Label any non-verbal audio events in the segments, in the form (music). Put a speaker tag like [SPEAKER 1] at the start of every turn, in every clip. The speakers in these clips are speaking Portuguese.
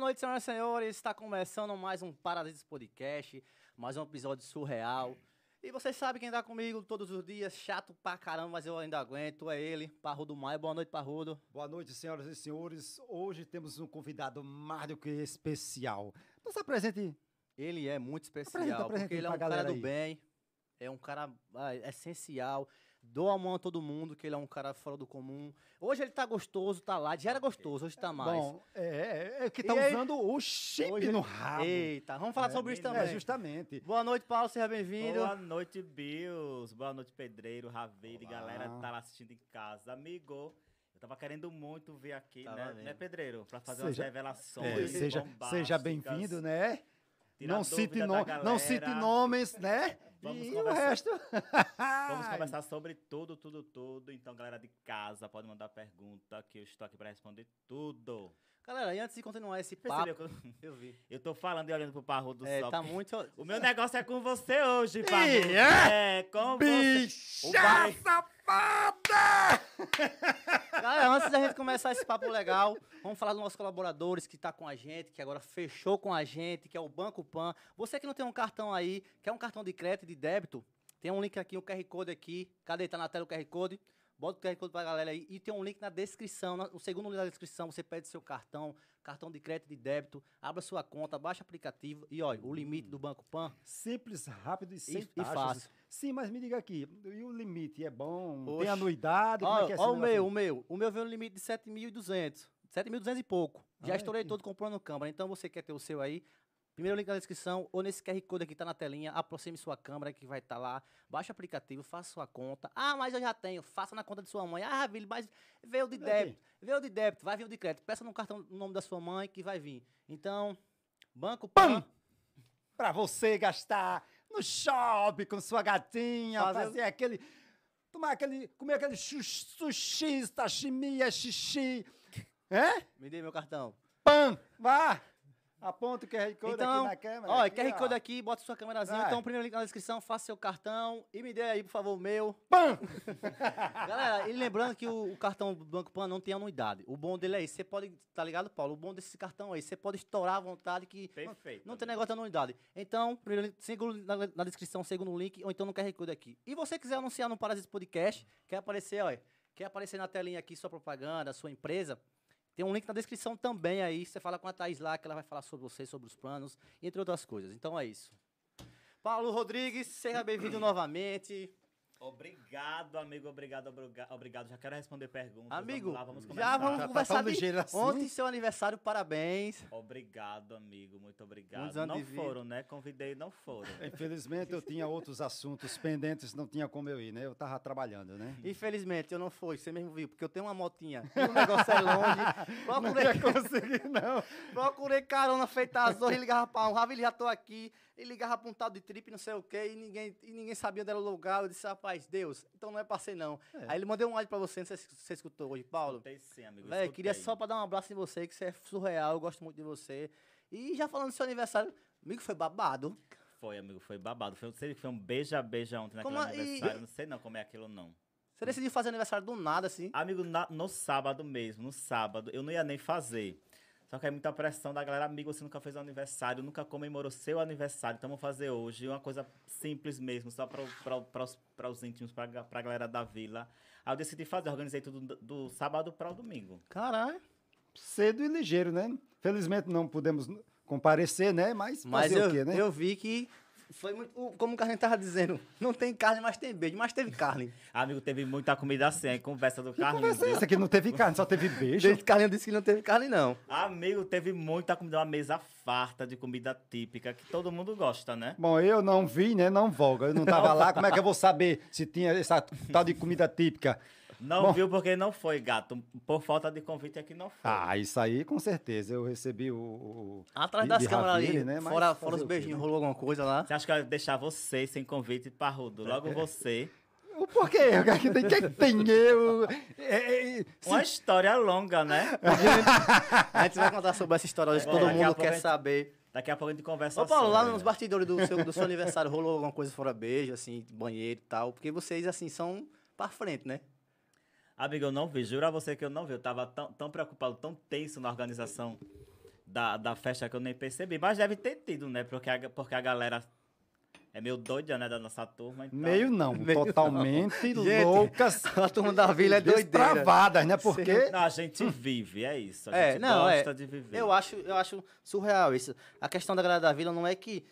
[SPEAKER 1] noite, senhoras e senhores. Está começando mais um Paradiso Podcast, mais um episódio surreal. E vocês sabem quem está comigo todos os dias, chato pra caramba, mas eu ainda aguento. É ele, Parrudo Maia. Boa noite, Parrudo.
[SPEAKER 2] Boa noite, senhoras e senhores. Hoje temos um convidado mais do que especial. Nos apresente.
[SPEAKER 1] Ele é muito especial,
[SPEAKER 2] Apresenta, apresenta
[SPEAKER 1] porque ele é
[SPEAKER 2] pra
[SPEAKER 1] um cara
[SPEAKER 2] galera
[SPEAKER 1] do
[SPEAKER 2] aí.
[SPEAKER 1] bem, é um cara ah, essencial. Dou a mão a todo mundo, que ele é um cara fora do comum. Hoje ele tá gostoso, tá lá. Já era gostoso, hoje tá mais.
[SPEAKER 2] Bom, é, é, é que tá
[SPEAKER 1] E aí?
[SPEAKER 2] usando o chip
[SPEAKER 1] Hoje-
[SPEAKER 2] no rabo.
[SPEAKER 1] Eita, vamos falar
[SPEAKER 2] ah, É,
[SPEAKER 1] sobre isso
[SPEAKER 2] é,
[SPEAKER 1] também.
[SPEAKER 2] justamente.
[SPEAKER 1] Boa noite, Paulo, seja bem-vindo.
[SPEAKER 3] Boa noite, Bills. Boa noite, Pedreiro, Raveli,
[SPEAKER 2] Olá.
[SPEAKER 3] galera que tá lá assistindo em casa. Amigo, eu tava querendo muito ver aqui,
[SPEAKER 1] Tava
[SPEAKER 3] né,
[SPEAKER 1] vendo.
[SPEAKER 3] né, Pedreiro? Pra fazer
[SPEAKER 2] Seja-
[SPEAKER 3] umas
[SPEAKER 2] É,
[SPEAKER 3] revelações.
[SPEAKER 2] seja
[SPEAKER 3] bombásticas,
[SPEAKER 2] seja bem-vindo, né?
[SPEAKER 3] tirar
[SPEAKER 2] Não
[SPEAKER 3] a
[SPEAKER 2] cite,
[SPEAKER 3] dúvida da
[SPEAKER 2] no-
[SPEAKER 3] galera.
[SPEAKER 2] não cite nomes, né?
[SPEAKER 3] Vamos
[SPEAKER 2] e o
[SPEAKER 3] conversar.
[SPEAKER 2] resto. (laughs)
[SPEAKER 3] Vamos conversar sobre tudo, tudo, tudo. Então, galera de casa, pode mandar pergunta que eu estou aqui pra responder tudo.
[SPEAKER 1] Galera, e antes de continuar esse
[SPEAKER 3] Percebeu
[SPEAKER 1] papo,
[SPEAKER 3] que eu,
[SPEAKER 1] eu vi.
[SPEAKER 3] eu tô falando e olhando pro parrudo
[SPEAKER 1] É,
[SPEAKER 3] só.
[SPEAKER 1] tá
[SPEAKER 3] porque
[SPEAKER 1] muito.
[SPEAKER 3] O meu negócio é com você hoje, parrudo.
[SPEAKER 2] é?
[SPEAKER 3] É, com você. O
[SPEAKER 2] Bicha
[SPEAKER 3] pai-
[SPEAKER 2] safada!
[SPEAKER 1] Galera, antes da gente começar esse papo legal, vamos falar dos nossos colaboradores que tá com a gente, que agora fechou com a gente, que é o Banco Pan. Você que não tem um cartão aí, quer um cartão de crédito e de débito, tem um link aqui, um QR Code aqui. Cadê? Tá na tela o QR Code. Bota o QR Code pra galera aí. E tem um link na descrição. na- O segundo link da descrição, você pede seu cartão, cartão de crédito e de débito, abra sua conta, baixa o aplicativo e olha, o limite do Banco Pan.
[SPEAKER 2] Simples, rápido e sem
[SPEAKER 1] e
[SPEAKER 2] taxas.
[SPEAKER 1] fácil.
[SPEAKER 2] Sim, mas me diga aqui, e o limite é bom?
[SPEAKER 1] Oxe.
[SPEAKER 2] Tem anuidade? Como é que
[SPEAKER 1] Olha,
[SPEAKER 2] é esse
[SPEAKER 1] olha o
[SPEAKER 2] negócio?
[SPEAKER 1] meu, o meu. O meu veio no limite de 7.200. 7.200 e pouco. Já
[SPEAKER 2] Ah,
[SPEAKER 1] estourei
[SPEAKER 2] que-
[SPEAKER 1] todo comprando câmera. Então você quer ter o seu aí? Primeiro link na descrição ou nesse QR Code aqui tá na telinha. Aproxime sua câmera que vai estar lá. Baixa o aplicativo, faça sua conta. Ah, mas eu já tenho. Faça na conta de sua mãe. Ah, Vili, mas veio de
[SPEAKER 2] Vem
[SPEAKER 1] débito. Veio de débito, vai vir o de crédito. Peça no cartão no nome da sua mãe que vai vir. Então, Banco Pan.
[SPEAKER 2] Pra você gastar no shopping com sua gatinha,
[SPEAKER 1] Fazer-
[SPEAKER 2] fazer aquele. Tomar aquele. comer aquele chu- sushi, sashimi, é xixi. É?
[SPEAKER 1] Me dê meu cartão.
[SPEAKER 2] Pam! Vá! Aponta o QR Code
[SPEAKER 1] então,
[SPEAKER 2] aqui na câmera.
[SPEAKER 1] Ó,
[SPEAKER 2] né? aqui,
[SPEAKER 1] QR Code
[SPEAKER 2] ó.
[SPEAKER 1] aqui, bota sua câmerazinha.
[SPEAKER 2] Vai.
[SPEAKER 1] Então, primeiro link na descrição, faça seu cartão e me dê aí, por favor, o meu.
[SPEAKER 2] Pam!
[SPEAKER 1] (laughs) Galera, e lembrando que o, o cartão do Banco Pan não tem anuidade. O bom dele é isso. Você pode, tá ligado, Paulo? O bom desse cartão aí, você pode estourar à vontade que não-
[SPEAKER 3] Perfeito.
[SPEAKER 1] não tem
[SPEAKER 3] amigo.
[SPEAKER 1] negócio de anuidade. Então, primeiro link, segundo link na, na descrição, segundo link, ou então no QR Code aqui. E você quiser anunciar no Parasito Podcast, quer aparecer, ó, quer aparecer na telinha aqui sua propaganda, sua empresa, tem um link na descrição também aí. Você fala com a Thaís lá, que ela vai falar sobre você, sobre os planos, entre outras coisas. Então é isso. Paulo Rodrigues, seja bem-vindo
[SPEAKER 2] (coughs)
[SPEAKER 1] novamente.
[SPEAKER 3] Obrigado, amigo. Obrigado, obriga- obrigado. Já quero responder perguntas.
[SPEAKER 1] Amigo,
[SPEAKER 3] vamos lá, vamos
[SPEAKER 1] Ah, já
[SPEAKER 3] começar.
[SPEAKER 1] vamos
[SPEAKER 2] Tá- tá
[SPEAKER 1] conversar
[SPEAKER 2] tão
[SPEAKER 1] de-
[SPEAKER 2] ligeiro assim.
[SPEAKER 1] Ontem seu aniversário, parabéns.
[SPEAKER 3] Obrigado, amigo. Muito
[SPEAKER 1] Muitos
[SPEAKER 3] obrigado.
[SPEAKER 1] anos
[SPEAKER 3] Não
[SPEAKER 1] de vida.
[SPEAKER 3] foram, né? Convidei, não foram.
[SPEAKER 2] Infelizmente eu tinha outros assuntos pendentes, não tinha como eu ir, né? Eu tava trabalhando, né?
[SPEAKER 1] Infelizmente eu não fui, você mesmo viu, porque eu tenho uma motinha. E o negócio é
[SPEAKER 2] (laughs)
[SPEAKER 1] longe. (laughs)
[SPEAKER 2] Não
[SPEAKER 1] Procurei,
[SPEAKER 2] ia conseguir, não.
[SPEAKER 1] procurei carona feita às horas, e ligava pra um Ravi, já tô aqui. E ligava pra um tal de trip, não sei o quê, e ninguém, e ninguém sabia onde era o lugar. Eu disse, rapaz, Deus, então não é passei não. Aí ele mandou um áudio pra você, não sei se você escutou hoje, Paulo.
[SPEAKER 3] Escutei sim, amigo.
[SPEAKER 1] Véi, queria
[SPEAKER 3] escutei.
[SPEAKER 1] só pra dar um abraço em você, que você é surreal, eu gosto muito de você. E já falando do seu aniversário, amigo, foi babado.
[SPEAKER 3] Foi, amigo. Foi babado. Foi, sei que foi um beija-beija ontem naquele
[SPEAKER 1] Como a- e-
[SPEAKER 3] aniversário. Não sei não como é aquilo, não.
[SPEAKER 1] Você decidiu fazer aniversário do nada, assim.
[SPEAKER 3] Amigo, na- no sábado mesmo, no sábado, eu não ia nem fazer. Só que é muita pressão da galera. Amigo, você nunca fez aniversário, nunca comemorou seu aniversário. Então vamos fazer hoje uma coisa simples mesmo, só para os íntimos, para a galera da vila. Aí eu decidi fazer, organizei tudo do, do sábado para o domingo.
[SPEAKER 1] Caralho.
[SPEAKER 2] Cedo e ligeiro, né? Felizmente não pudemos comparecer, né? Mas,
[SPEAKER 1] Mas
[SPEAKER 2] fazer
[SPEAKER 1] eu,
[SPEAKER 2] o quê, né?
[SPEAKER 1] eu vi que foi muito. o- Como o Carlinho tava dizendo, não tem carne, mas tem beijo, mas teve carne.
[SPEAKER 3] Amigo, teve muita comida assim, aí conversa do Carlinhos.
[SPEAKER 2] Conversa é
[SPEAKER 3] viu?
[SPEAKER 2] essa que não teve carne, só teve beijo.
[SPEAKER 1] Gente, Carlinho disse que não teve carne, não.
[SPEAKER 3] Amigo, teve muita comida, uma mesa farta de comida típica, que todo mundo gosta, né?
[SPEAKER 2] Bom, eu não vi, né? Não voga. Eu não tava lá. Como é que eu vou saber se tinha essa tal de comida típica?
[SPEAKER 3] Não
[SPEAKER 2] Bom.
[SPEAKER 3] viu porque não foi, gato. Por falta de convite é que não foi.
[SPEAKER 2] Ah, isso aí com certeza. Eu recebi o- o. o-
[SPEAKER 1] Atrás
[SPEAKER 2] de-
[SPEAKER 1] das
[SPEAKER 2] de
[SPEAKER 1] câmeras ali,
[SPEAKER 2] Ravelli, Mas
[SPEAKER 1] fora,
[SPEAKER 2] fazer
[SPEAKER 1] fora os
[SPEAKER 2] o quê,
[SPEAKER 1] beijinhos,
[SPEAKER 2] né?
[SPEAKER 1] rolou alguma coisa
[SPEAKER 3] (laughs)
[SPEAKER 1] lá.
[SPEAKER 3] Você acha que eu ia deixar você sem convite, parrudo?
[SPEAKER 1] É.
[SPEAKER 3] Logo você.
[SPEAKER 2] O porquê? O que é que tem? O que é que tem? Eu. é, é, se-
[SPEAKER 3] Uma história longa, né?
[SPEAKER 1] A gente vai contar sobre essa história hoje, que
[SPEAKER 3] É,
[SPEAKER 1] todo
[SPEAKER 3] daqui a
[SPEAKER 1] mundo
[SPEAKER 3] pouco a
[SPEAKER 1] quer
[SPEAKER 3] gente- né?
[SPEAKER 1] saber.
[SPEAKER 3] Daqui a pouco a gente conversa
[SPEAKER 1] Ô, Paulo, lá
[SPEAKER 3] sobre.
[SPEAKER 1] nos bastidores do seu, do seu aniversário, rolou alguma coisa fora beijo, assim, banheiro e tal. Porque vocês, assim, são pra frente, né?
[SPEAKER 3] Amigo, eu não vi. Juro a você que eu não vi. Eu tava tão, tão preocupado, tão tenso na organização da, da festa que eu nem percebi. Mas deve ter tido, né? Porque a, porque a galera é meio doida, né? Da nossa turma. Então...
[SPEAKER 2] Meio não,
[SPEAKER 1] (laughs) Meio não.
[SPEAKER 2] totalmente
[SPEAKER 1] Gente,
[SPEAKER 2] loucas,
[SPEAKER 1] (laughs) A turma da vila é doideira.
[SPEAKER 2] destravadas, né? Porque
[SPEAKER 3] Não, a gente vive, é isso. A
[SPEAKER 1] Hum. É,
[SPEAKER 3] gente
[SPEAKER 1] não, é.
[SPEAKER 3] gosta de viver.
[SPEAKER 1] Eu acho, eu acho surreal isso. A questão da galera da vila não é que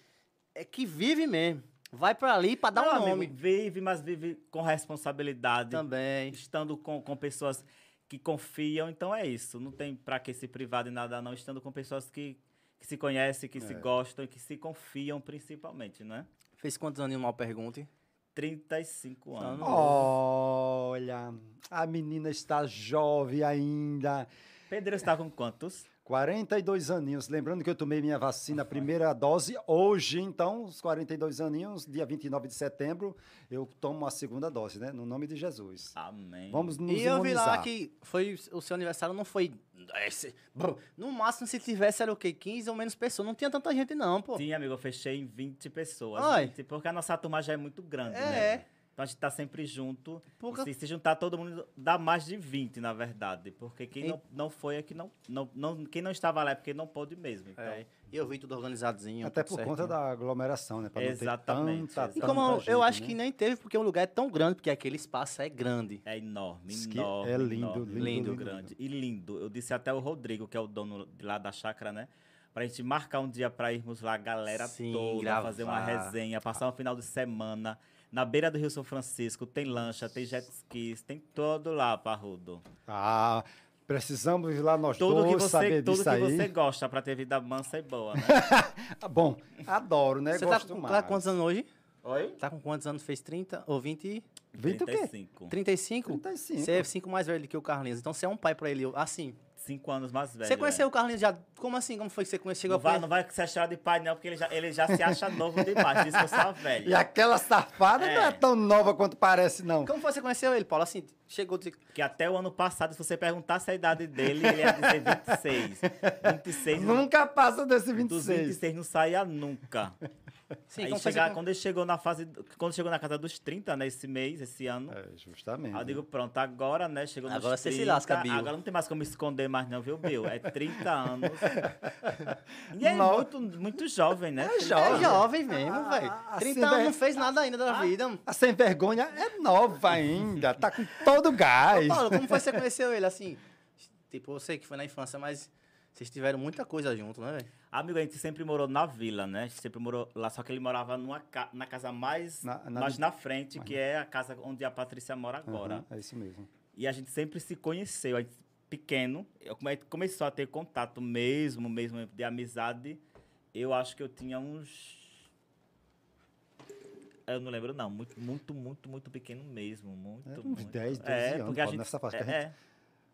[SPEAKER 1] é que vive mesmo. Vai pra ali pra dar
[SPEAKER 3] Não,
[SPEAKER 1] um
[SPEAKER 3] amigo,
[SPEAKER 1] nome
[SPEAKER 3] vive, mas vive com responsabilidade.
[SPEAKER 1] também.
[SPEAKER 3] Estando com, com pessoas que confiam. Então é isso. Não tem pra que se privar de nada, não. Estando com pessoas que, que se conhecem, que se
[SPEAKER 2] É.
[SPEAKER 3] gostam e que se confiam, principalmente, né?
[SPEAKER 1] Fez quantos anos mal pergunte?
[SPEAKER 3] 35
[SPEAKER 1] Não,
[SPEAKER 3] anos.
[SPEAKER 1] não.
[SPEAKER 2] olha, a menina está jovem ainda.
[SPEAKER 3] Pedro está com quantos?
[SPEAKER 2] 42 aninhos. Lembrando que eu tomei minha vacina, a primeira dose, hoje, então, os 42 aninhos, dia 29 de setembro, eu tomo a segunda dose, né? No nome de Jesus.
[SPEAKER 3] Amém.
[SPEAKER 2] Vamos nos
[SPEAKER 1] Ah, E eu vi lá
[SPEAKER 2] imunizar.
[SPEAKER 1] que foi o seu aniversário não foi esse- brum. no máximo se tivesse era o quê? 15 ou menos pessoas, não tinha tanta gente não, pô.
[SPEAKER 3] Sim, amigo, eu fechei em 20 pessoas.
[SPEAKER 1] Ai.
[SPEAKER 3] 20, porque a nossa turma já é muito grande, né?
[SPEAKER 1] É, é.
[SPEAKER 3] Então a gente tá sempre junto.
[SPEAKER 1] Pouca-
[SPEAKER 3] E Se, se juntar todo mundo, dá mais de 20, na verdade. Porque quem não, não foi é que não, não, não- Quem não estava lá é porque não pôde mesmo. Então,
[SPEAKER 1] É, E eu vi tudo organizadinho,
[SPEAKER 2] Até
[SPEAKER 1] tudo
[SPEAKER 2] por conta
[SPEAKER 1] certinho.
[SPEAKER 2] da aglomeração, né? Pra
[SPEAKER 3] Exatamente,
[SPEAKER 2] não ter tanta,
[SPEAKER 1] E como eu,
[SPEAKER 2] tanta
[SPEAKER 1] eu
[SPEAKER 2] gente,
[SPEAKER 1] acho
[SPEAKER 2] né?
[SPEAKER 1] que nem teve porque o lugar é tão grande, porque aquele espaço é grande.
[SPEAKER 3] é enorme,
[SPEAKER 2] Diz que
[SPEAKER 3] enorme.
[SPEAKER 2] é lindo,
[SPEAKER 3] enorme,
[SPEAKER 2] lindo, lindo,
[SPEAKER 3] grande. E lindo. Eu disse até o Rodrigo, que é o dono de lá da chácara, né? Pra gente marcar um dia pra irmos lá, a galera
[SPEAKER 1] Sim,
[SPEAKER 3] toda, fazer uma
[SPEAKER 1] gravar.
[SPEAKER 3] resenha, passar um final de semana. Na beira do Rio São Francisco, tem lancha, tem jet skis, tem todo lá, Parrudo.
[SPEAKER 2] Ah, precisamos ir lá nós
[SPEAKER 3] Tudo
[SPEAKER 2] dois
[SPEAKER 3] que você,
[SPEAKER 2] saber
[SPEAKER 3] tudo
[SPEAKER 2] disso
[SPEAKER 3] que
[SPEAKER 2] aí.
[SPEAKER 3] você gosta pra ter vida mansa e boa,
[SPEAKER 1] (laughs)
[SPEAKER 3] né?
[SPEAKER 2] Ah, bom, adoro, né?
[SPEAKER 1] Você tá
[SPEAKER 2] Gosto
[SPEAKER 1] com, tá
[SPEAKER 2] mais.
[SPEAKER 1] com quantos anos hoje?
[SPEAKER 3] Oi?
[SPEAKER 1] Tá com quantos anos? Fez 30 ou 20?
[SPEAKER 2] 20 o quê?
[SPEAKER 3] 35.
[SPEAKER 1] 35?
[SPEAKER 2] 35.
[SPEAKER 1] Você é 5 mais velho que o Carlinhos, então você é um pai pra ele, assim.
[SPEAKER 3] 5 anos mais velho. é.
[SPEAKER 1] Você conheceu o Carlinhos já, como assim? Como foi que você conheceu?
[SPEAKER 3] Não vai, não vai se achar de pai, não, porque ele já, ele já se acha novo
[SPEAKER 1] é
[SPEAKER 3] demais. Diz que eu sou
[SPEAKER 2] (laughs)
[SPEAKER 3] a
[SPEAKER 2] E
[SPEAKER 3] velha.
[SPEAKER 2] aquela safada não é
[SPEAKER 3] É.
[SPEAKER 2] tão nova quanto parece, não.
[SPEAKER 1] Como foi que você conheceu ele, Paulo? Assim, chegou... de-
[SPEAKER 3] Que até o ano passado, se você perguntasse a idade dele, ele ia dizer
[SPEAKER 2] (laughs)
[SPEAKER 3] 26. 26. não-
[SPEAKER 2] Nunca passa desse
[SPEAKER 3] Dos
[SPEAKER 2] 26.
[SPEAKER 3] 26 não saía nunca.
[SPEAKER 1] Sim,
[SPEAKER 3] Aí
[SPEAKER 1] como foi que
[SPEAKER 3] chegar-
[SPEAKER 1] você-
[SPEAKER 3] quando ele chegou na fase. Quando chegou na casa dos 30, né? Esse mês, esse ano.
[SPEAKER 2] É, justamente.
[SPEAKER 3] Aí eu Ah, digo, pronto, agora, né? Chegou
[SPEAKER 1] Agora
[SPEAKER 3] nos
[SPEAKER 1] você se
[SPEAKER 3] 30,
[SPEAKER 1] lasca, Bill.
[SPEAKER 3] Agora não tem mais como esconder mais, não, viu, Bill? É 30
[SPEAKER 2] (laughs)
[SPEAKER 3] anos. E é
[SPEAKER 2] Não.
[SPEAKER 3] muito, muito jovem, né? É
[SPEAKER 1] É
[SPEAKER 2] jovem.
[SPEAKER 1] jovem mesmo,
[SPEAKER 2] Ah, ah,
[SPEAKER 1] velho. 30
[SPEAKER 2] assim,
[SPEAKER 1] anos
[SPEAKER 2] né?
[SPEAKER 1] não fez nada ainda da vida.
[SPEAKER 2] A Ah, sem vergonha é nova ainda, tá com todo
[SPEAKER 3] Tá
[SPEAKER 2] gás.
[SPEAKER 1] Paulo, como
[SPEAKER 2] (laughs)
[SPEAKER 1] foi que você conheceu ele, assim? Tipo, eu sei que foi na infância, mas vocês tiveram muita coisa junto, né, velho?
[SPEAKER 3] Amigo, a gente sempre morou na vila, né? A gente sempre morou lá, só que ele morava numa ca- na casa mais
[SPEAKER 2] Na- na-
[SPEAKER 3] mais na frente, que é a casa onde a Patrícia mora agora.
[SPEAKER 2] Aham, é isso mesmo.
[SPEAKER 3] E a gente sempre se conheceu, a gente, pequeno. Eu come- começou a ter contato mesmo, mesmo de amizade. Eu acho que eu tinha uns. Eu não lembro, não. Muito, muito, muito, muito pequeno mesmo. Muito,
[SPEAKER 2] Era É, uns
[SPEAKER 3] muito.
[SPEAKER 2] 10, 12 anos,
[SPEAKER 3] porque a
[SPEAKER 2] Paulo,
[SPEAKER 3] gente-
[SPEAKER 2] nessa faixa
[SPEAKER 3] é,
[SPEAKER 2] que a gente-
[SPEAKER 3] é.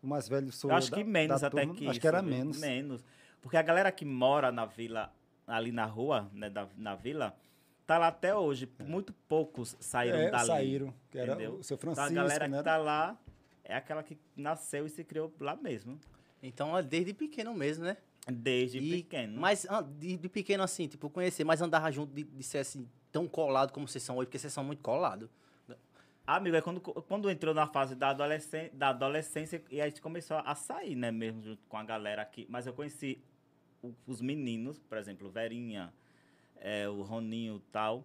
[SPEAKER 2] O mais velho sou
[SPEAKER 3] Eu acho
[SPEAKER 2] da-
[SPEAKER 3] que menos
[SPEAKER 2] da
[SPEAKER 3] até
[SPEAKER 2] turma,
[SPEAKER 3] que
[SPEAKER 2] Acho que era
[SPEAKER 3] isso, viu?
[SPEAKER 2] menos.
[SPEAKER 3] Menos. Porque a galera que mora na vila, ali na rua, né, da- na vila, tá lá até hoje. Muito poucos saíram
[SPEAKER 2] É,
[SPEAKER 3] dali.
[SPEAKER 2] saíram. Que era
[SPEAKER 3] entendeu?
[SPEAKER 2] o seu
[SPEAKER 3] Então,
[SPEAKER 2] Francisco,
[SPEAKER 3] a galera
[SPEAKER 2] né?
[SPEAKER 3] que tá lá é aquela que nasceu e se criou lá mesmo.
[SPEAKER 1] Então, é desde pequeno mesmo, né?
[SPEAKER 3] Desde
[SPEAKER 1] E-
[SPEAKER 3] pequeno.
[SPEAKER 1] Mas an- de, de pequeno, assim, tipo, conhecer, mas andava junto de, de ser assim, tão colado como vocês são hoje, porque vocês são muito colados.
[SPEAKER 3] Amigo, é quando, quando entrou na fase da, adolescen- da adolescência e a gente começou a sair, né, mesmo junto com a galera aqui. Mas eu conheci o- os meninos, por exemplo, o Verinha, eh, o Roninho e tal,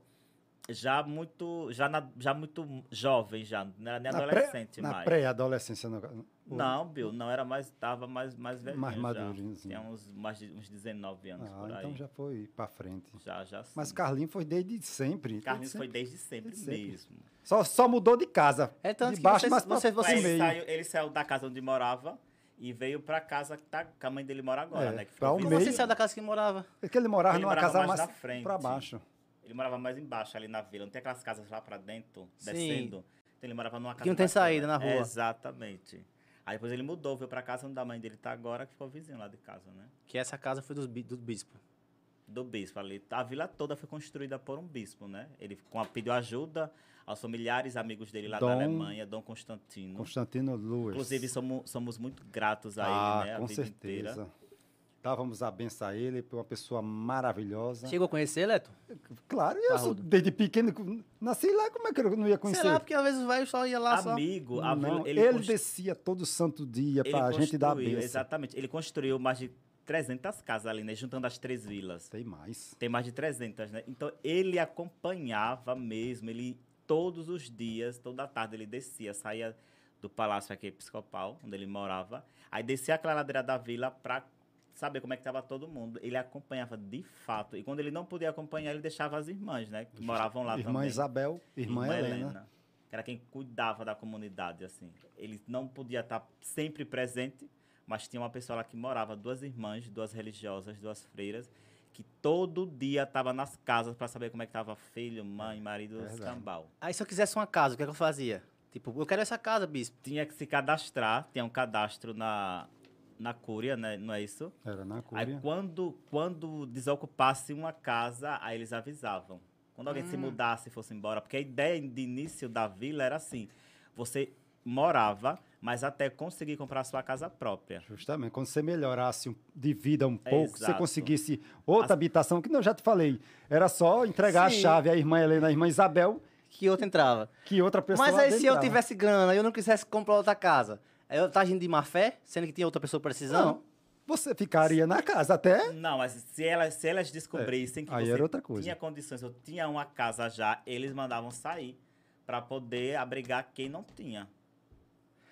[SPEAKER 3] já muito, já, na- já muito jovem, já, não era nem
[SPEAKER 2] Na pré-
[SPEAKER 3] adolescente
[SPEAKER 2] Na
[SPEAKER 3] mais.
[SPEAKER 2] pré-adolescência. não-
[SPEAKER 3] Não, Bill, não era mais, tava mais, mais velho.
[SPEAKER 2] Mais madurinho,
[SPEAKER 3] já. Tinha uns, mais de- uns 19 anos
[SPEAKER 2] Ah,
[SPEAKER 3] por aí.
[SPEAKER 2] então já foi pra frente.
[SPEAKER 3] Já, já sim.
[SPEAKER 2] Mas o Carlinhos foi desde sempre. desde
[SPEAKER 3] Carlinhos foi
[SPEAKER 2] sempre.
[SPEAKER 3] desde sempre,
[SPEAKER 2] Desde sempre.
[SPEAKER 3] mesmo.
[SPEAKER 2] Só, só mudou de casa.
[SPEAKER 1] É tanto
[SPEAKER 2] de
[SPEAKER 1] que
[SPEAKER 2] baixo,
[SPEAKER 1] vocês-
[SPEAKER 2] mas pra-
[SPEAKER 1] vocês-
[SPEAKER 2] pra
[SPEAKER 1] vocês-
[SPEAKER 3] Mas
[SPEAKER 2] meio.
[SPEAKER 3] ele saiu, ele saiu da casa onde morava e veio pra casa que, tá, que a mãe dele mora agora,
[SPEAKER 2] É,
[SPEAKER 3] né? Que
[SPEAKER 2] pra
[SPEAKER 3] ficou
[SPEAKER 2] um
[SPEAKER 1] Como
[SPEAKER 3] vizinho.
[SPEAKER 2] meio.
[SPEAKER 1] você saiu da casa que morava?
[SPEAKER 2] É que ele morava
[SPEAKER 3] Ele
[SPEAKER 2] numa
[SPEAKER 3] morava
[SPEAKER 2] casa
[SPEAKER 3] mais
[SPEAKER 2] mais
[SPEAKER 3] na frente.
[SPEAKER 2] pra baixo.
[SPEAKER 3] Ele morava mais embaixo, ali na vila. Não tem aquelas casas lá pra dentro,
[SPEAKER 1] Sim.
[SPEAKER 3] descendo. Então ele morava numa casa.
[SPEAKER 1] não tem
[SPEAKER 3] mais pra
[SPEAKER 1] saída
[SPEAKER 3] lá.
[SPEAKER 1] na rua.
[SPEAKER 3] Exatamente. Aí depois ele mudou, veio pra casa onde a mãe dele tá agora, que ficou vizinho lá de casa, né?
[SPEAKER 1] Que essa casa foi dos, bi- do bispo.
[SPEAKER 3] Do bispo ali. A vila toda foi construída por um bispo, né? Ele com a- pediu ajuda aos familiares, amigos dele lá
[SPEAKER 2] Dom-
[SPEAKER 3] da Alemanha, Dom Constantino.
[SPEAKER 2] Constantino Luas.
[SPEAKER 3] Uhum. Inclusive, somos, somos muito gratos a
[SPEAKER 2] ah,
[SPEAKER 3] ele, né? A
[SPEAKER 2] com
[SPEAKER 3] vida inteira.
[SPEAKER 2] certeza. Dávamos a benção a ele, foi uma pessoa maravilhosa.
[SPEAKER 1] Chegou a conhecer, Leto?
[SPEAKER 2] Claro, eu sou
[SPEAKER 1] Parrudo.
[SPEAKER 2] desde pequeno, nasci lá, como é que eu não ia conhecer?
[SPEAKER 1] Sei lá, porque às vezes vai só ia lá só.
[SPEAKER 3] Amigo, a
[SPEAKER 2] um Não,
[SPEAKER 3] vila,
[SPEAKER 2] ele
[SPEAKER 3] ele, constru-
[SPEAKER 2] descia todo santo dia
[SPEAKER 3] ele
[SPEAKER 2] pra gente dar a
[SPEAKER 3] construiu,
[SPEAKER 2] benção.
[SPEAKER 3] Exatamente. Ele construiu mais de 300 casas ali, né? Juntando as três vilas.
[SPEAKER 2] Tem mais.
[SPEAKER 3] Tem mais de 300, né? Então ele acompanhava mesmo, ele todos os dias, toda tarde ele descia, saía do palácio aqui episcopal, onde ele morava, aí descia a claradeira da vila para saber como é que estava todo mundo. Ele acompanhava de fato. E quando ele não podia acompanhar, ele deixava as irmãs, né, que moravam lá
[SPEAKER 2] irmã
[SPEAKER 3] também.
[SPEAKER 2] Isabel, irmã, Helena.
[SPEAKER 3] que Era quem cuidava da comunidade, assim. Ele não podia estar sempre presente, mas tinha uma pessoa lá que morava, duas irmãs, duas religiosas, duas freiras, que todo dia estava nas casas para saber como é que estava filho, mãe, marido,
[SPEAKER 2] É, Verdade.
[SPEAKER 3] escambau.
[SPEAKER 1] Aí se eu quisesse uma casa, o que, é que eu fazia? Tipo, eu quero essa casa, bispo.
[SPEAKER 3] Tinha que se cadastrar, tinha um cadastro na, na cúria, né? não é isso?
[SPEAKER 2] Era na
[SPEAKER 3] Aí
[SPEAKER 2] Cúria.
[SPEAKER 3] quando, quando desocupasse uma casa, aí eles avisavam. Quando alguém se
[SPEAKER 1] Hum.
[SPEAKER 3] mudasse e fosse embora. Porque a ideia de início da vila era assim: você morava, mas até conseguir comprar sua casa própria.
[SPEAKER 2] Justamente. Quando você melhorasse um- de vida um pouco, você
[SPEAKER 3] exato.
[SPEAKER 2] conseguisse outra
[SPEAKER 3] As-
[SPEAKER 2] habitação, que eu já te falei, era só entregar
[SPEAKER 1] Sim.
[SPEAKER 2] a chave à irmã Helena, à irmã Isabel,
[SPEAKER 1] Que outra entrava.
[SPEAKER 2] que outra pessoa
[SPEAKER 1] Mas aí se eu
[SPEAKER 2] adentrava.
[SPEAKER 1] tivesse grana e eu não quisesse comprar outra casa, aí eu tá agindo de má fé, sendo que tinha outra pessoa precisando?
[SPEAKER 2] Não, você ficaria na casa até...
[SPEAKER 3] Não, mas se elas, se elas descobrissem que
[SPEAKER 2] É, aí
[SPEAKER 3] você
[SPEAKER 2] era outra coisa.
[SPEAKER 3] tinha condições, eu tinha uma casa já, eles mandavam sair para poder abrigar quem não tinha.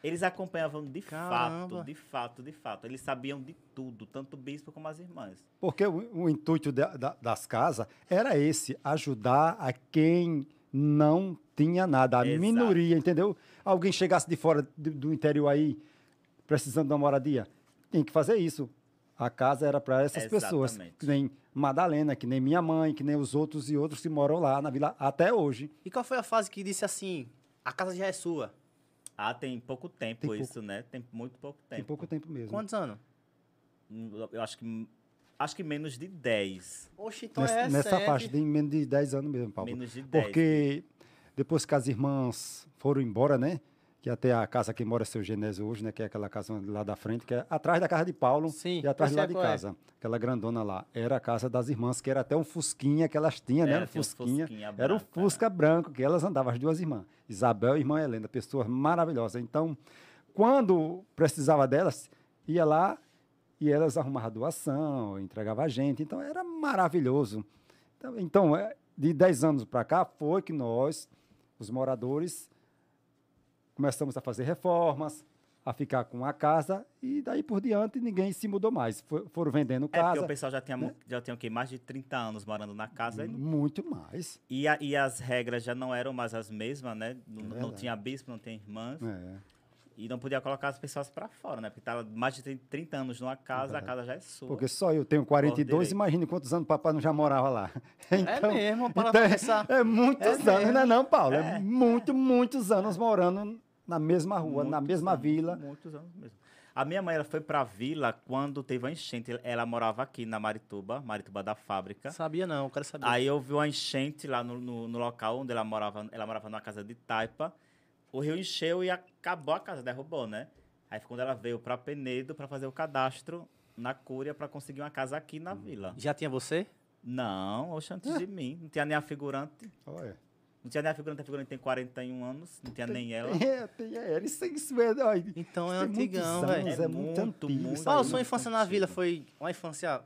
[SPEAKER 3] Eles acompanhavam de
[SPEAKER 1] Caramba.
[SPEAKER 3] fato, de fato, de fato. Eles sabiam de tudo, tanto o bispo como as irmãs.
[SPEAKER 2] Porque o, o intuito da- da- das casas era esse, ajudar a quem não tinha nada, a
[SPEAKER 3] Exato.
[SPEAKER 2] minoria, entendeu? Alguém chegasse de fora de- do interior aí, precisando de uma moradia, tem que fazer isso. A casa era para essas pessoas,
[SPEAKER 3] Exatamente.
[SPEAKER 2] que nem Madalena, que nem minha mãe, que nem os outros e outros que moram lá na vila até hoje.
[SPEAKER 1] E qual foi a fase que disse assim, a casa já é sua?
[SPEAKER 3] Ah, tem pouco tempo
[SPEAKER 2] Tem
[SPEAKER 3] isso, né? Tem muito pouco
[SPEAKER 2] Tem
[SPEAKER 3] tempo.
[SPEAKER 2] pouco tempo mesmo.
[SPEAKER 1] Quantos anos?
[SPEAKER 3] Hum, Eu acho que acho que menos de 10.
[SPEAKER 1] Oxe, então
[SPEAKER 2] Nessa,
[SPEAKER 1] é
[SPEAKER 2] nessa
[SPEAKER 1] recente.
[SPEAKER 2] faixa, de menos de 10 anos mesmo, Paulo.
[SPEAKER 3] Menos de 10.
[SPEAKER 2] Porque
[SPEAKER 1] né?
[SPEAKER 2] depois que as irmãs foram embora, né? Que até a casa que mora seu Genésio hoje, né? Que é aquela casa lá da frente, que é atrás da casa de Paulo
[SPEAKER 1] Sim,
[SPEAKER 2] e atrás
[SPEAKER 1] eu
[SPEAKER 2] lá
[SPEAKER 1] sei
[SPEAKER 2] de
[SPEAKER 1] qual é.
[SPEAKER 2] casa. Aquela grandona lá. Era a casa das irmãs, que era até um fusquinha que elas tinham, né?
[SPEAKER 3] Era,
[SPEAKER 2] Era um
[SPEAKER 3] tinha um
[SPEAKER 2] fusquinha.
[SPEAKER 3] fusquinha né?
[SPEAKER 2] era um
[SPEAKER 3] branco,
[SPEAKER 2] fusca branco que elas andavam, as duas irmãs. Isabel e irmã Helena, pessoas maravilhosas. Então, quando precisava delas, ia lá e elas arrumavam doação, entregavam a gente. Então, era maravilhoso. Então- Então, é, de 10 anos para cá, foi que nós, os moradores, começamos a fazer reformas, a ficar com a casa, e daí por diante ninguém se mudou mais. Fo- Foram vendendo
[SPEAKER 3] É porque o
[SPEAKER 2] casa, né?
[SPEAKER 3] pessoal já tinha, mu- já tinha o quê? Mais de 30 anos morando na casa. e não-
[SPEAKER 2] muito mais.
[SPEAKER 3] E, a- e as regras já não eram mais as mesmas, né? Não, não
[SPEAKER 2] É verdade.
[SPEAKER 3] tinha bispo, não tinha irmãs.
[SPEAKER 2] É.
[SPEAKER 3] E não podia colocar as pessoas para fora, né? Porque tava mais de 30 anos numa casa, a casa já é sua.
[SPEAKER 2] Porque só eu tenho 42,
[SPEAKER 3] direito.
[SPEAKER 2] imagine quantos anos o papai não já morava lá. (laughs) Então,
[SPEAKER 1] é mesmo, para
[SPEAKER 2] então é-
[SPEAKER 1] pensar.
[SPEAKER 2] é, muitos
[SPEAKER 1] É
[SPEAKER 2] anos, não é não, Paulo? É,
[SPEAKER 3] É.
[SPEAKER 2] muito, muitos anos morando na mesma rua, na
[SPEAKER 3] Muitos
[SPEAKER 2] mesma
[SPEAKER 3] anos,
[SPEAKER 2] vila.
[SPEAKER 3] Muitos anos mesmo. A minha mãe ela foi para a vila quando teve a enchente. Ela morava aqui na Marituba, Marituba da Fábrica.
[SPEAKER 1] Sabia não, eu quero saber.
[SPEAKER 3] Aí eu vi uma enchente lá no, no- no local onde ela morava. Ela morava numa casa de taipa. O rio encheu e acabou a casa, derrubou, né? Aí foi quando ela veio para Penedo para fazer o cadastro na Cúria para conseguir uma casa aqui na vila.
[SPEAKER 1] Já tinha você?
[SPEAKER 3] Não, oxe, antes de mim. Não tinha nem a figurante.
[SPEAKER 2] Olha.
[SPEAKER 3] Não tinha nem a figurante. A figurante tem 41 anos. Não tinha
[SPEAKER 2] (laughs)
[SPEAKER 3] nem ela.
[SPEAKER 2] (laughs) É, tem- é, era isso aí, isso é- olha,
[SPEAKER 1] Então
[SPEAKER 2] isso
[SPEAKER 1] é
[SPEAKER 2] tem muitos
[SPEAKER 1] antigão,
[SPEAKER 2] anos,
[SPEAKER 1] velho.
[SPEAKER 2] É, muito,
[SPEAKER 3] um Muito,
[SPEAKER 2] antigo.
[SPEAKER 3] muito.
[SPEAKER 2] isso aí.
[SPEAKER 1] Qual a
[SPEAKER 3] é
[SPEAKER 1] sua
[SPEAKER 3] muito
[SPEAKER 1] infância na vila?
[SPEAKER 3] antigo.
[SPEAKER 1] Foi uma infância...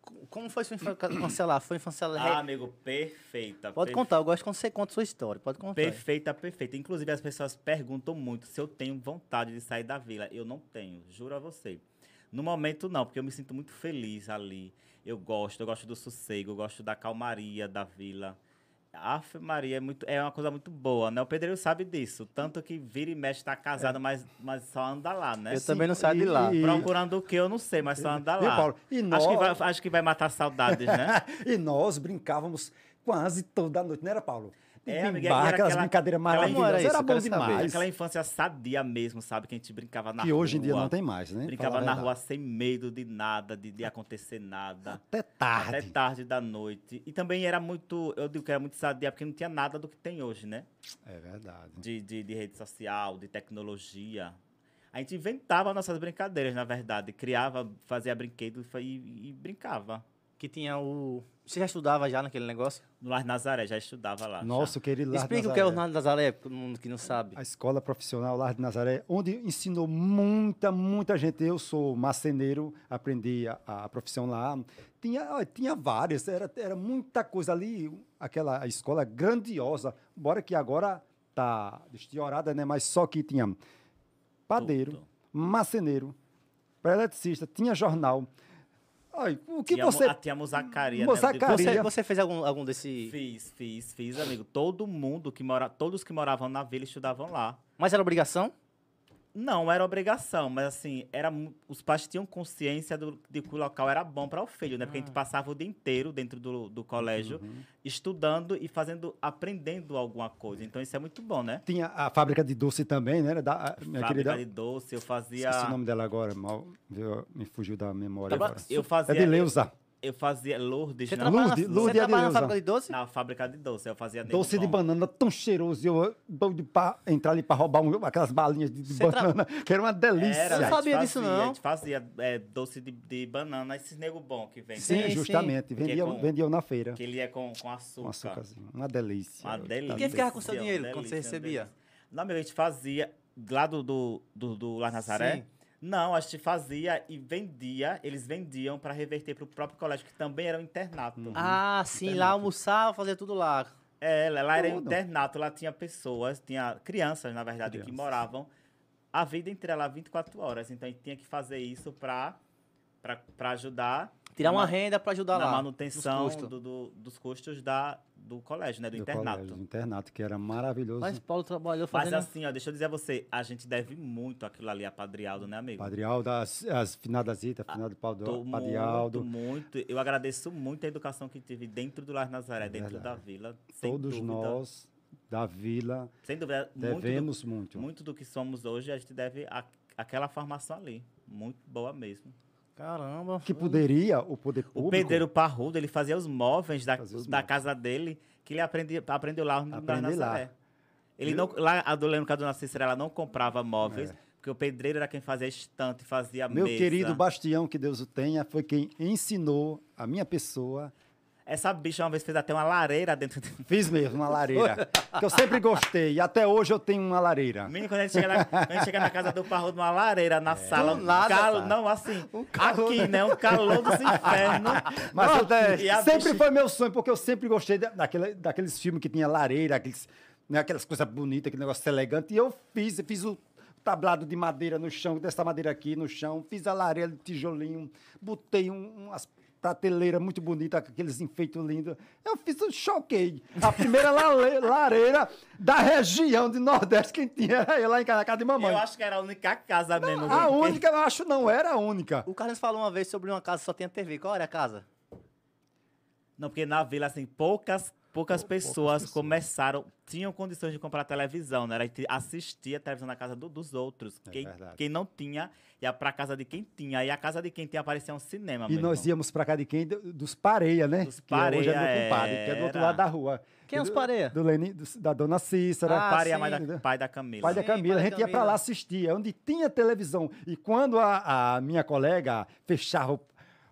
[SPEAKER 1] Co- Como foi sua infância
[SPEAKER 2] (coughs)
[SPEAKER 1] infância lá? Foi infância...
[SPEAKER 2] é.
[SPEAKER 3] Ah, amigo, perfeita.
[SPEAKER 1] Pode
[SPEAKER 3] perfeita.
[SPEAKER 1] contar, eu gosto quando você conta sua história. Pode contar.
[SPEAKER 3] Perfeita, perfeita. Inclusive, as pessoas perguntam muito se eu tenho vontade de sair da vila. Eu não tenho, juro a você. No momento, não, porque eu me sinto muito feliz ali. Eu gosto, eu gosto do sossego, eu gosto da calmaria da vila. A Maria é, muito, é uma coisa muito boa, né? O pedreiro sabe disso. Tanto que vira e mexe, tá
[SPEAKER 2] É.
[SPEAKER 3] casado, mas, mas só anda lá, né?
[SPEAKER 1] Eu também não saio de lá.
[SPEAKER 2] E- e-
[SPEAKER 3] Procurando o que eu não sei, mas só anda
[SPEAKER 2] Viu,
[SPEAKER 3] lá.
[SPEAKER 2] Paulo? E
[SPEAKER 3] Acho que,
[SPEAKER 2] nós-
[SPEAKER 3] vai, acho que vai matar saudades,
[SPEAKER 2] (laughs)
[SPEAKER 3] né?
[SPEAKER 2] E nós brincávamos quase toda noite, não era, Paulo?
[SPEAKER 3] É,
[SPEAKER 2] Bimbar,
[SPEAKER 3] amiga, e era
[SPEAKER 2] aquelas
[SPEAKER 3] aquela-
[SPEAKER 2] brincadeiras
[SPEAKER 3] aquela- Como era
[SPEAKER 2] maravilhosas. Era,
[SPEAKER 1] isso? Eu
[SPEAKER 2] bom
[SPEAKER 1] quero saber.
[SPEAKER 2] demais.
[SPEAKER 3] Aquela infância sadia mesmo, sabe? Que a gente brincava na
[SPEAKER 2] Que hoje em dia
[SPEAKER 3] rua.
[SPEAKER 2] não tem mais, né?
[SPEAKER 3] Brincava
[SPEAKER 2] Falar a
[SPEAKER 3] na
[SPEAKER 2] verdade.
[SPEAKER 3] rua sem medo de nada, de, de acontecer nada.
[SPEAKER 2] Até
[SPEAKER 3] Até
[SPEAKER 2] tarde.
[SPEAKER 3] tarde da noite. E também era muito, eu digo que era muito sadia, porque não tinha nada do que tem hoje, né?
[SPEAKER 2] É verdade.
[SPEAKER 3] De, de, de rede social, de tecnologia. A gente inventava nossas brincadeiras, na verdade. Criava, fazia brinquedo e, fa- e- e brincava.
[SPEAKER 1] que tinha o. Você já estudava já naquele negócio?
[SPEAKER 3] No Lar de Nazaré, já estudava lá. já.
[SPEAKER 2] Nosso querido Lar de
[SPEAKER 1] Explica o que
[SPEAKER 2] Nazaré.
[SPEAKER 1] é o Nado Nazaré, para todo mundo que não sabe.
[SPEAKER 2] A escola profissional Lar de Nazaré, onde ensinou muita, muita gente. Eu sou marceneiro, aprendi a, a profissão lá. Tinha, ó, tinha várias, era, era muita coisa ali. Aquela escola é grandiosa. Embora que agora tá estiorada, né? Mas só que tinha padeiro,
[SPEAKER 3] Tudo.
[SPEAKER 2] marceneiro, eletricista, tinha jornal. Ai, o que
[SPEAKER 3] Tinha
[SPEAKER 2] você... é?
[SPEAKER 3] mo- ah, tinha Muzacaria. né?
[SPEAKER 2] Muzacaria.
[SPEAKER 3] Você-
[SPEAKER 1] Você,
[SPEAKER 2] Maria.
[SPEAKER 1] você fez algum, algum desse.
[SPEAKER 3] Fiz, fiz, fiz, amigo. Todo mundo que mora, todos que moravam na vila estudavam lá.
[SPEAKER 1] Mas era obrigação?
[SPEAKER 3] Não, era obrigação, mas assim, era, mu- os pais tinham consciência do, de que o local era bom para o filho, né? Porque
[SPEAKER 2] Ah.
[SPEAKER 3] a gente passava o dia inteiro dentro do, do colégio,
[SPEAKER 2] Uhum.
[SPEAKER 3] estudando e fazendo, aprendendo alguma coisa. Então isso é muito bom, né?
[SPEAKER 2] Tinha a fábrica de doce também, né? Era Da, a- minha
[SPEAKER 3] Fábrica
[SPEAKER 2] querida...
[SPEAKER 3] de doce, eu fazia.
[SPEAKER 2] Esqueci o nome dela agora, mal, viu, me fugiu da memória.
[SPEAKER 3] Tava-
[SPEAKER 2] agora.
[SPEAKER 3] eu fazia.
[SPEAKER 2] É de Leusa.
[SPEAKER 3] Eu fazia Lourdes,
[SPEAKER 1] Você
[SPEAKER 3] na,
[SPEAKER 1] trabalha
[SPEAKER 2] Lourdes-
[SPEAKER 1] na,
[SPEAKER 2] Lourdes
[SPEAKER 1] você trabalha na
[SPEAKER 2] Adeusa.
[SPEAKER 1] fábrica de doce?
[SPEAKER 3] na fábrica de doce. Eu fazia nego
[SPEAKER 2] Doce de
[SPEAKER 3] bom.
[SPEAKER 2] banana tão cheiroso. Eu doido pra entrar ali pra roubar um- aquelas balinhas de, de
[SPEAKER 1] Você tra-
[SPEAKER 2] banana, que era uma delícia.
[SPEAKER 3] Era,
[SPEAKER 1] Eu não
[SPEAKER 3] a gente
[SPEAKER 1] sabia disso,
[SPEAKER 3] fazia,
[SPEAKER 1] não.
[SPEAKER 3] A gente fazia é, doce de, de banana, esses nego bom que vem.
[SPEAKER 2] Sim,
[SPEAKER 1] Sim,
[SPEAKER 2] justamente.
[SPEAKER 1] sim.
[SPEAKER 2] Vendiam,
[SPEAKER 3] Que é com-
[SPEAKER 2] vendiam na feira.
[SPEAKER 3] Que ele é com, com
[SPEAKER 2] Um
[SPEAKER 3] açúcar.
[SPEAKER 2] açúcarzinho. Uma delícia.
[SPEAKER 3] Uma
[SPEAKER 2] Tá
[SPEAKER 3] delícia.
[SPEAKER 1] E quem ficava com seu
[SPEAKER 3] delícia,
[SPEAKER 1] dinheiro quando
[SPEAKER 3] delícia,
[SPEAKER 1] você recebia?
[SPEAKER 3] delícia. Não, meu, a gente fazia lá do, do, do, do Lar Nazaré.
[SPEAKER 1] Sim.
[SPEAKER 3] Não, a gente fazia e vendia, eles vendiam para reverter para o próprio colégio, que também era um internato.
[SPEAKER 1] Ah, sim, lá almoçava, fazia tudo lá.
[SPEAKER 3] É, lá lá era
[SPEAKER 2] Tudo.
[SPEAKER 3] internato, lá tinha pessoas, tinha crianças, na verdade, que
[SPEAKER 2] Crianças.
[SPEAKER 3] moravam a vida inteira lá 24 horas. Então a gente tinha que fazer isso para ajudar
[SPEAKER 1] Tirar uma
[SPEAKER 3] Ma-
[SPEAKER 1] renda pra ajudar
[SPEAKER 3] na
[SPEAKER 1] lá.
[SPEAKER 3] manutenção
[SPEAKER 1] nos custos.
[SPEAKER 3] do- do- dos custos da, do colégio, né? Do, internato.
[SPEAKER 2] colégio, do internato, que era maravilhoso.
[SPEAKER 1] Mas Paulo trabalhou
[SPEAKER 3] Mas
[SPEAKER 1] fazendo.
[SPEAKER 3] assim, ó, deixa eu dizer a você, a gente deve muito aquilo ali a Padre Aldo, né, amigo?
[SPEAKER 2] Padre Aldo, as, as finadas Zita, finado
[SPEAKER 3] Tô
[SPEAKER 2] Paulo, Padre
[SPEAKER 3] muito,
[SPEAKER 2] Aldo.
[SPEAKER 3] muito. Eu agradeço muito a educação que tive dentro do Lar Nazaré, dentro da vila. Sem
[SPEAKER 2] É Todos
[SPEAKER 3] dúvida,
[SPEAKER 2] nós da vila
[SPEAKER 3] Sem dúvida, muito
[SPEAKER 2] devemos
[SPEAKER 3] do,
[SPEAKER 2] muito.
[SPEAKER 3] muito do que somos hoje, a gente deve a, aquela formação ali. Muito boa mesmo.
[SPEAKER 1] Caramba.
[SPEAKER 2] Que poderia o poder
[SPEAKER 3] O
[SPEAKER 2] público.
[SPEAKER 3] pedreiro Parrudo, ele fazia os móveis da,
[SPEAKER 2] Fazia os
[SPEAKER 3] da
[SPEAKER 2] móveis.
[SPEAKER 3] casa dele, que ele aprendia, aprendeu lá no Lar
[SPEAKER 2] Aprendi lá.
[SPEAKER 3] Nazaré. Ele não, lá, a do lembro que a dona Cícera, ela não comprava móveis, porque o pedreiro era quem fazia estante, fazia
[SPEAKER 2] É. Meu
[SPEAKER 3] mesa.
[SPEAKER 2] querido Bastião, que Deus o tenha, foi quem ensinou a minha pessoa.
[SPEAKER 3] Essa bicha uma vez fez até uma lareira dentro do.
[SPEAKER 2] (laughs) Fiz mesmo uma lareira, que eu sempre gostei. E até hoje eu tenho uma lareira.
[SPEAKER 3] Menino, quando a gente chega na, quando a gente chega na casa do Parrudo, uma lareira
[SPEAKER 2] É.
[SPEAKER 3] na sala.
[SPEAKER 1] Do
[SPEAKER 3] Um
[SPEAKER 1] nada,
[SPEAKER 3] calo-
[SPEAKER 1] cara.
[SPEAKER 3] não, assim.
[SPEAKER 2] calor.
[SPEAKER 3] aqui, né? Um calor dos infernos.
[SPEAKER 2] (laughs) Mas eu-
[SPEAKER 3] e a
[SPEAKER 2] sempre
[SPEAKER 3] bicha-
[SPEAKER 2] foi meu sonho, porque eu sempre gostei da- daquela- daqueles filmes que tinha lareira, aqueles, né, aquelas coisas bonitas, aquele negócio elegante. E eu fiz, eu fiz o tablado de madeira no chão, dessa madeira aqui no chão, fiz a lareira de tijolinho, botei um- umas prateleiras muito bonitas, com aqueles enfeites lindos. Eu fiz um choquei. A primeira lale- (laughs) lareira da região de Nordeste que tinha era eu lá em casa, na casa de mamãe.
[SPEAKER 3] Eu acho que era a única casa mesmo.
[SPEAKER 2] A
[SPEAKER 3] viu?
[SPEAKER 2] única, eu acho não, era a única.
[SPEAKER 1] O Carlos falou uma vez sobre uma casa que só tinha TV. Qual era a casa?
[SPEAKER 3] Não, porque na vila, assim, poucas, poucas pessoas começaram, tinham condições de comprar televisão, né? Era gente assistia a televisão na casa do- dos outros.
[SPEAKER 2] É
[SPEAKER 3] quem,
[SPEAKER 2] verdade.
[SPEAKER 3] quem não tinha, ia pra casa de quem tinha. E a casa de quem tinha aparecia um cinema,
[SPEAKER 2] E
[SPEAKER 3] meu
[SPEAKER 2] nós
[SPEAKER 3] irmão.
[SPEAKER 2] íamos pra cá de quem? Do- Dos Pareia, né?
[SPEAKER 3] Dos
[SPEAKER 2] Que hoje é do meu
[SPEAKER 3] Pareia,
[SPEAKER 2] compadre, que é do outro lado
[SPEAKER 3] era.
[SPEAKER 2] da rua.
[SPEAKER 1] Quem é os
[SPEAKER 2] Do-
[SPEAKER 1] Pareia?
[SPEAKER 2] Do Leni, do- da Dona Cícera.
[SPEAKER 1] Ah,
[SPEAKER 3] Paria
[SPEAKER 1] sim.
[SPEAKER 3] mais da,
[SPEAKER 2] Entendeu?
[SPEAKER 3] pai da Camila.
[SPEAKER 2] Pai da
[SPEAKER 1] Sim,
[SPEAKER 2] Camila,
[SPEAKER 1] pai da
[SPEAKER 2] a gente ia pra
[SPEAKER 1] Camila.
[SPEAKER 2] lá assistir, é onde tinha televisão. E quando a, a minha colega fechava o-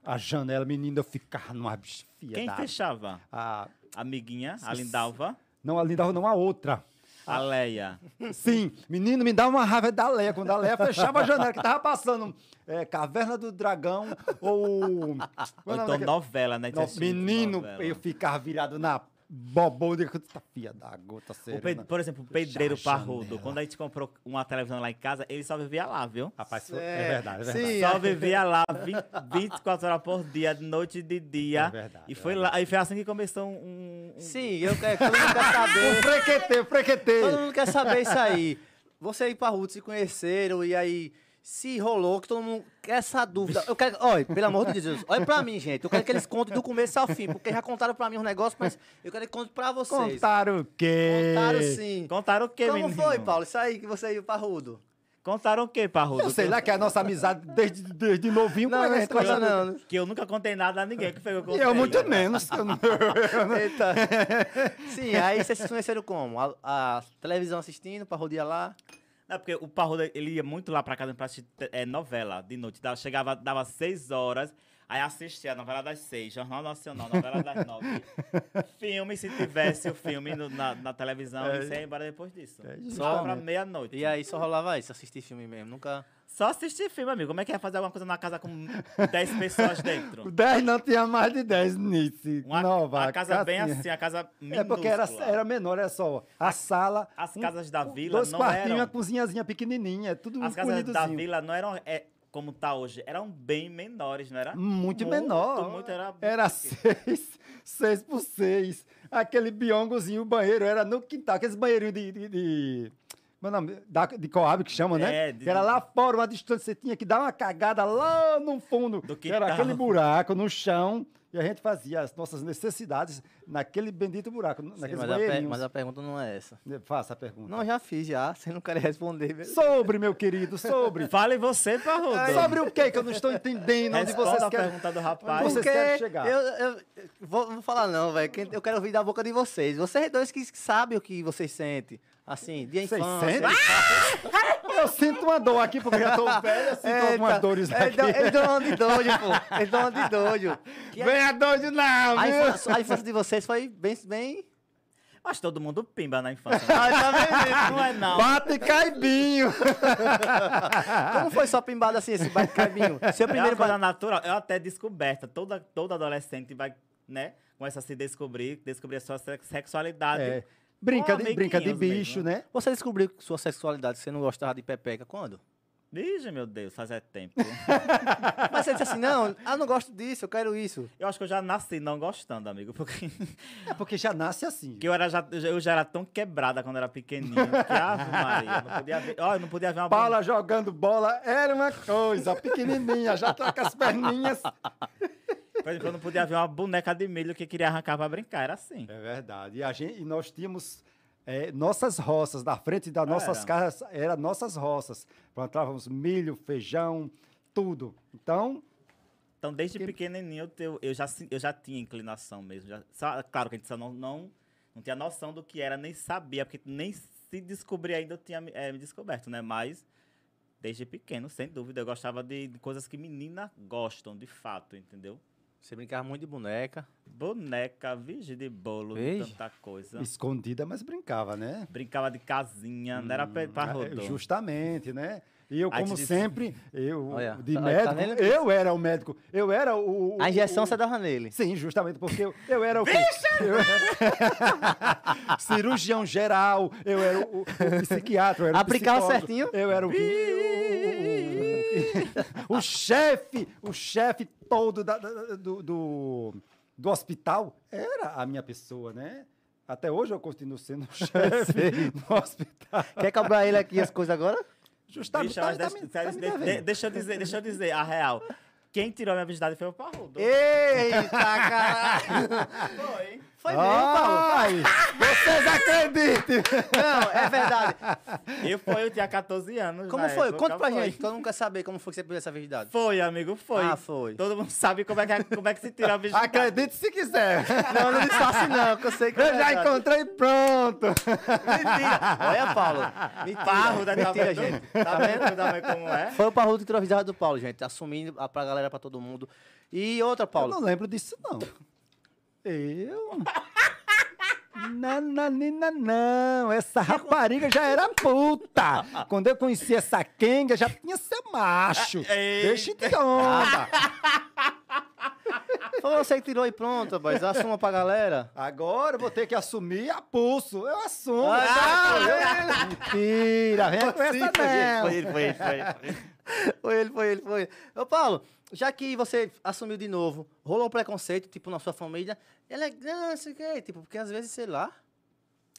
[SPEAKER 2] a janela, menina, eu ficava numa bicha fia
[SPEAKER 3] Quem
[SPEAKER 2] da-
[SPEAKER 3] fechava?
[SPEAKER 2] a-
[SPEAKER 3] Amiguinha, a
[SPEAKER 2] Sus-
[SPEAKER 3] Lindalva,
[SPEAKER 2] Não, a Lindalva não, a outra.
[SPEAKER 3] a Leia.
[SPEAKER 2] Sim, menino, me dá uma raiva da Leia. Quando a Leia fechava a janela, que tava passando é, Caverna do Dragão ou...
[SPEAKER 3] Ou
[SPEAKER 2] Qual é o nome
[SPEAKER 3] então
[SPEAKER 2] daquele-
[SPEAKER 3] novela, né?
[SPEAKER 2] Não,
[SPEAKER 3] Tinha muito
[SPEAKER 2] menino,
[SPEAKER 3] novela.
[SPEAKER 2] eu ficava virado na bobona. Tá fia da gota
[SPEAKER 3] O
[SPEAKER 2] serena.
[SPEAKER 3] pe- Por exemplo, o pedreiro
[SPEAKER 2] Fechar a
[SPEAKER 3] parrudo.
[SPEAKER 2] janela.
[SPEAKER 3] Quando a gente comprou uma televisão lá em casa, ele só vivia lá, viu?
[SPEAKER 2] Rapaz, foi- é, verdade, é verdade.
[SPEAKER 1] Sim,
[SPEAKER 3] Só
[SPEAKER 1] é.
[SPEAKER 2] (laughs)
[SPEAKER 3] vivia lá 20, 24 horas por dia, de noite e de dia.
[SPEAKER 2] É verdade,
[SPEAKER 3] E
[SPEAKER 2] é
[SPEAKER 3] foi lá, aí foi assim que começou um. um-
[SPEAKER 1] Sim, eu, é, todo mundo quer
[SPEAKER 2] (laughs)
[SPEAKER 1] saber.
[SPEAKER 2] O frequetei, o frequetei.
[SPEAKER 1] Todo mundo quer saber isso aí. Você e Parruto se conheceram e aí se rolou, que todo mundo quer essa dúvida. Eu quero, olha, pelo amor de Deus, olha pra mim, gente. Eu quero que eles contem do começo ao fim, porque já contaram pra mim um negócio, mas eu quero que contem pra vocês.
[SPEAKER 2] Contaram o quê?
[SPEAKER 1] Contaram sim.
[SPEAKER 3] Contaram o quê,
[SPEAKER 1] Como
[SPEAKER 3] é, menino?
[SPEAKER 1] foi, Paulo? Isso aí que você e o Parrudo.
[SPEAKER 3] Contaram o quê, parrudo?
[SPEAKER 2] Eu sei lá que a nossa amizade desde, desde novinho.
[SPEAKER 1] Não,
[SPEAKER 2] como é que a
[SPEAKER 1] não,
[SPEAKER 2] gente vai
[SPEAKER 1] esconda
[SPEAKER 2] saber?
[SPEAKER 1] não.
[SPEAKER 3] Que eu nunca contei nada a ninguém. Que foi que eu contei.
[SPEAKER 2] Eu muito menos. eu
[SPEAKER 3] (laughs)
[SPEAKER 2] não-
[SPEAKER 1] Eita. Sim, aí vocês se conheceram como? A, a televisão assistindo, Parrudo ia lá.
[SPEAKER 3] Não, porque o é, Parrudo, ele ia muito lá pra casa pra assistir eh, novela de noite. Dava- chegava, dava seis horas. Aí assistia a novela das seis, Jornal Nacional, novela
[SPEAKER 2] (laughs)
[SPEAKER 3] das nove. filme, se tivesse o filme no- na, na televisão,
[SPEAKER 2] É.
[SPEAKER 3] isso ia embora depois disso.
[SPEAKER 2] É,
[SPEAKER 3] só pra
[SPEAKER 2] justamente.
[SPEAKER 3] meia-noite.
[SPEAKER 1] E aí só rolava isso, assistir filme mesmo. Nunca.
[SPEAKER 3] Só assistir filme, amigo. Como é que ia fazer alguma coisa na casa com 10 pessoas dentro?
[SPEAKER 2] 10 não tinha mais de 10 nisso.
[SPEAKER 3] Uma,
[SPEAKER 2] Nova.
[SPEAKER 3] a casa bem
[SPEAKER 2] casinha.
[SPEAKER 3] assim, a casa
[SPEAKER 2] É
[SPEAKER 3] minúscula.
[SPEAKER 2] porque era, era menor, era só a sala.
[SPEAKER 3] As casas da vila
[SPEAKER 2] Dois
[SPEAKER 3] não
[SPEAKER 2] quartinhos, um
[SPEAKER 3] eram-
[SPEAKER 2] uma cozinhazinha pequenininha, tudo
[SPEAKER 3] As casas da
[SPEAKER 2] unidozinho.
[SPEAKER 3] vila não eram é, como tá hoje, eram bem menores, não era?
[SPEAKER 2] Muito,
[SPEAKER 3] Muito,
[SPEAKER 2] menor.
[SPEAKER 3] muito, era-
[SPEAKER 2] seis, seis por seis. Aquele biongozinho, o banheiro era no quintal. Aqueles banheirinhos de. de, de... Meu nome, da, de Coab que chama, né?
[SPEAKER 3] É, de-
[SPEAKER 2] Que era lá fora, uma distância, você tinha que dar uma cagada lá no fundo.
[SPEAKER 3] Do
[SPEAKER 2] que era
[SPEAKER 3] quintal.
[SPEAKER 2] aquele buraco no chão. E a gente fazia as nossas necessidades naquele bendito buraco,
[SPEAKER 1] Sim,
[SPEAKER 2] naqueles
[SPEAKER 1] mas, a per-
[SPEAKER 2] banheirinhos. Eh,
[SPEAKER 1] mas a pergunta não é essa.
[SPEAKER 2] Faça a pergunta.
[SPEAKER 1] Não, já fiz já. Você não quer responder. velho.
[SPEAKER 2] Sobre, meu querido,
[SPEAKER 3] (laughs)
[SPEAKER 2] sobre.
[SPEAKER 3] Fale você, Parrudo.
[SPEAKER 2] sobre o que que eu não estou entendendo onde
[SPEAKER 3] Responda
[SPEAKER 2] vocês é
[SPEAKER 3] a
[SPEAKER 2] querem.
[SPEAKER 3] pergunta do rapaz.
[SPEAKER 2] Vocês querem chegar.
[SPEAKER 1] Eu, eu- eu vou, vou falar não, velho. Quem- Eu quero ouvir da boca de vocês. Vocês dois que sabem o que vocês sentem. Assim, de
[SPEAKER 2] Vocês
[SPEAKER 1] infância.
[SPEAKER 2] sentem? (laughs) Eu sinto uma dor aqui, porque eu já tô (laughs) velho, eu sinto algumas dores aqui.
[SPEAKER 1] Eles dão- eles dão uma de doido, pô. Eles dão uma de doido. Que
[SPEAKER 2] Vem a dor de não,
[SPEAKER 1] a,
[SPEAKER 2] viu?
[SPEAKER 1] infância, a infância de vocês foi bem... bem...
[SPEAKER 3] Acho que todo mundo pimba na infância. né?
[SPEAKER 1] Ah, tá vendo?
[SPEAKER 3] (laughs) não é
[SPEAKER 2] (laughs)
[SPEAKER 3] não.
[SPEAKER 2] Bate caibinho. Ah.
[SPEAKER 1] Como foi só pimbado assim, esse bate caminho?
[SPEAKER 2] (laughs)
[SPEAKER 1] Seu
[SPEAKER 3] É uma
[SPEAKER 1] primeiro
[SPEAKER 3] coisa
[SPEAKER 1] bate...
[SPEAKER 3] natural, é até descoberta. Toda, todo adolescente vai, né, começa a se descobrir, descobrir a sua sex- sexualidade.
[SPEAKER 2] É, brinca, de,
[SPEAKER 3] amiguinhos
[SPEAKER 2] brinca de bicho,
[SPEAKER 3] mesmo,
[SPEAKER 2] né?
[SPEAKER 1] Você descobriu que sua sexualidade, você não gostava de pepeca, quando?
[SPEAKER 3] Vixe, meu Deus, faz é tempo. (laughs)
[SPEAKER 1] Mas você disse assim, não, eu não gosto disso, eu quero isso.
[SPEAKER 3] eu acho que eu já nasci não gostando, amigo, porque (laughs)
[SPEAKER 2] É porque já nasce assim.
[SPEAKER 3] que eu, era já, eu já era tão quebrada quando era pequenininho, que ave Maria, eu não podia ver, ó, eu não podia ver uma bunda.
[SPEAKER 2] Paula jogando bola era uma coisa, pequenininha, já tá com as perninhas.
[SPEAKER 3] Por exemplo, eu não podia ver uma boneca de milho que queria arrancar pra brincar, era assim.
[SPEAKER 2] É verdade. E, a gente, e nós tínhamos eh, nossas roças, na frente das
[SPEAKER 3] Era.
[SPEAKER 2] nossas casas, eram nossas roças. Plantávamos milho, feijão, tudo. Então,
[SPEAKER 3] Então, desde pequenininho, eu, teu- eu já, se- eu já tinha inclinação mesmo. já- só- claro que a gente só não, não, não tinha noção do que era, nem sabia, porque nem se descobrir ainda eu tinha me- eh, me descoberto, né? Mas, desde pequeno, sem dúvida, eu gostava de, de coisas que menina gostam, de fato, entendeu?
[SPEAKER 1] Você brincava muito de boneca.
[SPEAKER 3] Boneca, vigi de bolo, de
[SPEAKER 1] Vixe.
[SPEAKER 3] tanta
[SPEAKER 2] Então.
[SPEAKER 3] coisa.
[SPEAKER 2] escondida, mas brincava, né?
[SPEAKER 3] Brincava de casinha, não era pe- pra
[SPEAKER 2] Ah, é,
[SPEAKER 3] rodou.
[SPEAKER 2] Justamente, né? E eu,
[SPEAKER 3] Aí te
[SPEAKER 2] como
[SPEAKER 3] disse-
[SPEAKER 2] sempre, eu,
[SPEAKER 1] Olha,
[SPEAKER 2] de
[SPEAKER 1] tá- tá
[SPEAKER 2] médico,
[SPEAKER 1] vendo?
[SPEAKER 2] eu era o médico. Eu era o. o-
[SPEAKER 1] A injeção
[SPEAKER 2] o-
[SPEAKER 1] você dava nele.
[SPEAKER 2] Sim, justamente porque eu, eu era o quê? (laughs) Eu era- cirurgião geral, eu era o, o- o psiquiatra, eu era o
[SPEAKER 1] Aplicava
[SPEAKER 2] psicólogo,
[SPEAKER 1] certinho?
[SPEAKER 2] Eu era o, que- o, o- o- o- o chefe, o chefe todo da- da- do, do, do hospital era a minha pessoa, né? Até hoje eu continuo sendo
[SPEAKER 1] (laughs)
[SPEAKER 2] o chefe do hospital.
[SPEAKER 1] Quer cobrar ele aqui as coisas agora?
[SPEAKER 2] Justamente,
[SPEAKER 3] Deixa, mas
[SPEAKER 2] tá- tá
[SPEAKER 3] deixa-
[SPEAKER 2] me- tá me
[SPEAKER 3] de- de-
[SPEAKER 2] devendo.
[SPEAKER 3] deixa eu dizer, deixa eu dizer a real. Quem tirou a minha virgindade foi o Parrudo.
[SPEAKER 1] Eita, caralho!
[SPEAKER 3] Foi.
[SPEAKER 1] Foi mesmo, Paulo.
[SPEAKER 2] Ai, vocês acreditem!
[SPEAKER 1] Não, é verdade.
[SPEAKER 3] (laughs) Eu fui, eu tinha 14 anos.
[SPEAKER 1] Como
[SPEAKER 3] na
[SPEAKER 1] foi? Então
[SPEAKER 3] época,
[SPEAKER 1] Conta pra
[SPEAKER 3] foi.
[SPEAKER 1] gente. Todo mundo quer saber como foi que você perdeu essa virgindade.
[SPEAKER 3] Foi, amigo, foi.
[SPEAKER 1] Ah, foi.
[SPEAKER 3] Todo mundo sabe como é que, como é que se
[SPEAKER 1] (laughs)
[SPEAKER 3] tira a virgindade.
[SPEAKER 2] Acredite se quiser!
[SPEAKER 1] Não, não disfarce não, que eu sei (laughs) que é
[SPEAKER 2] Eu já
[SPEAKER 1] verdade.
[SPEAKER 2] encontrei pronto!
[SPEAKER 1] Mentira. Olha, Paulo. Mentira,
[SPEAKER 3] Parro da tá
[SPEAKER 1] Mentira,
[SPEAKER 3] vendo?
[SPEAKER 1] gente.
[SPEAKER 3] Tá vendo da mãe como é?
[SPEAKER 1] Foi o Parrudo que trouxe a do Paulo, gente. Assumindo a- pra galera, pra todo mundo. E outra, Paulo.
[SPEAKER 2] Eu não lembro disso, não. Eu? Nananina, não. Essa rapariga já era puta. Quando eu conheci essa Kenga, já tinha ser macho.
[SPEAKER 3] Eita.
[SPEAKER 2] Deixa de onda.
[SPEAKER 1] Foi você que tirou e pronto, rapaz. Assuma pra (laughs) galera.
[SPEAKER 2] Agora eu vou ter que assumir a pulso. Eu assumo.
[SPEAKER 1] Ah,
[SPEAKER 2] Ah, Mentira, vem com essa não.
[SPEAKER 1] Foi ele, foi ele, foi ele. Foi ele, foi ele, foi ele. Ô, Paulo, já que você assumiu de novo, rolou um preconceito, tipo, na sua família. Ela é grande, sei o quê. Tipo, porque às vezes, sei lá.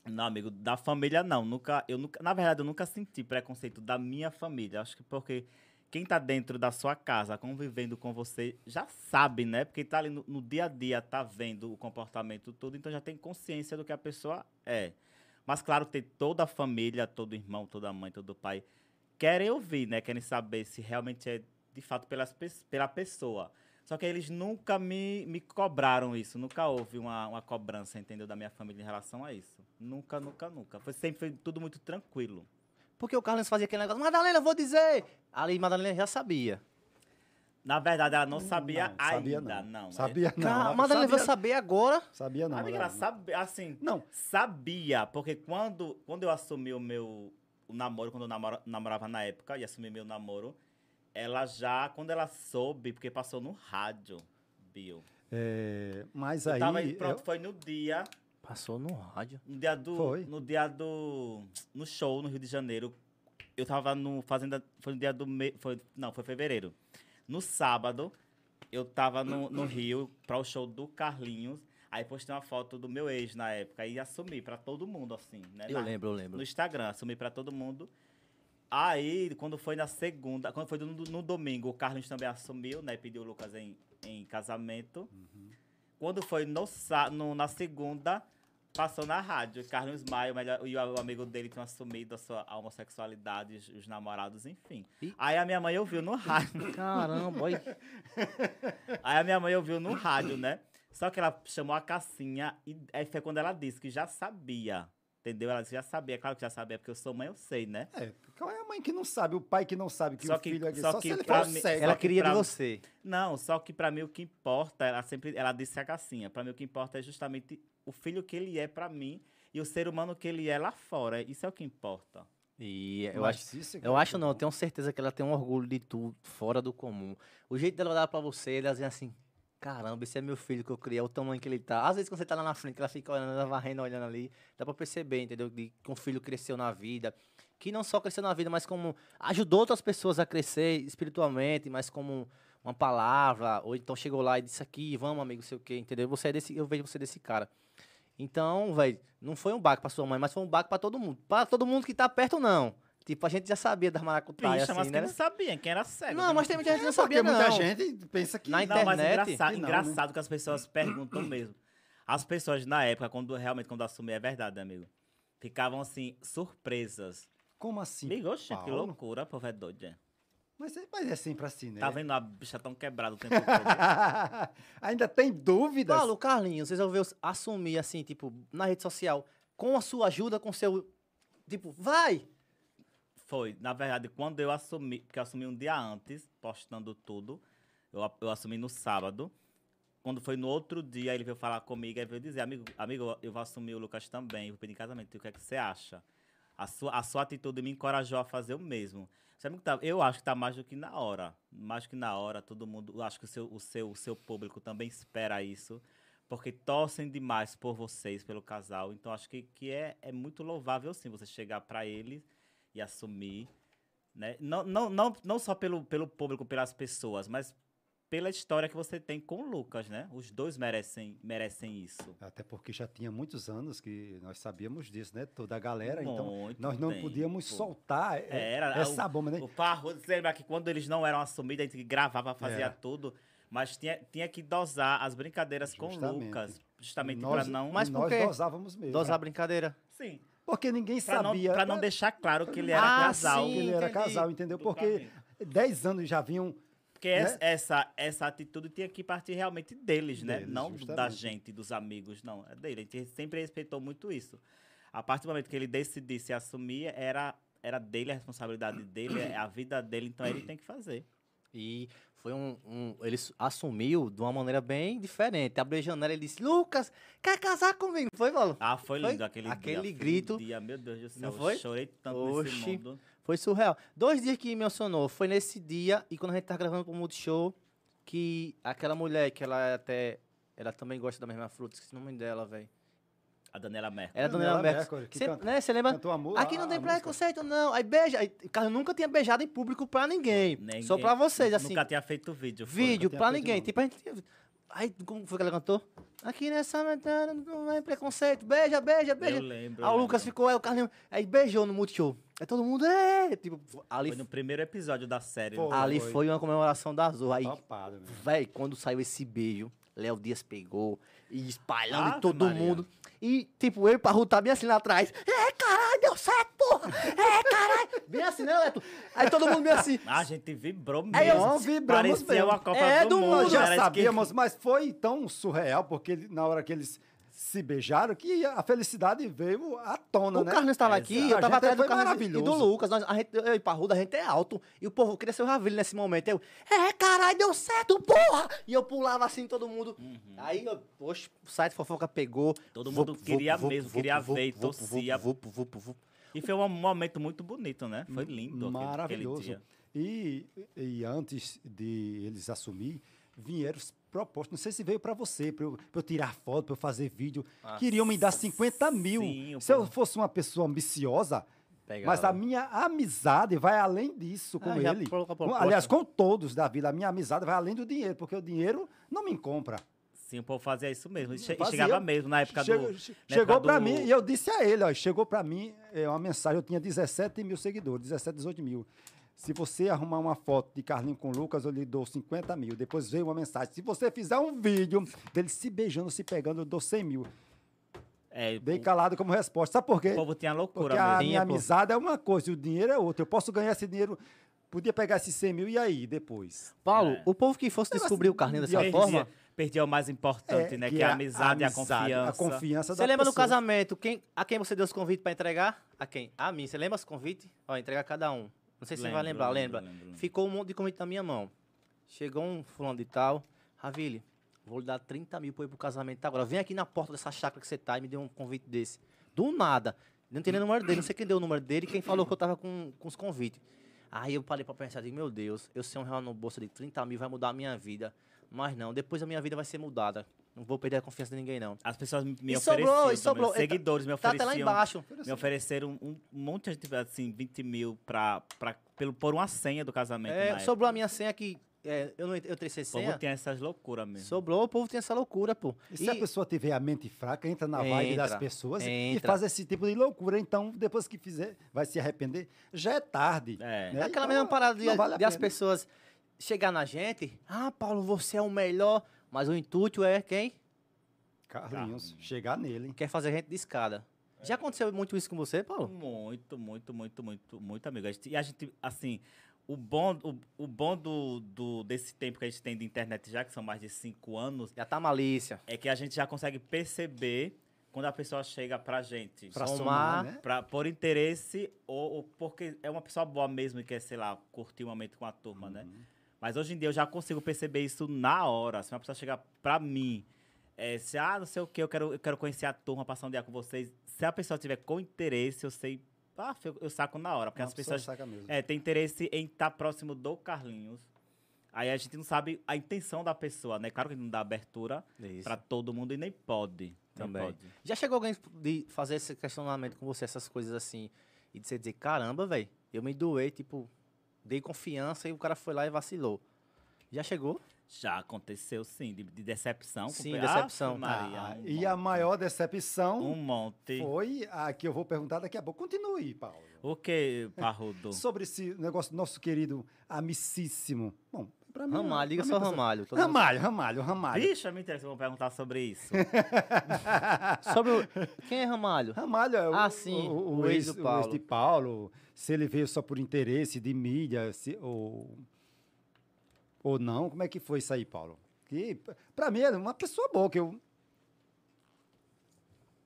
[SPEAKER 3] Não, amigo, da família não. Nunca, eu nunca, na verdade, eu nunca senti preconceito da minha família. Acho que porque quem tá dentro da sua casa, convivendo com você, já sabe, né? Porque tá ali no, no dia a dia, tá vendo o comportamento todo, então já tem consciência do que a pessoa é. Mas, claro, tem toda a família, todo irmão, toda mãe, todo pai, querem ouvir, né? Querem saber se realmente é, de fato, pelas, pes- pela pessoa. Só que eles nunca me, me cobraram isso, nunca houve uma, uma cobrança, entendeu, da minha família em relação a isso. Nunca, nunca, nunca. Foi sempre foi tudo muito tranquilo.
[SPEAKER 1] Porque o Carlos fazia aquele negócio, Madalena, eu vou dizer. Ali, Madalena já sabia.
[SPEAKER 3] Na verdade, ela não
[SPEAKER 2] Não, Hum,
[SPEAKER 3] sabia
[SPEAKER 2] não, sabia
[SPEAKER 3] ainda, não. é.
[SPEAKER 2] Sabia não.
[SPEAKER 1] Cara, Madalena vai
[SPEAKER 2] sabia,
[SPEAKER 1] saber agora.
[SPEAKER 2] sabia não. né?
[SPEAKER 3] Amiga, ela
[SPEAKER 2] Madalena.
[SPEAKER 3] sabe, assim,
[SPEAKER 2] Não,
[SPEAKER 3] Sabia, porque quando, quando eu assumi o meu o namoro, quando eu namora- namorava na época e assumi meu namoro, ela já, quando ela soube, porque passou no rádio, Bill.
[SPEAKER 2] é, mas
[SPEAKER 3] Eu
[SPEAKER 2] aí...
[SPEAKER 3] tava-
[SPEAKER 2] eu-
[SPEAKER 3] pronto, foi no dia,
[SPEAKER 1] Passou no rádio.
[SPEAKER 3] no dia do,
[SPEAKER 2] Foi.
[SPEAKER 3] no dia do, no show no Rio de Janeiro. Eu tava no fazenda, foi no dia do, me, foi, não, foi fevereiro. No sábado, eu tava no, no Rio para o show do Carlinhos. Aí postei uma foto do meu ex na época e assumi para todo mundo assim, né?
[SPEAKER 1] Eu
[SPEAKER 3] na-
[SPEAKER 1] lembro, eu
[SPEAKER 3] no
[SPEAKER 1] lembro.
[SPEAKER 3] Instagram, assumi pra todo mundo. Aí, quando foi na segunda, quando foi no, no domingo, o Carlos também assumiu, né? Pediu o Lucas em, em casamento. Quando foi no, sá- no- na segunda, passou na rádio. Carlos Maia, o, melhor- e o amigo dele tinham assumido a sua a homossexualidade, os, os namorados, enfim.
[SPEAKER 1] Ih.
[SPEAKER 3] Aí a minha mãe ouviu no rádio.
[SPEAKER 1] Caramba,
[SPEAKER 3] (laughs)
[SPEAKER 1] olha.
[SPEAKER 3] Aí a minha mãe ouviu no rádio, né? Só que ela chamou a Cassinha e aí foi quando ela disse que já sabia. Entendeu? Ela disse que já sabia. é Claro que já sabia, porque eu sou mãe, eu sei, né?
[SPEAKER 2] É, qual é a mãe que não sabe, o pai que não sabe que
[SPEAKER 3] Só
[SPEAKER 2] o
[SPEAKER 3] que-
[SPEAKER 2] filho é gay?
[SPEAKER 3] só
[SPEAKER 2] Só,
[SPEAKER 3] que
[SPEAKER 2] se ele
[SPEAKER 3] pra
[SPEAKER 2] for
[SPEAKER 3] mim-
[SPEAKER 2] cego.
[SPEAKER 1] Ela
[SPEAKER 3] que
[SPEAKER 1] queria de
[SPEAKER 3] pra-
[SPEAKER 1] você.
[SPEAKER 3] Não, só que pra mim o que importa, ela sempre, ela disse a Cassinha, pra mim o que importa é justamente o filho que ele é pra mim e o ser humano que ele é lá fora. Isso é o que importa.
[SPEAKER 1] E eu
[SPEAKER 2] Mas
[SPEAKER 1] acho.
[SPEAKER 2] isso é que
[SPEAKER 1] Eu
[SPEAKER 2] é
[SPEAKER 1] acho
[SPEAKER 2] bom.
[SPEAKER 1] não, eu tenho certeza que ela tem um orgulho de tudo, fora do comum. O jeito dela olhar pra você, ela diz assim, caramba, esse é meu filho que eu criei, é o tamanho que ele tá. Às vezes quando você tá lá na frente, que ela fica olhando, ela varrendo, olhando ali, dá pra perceber, entendeu? De, que um filho cresceu na vida, que não só cresceu na vida, mas como ajudou outras pessoas a crescer espiritualmente, mas como uma palavra, ou então chegou lá e disse aqui, vamos amigo, sei o quê, entendeu? Você é desse, eu vejo você desse cara. Então, velho, não foi um baque pra sua mãe, mas foi um baque pra todo mundo. Pra todo mundo que tá perto, não. Tipo, a gente já sabia das maracutaias,
[SPEAKER 2] é
[SPEAKER 3] Bicha, mas
[SPEAKER 1] assim,
[SPEAKER 3] quem
[SPEAKER 1] né?
[SPEAKER 3] não sabia, quem era cego.
[SPEAKER 1] Não, mas tem muita gente que não sabia,
[SPEAKER 2] né? Porque muita
[SPEAKER 1] não.
[SPEAKER 2] gente pensa que... é,
[SPEAKER 1] Na
[SPEAKER 3] Não, mas
[SPEAKER 1] internet,
[SPEAKER 2] que
[SPEAKER 3] engraça-
[SPEAKER 2] não, né?
[SPEAKER 3] engraçado que as pessoas perguntam mesmo. As pessoas na época, quando realmente quando eu assumi, é verdade, amigo. Ficavam assim, surpresas.
[SPEAKER 2] Como assim?
[SPEAKER 3] Amigo, oxe, que
[SPEAKER 2] Paulo?
[SPEAKER 3] loucura, povo é doido, é.
[SPEAKER 2] Mas, é- mas é sempre assim, né?
[SPEAKER 3] Tá
[SPEAKER 2] (laughs)
[SPEAKER 3] vendo a bicha tão quebrada o tempo todo?
[SPEAKER 2] Ainda tem dúvidas?
[SPEAKER 1] Paulo, Carlinhos, resolveu s- assumir, assim, tipo, na rede social, com a sua ajuda, com seu. Tipo, vai!
[SPEAKER 3] Foi, na verdade, quando eu assumi, porque eu assumi um dia antes, postando tudo, eu, a- eu assumi no sábado. Quando foi no outro dia, ele veio falar comigo e veio dizer, amigo, amigo, eu vou assumir o Lucas também, vou pedir em casamento, o que é que você acha? A sua, a sua atitude me encorajou a fazer o mesmo. Sabe o que tá- eu acho que tá mais do que na hora. Mais do que na hora, todo mundo. eu Acho que o seu, o seu, o seu público também espera isso. Porque torcem demais por vocês, pelo casal. Então acho que, que é, é muito louvável, sim, você chegar para eles e assumir. Né? Não, não, não, não só pelo, pelo público, pelas pessoas, mas pela história que você tem com o Lucas, né? Os dois merecem, merecem isso.
[SPEAKER 2] Até porque já tinha muitos anos que nós sabíamos disso, né? Toda a galera, então
[SPEAKER 3] Muito
[SPEAKER 2] nós não
[SPEAKER 3] tempo.
[SPEAKER 2] podíamos soltar é,
[SPEAKER 3] Era,
[SPEAKER 2] essa bomba, né?
[SPEAKER 3] O Parro, você lembra que quando eles não eram assumidos, a gente gravava, fazia
[SPEAKER 2] Era.
[SPEAKER 3] tudo, mas tinha, tinha que dosar as brincadeiras com o
[SPEAKER 2] Justamente.
[SPEAKER 3] Lucas, justamente para
[SPEAKER 2] Nós-
[SPEAKER 3] não.
[SPEAKER 1] Mas por
[SPEAKER 2] nós
[SPEAKER 1] quê?
[SPEAKER 2] dosávamos mesmo.
[SPEAKER 1] Dosar a brincadeira.
[SPEAKER 3] Sim,
[SPEAKER 2] Porque ninguém
[SPEAKER 3] pra não,
[SPEAKER 2] sabia.
[SPEAKER 3] pra não deixar claro que ele era
[SPEAKER 1] Ah,
[SPEAKER 3] casal.
[SPEAKER 2] que ele era
[SPEAKER 1] Entendi.
[SPEAKER 2] casal, entendeu?
[SPEAKER 3] do
[SPEAKER 2] Porque
[SPEAKER 3] casamento.
[SPEAKER 2] 10 anos já vinham.
[SPEAKER 3] Porque
[SPEAKER 1] Né?
[SPEAKER 3] es- essa, essa atitude tinha que partir realmente deles, né?
[SPEAKER 2] Deles,
[SPEAKER 3] não da
[SPEAKER 2] justamente.
[SPEAKER 3] gente, dos amigos, não. É dele. A gente sempre respeitou muito isso. A partir do momento que ele decidisse assumir, era, era dele, a responsabilidade dele, é a vida dele, então ele tem que fazer.
[SPEAKER 1] E foi um, um- Ele s- assumiu de uma maneira bem diferente. Abriu a janela e disse: Lucas, quer casar comigo? Foi, Paulo?
[SPEAKER 3] Ah, foi
[SPEAKER 1] Foi?
[SPEAKER 3] lindo aquele, dia.
[SPEAKER 1] Aquele
[SPEAKER 3] foi um
[SPEAKER 1] grito.
[SPEAKER 3] Dia, meu Deus do céu,
[SPEAKER 1] Não foi?
[SPEAKER 3] eu chorei tanto nesse
[SPEAKER 1] Oxi.
[SPEAKER 3] mundo.
[SPEAKER 1] Foi surreal. Dois dias que me emocionou. Foi nesse dia e quando a gente tá gravando pro Multishow, que aquela mulher que ela é até. Ela também gosta da mesma fruta, esqueci o nome dela, velho.
[SPEAKER 3] A Daniela Merkel.
[SPEAKER 1] Era a Daniela
[SPEAKER 2] Daniela
[SPEAKER 1] Mercury.
[SPEAKER 2] Mercury, É, que
[SPEAKER 1] Cê-
[SPEAKER 2] canta-
[SPEAKER 1] né, Você lembra?
[SPEAKER 2] Cantou um amor.
[SPEAKER 1] Aqui
[SPEAKER 2] a-
[SPEAKER 1] não tem
[SPEAKER 2] a música.
[SPEAKER 1] preconceito, não. Aí beija. Aí, cara, eu nunca tinha beijado em público pra ninguém.
[SPEAKER 3] Ninguém-
[SPEAKER 1] É, Só pra vocês, assim.
[SPEAKER 3] Nunca tinha feito vídeo. foi.
[SPEAKER 1] Vídeo
[SPEAKER 2] tinha
[SPEAKER 1] pra
[SPEAKER 2] feito,
[SPEAKER 1] ninguém.
[SPEAKER 2] não.
[SPEAKER 1] Tipo, a gente. tinha- Aí, como foi que ela cantou? Aqui nessa metade não é preconceito. Beija, beija,
[SPEAKER 3] Eu
[SPEAKER 1] beija.
[SPEAKER 3] lembro.
[SPEAKER 1] Aí
[SPEAKER 3] eu
[SPEAKER 1] Ah, o Lucas
[SPEAKER 3] lembro.
[SPEAKER 1] ficou, aí o Carlinhos. Aí beijou no Multishow. Aí todo mundo, é! Tipo, ali
[SPEAKER 3] Foi no primeiro episódio da série. né?
[SPEAKER 2] Foi.
[SPEAKER 1] Ali foi uma comemoração da Azul. Aí,
[SPEAKER 2] é Topado, meu.
[SPEAKER 1] velho, quando saiu esse beijo, Léo Dias pegou e espalhando em
[SPEAKER 3] Ave
[SPEAKER 1] todo
[SPEAKER 3] Maria.
[SPEAKER 1] mundo. E, tipo, eu e o Parru tá bem assim lá atrás. É, caralho, deu certo, porra! É, caralho! Bem assim, né, Leto? Aí todo mundo bem assim.
[SPEAKER 3] A gente vibrou mesmo.
[SPEAKER 1] Aí eu-
[SPEAKER 2] Nós vibramos
[SPEAKER 3] Parecia
[SPEAKER 2] mesmo.
[SPEAKER 3] uma Copa
[SPEAKER 1] É,
[SPEAKER 3] do
[SPEAKER 1] do
[SPEAKER 3] Mundo.
[SPEAKER 1] mundo,
[SPEAKER 2] Nós já
[SPEAKER 3] era de quem-
[SPEAKER 2] sabíamos, mas foi tão surreal, porque ele- na hora que eles se beijaram que a felicidade veio à tona,
[SPEAKER 1] O
[SPEAKER 2] né?
[SPEAKER 1] Carlos estava
[SPEAKER 3] Exato.
[SPEAKER 1] aqui, eu
[SPEAKER 2] A
[SPEAKER 1] tava
[SPEAKER 2] gente
[SPEAKER 1] atrás do
[SPEAKER 2] foi
[SPEAKER 1] Carlos e- e
[SPEAKER 2] maravilhoso.
[SPEAKER 1] do Lucas. Nós, a gente, eu e Parruda, a gente é alto. E o povo queria ser o Ravilho nesse momento. Eu, é, caralho, deu certo, porra! E eu pulava assim, todo mundo.
[SPEAKER 2] Uhum.
[SPEAKER 1] Aí, eu, poxa, o site fofoca pegou.
[SPEAKER 3] Todo
[SPEAKER 1] Vup,
[SPEAKER 3] mundo
[SPEAKER 1] vup,
[SPEAKER 3] queria
[SPEAKER 1] vup,
[SPEAKER 3] mesmo,
[SPEAKER 1] vup,
[SPEAKER 3] queria
[SPEAKER 1] vup,
[SPEAKER 3] ver,
[SPEAKER 1] vup,
[SPEAKER 3] torcia.
[SPEAKER 1] vup, vup, vup, vup.
[SPEAKER 3] E foi um momento muito bonito, né? Foi lindo. aquele- Aquele
[SPEAKER 2] Maravilhoso.
[SPEAKER 3] dia.
[SPEAKER 2] E, e antes de eles assumir, vieram os propostas. Não sei se veio para você, para eu, pra eu tirar foto, para eu fazer vídeo.
[SPEAKER 3] Ah,
[SPEAKER 2] Queriam me dar 50 mil.
[SPEAKER 3] sim, o
[SPEAKER 2] se eu
[SPEAKER 3] povo-
[SPEAKER 2] fosse uma pessoa ambiciosa,
[SPEAKER 1] Pegava.
[SPEAKER 2] mas a minha amizade vai além disso com
[SPEAKER 1] Ah, já
[SPEAKER 2] ele.
[SPEAKER 1] colocou a
[SPEAKER 2] Com-
[SPEAKER 1] proposta.
[SPEAKER 2] aliás, com todos da vila, a minha amizade vai além do dinheiro, porque o dinheiro não me compra.
[SPEAKER 3] Sim, o povo fazia isso mesmo. E che- e
[SPEAKER 2] Fazia.
[SPEAKER 3] chegava mesmo na época
[SPEAKER 2] Chegou-
[SPEAKER 3] do.
[SPEAKER 2] che-
[SPEAKER 3] na
[SPEAKER 2] chegou
[SPEAKER 3] época
[SPEAKER 2] para
[SPEAKER 3] do-
[SPEAKER 2] mim e eu disse a ele, ó, chegou para mim é, uma mensagem, eu tinha 17 mil seguidores, 17, 18 mil. Se você arrumar uma foto de Carlinho com Lucas, eu lhe dou 50 mil. Depois veio uma mensagem. Se você fizer um vídeo dele se beijando, se pegando, eu dou 100 mil.
[SPEAKER 3] É,
[SPEAKER 2] Dei
[SPEAKER 3] o,
[SPEAKER 2] calado como resposta. Sabe por quê?
[SPEAKER 3] o povo tinha
[SPEAKER 2] Porque
[SPEAKER 3] loucura
[SPEAKER 2] a
[SPEAKER 3] mesmo.
[SPEAKER 2] minha
[SPEAKER 1] pô.
[SPEAKER 2] amizade é uma coisa e o dinheiro é outra. Eu posso ganhar esse dinheiro, podia pegar esses 100 mil e aí depois?
[SPEAKER 1] Paulo,
[SPEAKER 3] É.
[SPEAKER 1] o povo que fosse descobrir o Carlinho dessa
[SPEAKER 3] Perdia-
[SPEAKER 1] forma.
[SPEAKER 3] Perdia o mais importante,
[SPEAKER 2] É,
[SPEAKER 3] né? Que, é a amizade, e a
[SPEAKER 2] amizade,
[SPEAKER 3] confiança.
[SPEAKER 2] A confiança
[SPEAKER 1] Você
[SPEAKER 2] da
[SPEAKER 1] lembra no
[SPEAKER 2] pessoa.
[SPEAKER 1] casamento, quem, a quem você deu os convites pra entregar? A quem? A mim. Você lembra os convites? Ó, entregar cada um. Não sei se você vai
[SPEAKER 3] Lembro,
[SPEAKER 1] lembrar,
[SPEAKER 3] lembro,
[SPEAKER 1] lembra?
[SPEAKER 3] lembro, lembro.
[SPEAKER 1] Ficou um monte de convite na minha mão. Chegou um fulano de tal. Ravile, vou lhe dar 30 mil pra ir pro casamento agora. Vem aqui na porta dessa chácara que você tá e me deu um convite desse. Do nada. Não tem nem o número dele, não sei quem deu o número dele, quem falou que eu tava com, com os convites. Aí eu parei pra pensar, digo, meu Deus, eu sei um real no bolso de 30 mil vai mudar a minha vida. Mas não, depois a minha vida vai ser mudada. Não vou perder a confiança de ninguém, não.
[SPEAKER 3] As pessoas me, me
[SPEAKER 1] E sobrou,
[SPEAKER 3] ofereciam.
[SPEAKER 1] e
[SPEAKER 3] também,
[SPEAKER 1] sobrou.
[SPEAKER 3] os Seguidores me
[SPEAKER 1] Tá
[SPEAKER 3] ofereciam.
[SPEAKER 1] até lá embaixo.
[SPEAKER 3] Me ofereceram um monte de gente, assim, 20 mil pra, pra, pelo, por uma senha do casamento.
[SPEAKER 1] É,
[SPEAKER 3] na época.
[SPEAKER 1] sobrou a minha senha que é, eu não ent- eu trecei
[SPEAKER 3] O povo
[SPEAKER 1] senha.
[SPEAKER 3] tinha essas loucuras mesmo.
[SPEAKER 1] Sobrou, o povo tem essa loucura, pô.
[SPEAKER 2] E se a pessoa tiver a mente fraca, entra na vibe das
[SPEAKER 1] Entra,
[SPEAKER 2] pessoas e
[SPEAKER 1] entra.
[SPEAKER 2] faz esse tipo de loucura. Então, depois que fizer, vai se arrepender. Já é tarde.
[SPEAKER 3] É.
[SPEAKER 2] né?
[SPEAKER 1] aquela
[SPEAKER 2] Então,
[SPEAKER 1] mesma parada de,
[SPEAKER 2] não vale a
[SPEAKER 1] de as
[SPEAKER 2] pena.
[SPEAKER 1] pessoas chegar na gente, ah, Paulo, você é o melhor, mas o intuito é quem
[SPEAKER 2] Carlinhos, chegar nele.
[SPEAKER 1] quer fazer a gente de escada.
[SPEAKER 2] É.
[SPEAKER 1] Já aconteceu muito isso com você, Paulo?
[SPEAKER 3] Muito, muito, muito, muito, muito amigo. A gente- e a gente, assim, o bom, o, o bom do, do- desse tempo que a gente tem de internet já, que são mais de cinco anos,
[SPEAKER 1] Já tá malícia.
[SPEAKER 3] é que a gente já consegue perceber quando a pessoa chega pra gente.
[SPEAKER 2] Pra
[SPEAKER 1] Somar,
[SPEAKER 2] somar, né?
[SPEAKER 3] Pra- por interesse ou, ou porque é uma pessoa boa mesmo e quer, sei lá, curtir um momento com a turma,
[SPEAKER 1] Uhum.
[SPEAKER 3] né?
[SPEAKER 2] Hum,
[SPEAKER 3] Mas hoje em dia eu já consigo perceber isso na hora. Se uma pessoa chegar pra mim, é, se, ah, não sei o que, eu quero, eu quero conhecer a turma, passar um dia com vocês. Se a pessoa tiver com interesse, eu sei, ah, eu, eu saco na hora. Porque
[SPEAKER 2] Uma
[SPEAKER 3] as
[SPEAKER 2] pessoa
[SPEAKER 3] pessoas
[SPEAKER 2] saca mesmo.
[SPEAKER 3] é, tem interesse em estar próximo do Carlinhos. Aí a gente não sabe a intenção da pessoa, né? Claro que não dá abertura pra todo mundo e nem pode.
[SPEAKER 1] Também.
[SPEAKER 3] Nem pode.
[SPEAKER 1] Já chegou alguém de fazer esse questionamento com você, essas coisas assim, e de você dizer, caramba, velho, eu me doei, tipo, dei confiança e o cara foi lá e vacilou. Já chegou?
[SPEAKER 3] Já aconteceu, sim, de, de decepção. com
[SPEAKER 1] Sim,
[SPEAKER 3] pe-
[SPEAKER 1] decepção.
[SPEAKER 3] Ave Maria,
[SPEAKER 2] Ah,
[SPEAKER 3] um
[SPEAKER 2] e a
[SPEAKER 3] monte.
[SPEAKER 2] maior decepção
[SPEAKER 3] Um monte.
[SPEAKER 2] foi a que eu vou perguntar daqui a pouco. Continue, Paulo.
[SPEAKER 3] O que, Parrudo?
[SPEAKER 2] Sobre esse negócio do nosso querido amicíssimo. Bom, pra mim...
[SPEAKER 1] Ramalho, liga
[SPEAKER 2] pra mim
[SPEAKER 1] só
[SPEAKER 2] tá certo.
[SPEAKER 1] Ramalho. todo mundo-
[SPEAKER 2] Ramalho, Ramalho, Ramalho.
[SPEAKER 3] Bicha, me interessa, vão perguntar sobre isso. (laughs)
[SPEAKER 2] (laughs)
[SPEAKER 1] Sobre o... (laughs) Quem é Ramalho?
[SPEAKER 2] Ramalho é o,
[SPEAKER 1] Ah, sim,
[SPEAKER 2] o, o
[SPEAKER 1] o ex do
[SPEAKER 2] ex, o ex
[SPEAKER 1] Paulo.
[SPEAKER 2] de Paulo. Se ele veio só por interesse de mídia se- ou, ou não, como é que foi isso aí, Paulo? Que para mim era uma pessoa boa que eu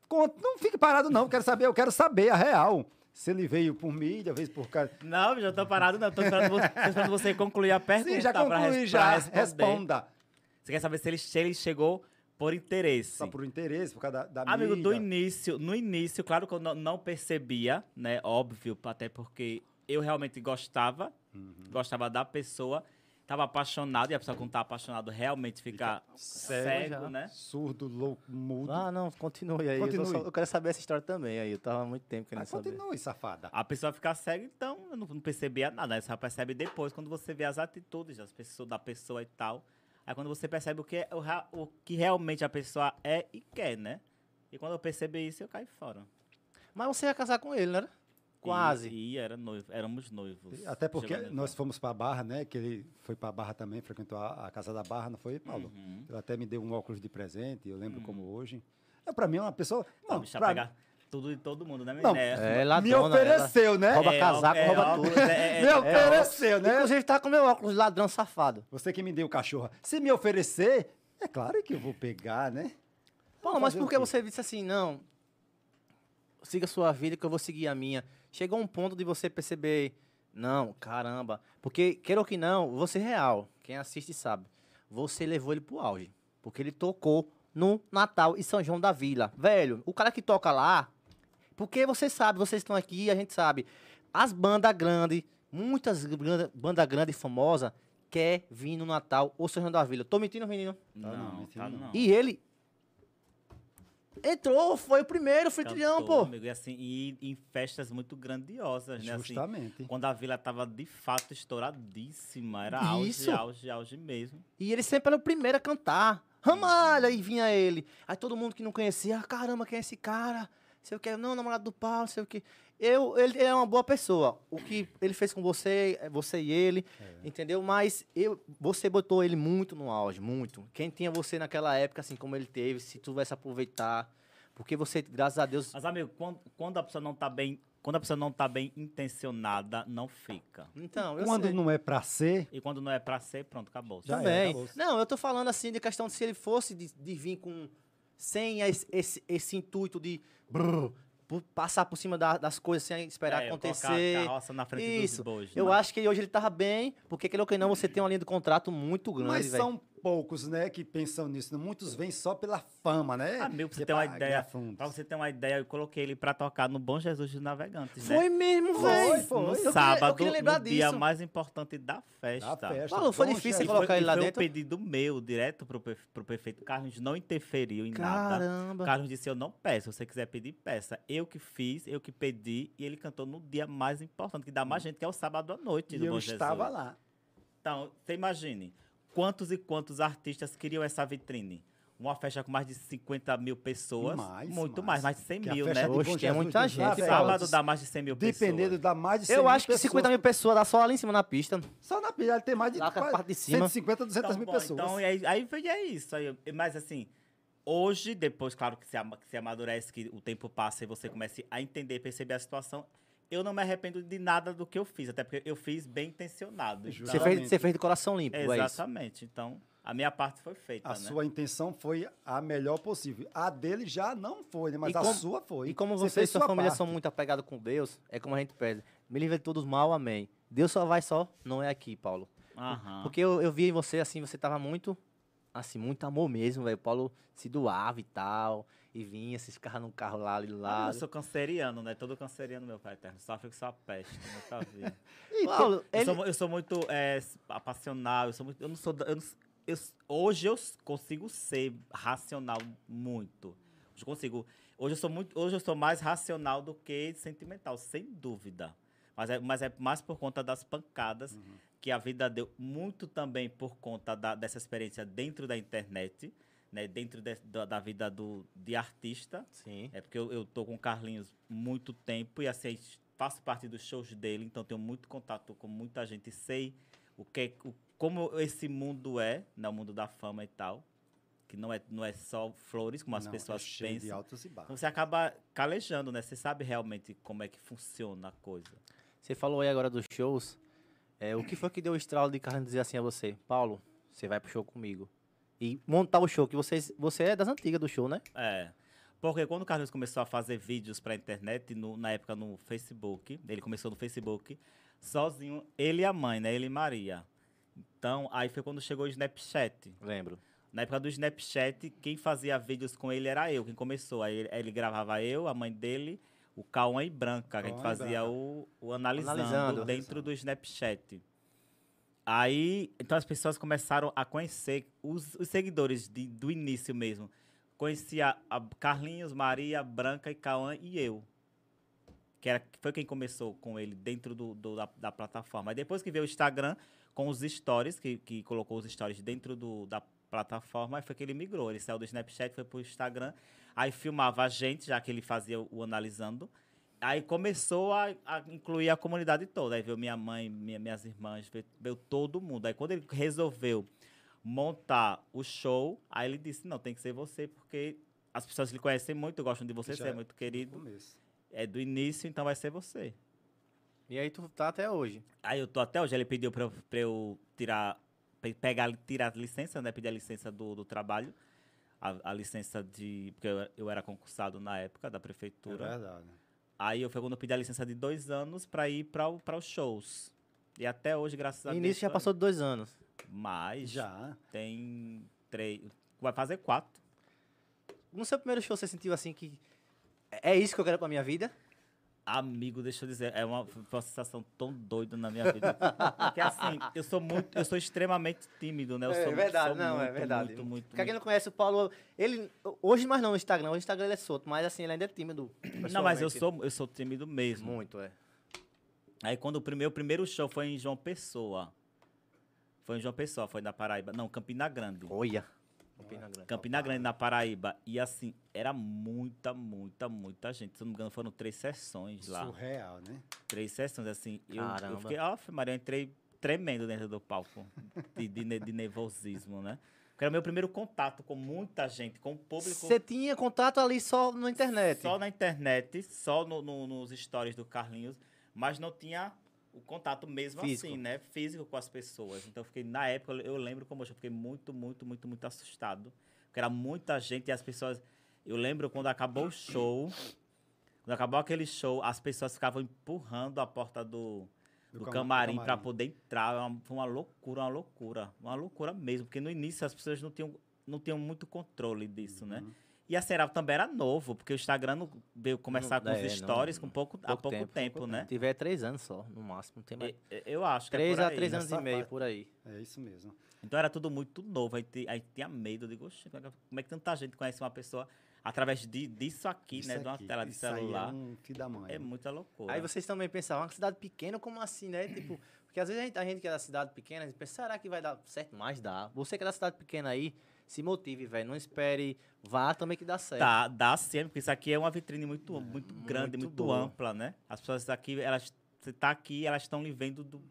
[SPEAKER 2] Conta, não fique parado não, quero saber, eu quero saber a real. Se ele veio por mídia, veio por cara.
[SPEAKER 3] não, já tô parado, não. Tô esperando você, tô esperando você concluir a pergunta.
[SPEAKER 2] Sim, já
[SPEAKER 3] pra res-
[SPEAKER 2] concluí
[SPEAKER 3] pra
[SPEAKER 2] já,
[SPEAKER 3] responder.
[SPEAKER 2] responda. Tá
[SPEAKER 3] Você quer saber se ele, che- ele chegou por interesse.
[SPEAKER 2] Só por interesse, por causa da, da
[SPEAKER 3] Amigo, do
[SPEAKER 2] mídia.
[SPEAKER 3] início, no início, claro que eu não, não percebia, né? Óbvio, até porque eu realmente gostava,
[SPEAKER 2] Uhum.
[SPEAKER 3] gostava da pessoa, tava apaixonado, e a pessoa quando tá apaixonado realmente fica,
[SPEAKER 2] cego
[SPEAKER 3] cego,
[SPEAKER 1] já.
[SPEAKER 3] né?
[SPEAKER 2] Surdo, louco, mudo.
[SPEAKER 1] Ah, não, continue aí. eu tô só- Eu,
[SPEAKER 2] Continue.
[SPEAKER 1] quero saber essa história também aí. Eu tava há muito tempo querendo
[SPEAKER 2] Mas
[SPEAKER 1] saber.
[SPEAKER 2] continue, safada.
[SPEAKER 3] A pessoa fica cega, então eu não, não percebia nada. Aí Você só percebe depois, quando você vê as atitudes das pessoas, da pessoa e tal. Aí quando você percebe o que, é- o, ra- o que realmente a pessoa é e quer, né? E quando eu percebi isso, eu caí fora.
[SPEAKER 1] Mas você ia casar com ele, né? Quase.
[SPEAKER 3] E, e era noivo, éramos noivos.
[SPEAKER 2] Até porque
[SPEAKER 3] Chegou a noivar.
[SPEAKER 2] nós fomos para Barra, né? Que ele foi para Barra também, frequentou a, a casa da Barra, não foi, Paulo?
[SPEAKER 3] Uhum.
[SPEAKER 2] Ele até me deu um óculos de presente, eu lembro como hoje. É para mim é uma pessoa,
[SPEAKER 3] Não,
[SPEAKER 2] não,
[SPEAKER 3] bicha
[SPEAKER 2] pra-
[SPEAKER 3] pegar tudo de todo mundo, né,
[SPEAKER 2] Não,
[SPEAKER 3] menina?
[SPEAKER 1] É,
[SPEAKER 2] me
[SPEAKER 1] ladrona. ela-
[SPEAKER 2] ofereceu, né?
[SPEAKER 1] rouba
[SPEAKER 3] É,
[SPEAKER 1] casaco,
[SPEAKER 3] é,
[SPEAKER 1] rouba
[SPEAKER 3] ó,
[SPEAKER 1] tudo.
[SPEAKER 3] é, é,
[SPEAKER 2] me ofereceu, né?
[SPEAKER 1] Inclusive, tá com meu óculos ladrão safado.
[SPEAKER 2] Você que me deu cachorra. Se me oferecer, é claro que eu vou pegar, né?
[SPEAKER 1] Paulo, mas
[SPEAKER 2] fazer
[SPEAKER 1] por
[SPEAKER 2] o
[SPEAKER 1] que
[SPEAKER 2] quê?
[SPEAKER 1] você disse assim, não? Siga a sua vida que eu vou seguir a minha. Chegou um ponto de você perceber, não, caramba. Porque, queira ou que não, você é real. Quem assiste sabe. Você levou ele pro auge. Porque ele tocou no Natal e São João da Vila. Velho, o cara que toca lá. Porque você sabe, vocês estão aqui, a gente sabe. As bandas grandes, muitas bandas banda grande e famosa, quer vir no Natal ou São João da Vila. Tô mentindo, menino?
[SPEAKER 2] Tá não,
[SPEAKER 3] Não, tá
[SPEAKER 2] mentira não.
[SPEAKER 3] não.
[SPEAKER 1] E ele entrou, foi o primeiro anfitrião,
[SPEAKER 3] Cantou,
[SPEAKER 1] pô.
[SPEAKER 3] amigo, e assim, e em festas muito grandiosas, né? Assim,
[SPEAKER 2] Justamente.
[SPEAKER 3] quando a vila tava de fato estouradíssima. Era auge,
[SPEAKER 1] Isso.
[SPEAKER 3] auge, auge mesmo.
[SPEAKER 1] E ele sempre era o primeiro a cantar. Ramalho, aí vinha ele. Aí todo mundo que não conhecia, ah, caramba, quem é esse cara? Sei o que, não, namorado do Paulo, não sei o que. Eu, ele é uma boa pessoa. O que ele fez com você, é você e ele, entendeu? Mas eu, você botou ele muito no auge, muito. Quem tinha você naquela época, assim como ele teve, se tu vai se aproveitar. Porque você, graças a Deus,
[SPEAKER 3] Mas, amigo, quando, quando a pessoa não tá bem. Quando a pessoa não tá bem intencionada, não fica.
[SPEAKER 1] então, eu
[SPEAKER 2] Quando
[SPEAKER 1] sei.
[SPEAKER 2] não é pra ser,
[SPEAKER 3] E quando não é pra ser, pronto, acabou.
[SPEAKER 2] Já é.
[SPEAKER 1] Também.
[SPEAKER 2] acabou-se.
[SPEAKER 1] não, eu tô falando assim de questão de se ele fosse de, de vir com. sem esse, esse, esse intuito de. brrr, por- passar por cima da- das coisas sem esperar
[SPEAKER 3] É, Colocar a
[SPEAKER 1] acontecer.
[SPEAKER 3] carroça na frente
[SPEAKER 1] Isso.
[SPEAKER 3] dos bois.
[SPEAKER 1] Eu
[SPEAKER 3] né?
[SPEAKER 1] acho que hoje ele tava bem, porque querendo que não, você tem uma linha de contrato muito grande,
[SPEAKER 3] é,
[SPEAKER 2] mas
[SPEAKER 1] velho.
[SPEAKER 2] são poucos, né, que pensam nisso. Muitos vêm só pela fama, né?
[SPEAKER 3] Ah, meu, pra
[SPEAKER 2] Que é
[SPEAKER 3] você ter uma
[SPEAKER 2] pra
[SPEAKER 3] ideia,
[SPEAKER 2] ganhar fundos.
[SPEAKER 3] Pra você ter uma ideia, eu coloquei ele pra tocar no Bom Jesus de Navegantes, né?
[SPEAKER 1] Foi mesmo, velho.
[SPEAKER 2] foi.
[SPEAKER 1] Eu
[SPEAKER 3] No
[SPEAKER 1] queria-
[SPEAKER 3] sábado,
[SPEAKER 1] eu queria lembrar
[SPEAKER 3] no dia
[SPEAKER 1] disso.
[SPEAKER 3] mais importante da festa.
[SPEAKER 2] Da festa.
[SPEAKER 1] Paulo, foi
[SPEAKER 2] Bom,
[SPEAKER 1] difícil
[SPEAKER 3] E
[SPEAKER 2] chefe.
[SPEAKER 1] colocar-
[SPEAKER 3] foi,
[SPEAKER 1] ele
[SPEAKER 3] e
[SPEAKER 1] lá
[SPEAKER 3] foi
[SPEAKER 1] dentro?
[SPEAKER 3] um pedido meu, direto pro, perfe- pro prefeito Carlos, não interferiu em nada.
[SPEAKER 1] Caramba.
[SPEAKER 3] Carlos disse, eu não peço, se você quiser pedir, peça. Eu que fiz, eu que pedi, e ele cantou no dia mais importante, que dá mais gente, que é o sábado à noite
[SPEAKER 2] E
[SPEAKER 3] do
[SPEAKER 2] eu
[SPEAKER 3] Bom Jesus.
[SPEAKER 2] estava lá.
[SPEAKER 3] Então, você imagine, quantos e quantos artistas queriam essa vitrine? Uma festa com mais de 50 mil pessoas.
[SPEAKER 2] Mais,
[SPEAKER 3] muito
[SPEAKER 2] mais.
[SPEAKER 3] mais, mais de 100
[SPEAKER 2] Que a
[SPEAKER 3] mil,
[SPEAKER 2] festa
[SPEAKER 3] né?
[SPEAKER 2] de
[SPEAKER 1] Hoje
[SPEAKER 2] Bom
[SPEAKER 1] tem
[SPEAKER 2] Jesus
[SPEAKER 1] muita
[SPEAKER 2] dos
[SPEAKER 1] gente,
[SPEAKER 2] Navegantes,
[SPEAKER 1] Paulo.
[SPEAKER 3] Sábado dá mais de 100 mil
[SPEAKER 2] Dependendo,
[SPEAKER 3] pessoas.
[SPEAKER 2] dá mais de 100
[SPEAKER 3] é
[SPEAKER 1] Eu acho que
[SPEAKER 2] pessoas.
[SPEAKER 1] 50 mil pessoas dá só ali em cima na pista.
[SPEAKER 2] Só na pilha tem mais de,
[SPEAKER 1] Lá com a
[SPEAKER 2] quase
[SPEAKER 1] parte de cima.
[SPEAKER 2] 150, 200 mil
[SPEAKER 3] bom,
[SPEAKER 2] pessoas.
[SPEAKER 3] Então, e aí, aí foi- é isso. Aí, eu- mas assim, hoje, depois, claro, que se, ama- que se amadurece, que o tempo passa e você começa a entender, perceber a situação, eu não me arrependo de nada do que eu fiz, até porque eu fiz bem intencionado.
[SPEAKER 2] Justo.
[SPEAKER 1] Você
[SPEAKER 3] Então,
[SPEAKER 1] fez,
[SPEAKER 2] Exatamente.
[SPEAKER 1] você fez de coração limpo, é isso.
[SPEAKER 3] exatamente. Então, a minha parte foi feita,
[SPEAKER 2] a
[SPEAKER 3] né?
[SPEAKER 2] sua intenção foi a melhor possível. A dele já não foi, né? mas
[SPEAKER 1] E
[SPEAKER 2] a
[SPEAKER 1] como-
[SPEAKER 2] sua foi.
[SPEAKER 1] E como
[SPEAKER 2] Você
[SPEAKER 1] você e
[SPEAKER 2] fez
[SPEAKER 1] sua
[SPEAKER 2] sua
[SPEAKER 1] família
[SPEAKER 2] parte.
[SPEAKER 1] são muito apegados com Deus, é como a gente pede. Me livre de todos os mal, amém. Deus só vai só, não é aqui, Paulo.
[SPEAKER 3] Aham.
[SPEAKER 1] Porque eu, eu vi em você, assim, você tava muito, assim, muito amor mesmo, velho. Paulo se doava e tal, e vinha, se ficava num carro lá, ali do
[SPEAKER 3] Ah, eu
[SPEAKER 1] lado.
[SPEAKER 3] sou canceriano, né? Todo canceriano, meu pai eterno. Sofre com sua peste, nunca vi.
[SPEAKER 2] E
[SPEAKER 1] Paulo,
[SPEAKER 3] Eu,
[SPEAKER 1] ele...
[SPEAKER 3] sou, mu- eu sou muito é, s- apassionado, eu sou muito. Eu não sou. da- eu não s- eu s- hoje eu s- consigo ser racional muito. Hoje eu consigo. Hoje eu sou muito. Hoje eu sou mais racional do que sentimental, sem dúvida. Mas é, mas é mais por conta das pancadas que a vida deu. Muito também por conta da- dessa experiência dentro da internet, né? Dentro de- da, da vida do, de artista.
[SPEAKER 1] Sim.
[SPEAKER 3] É porque eu, eu tô com o Carlinhos muito tempo e assim, faço parte dos shows dele, então tenho muito contato com muita gente, sei o que é- o, como esse mundo é, né, o mundo da fama e tal, que não é não é só flores como as
[SPEAKER 2] Não, é
[SPEAKER 3] pessoas
[SPEAKER 2] cheio de
[SPEAKER 3] pensam.
[SPEAKER 2] altos e
[SPEAKER 3] Então
[SPEAKER 2] baixos.
[SPEAKER 3] você acaba calejando, né? Você sabe realmente como é que funciona a coisa.
[SPEAKER 1] Você falou aí agora dos shows. É, o que foi que deu o estralo de Carlos dizer assim a você? Paulo, você vai pro show comigo. E montar o show, que vocês, você é das antigas do show, né?
[SPEAKER 3] É. Porque quando o Carlos começou a fazer vídeos pra internet, no- na época no Facebook, ele começou no Facebook, sozinho, ele e a mãe, né? Ele e Maria. Então, aí foi quando chegou o Snapchat.
[SPEAKER 1] Lembro.
[SPEAKER 3] Na época do Snapchat, quem fazia vídeos com ele era eu, quem começou. Aí ele, ele gravava eu, a mãe dele, o Cauã e Branca, que a
[SPEAKER 2] Cauã
[SPEAKER 3] gente
[SPEAKER 2] e
[SPEAKER 3] fazia
[SPEAKER 2] Branca.
[SPEAKER 3] o, o analisando,
[SPEAKER 1] Analisando.
[SPEAKER 3] dentro do Snapchat. Aí, então as pessoas começaram a conhecer, os, os seguidores de- do início mesmo. Conhecia a Carlinhos, Maria, Branca e Cauã e eu. Que era, que foi quem começou com ele dentro do, do- da, da plataforma. Aí depois que veio o Instagram, com os stories, que, que colocou os stories dentro do, da plataforma, aí foi que ele migrou. Ele saiu do Snapchat, foi pro Instagram, aí filmava a gente, já que ele fazia o, o analisando. Aí começou a, a incluir a comunidade toda. Aí veio minha mãe, minha- minhas irmãs, veio, veio todo mundo. Aí quando ele resolveu montar o show, aí ele disse, não, tem que ser você, porque as pessoas lhe conhecem muito, gostam de você,
[SPEAKER 2] Já
[SPEAKER 3] você é
[SPEAKER 2] é
[SPEAKER 3] muito querido.
[SPEAKER 2] Começo.
[SPEAKER 3] É do início, então vai ser você.
[SPEAKER 1] E aí tu tá até hoje.
[SPEAKER 3] Aí eu tô até hoje, ele pediu pra, eu- pra eu tirar, pe- pegar, tirar a licença, né? Pedir a licença do, do trabalho. a, a licença de. Porque eu, eu era concursado na época da
[SPEAKER 2] É
[SPEAKER 3] prefeitura.
[SPEAKER 4] verdade.
[SPEAKER 2] né?
[SPEAKER 3] Aí eu, foi quando eu pedi a licença de dois anos para ir para os shows. E até hoje, graças a
[SPEAKER 1] No
[SPEAKER 3] Deus.
[SPEAKER 1] início já
[SPEAKER 3] tô-
[SPEAKER 1] passou de dois anos.
[SPEAKER 3] Mais.
[SPEAKER 2] Já.
[SPEAKER 3] Tem três. Vai fazer quatro.
[SPEAKER 1] No seu primeiro show, você sentiu assim que é isso que eu quero pra minha vida?
[SPEAKER 3] Amigo, deixa eu dizer, é uma, foi uma sensação tão doida na minha
[SPEAKER 1] (laughs)
[SPEAKER 3] vida. Porque assim, eu sou muito, eu sou extremamente tímido, né? Eu
[SPEAKER 1] É
[SPEAKER 3] sou,
[SPEAKER 1] verdade,
[SPEAKER 3] sou
[SPEAKER 1] não, é
[SPEAKER 3] muito,
[SPEAKER 1] verdade.
[SPEAKER 3] Muito, muito,
[SPEAKER 1] Pra quem não conhece o Paulo, ele. Hoje mais não no Instagram, hoje no Instagram ele é solto, mas assim, ele ainda é tímido.
[SPEAKER 3] muito. Não, mas eu
[SPEAKER 1] pessoalmente.
[SPEAKER 3] sou, eu sou tímido mesmo.
[SPEAKER 1] Muito, é.
[SPEAKER 3] Aí quando o primeiro, o primeiro show foi em João Pessoa. Foi em João Pessoa, foi na Paraíba. Não, Campina Grande.
[SPEAKER 1] Olha.
[SPEAKER 2] É
[SPEAKER 3] é. Campina Grande, na Paraíba. E assim, era muita, muita, muita gente. Se eu não me engano, foram três sessões lá.
[SPEAKER 2] Surreal, né?
[SPEAKER 3] Três sessões, assim. Eu, eu
[SPEAKER 1] Caramba.
[SPEAKER 3] fiquei, ó, Maria, eu entrei tremendo dentro do palco. De, de, ne- de nervosismo, né? Porque era meu primeiro contato com muita gente, com o público.
[SPEAKER 1] Você tinha contato ali só na internet.
[SPEAKER 3] Só na internet, só no- no- nos stories do Carlinhos, mas não tinha o contato mesmo
[SPEAKER 1] Físico.
[SPEAKER 3] assim, né? Físico com as pessoas. Então eu fiquei, na época, eu- eu lembro como eu fiquei muito, muito, muito, muito assustado. Porque era muita gente e as pessoas. Eu lembro quando acabou o show. Quando acabou aquele show, as pessoas ficavam empurrando a porta do, do,
[SPEAKER 2] cama-
[SPEAKER 3] camarim para
[SPEAKER 2] camarim.
[SPEAKER 3] poder entrar. Uma- Foi uma loucura, uma loucura. Uma loucura mesmo. Porque no início as pessoas não tinham, não tinham muito controle disso, né?
[SPEAKER 2] Uhum.
[SPEAKER 3] E a Será também era novo, porque o Instagram não- veio começar
[SPEAKER 1] Não-
[SPEAKER 3] com
[SPEAKER 1] é,
[SPEAKER 3] os stories
[SPEAKER 1] não-
[SPEAKER 3] com pouco, há pouco tempo, né?
[SPEAKER 1] Se tiver três anos só, no máximo. Não tem mais.
[SPEAKER 3] E- e- Eu acho que
[SPEAKER 1] três
[SPEAKER 3] é por
[SPEAKER 1] a
[SPEAKER 3] aí.
[SPEAKER 1] três anos e
[SPEAKER 2] nessa
[SPEAKER 1] meio,
[SPEAKER 2] fase.
[SPEAKER 1] por aí.
[SPEAKER 2] É isso mesmo.
[SPEAKER 3] Então era tudo muito novo, aí, te- aí tinha medo. Eu digo, "Oxe, como é que- como é que tanta gente conhece uma pessoa através de, disso aqui, né? de uma
[SPEAKER 2] aqui,
[SPEAKER 3] tela de
[SPEAKER 2] isso aí
[SPEAKER 3] celular.
[SPEAKER 2] É um filho da mãe.
[SPEAKER 3] É muita loucura.
[SPEAKER 1] Aí vocês também pensavam, uma cidade pequena, como assim, né? Tipo, porque às vezes a gente, a gente que é da cidade pequena, a gente pensa, será que vai dar certo? Mas dá. Você que é da cidade pequena aí, se motive, velho. Não espere, vá também que dá certo.
[SPEAKER 3] Tá, dá sempre, porque isso aqui é uma vitrine muito, muito grande,
[SPEAKER 1] muito
[SPEAKER 3] muito,
[SPEAKER 1] boa.
[SPEAKER 3] ampla, né? As pessoas aqui, elas, você tá aqui, elas estão lhe vendo do,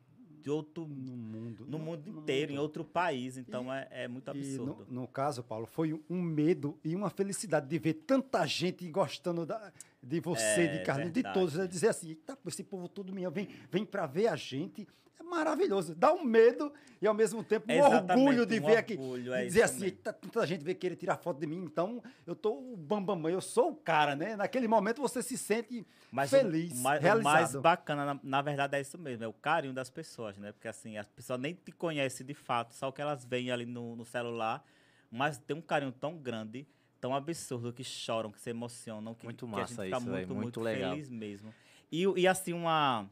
[SPEAKER 3] de outro,
[SPEAKER 2] No mundo.
[SPEAKER 3] no mundo inteiro, em outro país, então é, é muito
[SPEAKER 2] E
[SPEAKER 3] absurdo.
[SPEAKER 2] no, no caso, Paulo, foi um- um medo e uma felicidade de ver tanta gente gostando da- de você,
[SPEAKER 3] É,
[SPEAKER 2] de Carlinhos, de
[SPEAKER 3] verdade.
[SPEAKER 2] todos. né? Dizer assim, eita, pô, esse povo todo minha vem, vem para ver a gente. É maravilhoso. Dá um medo e, ao mesmo tempo, um
[SPEAKER 3] Exatamente,
[SPEAKER 2] orgulho de
[SPEAKER 3] um
[SPEAKER 2] ver aqui.
[SPEAKER 3] orgulho, é
[SPEAKER 2] e dizer
[SPEAKER 3] isso
[SPEAKER 2] assim,
[SPEAKER 3] mesmo.
[SPEAKER 2] eita, tanta gente veio querer tirar foto de mim, então eu tô o bambamã, eu sou o cara, né? Naquele momento você se sente
[SPEAKER 3] Mas o-
[SPEAKER 2] feliz,
[SPEAKER 3] o, mais, o
[SPEAKER 2] realizado.
[SPEAKER 3] mais bacana, na, na verdade, é isso mesmo, é o carinho das pessoas, né? Porque assim, as pessoas nem te conhecem de fato, só que elas veem ali no, no celular, mas tem um carinho tão grande, tão absurdo, que choram, que se emocionam, que,
[SPEAKER 1] Muito
[SPEAKER 3] que a gente
[SPEAKER 1] massa
[SPEAKER 3] fica
[SPEAKER 1] isso,
[SPEAKER 3] muito,
[SPEAKER 1] véi,
[SPEAKER 3] muito,
[SPEAKER 1] muito legal.
[SPEAKER 3] feliz mesmo. E, o- e assim, uma.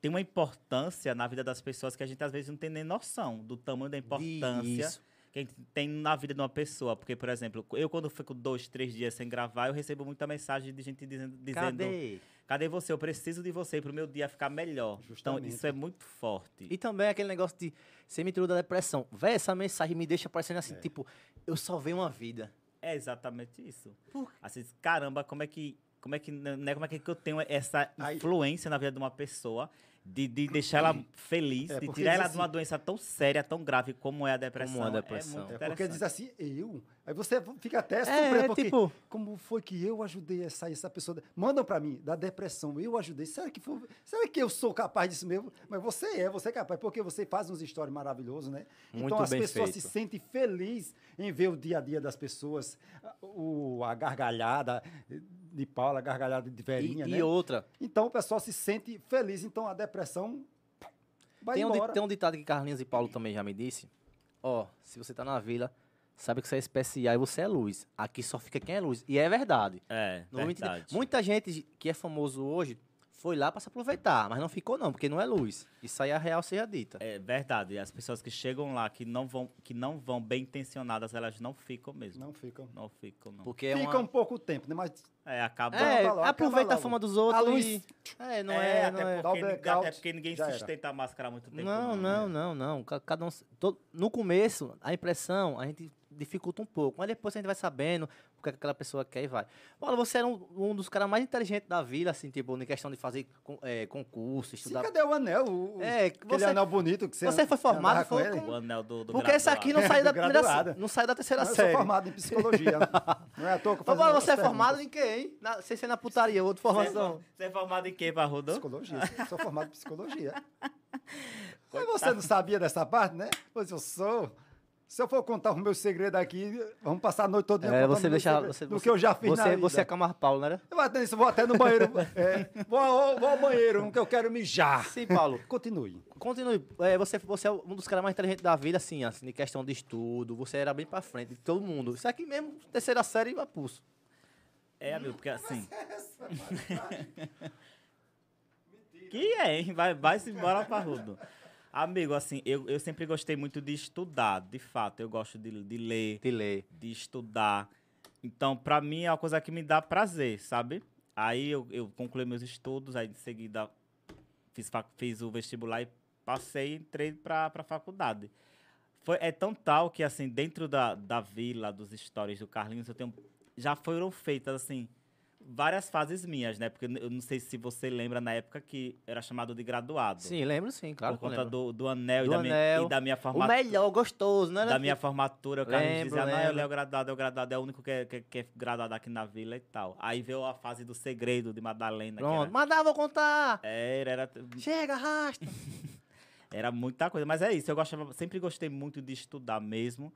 [SPEAKER 3] Tem uma importância na vida das pessoas que a gente às vezes não tem nem noção do tamanho da importância
[SPEAKER 1] Isso.
[SPEAKER 3] que a gente tem na vida de uma pessoa. Porque, por exemplo, eu quando fico dois, três dias sem gravar, eu recebo muita mensagem de gente dizendo, dizendo
[SPEAKER 1] Cadê?
[SPEAKER 3] Cadê você? Eu preciso de você para o meu dia ficar melhor.
[SPEAKER 2] Justamente.
[SPEAKER 3] Então, isso é muito forte.
[SPEAKER 1] E também aquele negócio de você me tirou da depressão. Véi, essa mensagem me deixa parecendo assim, tipo, eu salvei uma vida.
[SPEAKER 3] É exatamente isso.
[SPEAKER 1] Por-
[SPEAKER 3] Assim, caramba, como é que. Como é que, né, como é que eu tenho essa
[SPEAKER 2] Aí-
[SPEAKER 3] influência na vida de uma pessoa de, de deixar ela feliz,
[SPEAKER 2] É,
[SPEAKER 3] de
[SPEAKER 2] porque
[SPEAKER 3] tirar
[SPEAKER 2] diz
[SPEAKER 3] ela de
[SPEAKER 2] assim-
[SPEAKER 3] uma doença tão séria, tão grave como é a depressão?
[SPEAKER 1] Como a depressão.
[SPEAKER 3] É muito
[SPEAKER 2] É porque diz
[SPEAKER 3] interessante.
[SPEAKER 2] assim, eu? Aí você fica até
[SPEAKER 1] É,
[SPEAKER 2] surpreso,
[SPEAKER 1] é,
[SPEAKER 2] porque
[SPEAKER 1] tipo-
[SPEAKER 2] como foi que eu ajudei a sair essa pessoa? da- Mandam pra mim, da depressão, eu ajudei. Será que, foi, será que eu sou capaz disso mesmo? Mas você é, você é capaz, porque você faz uns stories maravilhosos, né?
[SPEAKER 1] Muito
[SPEAKER 2] então as
[SPEAKER 1] bem
[SPEAKER 2] pessoas se
[SPEAKER 1] feito.
[SPEAKER 2] sentem felizes em ver o dia a dia das pessoas, a- o, a gargalhada de Paula, a gargalhada de
[SPEAKER 1] E,
[SPEAKER 2] Verinha,
[SPEAKER 1] e
[SPEAKER 2] né?
[SPEAKER 1] outra,
[SPEAKER 2] Então o pessoal se sente feliz, então a depressão vai
[SPEAKER 1] tem um, di-
[SPEAKER 2] embora.
[SPEAKER 1] tem um ditado que Carlinhos e Paulo também já me disse. Ó, se você tá na vila, sabe que você é especial e você é luz. Aqui só fica quem é luz. E é verdade.
[SPEAKER 3] É,
[SPEAKER 1] Não vou
[SPEAKER 2] né,
[SPEAKER 1] mentir.
[SPEAKER 3] verdade.
[SPEAKER 1] Muita gente que é famoso hoje foi lá pra se aproveitar, mas não ficou não, porque não é luz. Isso aí é a real seja dita.
[SPEAKER 3] É verdade. As pessoas que chegam lá, que não vão, que não vão bem intencionadas, elas não ficam mesmo.
[SPEAKER 2] Não ficam.
[SPEAKER 3] Não, ficam, não.
[SPEAKER 1] Porque é
[SPEAKER 2] Fica
[SPEAKER 1] uma...
[SPEAKER 2] um pouco tempo, né? Mas
[SPEAKER 3] É, acaba.
[SPEAKER 1] É,
[SPEAKER 2] acaba logo, acaba
[SPEAKER 1] aproveita a
[SPEAKER 2] logo.
[SPEAKER 1] fama dos outros
[SPEAKER 2] A luz-
[SPEAKER 1] e... É, não
[SPEAKER 3] É,
[SPEAKER 1] é, não
[SPEAKER 3] até,
[SPEAKER 1] é.
[SPEAKER 2] Dá o
[SPEAKER 3] Porque, ninguém-
[SPEAKER 2] blackout,
[SPEAKER 3] até porque ninguém
[SPEAKER 2] já era.
[SPEAKER 3] sustenta a máscara há muito tempo. né?
[SPEAKER 1] Não, não, não, não. Ca- Cada um. se- todo- no começo, a impressão, a gente dificulta um pouco. Mas depois a gente vai sabendo o que é que aquela pessoa quer e vai. Paulo, você era um, um dos caras mais inteligentes da vila, assim, tipo, em questão de fazer con- é, concurso,
[SPEAKER 2] Sim,
[SPEAKER 1] estudar.
[SPEAKER 2] cadê o anel? O, o-
[SPEAKER 1] É,
[SPEAKER 2] aquele
[SPEAKER 1] você,
[SPEAKER 2] anel bonito que você
[SPEAKER 1] você foi formado,
[SPEAKER 2] andava com
[SPEAKER 1] foi
[SPEAKER 2] ele?
[SPEAKER 1] com-
[SPEAKER 3] O anel do, do
[SPEAKER 1] porque esse
[SPEAKER 3] graduado.
[SPEAKER 1] aqui não saiu da
[SPEAKER 2] Do
[SPEAKER 1] primeira
[SPEAKER 2] graduada.
[SPEAKER 1] se- Não saiu da terceira
[SPEAKER 2] Não, eu
[SPEAKER 1] série.
[SPEAKER 2] sou formado
[SPEAKER 1] (laughs)
[SPEAKER 2] em psicologia. não é à toa que
[SPEAKER 1] Ô,
[SPEAKER 2] eu faço
[SPEAKER 1] Paulo,
[SPEAKER 2] muitas
[SPEAKER 1] você é
[SPEAKER 2] perguntas.
[SPEAKER 1] formado em quê, hein? Na, sem ser na putaria, outra
[SPEAKER 3] Você é for-
[SPEAKER 1] formação.
[SPEAKER 3] Você é formado em quê, Barrudo?
[SPEAKER 2] Psicologia, sou- sou formado
[SPEAKER 1] (laughs)
[SPEAKER 2] em psicologia. Mas você não sabia dessa parte, né? Pois eu sou. Se eu for contar os meus segredos aqui, vamos passar a noite toda
[SPEAKER 1] É,
[SPEAKER 2] contando
[SPEAKER 1] você
[SPEAKER 2] meus
[SPEAKER 1] deixa.
[SPEAKER 2] segredos
[SPEAKER 1] Você,
[SPEAKER 2] do
[SPEAKER 1] você-
[SPEAKER 2] que eu já fiz na
[SPEAKER 1] Você,
[SPEAKER 2] vida.
[SPEAKER 1] você é Camar Paulo, não era?
[SPEAKER 2] Eu vou até- vou até no banheiro. é, vou, ao, vou ao banheiro, um que eu quero mijar.
[SPEAKER 1] Sim, Paulo.
[SPEAKER 2] Continue.
[SPEAKER 1] Continue. É, você, você é um dos caras mais inteligentes da vida, assim, assim, em questão de estudo. Você era bem pra frente de todo mundo. Isso aqui mesmo, terceira série, vai pulso.
[SPEAKER 3] É, amigo, porque assim. (laughs) que é, hein? Vai, vai se embora, parrudo. Amigo, assim, eu, eu sempre gostei muito de estudar, de fato. Eu gosto de, de ler,
[SPEAKER 1] Te lê.
[SPEAKER 3] de estudar. Então, pra mim, é uma coisa que me dá prazer, sabe? Aí eu, eu concluí meus estudos, aí em seguida fiz, fac- fiz o vestibular e passei e entrei pra, pra faculdade. Foi, é tão tal que, assim, dentro da, da vila, dos stories do Carlinhos, eu tenho, já foram feitas, assim, várias fases minhas, né? Porque eu não sei se você lembra, na época que era chamado de graduado.
[SPEAKER 1] Sim, lembro sim, claro.
[SPEAKER 3] por
[SPEAKER 1] que eu
[SPEAKER 3] conta
[SPEAKER 1] lembro.
[SPEAKER 3] do, do anel,
[SPEAKER 1] Do
[SPEAKER 3] e, da minha,
[SPEAKER 1] anel.
[SPEAKER 3] e da minha
[SPEAKER 1] O
[SPEAKER 3] formatura
[SPEAKER 1] melhor, gostoso, né?
[SPEAKER 3] da minha formatura, o Carlinhos
[SPEAKER 1] Lembro,
[SPEAKER 3] dizia, não, ele
[SPEAKER 1] lembro.
[SPEAKER 3] é o graduado, é o graduado, é o único que é, que, que é graduado aqui na vila e tal. Aí veio a fase do segredo de Madalena. que
[SPEAKER 1] Pronto. Mas dá, vou contar.
[SPEAKER 3] era, era, era,
[SPEAKER 1] Chega, arrasta.
[SPEAKER 3] era muita coisa. Mas é isso, eu gostava, sempre gostei muito de estudar mesmo.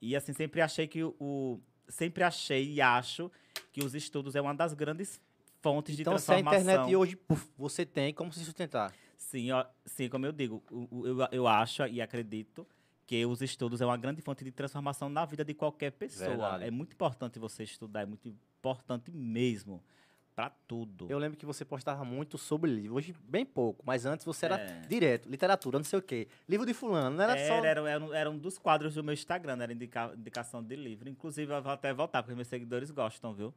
[SPEAKER 3] E assim, sempre achei que o- o. Sempre achei e acho que os estudos é uma das grandes fontes de
[SPEAKER 1] Então, se a
[SPEAKER 3] transformação.
[SPEAKER 1] internet e hoje, puf, você tem como se sustentar.
[SPEAKER 3] Sim, ó, sim, como eu digo, o- o- eu, eu acho e acredito que os estudos é uma grande fonte de transformação na vida de qualquer pessoa.
[SPEAKER 1] Verdade.
[SPEAKER 3] É muito importante você estudar, é muito importante mesmo para tudo.
[SPEAKER 1] Eu lembro que você postava muito sobre livro. Hoje, bem pouco. Mas antes você era
[SPEAKER 3] É.
[SPEAKER 1] direto, literatura, não sei o quê. Livro de fulano, não era,
[SPEAKER 3] era,
[SPEAKER 1] só...
[SPEAKER 3] era, era um, era um dos quadros do meu Instagram, era indica- indicação de livro. Inclusive, eu vou até voltar, porque meus seguidores gostam, viu?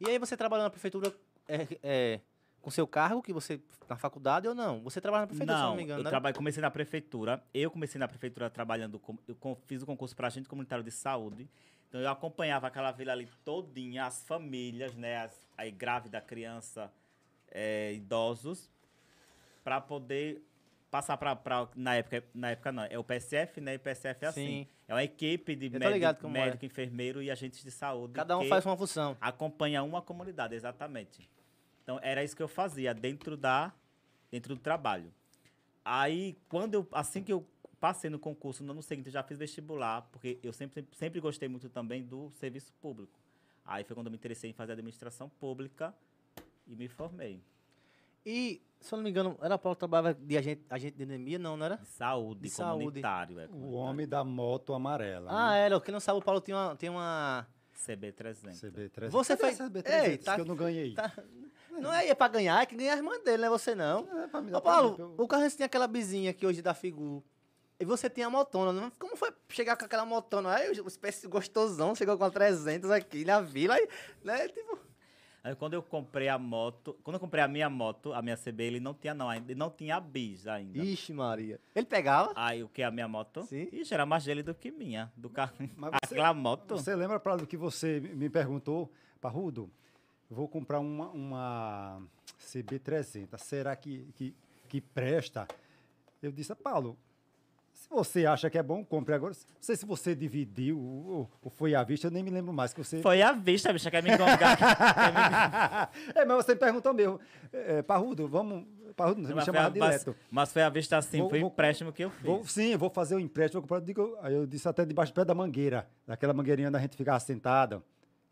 [SPEAKER 1] E aí você trabalhou na prefeitura é, é, com seu cargo, que você na faculdade ou não? Você trabalha na prefeitura, se eu não me engano,
[SPEAKER 3] eu
[SPEAKER 1] né?
[SPEAKER 3] trabalho, comecei na prefeitura. Eu comecei na prefeitura trabalhando, com, eu con- fiz o concurso para agente comunitário de saúde. Então eu acompanhava aquela vila ali todinha, as famílias, né, as, aí grávida, criança, eh, idosos, para poder passar para na época, na época não, é o PSF, né? E PSF é assim.
[SPEAKER 1] Sim.
[SPEAKER 3] É uma equipe de
[SPEAKER 1] tô
[SPEAKER 3] médico,
[SPEAKER 1] ligado como é.
[SPEAKER 3] médico, enfermeiro e agentes de saúde.
[SPEAKER 1] Cada um
[SPEAKER 3] que-
[SPEAKER 1] faz uma função.
[SPEAKER 3] acompanha uma comunidade, exatamente. Então era isso que eu fazia dentro da dentro do trabalho. Aí quando eu assim que eu passei no concurso, no ano seguinte eu já fiz vestibular, porque eu sempre sempre gostei muito também do serviço público. Aí foi quando eu me interessei em fazer administração pública e me formei
[SPEAKER 1] E, se eu não me engano, era Paulo que trabalhava de agente, agente de anemia, não, não era?
[SPEAKER 3] em saúde,
[SPEAKER 1] De saúde.
[SPEAKER 3] comunitário, é,
[SPEAKER 2] O
[SPEAKER 3] comunitário.
[SPEAKER 2] homem da moto amarela. né?
[SPEAKER 1] Ah, era. Quem não sabe, o Paulo tem uma... Tem uma...
[SPEAKER 3] CB300.
[SPEAKER 2] CB300.
[SPEAKER 1] é. Você
[SPEAKER 2] Cadê
[SPEAKER 1] fez-
[SPEAKER 2] essa CB300
[SPEAKER 1] Ei,
[SPEAKER 2] que
[SPEAKER 1] tá-
[SPEAKER 2] eu não ganhei.
[SPEAKER 1] tá- Não é, é pra ganhar, é que ganha a irmã dele, não é você não.
[SPEAKER 2] É, pra me dar
[SPEAKER 1] Ô, Paulo,
[SPEAKER 2] pra mim, pra eu-
[SPEAKER 1] o Carlinhos tinha aquela bizinha que hoje dá figu. E você tinha a motona, não? Como foi chegar com aquela motona? Aí o espécie gostosão chegou com a 300 aqui na vila, aí, né? Tipo,
[SPEAKER 3] Aí quando eu comprei a moto, quando eu comprei a minha moto, a minha CB, ele não tinha não, ainda, ele não tinha a bis ainda.
[SPEAKER 1] Ixi, Maria. Ele pegava?
[SPEAKER 3] Aí o que? A minha moto?
[SPEAKER 1] Sim.
[SPEAKER 3] Ixi, era mais dele do que minha. Do carro.
[SPEAKER 2] Mas você-
[SPEAKER 3] (laughs) Aquela moto?
[SPEAKER 2] Você lembra, Prado, do que você me perguntou, Parrudo? Eu Vou comprar uma, uma CB300. Será que, que, que presta? Eu disse, Paulo, se você acha que é bom, compre agora. Não sei se você dividiu ou, ou foi à vista, eu nem me lembro mais que você.
[SPEAKER 3] Foi à vista, bicha, quer me engongar.
[SPEAKER 2] (laughs) é, mas você me perguntou mesmo. É, Parrudo, vamos. Parrudo, você me
[SPEAKER 3] mas, foi
[SPEAKER 2] chamava
[SPEAKER 3] a, mas,
[SPEAKER 2] direto.
[SPEAKER 3] mas foi à vista assim,
[SPEAKER 2] Vou-
[SPEAKER 3] foi
[SPEAKER 2] vou-
[SPEAKER 3] empréstimo que eu fiz.
[SPEAKER 2] Vou, sim, vou fazer o empréstimo. Vou comprar, digo, aí eu disse até debaixo do pé da mangueira, daquela mangueirinha onde a gente ficava sentada,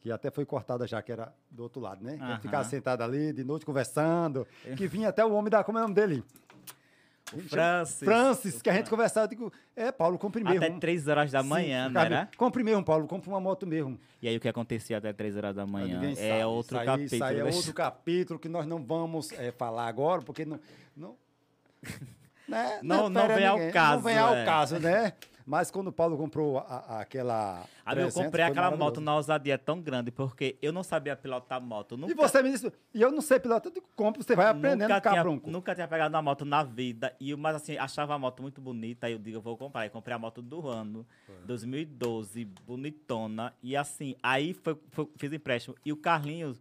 [SPEAKER 2] que até foi cortada já, que era do outro lado, né? Que A gente
[SPEAKER 3] Aham.
[SPEAKER 2] ficava sentado ali, de noite conversando, que vinha até o homem da. Como é o nome dele?
[SPEAKER 3] O Francis.
[SPEAKER 2] Francis, que a gente conversava. Eu digo, é, Paulo, compre mesmo.
[SPEAKER 3] Até 3 horas da
[SPEAKER 2] Sim,
[SPEAKER 3] manhã,
[SPEAKER 2] ficava,
[SPEAKER 3] né? né?
[SPEAKER 2] Compre mesmo, Paulo, compre uma moto mesmo.
[SPEAKER 3] E aí o que acontecia até 3 horas da
[SPEAKER 2] Mas
[SPEAKER 3] manhã?
[SPEAKER 2] ninguém
[SPEAKER 3] É
[SPEAKER 2] sabe.
[SPEAKER 3] outro
[SPEAKER 2] isso aí,
[SPEAKER 3] capítulo. né?
[SPEAKER 2] Isso aí é
[SPEAKER 3] bicho. (laughs)
[SPEAKER 2] outro capítulo que nós não vamos eh, falar agora, porque não.
[SPEAKER 3] (laughs)
[SPEAKER 2] Não, né?
[SPEAKER 3] Não- não
[SPEAKER 2] pera
[SPEAKER 3] vem ao
[SPEAKER 2] ninguém, Não
[SPEAKER 3] caso,
[SPEAKER 2] vem ao
[SPEAKER 3] é.
[SPEAKER 2] caso, né? Mas quando o Paulo comprou a- a- aquela.
[SPEAKER 3] Aí Ah, eu
[SPEAKER 2] 300,
[SPEAKER 3] comprei
[SPEAKER 2] foi
[SPEAKER 3] aquela moto
[SPEAKER 2] maravilhoso.
[SPEAKER 3] na ousadia tão grande, porque eu não sabia pilotar moto. Nunca,
[SPEAKER 2] E você me disse, e eu não sei pilotar, eu digo, compra, você vai aprendendo,
[SPEAKER 3] nunca tinha,
[SPEAKER 2] cabrunco.
[SPEAKER 3] nunca tinha pegado uma moto na vida. E, eu- mas assim, achava a moto muito bonita. Aí eu digo, eu vou comprar. Aí comprei a moto do ano, 2012, bonitona. E assim, aí foi, foi- fiz empréstimo. E o Carlinhos,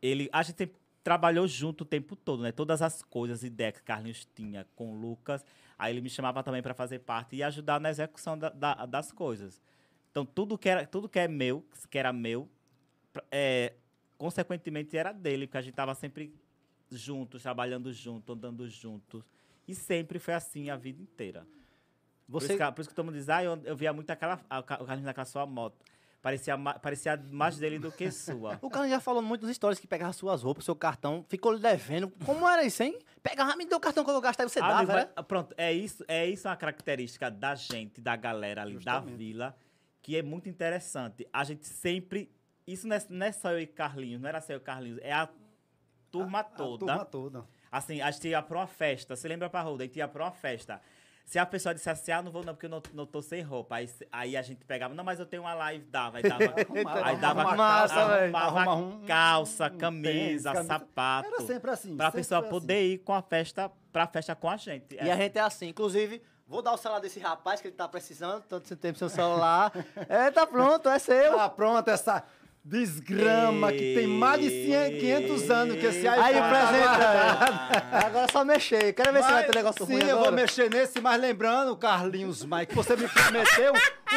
[SPEAKER 3] ele. A gente sempre trabalhou junto o tempo todo, né? Todas as coisas, ideias que Carlinhos tinha com o Lucas. Aí ele me chamava também para fazer parte e ajudar na execução da- da- das coisas. Então, tudo que, era, tudo que é meu, que era meu, pra- é, consequentemente era dele, porque a gente tava sempre juntos, trabalhando junto, andando juntos. E sempre foi assim a vida inteira. Por,
[SPEAKER 1] Você
[SPEAKER 3] isso que, por isso que todo mundo diz, ah, eu, eu via muito aquela, a- o Carlinhos naquela sua moto. Parecia, ma- parecia mais dele do que sua.
[SPEAKER 1] O Carlinhos já falou muito dos stories que pegava suas roupas, seu cartão, ficou lhe devendo. Como era isso, hein? Pegava, "Ah, me deu o cartão que eu vou gastar e (laughs) você
[SPEAKER 3] Ah,
[SPEAKER 1] dava,
[SPEAKER 3] amigo, mas-
[SPEAKER 1] né?
[SPEAKER 3] ah, Pronto, é isso, é isso uma característica da gente, da galera ali, da vila, que é muito interessante. A gente sempre. Isso não é, não é só eu e Carlinhos, não era só eu e Carlinhos, é a turma toda.
[SPEAKER 2] A turma toda.
[SPEAKER 3] Assim, a gente ia pra uma festa. Você lembra, Parruda? A gente ia pra uma festa. Se a pessoa dissesse, ah, não vou não, porque eu não, não tô sem roupa. Aí, se- aí a gente pegava, não, mas eu tenho uma live, dava. Aí
[SPEAKER 2] (laughs)
[SPEAKER 3] dava,
[SPEAKER 2] Arrumava,
[SPEAKER 3] aí dava
[SPEAKER 2] arrumava
[SPEAKER 1] massa,
[SPEAKER 2] calça,
[SPEAKER 1] velho.
[SPEAKER 3] arrumava
[SPEAKER 2] arrumava um-
[SPEAKER 3] calça,
[SPEAKER 2] um tênis,
[SPEAKER 3] camisa,
[SPEAKER 2] camisa.
[SPEAKER 3] sapato.
[SPEAKER 2] Era sempre assim.
[SPEAKER 3] Pra
[SPEAKER 2] sempre
[SPEAKER 3] pessoa
[SPEAKER 2] foi assim.
[SPEAKER 3] poder ir com a festa, pra festa com a gente.
[SPEAKER 1] E a gente é assim. Inclusive, vou dar o celular desse rapaz que ele tá precisando, tanto tempo sem o
[SPEAKER 2] (laughs)
[SPEAKER 1] celular. é, tá pronto, é seu.
[SPEAKER 2] Ah, pronto, essa desgrama que tem mais de 100, 500 anos que esse iPhone...
[SPEAKER 1] Aí o
[SPEAKER 2] tá
[SPEAKER 1] presente,
[SPEAKER 2] lá.
[SPEAKER 1] velho. Agora é só mexer. Quero ver se vai
[SPEAKER 2] Mas,
[SPEAKER 1] ter negócio
[SPEAKER 2] sim,
[SPEAKER 1] ruim
[SPEAKER 2] eu vou
[SPEAKER 1] agora.
[SPEAKER 2] mexer nesse, mas lembrando, Carlinhos Mike, você me prometeu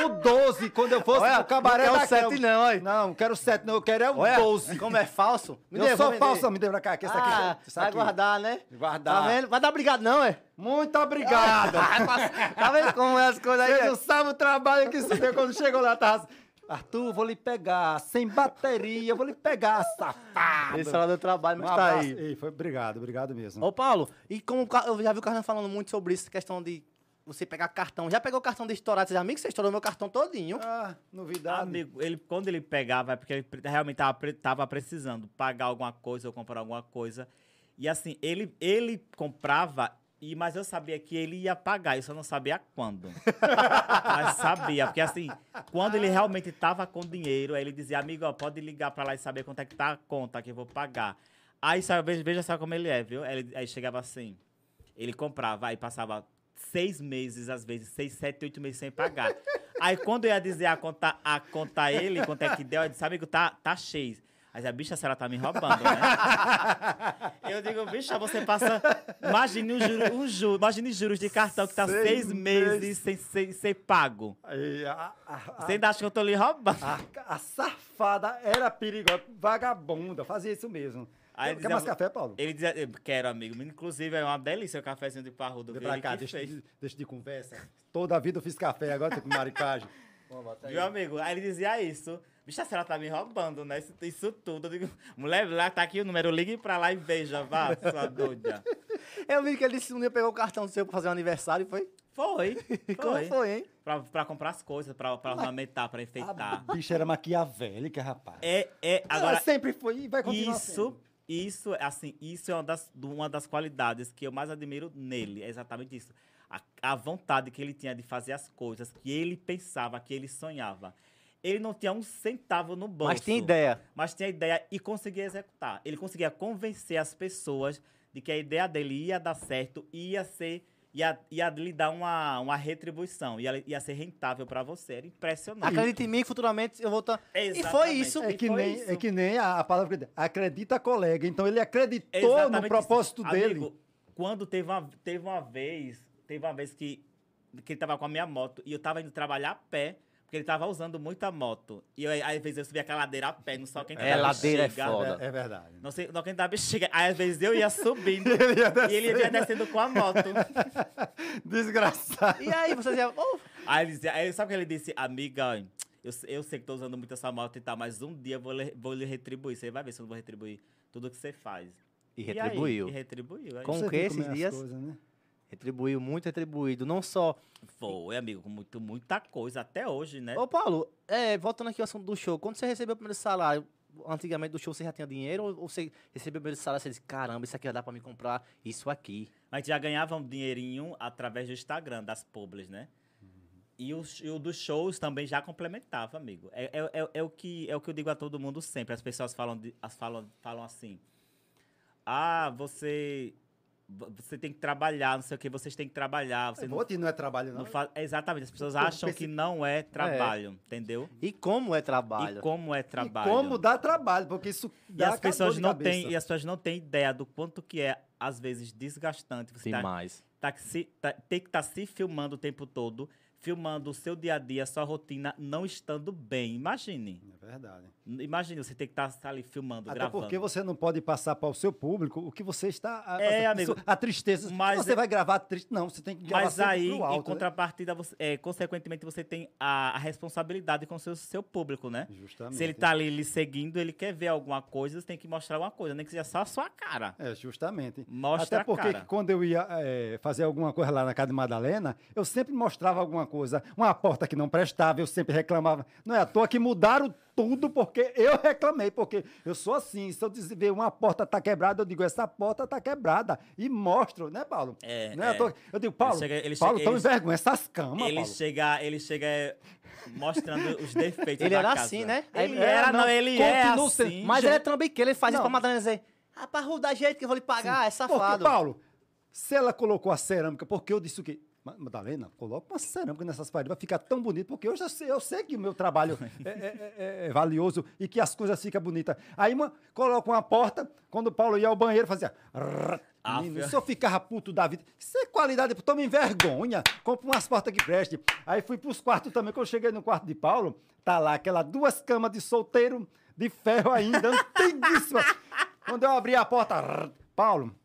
[SPEAKER 2] o 12 quando eu fosse
[SPEAKER 1] Olha,
[SPEAKER 2] pro cabaré
[SPEAKER 1] não quer o
[SPEAKER 2] da
[SPEAKER 1] sete,
[SPEAKER 2] Cama.
[SPEAKER 1] não, olha.
[SPEAKER 2] Não, quero 7 não, eu quero é o
[SPEAKER 1] Olha,
[SPEAKER 2] 12.
[SPEAKER 1] como é falso.
[SPEAKER 2] eu
[SPEAKER 1] dê, vou
[SPEAKER 2] sou
[SPEAKER 1] vender.
[SPEAKER 2] falso, me dê pra cá, que esse aqui...
[SPEAKER 1] Ah,
[SPEAKER 2] esse
[SPEAKER 1] vai
[SPEAKER 2] aqui.
[SPEAKER 1] guardar, né?
[SPEAKER 2] Guardar.
[SPEAKER 1] Tá vendo? Vai dar obrigado, não, é?
[SPEAKER 2] Muito obrigado.
[SPEAKER 1] (laughs) tá vendo como é as coisas aí?
[SPEAKER 2] Você
[SPEAKER 1] é?
[SPEAKER 2] não sabe o trabalho que isso deu quando chegou lá, tava assim, Arthur, vou lhe pegar, sem bateria, vou lhe pegar, safado.
[SPEAKER 1] Esse é lá do trabalho,
[SPEAKER 2] Um
[SPEAKER 1] mas tá
[SPEAKER 2] abraço.
[SPEAKER 1] aí.
[SPEAKER 2] Ei, foi, obrigado, obrigado mesmo.
[SPEAKER 1] Ô, Paulo, e como o Ca- eu já vi o Carlinhos falando muito sobre isso, questão de você pegar cartão. Já pegou o cartão de estourar seus amigos? Você estourou meu cartão todinho.
[SPEAKER 2] Ah, novidade.
[SPEAKER 3] Amigo, ele, quando ele pegava, é porque ele pre- realmente tava, pre- tava precisando pagar alguma coisa ou comprar alguma coisa. E assim, ele, ele comprava, e, mas eu sabia que ele ia pagar, eu só não sabia quando. mas sabia, porque assim, quando ele realmente tava com dinheiro, aí ele dizia, amigo, ó, pode ligar pra lá e saber quanto é que tá a conta que eu vou pagar. Aí sabe, veja, veja só como ele é, viu? Aí ele- aí chegava assim, ele comprava, aí passava seis meses, às vezes, seis, sete, oito meses
[SPEAKER 2] (laughs)
[SPEAKER 3] sem pagar. aí quando eu ia dizer a conta a conta a ele, quanto é que deu, eu disse, amigo, tá, tá cheio. Aí a bicha, a senhora tá me
[SPEAKER 2] (laughs)
[SPEAKER 3] roubando, né? Eu digo, bicha, você passa. Imagine um juro, um juro, imagine juros de cartão que tá
[SPEAKER 2] Seis
[SPEAKER 3] seis, meses sem, sem, sem pago.
[SPEAKER 2] Ei, a, a- a-
[SPEAKER 3] Você ainda acha que eu tô lhe roubando?
[SPEAKER 2] a- a safada era perigosa, vagabunda, fazia isso mesmo.
[SPEAKER 3] Aí
[SPEAKER 2] Quer
[SPEAKER 3] dizia-
[SPEAKER 2] mais café, Paulo?
[SPEAKER 3] Ele dizia, "Eu quero, amigo. Inclusive, é uma delícia o cafezinho de parrudo.
[SPEAKER 2] Vem
[SPEAKER 3] viu?
[SPEAKER 2] pra
[SPEAKER 3] Ele
[SPEAKER 2] cá,
[SPEAKER 3] que
[SPEAKER 2] deixa,
[SPEAKER 3] fez.
[SPEAKER 2] de- deixa de conversa. Toda a vida eu fiz café, agora tô com
[SPEAKER 3] (laughs)
[SPEAKER 2] maricagem. Tá
[SPEAKER 3] Meu amigo, aí ele dizia isso. Bicha, se ela tá me roubando, né? Isso, isso tudo. Eu digo, mulher, lá tá aqui o número, ligue pra lá e veja, vá, sua doida.
[SPEAKER 1] Eu vi que ele disse que um dia pegou o cartão seu pra fazer um aniversário, foi?
[SPEAKER 3] Foi.
[SPEAKER 1] E como
[SPEAKER 3] foi?
[SPEAKER 1] foi, hein?
[SPEAKER 3] Pra, pra comprar as coisas, pra, pra ornamentar, pra enfeitar.
[SPEAKER 2] A bicha era maquiavélica, rapaz.
[SPEAKER 3] É, é,
[SPEAKER 2] Ela
[SPEAKER 3] agora,
[SPEAKER 2] sempre foi e assim vai continuar
[SPEAKER 3] isso, isso, assim, isso é uma das, do- uma das qualidades que eu mais admiro nele, é exatamente isso. A, a vontade que ele tinha de fazer as coisas que ele pensava, que ele sonhava. Ele não tinha um centavo no bolso.
[SPEAKER 1] Mas tem ideia.
[SPEAKER 3] mas tinha ideia e conseguia executar. Ele conseguia convencer as pessoas de que a ideia dele ia dar certo, ia ser, ia, ia lhe dar uma, uma retribuição, ia, ia ser rentável para você. Era impressionante.
[SPEAKER 1] Acredite em mim, que futuramente eu vou estar. E foi
[SPEAKER 3] Exatamente.
[SPEAKER 1] isso.
[SPEAKER 2] É que,
[SPEAKER 3] foi
[SPEAKER 2] nem,
[SPEAKER 3] isso.
[SPEAKER 2] é que nem a, a palavra que acredita colega. Então ele
[SPEAKER 3] É
[SPEAKER 2] acreditou
[SPEAKER 3] exatamente
[SPEAKER 2] no propósito
[SPEAKER 3] isso.
[SPEAKER 2] dele.
[SPEAKER 3] Amigo, quando teve uma, teve uma vez, teve uma vez que, que ele tava com a minha moto e eu tava indo trabalhar a pé, porque ele tava usando muita moto. E eu, às vezes eu subia aquela ladeira a pé, não só quem
[SPEAKER 1] É, ladeira é
[SPEAKER 3] chegava.
[SPEAKER 1] foda.
[SPEAKER 2] É, é verdade.
[SPEAKER 3] Não (laughs) sei, não quem da bexiga. Aí às vezes eu
[SPEAKER 2] (laughs)
[SPEAKER 3] ia subindo
[SPEAKER 2] ia
[SPEAKER 3] e ele ia descendo com a moto.
[SPEAKER 2] Desgraçado.
[SPEAKER 1] E aí, vocês iam. Oh,
[SPEAKER 3] (laughs) Aí ele dizia, aí sabe o que ele disse? Amiga, eu, se- eu sei que tô usando muito essa moto e tal, mas um dia eu vou lhe, vou lhe retribuir. Você vai ver se eu não vou retribuir tudo que você faz.
[SPEAKER 1] E
[SPEAKER 3] aí,
[SPEAKER 1] retribuiu.
[SPEAKER 3] e retribuiu. Aí
[SPEAKER 1] Com
[SPEAKER 2] Você
[SPEAKER 1] que
[SPEAKER 2] viu
[SPEAKER 1] esses
[SPEAKER 2] como é as
[SPEAKER 1] dias-
[SPEAKER 2] coisas, né?
[SPEAKER 1] Retribuiu, muito retribuído. Não só.
[SPEAKER 3] Foi, amigo, com muito, muita coisa até hoje, né?
[SPEAKER 1] Ô, Paulo, é, voltando aqui ao assunto do show. Quando você recebeu o primeiro salário, antigamente do show você já tinha dinheiro? Ou ou você recebeu o primeiro salário e você disse, caramba, isso aqui vai dar pra me comprar isso aqui?
[SPEAKER 3] A gente já ganhava um dinheirinho através do Instagram, das publis, né?
[SPEAKER 2] Uhum.
[SPEAKER 3] E o, e o dos shows também já complementava, amigo. É, é, é, é o que, é o que eu digo a todo mundo sempre. As pessoas falam, de- as falam, falam assim. Ah, você, vo- você tem que trabalhar, não sei o que, vocês têm que trabalhar. Você
[SPEAKER 2] É,
[SPEAKER 3] não,
[SPEAKER 2] voto e não é trabalho, não.
[SPEAKER 3] não faz... É, Exatamente, as pessoas
[SPEAKER 2] Como
[SPEAKER 3] acham
[SPEAKER 2] pensa-
[SPEAKER 3] que não é trabalho, entendeu?
[SPEAKER 1] E como é
[SPEAKER 3] E
[SPEAKER 1] trabalho?
[SPEAKER 3] como é
[SPEAKER 2] E
[SPEAKER 3] trabalho.
[SPEAKER 2] como dá trabalho, porque isso
[SPEAKER 3] E
[SPEAKER 2] dá
[SPEAKER 3] as,
[SPEAKER 2] aquela dor
[SPEAKER 3] pessoas
[SPEAKER 2] de
[SPEAKER 3] não
[SPEAKER 2] cabeça.
[SPEAKER 3] têm, e as pessoas não têm ideia do quanto que é, às vezes, desgastante. Você tá,
[SPEAKER 1] Demais.
[SPEAKER 3] tá que se- tá- tem que estar se filmando o tempo todo, filmando o seu dia a dia, a sua rotina, não estando bem. Imagine.
[SPEAKER 2] É verdade.
[SPEAKER 3] Imagina, você tem que estar ali filmando,
[SPEAKER 2] Até
[SPEAKER 3] gravando.
[SPEAKER 2] porque você não pode passar para o seu público o que você está. A,
[SPEAKER 3] É,
[SPEAKER 2] a-
[SPEAKER 3] amigo,
[SPEAKER 2] A tristeza.
[SPEAKER 3] mas
[SPEAKER 2] você
[SPEAKER 3] é-
[SPEAKER 2] vai gravar triste. Não, você tem que gravar
[SPEAKER 3] Mas
[SPEAKER 2] sempre
[SPEAKER 3] aí,
[SPEAKER 2] pro alto,
[SPEAKER 3] em
[SPEAKER 2] né?
[SPEAKER 3] contrapartida, você- é, consequentemente, você tem a, a responsabilidade com o seu, seu público, né?
[SPEAKER 2] Justamente.
[SPEAKER 3] Se ele tá ali lhe seguindo, ele quer ver alguma coisa, você tem que mostrar alguma coisa, nem que seja só a sua cara.
[SPEAKER 2] É, justamente.
[SPEAKER 3] Mostra
[SPEAKER 2] Até porque
[SPEAKER 3] a cara.
[SPEAKER 2] quando eu ia eh, fazer alguma coisa lá na casa de Madalena, eu sempre mostrava alguma coisa. Uma porta que não prestava, eu sempre reclamava. Não é à toa que mudaram tudo porque eu reclamei, porque eu sou assim. Se eu dizer ver uma porta tá quebrada, eu digo, essa porta tá quebrada. E mostro, né, Paulo?
[SPEAKER 3] É,
[SPEAKER 2] Não é, à
[SPEAKER 3] é.
[SPEAKER 2] toa. Eu digo, Paulo,
[SPEAKER 3] chega- ele
[SPEAKER 2] Paulo,
[SPEAKER 3] chega-
[SPEAKER 2] tome
[SPEAKER 3] ele-
[SPEAKER 2] vergonha, essas camas,
[SPEAKER 3] ele,
[SPEAKER 2] Paulo.
[SPEAKER 3] chega, ele chega é, mostrando os
[SPEAKER 1] (laughs)
[SPEAKER 3] defeitos
[SPEAKER 1] Ele
[SPEAKER 3] é da
[SPEAKER 1] era
[SPEAKER 3] casa.
[SPEAKER 1] assim, né?
[SPEAKER 3] Ele
[SPEAKER 1] Aí-
[SPEAKER 3] era,
[SPEAKER 1] É,
[SPEAKER 3] não, ele é
[SPEAKER 1] continua sendo.
[SPEAKER 3] assim.
[SPEAKER 1] Mas
[SPEAKER 3] gente.
[SPEAKER 1] ele é trambiqueiro, ele faz isso
[SPEAKER 2] Não.
[SPEAKER 1] pra Madalena dizer, ah, pra rua da jeito que eu vou lhe pagar, é
[SPEAKER 2] Porque,
[SPEAKER 1] safado.
[SPEAKER 2] Paulo, se ela colocou a cerâmica, porque eu disse o quê? Ma- Madalena, coloca uma cerâmica nessas paredes, vai ficar tão bonito, porque eu já sei, eu sei que o meu trabalho é, é- é- é valioso e que as coisas ficam bonitas. Aí uma, coloca uma porta, quando o Paulo ia ao banheiro, fazia. rrr,
[SPEAKER 3] Ah,
[SPEAKER 2] menino,
[SPEAKER 3] fia.
[SPEAKER 2] se eu ficava puto da vida, isso é qualidade, toma vergonha, compra umas portas que preste. Aí fui pros quartos também, quando eu cheguei no quarto de Paulo, tá lá aquela duas camas de solteiro, de ferro ainda, (laughs) antiguíssima. Quando eu abri a porta, rrr, Paulo,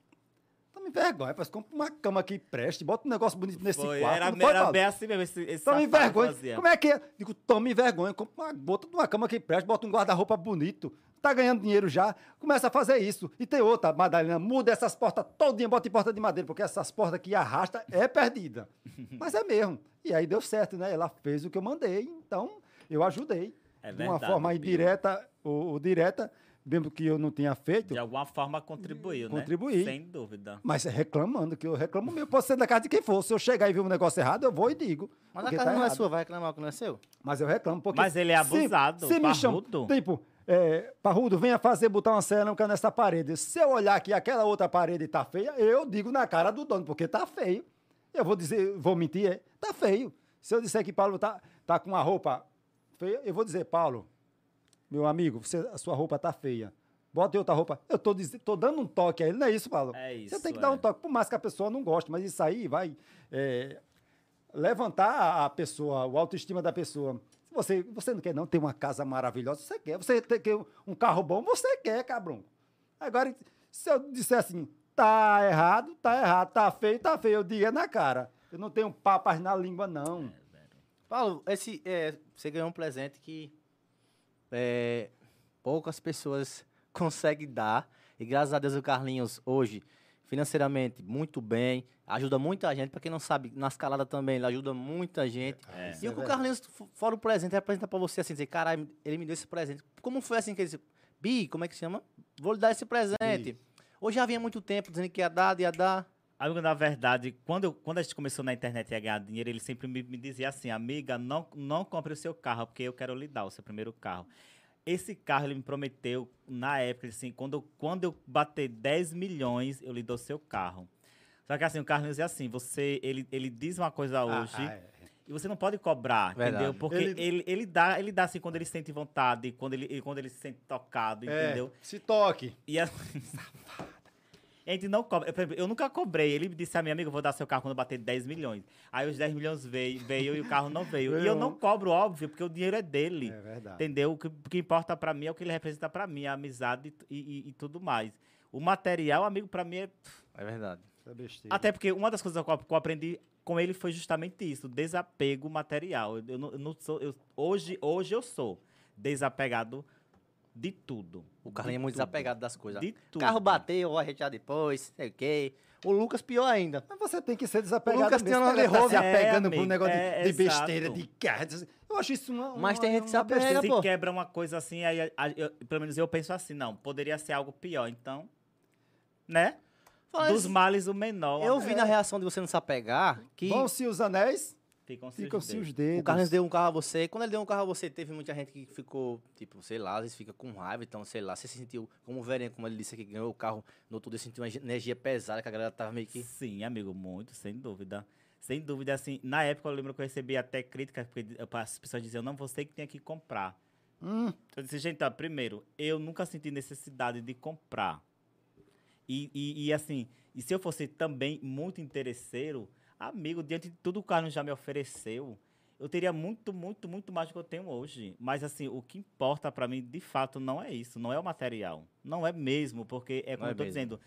[SPEAKER 2] Tome vergonha, rapaz. Compra uma cama que preste, bota um negócio bonito nesse
[SPEAKER 3] Foi,
[SPEAKER 2] quarto.
[SPEAKER 3] era,
[SPEAKER 2] não foi,
[SPEAKER 3] era
[SPEAKER 2] Paulo?
[SPEAKER 3] bem assim mesmo. Esse, esse
[SPEAKER 2] Tome
[SPEAKER 3] safado
[SPEAKER 2] vergonha.
[SPEAKER 3] fazia.
[SPEAKER 2] Como é que é? Digo, tome vergonha, compra uma, bota uma cama que preste, bota um guarda-roupa bonito. Tá ganhando dinheiro já, começa a fazer isso. E tem outra, Madalena, muda essas portas todinha, bota em porta de madeira, porque essas portas que arrasta é
[SPEAKER 3] (laughs)
[SPEAKER 2] perdida. Mas é mesmo. E aí deu certo, né? Ela fez o que eu mandei, então eu ajudei.
[SPEAKER 3] É
[SPEAKER 2] de uma
[SPEAKER 3] verdade,
[SPEAKER 2] forma
[SPEAKER 3] Pio.
[SPEAKER 2] indireta ou, ou direta, mesmo que eu não tinha feito,
[SPEAKER 3] De alguma forma contribuiu, né?
[SPEAKER 2] Contribuí.
[SPEAKER 3] Sem dúvida.
[SPEAKER 2] mas é reclamando, que eu reclamo mesmo. Pode ser da casa de quem for. Se eu chegar e ver um negócio errado, eu vou e digo.
[SPEAKER 1] Mas a
[SPEAKER 2] porque
[SPEAKER 1] casa
[SPEAKER 2] tá
[SPEAKER 1] não é
[SPEAKER 2] errado.
[SPEAKER 1] sua, vai reclamar que não é seu?
[SPEAKER 2] Mas eu reclamo. Porque
[SPEAKER 3] Mas ele é abusado,
[SPEAKER 2] Se, se me chamam,
[SPEAKER 3] parrudo.
[SPEAKER 2] tipo, é, Parrudo, venha fazer botar uma cerâmica nessa parede. Se eu olhar que aquela outra parede tá feia, eu digo na cara do dono, porque tá feio. Eu vou dizer, vou mentir, é, tá feio. Se eu disser que Paulo tá, tá com uma roupa feia, eu vou dizer, Paulo, meu amigo, você, a sua roupa tá feia. Bota outra roupa. Eu tô, diz- tô dando um toque a ele, não é isso, Paulo?
[SPEAKER 3] É
[SPEAKER 2] Você
[SPEAKER 3] isso,
[SPEAKER 2] tem que dar
[SPEAKER 3] é.
[SPEAKER 2] um toque, por mais que a pessoa não goste, mas isso aí vai é, levantar a- a pessoa, o autoestima da pessoa. Se Você, você não quer não ter uma casa maravilhosa, você quer. Você tem que um carro bom, você quer, cabrão. Agora, se eu disser assim, tá errado, tá errado, tá feio, tá feio, eu digo é na cara. Eu não tenho papas na língua, não.
[SPEAKER 1] Paulo, esse, é, você ganhou um presente que é, poucas pessoas (laughs) conseguem dar. E graças a Deus o Carlinhos hoje, financeiramente, muito bem. Ajuda muita gente. Pra quem não sabe, na escalada também, ele ajuda muita gente.
[SPEAKER 3] É.
[SPEAKER 2] Isso
[SPEAKER 1] E
[SPEAKER 2] é
[SPEAKER 1] o que o
[SPEAKER 2] verdade.
[SPEAKER 1] Carlinhos, f- fora o presente, representa pra você assim, dizer, caralho, ele me deu esse presente. Como foi assim que ele disse, Bi, como é que se chama? Vou lhe dar esse presente. Hoje já vinha há muito tempo dizendo que ia dar, ia dar.
[SPEAKER 3] Amigo, na verdade, quando, eu- quando a gente começou na internet a ganhar dinheiro, ele sempre me, me dizia assim, amiga, não, não compre o seu carro, porque eu quero lhe dar o seu primeiro carro. Esse carro ele me prometeu na época, ele assim, quando, eu- quando eu bater 10 milhões, eu lhe dou o seu carro. Só que assim, o Carlos é assim, você, ele, ele diz uma coisa hoje
[SPEAKER 2] Ah, é.
[SPEAKER 3] e você não pode cobrar,
[SPEAKER 1] Verdade.
[SPEAKER 3] entendeu? Porque ele,
[SPEAKER 2] Ele-
[SPEAKER 3] ele, dá, ele dá assim quando ele sente vontade, quando ele, e quando ele se sente tocado,
[SPEAKER 2] É,
[SPEAKER 3] entendeu?
[SPEAKER 2] Se toque.
[SPEAKER 3] E a... (laughs) A gente não cobra. Eu, por exemplo, eu nunca cobrei. Ele disse a minha amiga, eu vou dar seu carro quando bater 10 milhões. Aí os 10 milhões veio, veio e o carro não veio. e eu não cobro, óbvio, porque o dinheiro é dele.
[SPEAKER 2] É verdade.
[SPEAKER 3] Entendeu? O que, o que importa pra mim é o que ele representa pra mim, a amizade e, e- e tudo mais. O material, amigo, pra mim é.
[SPEAKER 1] É verdade.
[SPEAKER 2] Isso é besteira.
[SPEAKER 3] Até porque uma das coisas que eu que eu aprendi com ele foi justamente isso: o desapego material. Eu, eu não, eu não sou. eu- hoje, hoje eu sou desapegado de tudo.
[SPEAKER 1] O Carlinhos é
[SPEAKER 3] De
[SPEAKER 1] muito
[SPEAKER 3] tudo.
[SPEAKER 1] desapegado das coisas.
[SPEAKER 3] De
[SPEAKER 1] O
[SPEAKER 3] tudo.
[SPEAKER 1] carro bateu, ó, a gente já depois, sei o quê. O Lucas pior ainda.
[SPEAKER 2] Mas você tem que ser desapegado
[SPEAKER 1] O Lucas
[SPEAKER 2] mesmo.
[SPEAKER 1] tem uma
[SPEAKER 2] Esse negócio de
[SPEAKER 1] Land
[SPEAKER 2] se
[SPEAKER 3] Rover.
[SPEAKER 2] apegando
[SPEAKER 3] É,
[SPEAKER 2] pro negócio de-
[SPEAKER 3] amigo,
[SPEAKER 2] de,
[SPEAKER 3] é,
[SPEAKER 2] besteira,
[SPEAKER 3] exato.
[SPEAKER 2] de carro. Eu acho isso uma...
[SPEAKER 1] Mas tem
[SPEAKER 2] uma-
[SPEAKER 1] gente que se
[SPEAKER 2] uma besteira.
[SPEAKER 1] apega,
[SPEAKER 3] se
[SPEAKER 1] É, pô.
[SPEAKER 3] quebra uma coisa assim, aí, a- a- eu- pelo menos eu penso assim, não, poderia ser algo pior, então, né?
[SPEAKER 1] Fala
[SPEAKER 3] Dos
[SPEAKER 1] isso.
[SPEAKER 3] males o menor. É.
[SPEAKER 1] Eu vi na reação de você não se apegar que
[SPEAKER 2] Vão-se os anéis,
[SPEAKER 3] Ficam-se os
[SPEAKER 2] ficam-se os
[SPEAKER 3] dedos.
[SPEAKER 2] dedos.
[SPEAKER 1] o Carlinhos deu um carro a você. Quando ele deu um carro a você, teve muita gente que ficou, tipo, sei lá, às vezes fica com raiva, então, sei lá, você se sentiu, como o Verinha, como ele disse aqui, ganhou o carro, no outro dia sentiu uma energia pesada, que a galera tava meio que.
[SPEAKER 3] Sim, amigo, muito, sem dúvida. Sem dúvida, assim, na época eu lembro que eu recebi até críticas, porque eu- as pessoas diziam, não, você que tem que comprar.
[SPEAKER 2] Hum,
[SPEAKER 3] Então, Eu disse, gente, ó, primeiro, eu nunca senti necessidade de comprar. E, e, e, assim, e se eu fosse também muito interesseiro, amigo, diante de tudo o Carlos já me ofereceu, eu teria muito, muito, muito mais do que eu tenho hoje. Mas, assim, o que importa para mim, de fato, não é isso. Não é o material. Não é mesmo, porque é como
[SPEAKER 1] é
[SPEAKER 3] eu tô
[SPEAKER 1] mesmo.
[SPEAKER 3] dizendo.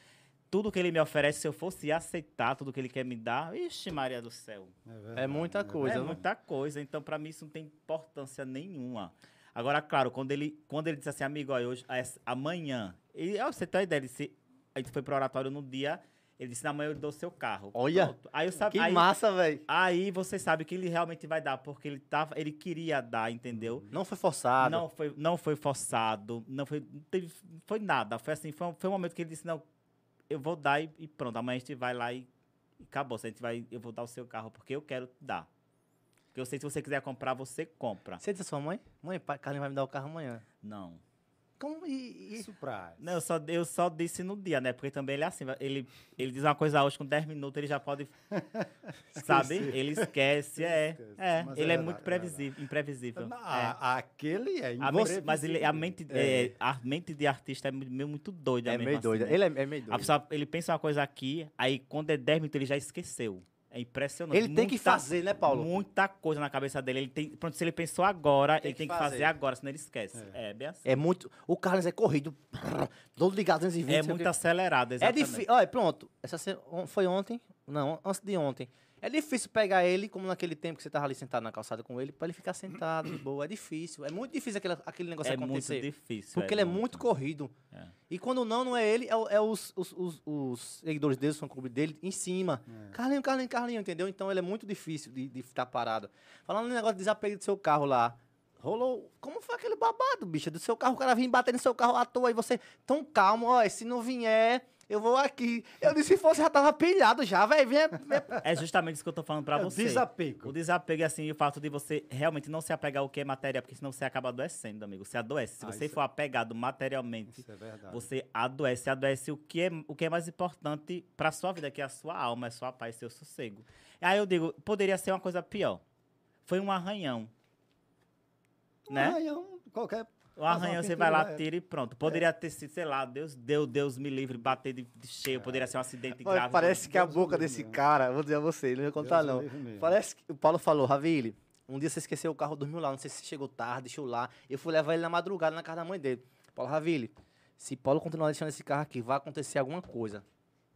[SPEAKER 3] Tudo que ele me oferece, se eu fosse aceitar tudo que ele quer me dar, ixi, Maria do céu.
[SPEAKER 1] É muita coisa.
[SPEAKER 3] é
[SPEAKER 1] né?
[SPEAKER 3] muita coisa. Então, para mim, isso não tem importância nenhuma. Agora, claro, quando ele, quando ele disse assim, amigo, olha, hoje, as- amanhã. E, ó, você tem uma ideia, ele disse, a gente foi pro oratório no dia, ele disse, na manhã eu lhe dou seu carro.
[SPEAKER 1] Olha,
[SPEAKER 3] Pronto. Aí eu sabe,
[SPEAKER 1] Que
[SPEAKER 3] tá aí,
[SPEAKER 1] massa, velho.
[SPEAKER 3] aí você sabe que ele realmente vai dar, porque ele, tava, ele queria dar, entendeu?
[SPEAKER 1] Não foi forçado.
[SPEAKER 3] Não foi, não foi forçado, não foi, não teve- não foi nada. Foi assim, foi um, foi um momento que ele disse, não, eu vou dar e, e pronto. Amanhã a gente vai lá e, e acabou. A gente vai, eu vou dar o seu carro porque eu quero te dar. Porque eu sei que se você quiser comprar, você compra.
[SPEAKER 1] Você disse à sua mãe? Mãe, pa- Carlinhos vai me dar o carro amanhã.
[SPEAKER 3] Não.
[SPEAKER 1] Como? E, e-
[SPEAKER 2] Surprise.
[SPEAKER 3] Não, eu só, eu só disse no dia, né? Porque também ele é assim, vai- ele, ele diz uma coisa hoje, com 10 minutos ele
[SPEAKER 2] (laughs)
[SPEAKER 3] já pode. sabe? Ele esquece, é.
[SPEAKER 2] Esquece,
[SPEAKER 3] é.
[SPEAKER 2] mas é
[SPEAKER 3] Ele é,
[SPEAKER 2] verdade,
[SPEAKER 3] muito
[SPEAKER 2] é
[SPEAKER 3] previsível, imprevisível. é.
[SPEAKER 2] Ah, Aquele é
[SPEAKER 3] A mente- mas ele, a,
[SPEAKER 2] imprevisível.
[SPEAKER 3] mente,
[SPEAKER 2] É.
[SPEAKER 3] é, a mente de artista é meio muito doida
[SPEAKER 1] é
[SPEAKER 3] mesmo
[SPEAKER 1] meio
[SPEAKER 3] assim,
[SPEAKER 1] doido.
[SPEAKER 3] né?
[SPEAKER 1] Ele é, é meio doido.
[SPEAKER 3] A pessoa, ele pensa uma coisa aqui, aí quando é 10 minutos ele já esqueceu. É impressionante.
[SPEAKER 1] Ele tem que
[SPEAKER 3] Muita-
[SPEAKER 1] fazer, né, Paulo?
[SPEAKER 3] Muita coisa na cabeça dele. Ele tem, pronto, se ele pensou agora, ele tem que fazer. agora, senão ele esquece. É, bem assim.
[SPEAKER 1] É muito. O Carlos é corrido. Todo ligado 220. sei
[SPEAKER 3] É,
[SPEAKER 1] o
[SPEAKER 3] muito
[SPEAKER 1] quê.
[SPEAKER 3] acelerado,
[SPEAKER 1] É
[SPEAKER 3] exatamente.
[SPEAKER 1] difícil. Olha, pronto. Essa se- on- foi ontem? Não, antes de ontem. É difícil pegar ele, como naquele tempo que você tava ali sentado na calçada com ele, pra ele ficar sentado de boa. É difícil. É muito difícil aquele, aquele negócio
[SPEAKER 3] É muito
[SPEAKER 1] acontecer.
[SPEAKER 3] difícil.
[SPEAKER 1] porque ele é muito corrido.
[SPEAKER 3] É.
[SPEAKER 1] E quando não, não é ele, é, o- é os, os, os, os seguidores dele, o fã clube dele, em cima. Carlinho, Carlinho, Carlinho, entendeu? Então ele é muito difícil de estar parado. Falando no negócio de desapego do seu carro lá. Rolou. Como foi aquele babado, bicha? Do seu carro, o cara vinha bater no seu carro à toa e você, tão calmo, ó, se não vier, eu vou aqui. Eu disse, se fosse, já tava pilhado já, velho. Vem. vem-
[SPEAKER 3] É justamente isso que eu tô falando pra
[SPEAKER 2] É o
[SPEAKER 3] você.
[SPEAKER 2] desapego.
[SPEAKER 3] O desapego é assim, o fato de você realmente não se apegar ao que é material, porque senão você acaba adoecendo, amigo. Você adoece. Se
[SPEAKER 2] Ah,
[SPEAKER 3] você
[SPEAKER 2] isso
[SPEAKER 3] for apegado materialmente,
[SPEAKER 2] Isso é verdade.
[SPEAKER 3] você adoece. Adoece o que é, o que é mais importante pra sua vida, que é a sua alma, é sua paz, seu sossego. Aí eu digo, poderia ser uma coisa pior. Foi um arranhão. Né?
[SPEAKER 2] Ah, é um- qualquer...
[SPEAKER 3] O arranhão
[SPEAKER 2] uma
[SPEAKER 3] você vai lá,
[SPEAKER 2] pintura, é.
[SPEAKER 3] tira e pronto. Poderia ter sido, sei lá, Deus deu, Deus me livre, bater de, de cheio, poderia ser um acidente
[SPEAKER 1] Olha,
[SPEAKER 3] grave.
[SPEAKER 1] parece que é a
[SPEAKER 2] Deus
[SPEAKER 1] boca
[SPEAKER 2] o livre,
[SPEAKER 1] desse
[SPEAKER 2] né?
[SPEAKER 1] cara, eu vou dizer a você, ele não ia contar
[SPEAKER 2] Deus o
[SPEAKER 1] não.
[SPEAKER 2] livre mesmo.
[SPEAKER 1] Parece que o Paulo falou, Ravile, um dia você esqueceu o carro, dormiu lá, não sei se chegou tarde, deixou lá. Eu fui levar ele na madrugada na casa da mãe dele. Paulo Ravile, se Paulo continuar deixando esse carro aqui, vai acontecer alguma coisa.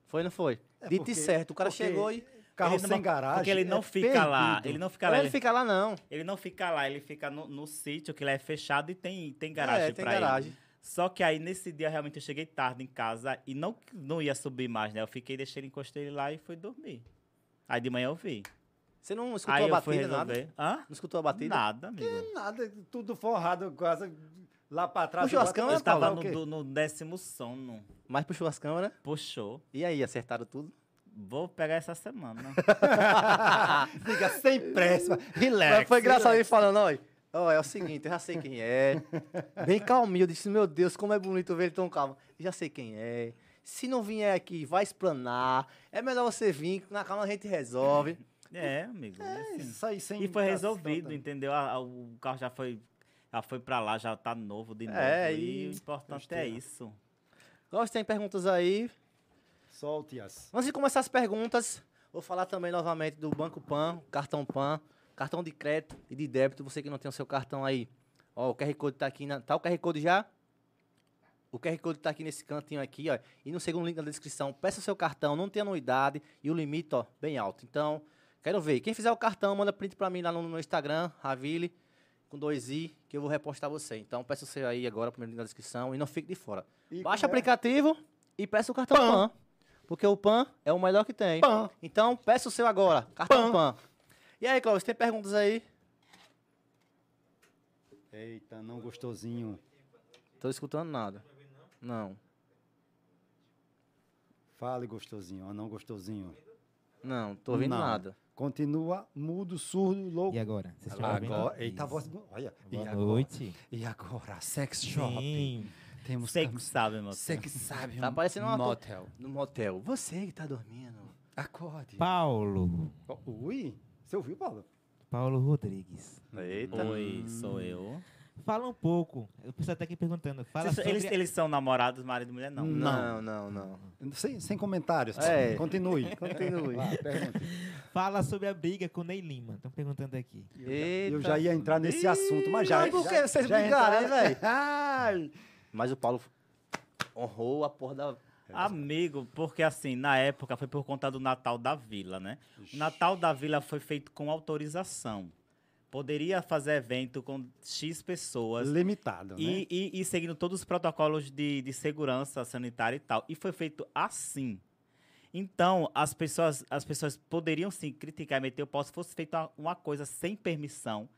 [SPEAKER 1] Foi ou não foi?
[SPEAKER 2] É
[SPEAKER 1] Dito
[SPEAKER 2] porque-
[SPEAKER 1] e certo, o cara
[SPEAKER 2] porque
[SPEAKER 1] chegou e...
[SPEAKER 2] Carro
[SPEAKER 3] Ele não-
[SPEAKER 2] sem garagem
[SPEAKER 3] Porque ele não
[SPEAKER 2] é
[SPEAKER 3] fica lá,
[SPEAKER 2] perdido.
[SPEAKER 3] ele não fica
[SPEAKER 1] Cara,
[SPEAKER 3] lá.
[SPEAKER 1] ele
[SPEAKER 3] Ele,
[SPEAKER 1] não fica lá não.
[SPEAKER 3] ele não fica lá, ele fica no, no sítio que lá é fechado e tem, tem garagem
[SPEAKER 1] é, tem
[SPEAKER 3] pra ele.
[SPEAKER 1] garagem.
[SPEAKER 3] Só que aí nesse dia realmente eu cheguei tarde em casa e não, não ia subir mais, né? Eu fiquei, deixei ele, encostei ele lá e fui dormir. Aí de manhã eu vi.
[SPEAKER 1] Você não escutou
[SPEAKER 3] Aí
[SPEAKER 1] a
[SPEAKER 3] eu fui
[SPEAKER 1] batida, nada?
[SPEAKER 3] resolver. Hã?
[SPEAKER 1] Não escutou a batida?
[SPEAKER 3] Nada, amigo.
[SPEAKER 2] Nada, tudo forrado, quase lá pra trás.
[SPEAKER 1] O churrascão
[SPEAKER 2] pra-
[SPEAKER 1] é
[SPEAKER 3] Eu tava
[SPEAKER 1] Paulo,
[SPEAKER 3] no,
[SPEAKER 2] o quê?
[SPEAKER 3] do- no décimo sono.
[SPEAKER 1] Mas puxou as câmeras.
[SPEAKER 3] Puxou.
[SPEAKER 1] E aí, acertaram
[SPEAKER 3] (laughs)
[SPEAKER 1] tudo? (laughs)
[SPEAKER 3] Vou pegar essa semana.
[SPEAKER 2] Fica sem pressa. Relax.
[SPEAKER 1] Mas foi engraçado ele falando, olha. ó, é o seguinte, eu já sei quem
[SPEAKER 2] (laughs)
[SPEAKER 1] é. Bem calminho, eu disse, meu Deus, como é bonito ver ele tão calmo. Já sei quem é. Se não vier aqui, vai explanar. É melhor você vir, na calma a gente
[SPEAKER 2] (laughs)
[SPEAKER 1] resolve.
[SPEAKER 3] é, amigo. é
[SPEAKER 2] É,
[SPEAKER 3] assim.
[SPEAKER 2] Isso aí sem
[SPEAKER 3] E
[SPEAKER 1] tá
[SPEAKER 3] foi
[SPEAKER 2] imitação
[SPEAKER 3] resolvido,
[SPEAKER 2] também.
[SPEAKER 3] entendeu? A- a- o carro já foi, já foi pra lá, já tá novo de novo.
[SPEAKER 1] É,
[SPEAKER 3] e,
[SPEAKER 1] e-
[SPEAKER 3] o importante é
[SPEAKER 2] Besteira.
[SPEAKER 3] isso.
[SPEAKER 1] Nós tem perguntas aí.
[SPEAKER 2] Solte-as.
[SPEAKER 1] Antes de começar as perguntas, vou falar também novamente do Banco Pan, cartão Pan, cartão de crédito e de débito. Você que não tem o seu cartão aí. Ó, o QR Code tá aqui. Na... Tá o QR Code já? O QR Code tá aqui nesse cantinho aqui, ó. E no segundo link na descrição, peça seu cartão, não tem anuidade e o limite, ó, bem alto. Então, quero ver. Quem fizer o cartão, manda print pra mim lá no, no Instagram, Ravile, com dois i, que eu vou repostar você. Então, peça o seu aí agora, primeiro link na descrição, e não fique de fora.
[SPEAKER 2] E
[SPEAKER 1] Baixa o
[SPEAKER 2] como é?
[SPEAKER 1] aplicativo e peça o cartão PAN. Porque o PAN é o melhor que tem.
[SPEAKER 2] Pan.
[SPEAKER 1] Então, peça o seu agora, cartão PAN. E aí, Cláudio, tem perguntas aí?
[SPEAKER 2] Eita, não gostosinho.
[SPEAKER 1] Tô escutando nada. Não,
[SPEAKER 2] Fale gostosinho, ó, não gostosinho.
[SPEAKER 1] não, tô ouvindo
[SPEAKER 2] Não.
[SPEAKER 1] nada.
[SPEAKER 2] Continua mudo, surdo, louco.
[SPEAKER 4] E agora? Vocês estão ouvindo?
[SPEAKER 2] Agora, eita, a
[SPEAKER 4] Isso.
[SPEAKER 2] voz. Olha, e
[SPEAKER 4] Boa
[SPEAKER 2] agora?
[SPEAKER 4] noite.
[SPEAKER 2] E agora? Sex shop.
[SPEAKER 4] Sim.
[SPEAKER 2] Temos
[SPEAKER 3] Você que sabe, meu
[SPEAKER 2] Você que sabe.
[SPEAKER 1] Tá
[SPEAKER 2] um
[SPEAKER 1] parecendo uma-
[SPEAKER 2] motel.
[SPEAKER 1] No motel, você que tá dormindo.
[SPEAKER 2] Acorde.
[SPEAKER 4] Paulo.
[SPEAKER 2] Ui, você ouviu, Paulo?
[SPEAKER 4] Paulo Rodrigues.
[SPEAKER 1] Eita.
[SPEAKER 3] Oi, sou eu.
[SPEAKER 4] Fala um pouco. O pessoal tá aqui perguntando. Fala
[SPEAKER 3] Vocês-
[SPEAKER 4] sobre...
[SPEAKER 3] eles, eles são namorados, marido e mulher? Não.
[SPEAKER 1] Não.
[SPEAKER 5] Não, não, não.
[SPEAKER 2] Sem, sem comentários.
[SPEAKER 5] É.
[SPEAKER 2] Continue.
[SPEAKER 5] Continue.
[SPEAKER 2] Vá, pergunte.
[SPEAKER 4] Fala sobre a briga com o Ney Lima. Estão perguntando aqui.
[SPEAKER 2] Eu já ia entrar nesse assunto, mas já.
[SPEAKER 1] Mas por que
[SPEAKER 2] já-
[SPEAKER 1] vocês
[SPEAKER 2] já
[SPEAKER 1] brigaram, hein,
[SPEAKER 2] entraram-
[SPEAKER 1] velho?
[SPEAKER 2] Ai.
[SPEAKER 1] Mas o Paulo honrou a porra da.
[SPEAKER 3] Amigo, porque assim, na época foi por conta do Natal da Vila, né? O Natal da Vila foi feito com autorização. Poderia fazer evento com X pessoas.
[SPEAKER 2] Limitado, né?
[SPEAKER 3] E, e- e seguindo todos os protocolos de, de segurança sanitária e tal. E foi feito assim. Então, as pessoas, as pessoas poderiam sim criticar e meter o pau se fosse feita uma, uma coisa sem permissão,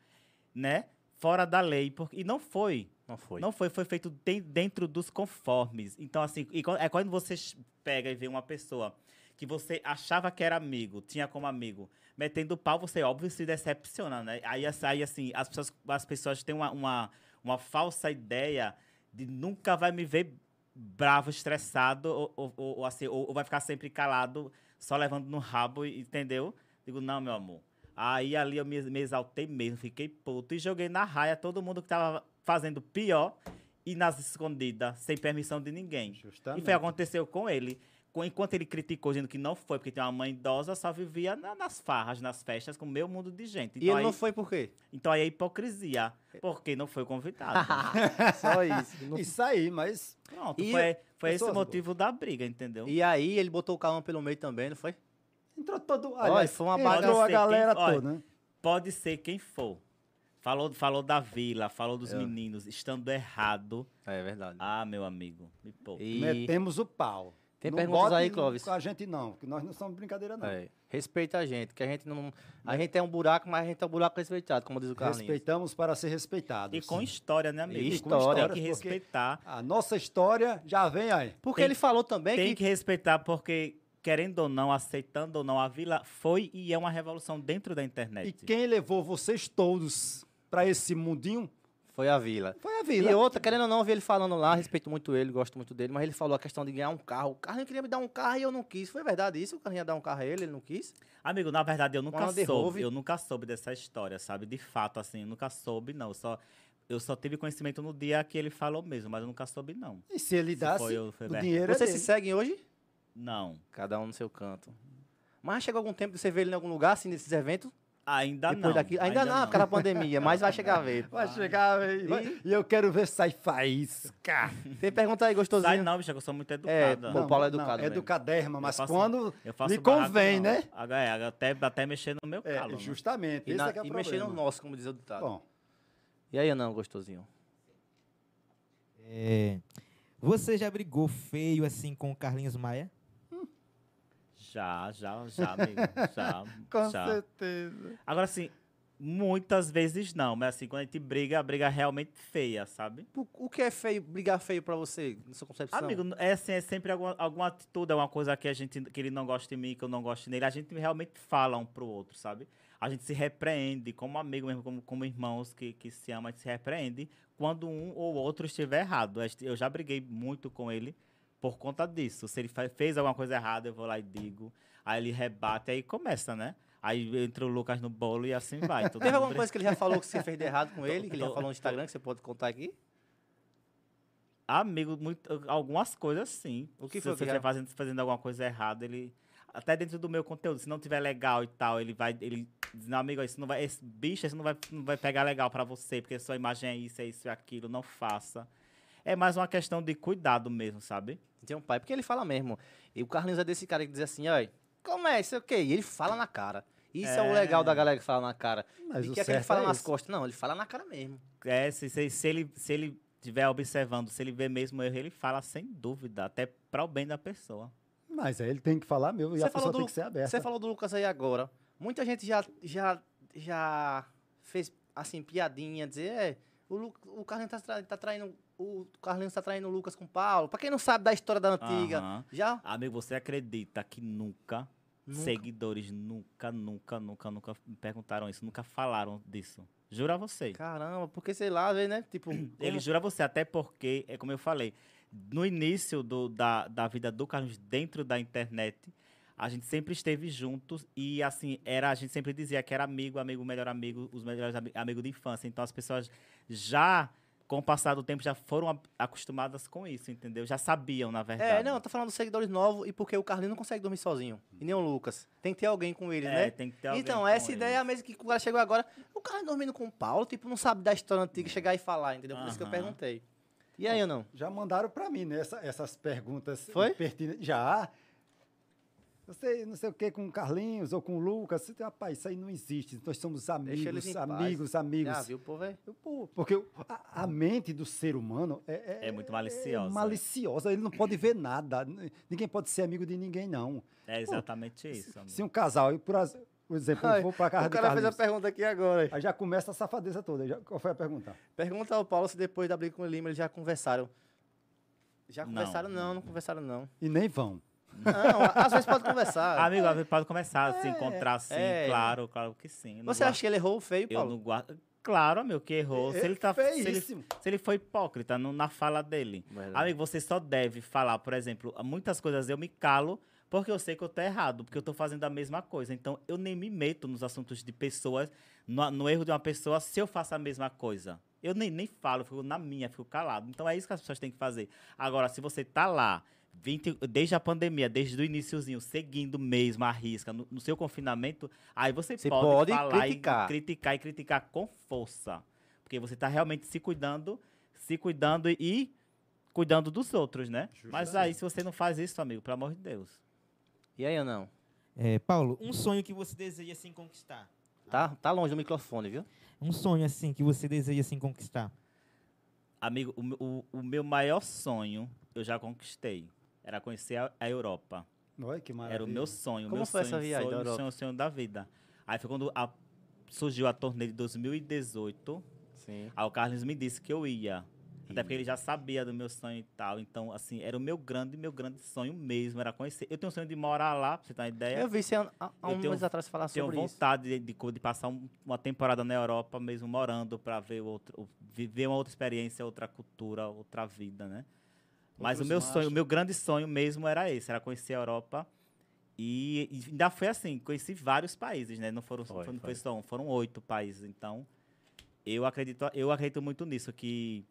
[SPEAKER 3] né? Fora da lei. Porque, e não foi.
[SPEAKER 1] Não foi.
[SPEAKER 3] Não foi, foi feito de- dentro dos conformes. Então, assim, e quan- é quando você ch- pega e vê uma pessoa que você achava que era amigo, tinha como amigo, metendo pau, você, óbvio, se decepciona, né? Aí, as- aí, assim, as pessoas, as pessoas têm uma, uma, uma falsa ideia de nunca vai me ver bravo, estressado, ou, ou- ou- ou assim, ou, ou vai ficar sempre calado, só levando no rabo, e- entendeu? Digo, não, meu amor. Aí ali eu me, me exaltei mesmo, fiquei puto e joguei na raia todo mundo que tava fazendo pior e nas escondidas, sem permissão de
[SPEAKER 2] né?
[SPEAKER 3] ninguém. E
[SPEAKER 2] Justamente.
[SPEAKER 3] foi o que aconteceu com ele. Com- Enquanto ele criticou, dizendo que não foi, porque tem uma mãe idosa, só vivia na- nas farras, nas festas, com o meu mundo de gente.
[SPEAKER 1] E
[SPEAKER 3] Então,
[SPEAKER 1] ele
[SPEAKER 3] aí,
[SPEAKER 1] não foi por quê?
[SPEAKER 3] então aí é hipocrisia, porque não foi
[SPEAKER 1] (laughs)
[SPEAKER 3] convidado.
[SPEAKER 5] Só isso. Não-
[SPEAKER 2] Isso aí, mas
[SPEAKER 3] Pronto,
[SPEAKER 1] E
[SPEAKER 3] foi, foi esse
[SPEAKER 2] pessoas
[SPEAKER 3] o motivo da briga, entendeu?
[SPEAKER 1] E aí ele botou o Calma pelo meio também, não foi?
[SPEAKER 2] entrou todo.
[SPEAKER 1] Olha,
[SPEAKER 2] aliás,
[SPEAKER 1] foi uma
[SPEAKER 2] entrou a
[SPEAKER 3] bagaceira,
[SPEAKER 2] galera
[SPEAKER 3] hein? Olha.
[SPEAKER 2] toda, né?
[SPEAKER 3] Pode ser quem for. Falou, falou da vila, falou dos meninos, estando errado.
[SPEAKER 1] É verdade.
[SPEAKER 3] Ah, meu amigo, me poupa.
[SPEAKER 1] E
[SPEAKER 2] Metemos o pau.
[SPEAKER 1] tem
[SPEAKER 2] Não
[SPEAKER 1] perguntas
[SPEAKER 2] bote
[SPEAKER 1] aí, Clóvis?
[SPEAKER 2] Com a gente não, porque nós não somos brincadeira, não.
[SPEAKER 1] É, respeita a gente, que a gente não. A gente é um buraco, mas a gente é um buraco respeitado, como diz o Carlinhos.
[SPEAKER 2] Respeitamos para ser respeitados.
[SPEAKER 3] E com história, né, amigo?
[SPEAKER 1] E
[SPEAKER 3] Tem
[SPEAKER 1] história,
[SPEAKER 3] que
[SPEAKER 2] porque-
[SPEAKER 3] respeitar.
[SPEAKER 2] A nossa história já vem aí.
[SPEAKER 1] Porque
[SPEAKER 3] Tem-
[SPEAKER 1] ele falou também
[SPEAKER 3] Tem
[SPEAKER 1] que.
[SPEAKER 3] que respeitar, porque, querendo ou não, aceitando ou não, a vila foi e é uma revolução dentro da
[SPEAKER 1] é
[SPEAKER 2] E
[SPEAKER 3] internet.
[SPEAKER 2] quem levou vocês todos para esse mundinho
[SPEAKER 1] Foi a vila.
[SPEAKER 2] foi a
[SPEAKER 1] E
[SPEAKER 2] Vila.
[SPEAKER 1] outra, querendo ou não, eu vi ele falando lá, respeito muito ele, gosto muito dele, mas ele falou a questão de ganhar um carro. O Carlinhos queria me dar um carro e eu não quis. Foi verdade isso? O Carlinhos ia dar um carro a ele, ele não quis?
[SPEAKER 3] Amigo, na verdade, eu nunca
[SPEAKER 1] Land Rover.
[SPEAKER 3] soube. Eu nunca soube dessa história, sabe? De fato, assim, eu nunca soube, não. Eu Só, eu só tive conhecimento no dia que ele falou mesmo, mas eu nunca soube, não.
[SPEAKER 2] E se ele
[SPEAKER 3] Se
[SPEAKER 2] desse,
[SPEAKER 3] foi eu, foi
[SPEAKER 2] o
[SPEAKER 3] Berto.
[SPEAKER 2] dinheiro é
[SPEAKER 1] Vocês né? se
[SPEAKER 2] dele.
[SPEAKER 1] seguem hoje?
[SPEAKER 3] Não.
[SPEAKER 1] Cada um no seu canto. Mas chegou algum tempo de você ver ele em algum lugar, assim, nesses eventos?
[SPEAKER 3] Ainda
[SPEAKER 1] depois
[SPEAKER 3] não.
[SPEAKER 1] daquilo? Ainda, não, por causa da pandemia, mas vai chegar a ver.
[SPEAKER 2] Vai chegar e, vai- e eu quero ver sai faísca.
[SPEAKER 1] Tem pergunta aí, gostosinho.
[SPEAKER 3] Sai não, bicho, que eu sou muito
[SPEAKER 1] É,
[SPEAKER 3] educada.
[SPEAKER 1] bom, O Paulo é educado mesmo. um
[SPEAKER 2] educaderma, mas
[SPEAKER 3] faço-
[SPEAKER 2] quando
[SPEAKER 3] Eu faço
[SPEAKER 2] lhe
[SPEAKER 3] barato,
[SPEAKER 2] convém,
[SPEAKER 3] não.
[SPEAKER 2] né?
[SPEAKER 3] Ah, é, até, até mexer no meu
[SPEAKER 2] É,
[SPEAKER 3] calo. né?
[SPEAKER 2] justamente.
[SPEAKER 1] E,
[SPEAKER 2] esse
[SPEAKER 1] na-
[SPEAKER 2] é que é o
[SPEAKER 1] e mexer no
[SPEAKER 2] problema.
[SPEAKER 1] nosso, como diz o ditado.
[SPEAKER 2] Bom,
[SPEAKER 1] E aí, não, gostosinho?
[SPEAKER 4] É, Você já brigou feio assim com o Carlinhos Maia?
[SPEAKER 3] Já, já, já, amigo. Já,
[SPEAKER 2] (laughs) com
[SPEAKER 3] já.
[SPEAKER 2] certeza.
[SPEAKER 3] Agora, assim, muitas vezes não, mas assim, quando a gente briga, a briga é realmente feia, sabe?
[SPEAKER 1] Por- O que é feio, brigar feio pra você, na sua concepção?
[SPEAKER 3] Amigo, é, assim, é sempre alguma, alguma atitude, alguma coisa que, a gente, que ele não gosta em mim, que eu não gosto nele. A gente realmente fala um pro outro, sabe? A gente se repreende, como amigo mesmo, como, como irmãos que, que se amam, a gente se repreende quando um ou outro estiver errado. A gente- Eu já briguei muito com ele por conta disso. Se ele fa- fez alguma coisa errada, eu vou lá e digo. Aí ele rebate, aí começa, né? Aí entra o Lucas no bolo e assim vai. todo
[SPEAKER 1] Teve
[SPEAKER 3] mundo
[SPEAKER 1] alguma
[SPEAKER 3] briga.
[SPEAKER 1] coisa que ele já falou que você fez de errado com ele, que ele já
[SPEAKER 3] tô-
[SPEAKER 1] falou no Instagram, que você pode contar aqui?
[SPEAKER 3] Amigo, muito- algumas coisas sim.
[SPEAKER 1] O que foi que
[SPEAKER 3] se você
[SPEAKER 1] era?
[SPEAKER 3] estiver fazendo, fazendo alguma coisa errada, ele. Até dentro do meu conteúdo, se não tiver legal e tal, ele vai. Ele diz, não, amigo, isso não vai. Esse bicho, isso não vai, não vai pegar legal pra você, porque sua imagem é isso, é isso, é aquilo, não faça. É mais uma questão de cuidado mesmo, sabe?
[SPEAKER 1] Tem um pai, porque ele fala mesmo. E o Carlinhos é desse cara que diz assim, olha, como é isso? O quê? E ele fala na cara. Isso é. o legal da galera que fala na cara.
[SPEAKER 2] Mas
[SPEAKER 1] e
[SPEAKER 2] o
[SPEAKER 1] que é que ele
[SPEAKER 2] certo
[SPEAKER 1] fala
[SPEAKER 2] é
[SPEAKER 1] nas
[SPEAKER 2] esse.
[SPEAKER 1] costas. Não, ele fala na cara mesmo.
[SPEAKER 3] É, se, se, se ele se ele estiver observando, se ele vê mesmo o erro, ele fala sem dúvida, até para o bem da pessoa.
[SPEAKER 2] Mas aí ele tem que falar mesmo e
[SPEAKER 1] Você
[SPEAKER 2] a pessoa
[SPEAKER 1] falou do-
[SPEAKER 2] tem que ser aberta.
[SPEAKER 1] Você falou do Lucas aí agora. Muita gente já, já, já fez, assim, piadinha, dizer, é, o, Lu, o Carlinhos tá, tra- tá traindo... O Carlinhos tá traindo o Lucas com o Paulo. Pra quem não sabe da história da antiga,
[SPEAKER 3] Aham.
[SPEAKER 1] já...
[SPEAKER 3] Amigo, você acredita que nunca,
[SPEAKER 1] Nunca.
[SPEAKER 3] seguidores nunca, nunca, nunca, nunca me perguntaram isso, nunca falaram disso. Jura você.
[SPEAKER 1] Caramba, porque sei lá, às vezes, né? Tipo,
[SPEAKER 3] Ele jura você, até porque, é como eu falei, no início do- da, da vida do Carlos dentro da internet, A gente sempre esteve juntos e, assim, era, a gente sempre dizia que era amigo, amigo, melhor amigo, os melhores ami- amigos de infância. Então, as pessoas já, com o passar do tempo, já foram a- acostumadas com isso, entendeu? Já sabiam, na verdade.
[SPEAKER 1] É, não, tá falando dos seguidores novos e porque o Carlinho não consegue dormir sozinho. E nem o Lucas. Tem que ter alguém com ele,
[SPEAKER 3] É,
[SPEAKER 1] né?
[SPEAKER 3] tem que ter alguém
[SPEAKER 1] Então,
[SPEAKER 3] com
[SPEAKER 1] essa
[SPEAKER 3] eles.
[SPEAKER 1] ideia é a mesma que o cara chegou agora. O cara dormindo com o Paulo, tipo, não sabe da história antiga, chegar e falar, entendeu? Por isso que eu
[SPEAKER 3] Aham.
[SPEAKER 1] perguntei. E aí, ou não?
[SPEAKER 2] Já mandaram para mim, né? essa- essas perguntas
[SPEAKER 1] Foi?
[SPEAKER 2] pertinentes. Já. Você não sei o que com o Carlinhos ou com o Lucas. Rapaz, isso aí não existe. Nós somos
[SPEAKER 1] eles em
[SPEAKER 2] amigos,
[SPEAKER 1] paz.
[SPEAKER 2] amigos,
[SPEAKER 1] Já
[SPEAKER 2] amigos.
[SPEAKER 1] Ah, viu, pô, velho?
[SPEAKER 2] Eu, pô, Porque o- a, a mente do ser humano é,
[SPEAKER 3] É muito maliciosa.
[SPEAKER 2] maliciosa, ele não pode ver nada. N- Ninguém pode ser amigo de ninguém, não.
[SPEAKER 3] É exatamente isso. amigo.
[SPEAKER 2] Se um casal, eu, por as- por exemplo, eu vou para casa
[SPEAKER 1] O
[SPEAKER 2] de
[SPEAKER 1] cara fez a
[SPEAKER 2] Carlinhos,
[SPEAKER 1] pergunta aqui agora.
[SPEAKER 2] aí já começa a safadeza toda. Já- qual foi a pergunta?
[SPEAKER 1] Pergunta ao Paulo se depois da briga com o Lima eles já conversaram. Já
[SPEAKER 3] Não,
[SPEAKER 1] conversaram? Não, não,
[SPEAKER 3] não.
[SPEAKER 1] conversaram, (laughs) não.
[SPEAKER 2] E nem vão.
[SPEAKER 1] Não, às vezes pode conversar.
[SPEAKER 3] Amigo, amigo, pode começar, a se encontrar, sim,
[SPEAKER 1] é.
[SPEAKER 3] claro, claro que sim. Eu não
[SPEAKER 1] Você
[SPEAKER 3] guardo-
[SPEAKER 1] acha que ele errou feio,
[SPEAKER 3] Eu
[SPEAKER 1] Paulo?
[SPEAKER 3] não guardo... Claro, amigo, que errou. Se ele, tá, se, ele, se
[SPEAKER 2] Feíssimo.
[SPEAKER 3] ele foi hipócrita no- na fala dele. Amigo, você só deve falar, por exemplo, muitas coisas eu me calo porque eu sei que eu tô errado, porque eu tô fazendo a mesma coisa. Então, eu nem me meto nos assuntos de pessoas, no, no erro de uma pessoa, se eu faço a mesma coisa. Eu nem, nem falo, eu fico na minha, fico calado. Então, é isso que as pessoas têm que fazer. Agora, se você tá lá, 20, desde a pandemia, desde o iniciozinho, seguindo mesmo a risca, no, no seu confinamento, aí você,
[SPEAKER 1] Você pode
[SPEAKER 3] pode, falar
[SPEAKER 1] criticar.
[SPEAKER 3] E, criticar e criticar com força. Porque você tá realmente se cuidando, se cuidando e cuidando dos outros, né? Mas aí, se você não faz isso, amigo, pelo amor de Deus.
[SPEAKER 1] E aí, ou não?
[SPEAKER 4] É, Paulo, um sonho que você deseja assim conquistar.
[SPEAKER 1] Tá, tá longe do microfone, viu?
[SPEAKER 4] Um sonho assim que você deseja assim conquistar.
[SPEAKER 3] Amigo, o, meu- o- o meu maior sonho eu já conquistei. Era conhecer a, a Europa.
[SPEAKER 2] Olha que maravilha.
[SPEAKER 3] Era o meu sonho.
[SPEAKER 1] Como
[SPEAKER 3] meu
[SPEAKER 1] foi essa
[SPEAKER 3] sonho,
[SPEAKER 1] viagem
[SPEAKER 3] sonho,
[SPEAKER 1] da Europa?
[SPEAKER 3] sonho, sonho da vida. Aí foi quando a- surgiu a turnê de 2018.
[SPEAKER 1] Sim.
[SPEAKER 3] Aí o Carlos me disse que eu ia. Até
[SPEAKER 1] Ih.
[SPEAKER 3] porque ele já sabia do meu sonho e tal. Então, assim, era o meu grande, meu grande sonho mesmo. Era conhecer. Eu tenho um sonho de morar lá, pra você ter uma ideia.
[SPEAKER 1] É. Eu vi você há há
[SPEAKER 3] Eu
[SPEAKER 1] uns
[SPEAKER 3] tenho-
[SPEAKER 1] meses atrás falar
[SPEAKER 3] Tenho
[SPEAKER 1] sobre isso.
[SPEAKER 3] vontade de, de co- de passar um- uma temporada na Europa, mesmo morando, para ver outro, o- viver uma outra experiência, outra cultura, outra vida, né? Mas
[SPEAKER 2] Outros
[SPEAKER 3] o meu sonho,
[SPEAKER 2] machos.
[SPEAKER 3] o meu grande sonho mesmo era esse, era conhecer a Europa. E, e ainda foi assim, conheci vários países, né? Não foram
[SPEAKER 1] Foi,
[SPEAKER 3] foi, não
[SPEAKER 1] foi.
[SPEAKER 3] foi só um, foram oito países. Então, eu acredito, eu acredito muito nisso que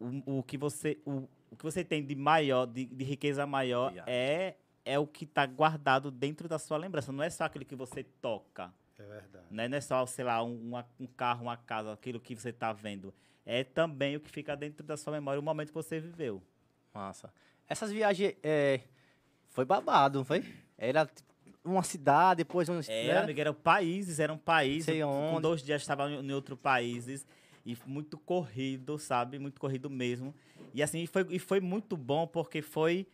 [SPEAKER 3] o, o que você o, o que você tem de maior, de, de riqueza maior
[SPEAKER 1] Obrigado.
[SPEAKER 3] é é o que está guardado dentro da sua lembrança. Não é só aquilo que você toca.
[SPEAKER 2] É verdade.
[SPEAKER 3] Né? Não é só, sei lá, um, uma- um carro, uma casa, aquilo que você está vendo. É também o que fica dentro da sua memória, o momento que você viveu.
[SPEAKER 1] Massa. Essas viagens é, foi babado, não foi? Era tipo, uma cidade, depois um.
[SPEAKER 3] Era,
[SPEAKER 1] né?
[SPEAKER 3] amigo, É, eram países, eram países.
[SPEAKER 1] Sei
[SPEAKER 3] Com
[SPEAKER 1] onde.
[SPEAKER 3] dois dias estava em em outro países. E muito corrido, sabe? Muito corrido mesmo. E assim, e foi, e foi muito bom porque foi.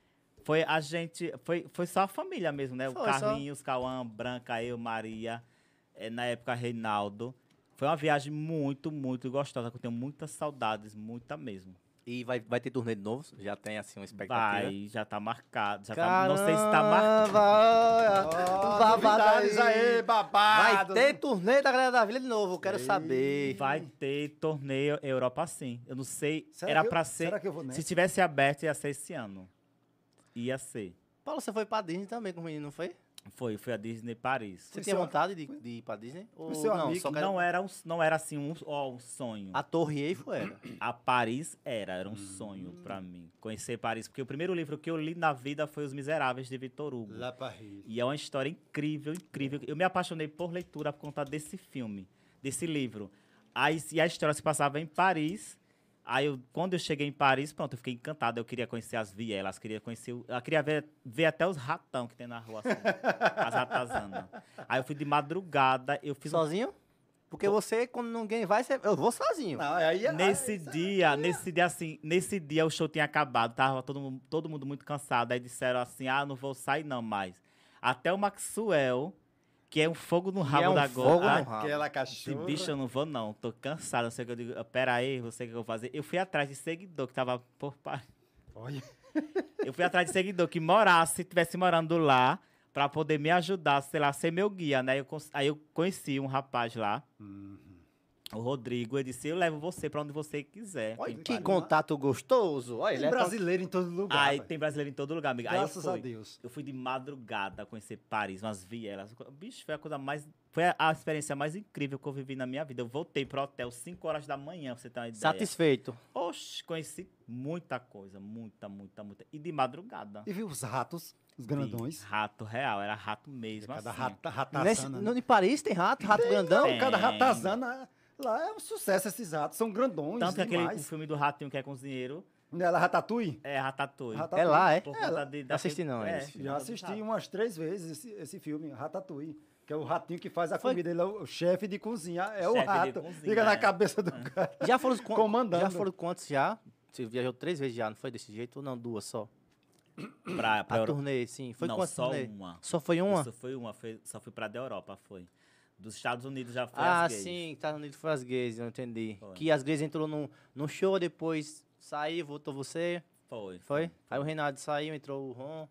[SPEAKER 3] Foi a gente. Foi, foi só a família mesmo, né? o
[SPEAKER 1] Foi só.
[SPEAKER 3] Carlinhos, Cauã, Branca, eu, Maria. eh, na época, Reinaldo. Foi uma viagem muito, muito gostosa. Que eu tenho muitas saudades, muita mesmo.
[SPEAKER 1] E vai, vai ter turnê de novo? Já tem assim uma expectativa.
[SPEAKER 3] Vai, já tá marcado. Já tá,
[SPEAKER 1] Caramba,
[SPEAKER 3] não sei se tá marcado.
[SPEAKER 1] olha, babado
[SPEAKER 2] novidades
[SPEAKER 1] aí. Vai
[SPEAKER 2] aí, babado.
[SPEAKER 1] ter turnê da Galera da Vila de novo, eu quero
[SPEAKER 2] Ei.
[SPEAKER 1] saber.
[SPEAKER 3] Vai ter torneio Europa sim. Eu não sei.
[SPEAKER 2] Será
[SPEAKER 3] era
[SPEAKER 2] que eu-
[SPEAKER 3] pra ser.
[SPEAKER 2] Será que eu vou nessa?
[SPEAKER 3] Se tivesse aberto, ia ser esse ano. Ia ser.
[SPEAKER 1] Paulo, você foi pra Disney também com o menino, não foi?
[SPEAKER 3] Foi, foi a Disney Paris.
[SPEAKER 1] Você
[SPEAKER 2] Fui
[SPEAKER 1] tinha
[SPEAKER 2] seu-
[SPEAKER 1] vontade de, de ir pra Disney? Ou
[SPEAKER 2] seu
[SPEAKER 1] não,
[SPEAKER 2] amigo
[SPEAKER 1] só
[SPEAKER 2] que
[SPEAKER 1] quero...
[SPEAKER 3] Não era, um, não era assim um, ó, um sonho.
[SPEAKER 1] A Hum. Torre Eiffel era.
[SPEAKER 3] A Paris era, era um sonho pra mim. Conhecer Paris. Porque o primeiro livro que eu li na vida foi Os Miseráveis de Victor Hugo.
[SPEAKER 2] La Paris.
[SPEAKER 3] E é uma história incrível, incrível. Eu me apaixonei por leitura por conta desse filme, desse livro. Aí, se- e a história se passava em Paris. Aí, eu- quando eu cheguei em Paris, pronto, eu fiquei encantado. Eu queria conhecer as vielas, queria conhecer... o- Eu queria ver, ver até os ratão que tem na rua. assim, as ratazanas. Aí, eu fui de madrugada, eu fiz... um-
[SPEAKER 1] Sozinho? Porque você, quando ninguém vai, você... eu vou sozinho.
[SPEAKER 2] Não, aí, é- aí-
[SPEAKER 3] Nesse
[SPEAKER 1] é
[SPEAKER 3] dia, nesse dia, assim, nesse dia o show tinha acabado, tava todo mundo, todo mundo muito cansado. Aí disseram assim: ah, não vou sair não mais. Até o Maxwell, que é um fogo no
[SPEAKER 1] E
[SPEAKER 3] rabo
[SPEAKER 1] é um
[SPEAKER 3] da
[SPEAKER 1] fogo
[SPEAKER 3] gola.
[SPEAKER 1] no rabo.
[SPEAKER 2] Aquela
[SPEAKER 3] Esse
[SPEAKER 2] cachorra.
[SPEAKER 3] bicho é um- eu não vou, não. Tô cansado. Não sei o que eu digo. "Ah, Pera aí, não sei o que eu vou fazer. Eu fui atrás de seguidor que tava por Paris.
[SPEAKER 2] Olha.
[SPEAKER 3] Eu fui atrás de seguidor que morasse, tivesse morando lá, pra poder me ajudar, sei lá, ser meu guia, né? Eu cons- aí eu conheci um rapaz lá.
[SPEAKER 2] Uhum.
[SPEAKER 3] O Rodrigo, ele disse, eu levo você pra onde você quiser.
[SPEAKER 1] Olha
[SPEAKER 2] Não
[SPEAKER 1] que
[SPEAKER 2] pariu,
[SPEAKER 1] contato gostoso. Olha, ele
[SPEAKER 2] Tem
[SPEAKER 1] é tão-
[SPEAKER 2] brasileiro em todo lugar.
[SPEAKER 3] Aí
[SPEAKER 2] velho.
[SPEAKER 3] tem brasileiro em todo lugar, amiga. Aí eu
[SPEAKER 2] Graças a
[SPEAKER 3] fui.
[SPEAKER 2] Deus.
[SPEAKER 3] Eu fui de madrugada conhecer Paris, umas vielas. Bicho, foi a coisa mais. Foi a- a experiência mais incrível que eu vivi na minha vida. Eu voltei pro hotel 5 horas da manhã, pra você ter uma ideia.
[SPEAKER 1] satisfeito.
[SPEAKER 3] Oxe, conheci muita coisa, muita, muita, muita. E de madrugada.
[SPEAKER 2] E viu os ratos, os grandões.
[SPEAKER 3] Vi Rato real, era rato mesmo.
[SPEAKER 2] Cada
[SPEAKER 3] assim.
[SPEAKER 2] rata, ratazana.
[SPEAKER 1] Nesse,
[SPEAKER 2] né?
[SPEAKER 1] no, em Paris tem rato, rato grandão.
[SPEAKER 3] tem.
[SPEAKER 2] Cada ratazana. Lá é um sucesso esses ratos, são grandões
[SPEAKER 3] Tanto que aquele o
[SPEAKER 2] é demais.
[SPEAKER 3] filme do ratinho que é cozinheiro
[SPEAKER 2] Né, Ela ratatouille?
[SPEAKER 3] é Ratatouille.
[SPEAKER 2] Ratatouille. Ah,
[SPEAKER 1] É lá, é?
[SPEAKER 3] Por conta de, é, da
[SPEAKER 1] assisti não, esse
[SPEAKER 2] Já
[SPEAKER 3] por conta do
[SPEAKER 2] assisti um
[SPEAKER 3] rato.
[SPEAKER 2] umas três vezes esse, esse filme, Ratatouille. Que é o ratinho que faz a
[SPEAKER 1] Foi-
[SPEAKER 2] comida. Ele é o chefe de cozinha. É o
[SPEAKER 3] Chefe de
[SPEAKER 2] rato.
[SPEAKER 3] cozinha,
[SPEAKER 2] Fica na
[SPEAKER 3] é.
[SPEAKER 2] cabeça do cara.
[SPEAKER 1] Já foram quan-
[SPEAKER 2] Comandando.
[SPEAKER 1] Já foram quantos já? Você viajou três vezes já, não foi desse jeito? Ou não, duas só?
[SPEAKER 3] Pra, pra
[SPEAKER 1] A
[SPEAKER 3] Europa.
[SPEAKER 1] turnê, sim. Foi
[SPEAKER 3] Não,
[SPEAKER 1] quantas
[SPEAKER 3] só
[SPEAKER 1] turnê?
[SPEAKER 3] uma.
[SPEAKER 1] Só foi uma?
[SPEAKER 3] Só foi uma, foi- só fui pra da Europa, foi. Dos Estados Unidos já foi
[SPEAKER 1] Ah,
[SPEAKER 3] as gays.
[SPEAKER 1] sim, Estados Unidos foi as gays, eu entendi.
[SPEAKER 3] Foi.
[SPEAKER 1] Que as gays entrou num, num show, depois saiu, voltou você,
[SPEAKER 3] Foi.
[SPEAKER 1] foi? Aí o Reinaldo saiu, entrou o Ron.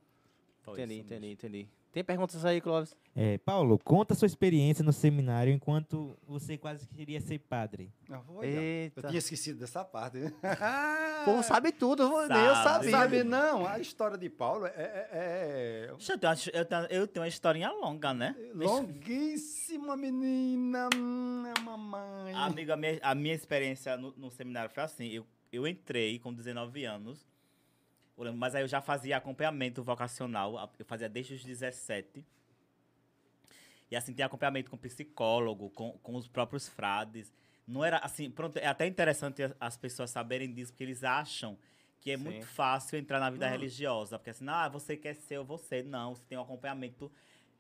[SPEAKER 3] foi
[SPEAKER 1] entendi,
[SPEAKER 3] isso
[SPEAKER 1] entendi,
[SPEAKER 3] mesmo.
[SPEAKER 1] entendi. Tem perguntas aí, Clóvis?
[SPEAKER 4] É, Paulo, conta sua experiência no seminário enquanto você quase queria ser padre.
[SPEAKER 2] é. Eu
[SPEAKER 1] Eita.
[SPEAKER 2] tinha esquecido dessa parte.
[SPEAKER 1] O povo sabe tudo, nem eu
[SPEAKER 3] Sabe.
[SPEAKER 1] sabia.
[SPEAKER 2] Sabe, não, a história de Paulo é, é- é
[SPEAKER 3] Ixi, Eu tenho, uma- eu, tenho, eu tenho uma historinha longa, né?
[SPEAKER 2] longuíssima, menina. Hum, é Mamãe.
[SPEAKER 3] Amigo, a minha, a minha experiência no, no seminário foi assim. Eu, eu entrei com 19 anos, eu lembro, mas aí eu já fazia acompanhamento vocacional. a- Eu fazia desde os 17. E assim, tem acompanhamento com psicólogo, com, com os próprios frades. Não era assim, pronto, é até interessante as- as pessoas saberem disso, porque eles acham que é
[SPEAKER 1] Sim.
[SPEAKER 3] muito fácil entrar na vida religiosa. Porque assim, ah, você quer ser ou você. Não, você tem um acompanhamento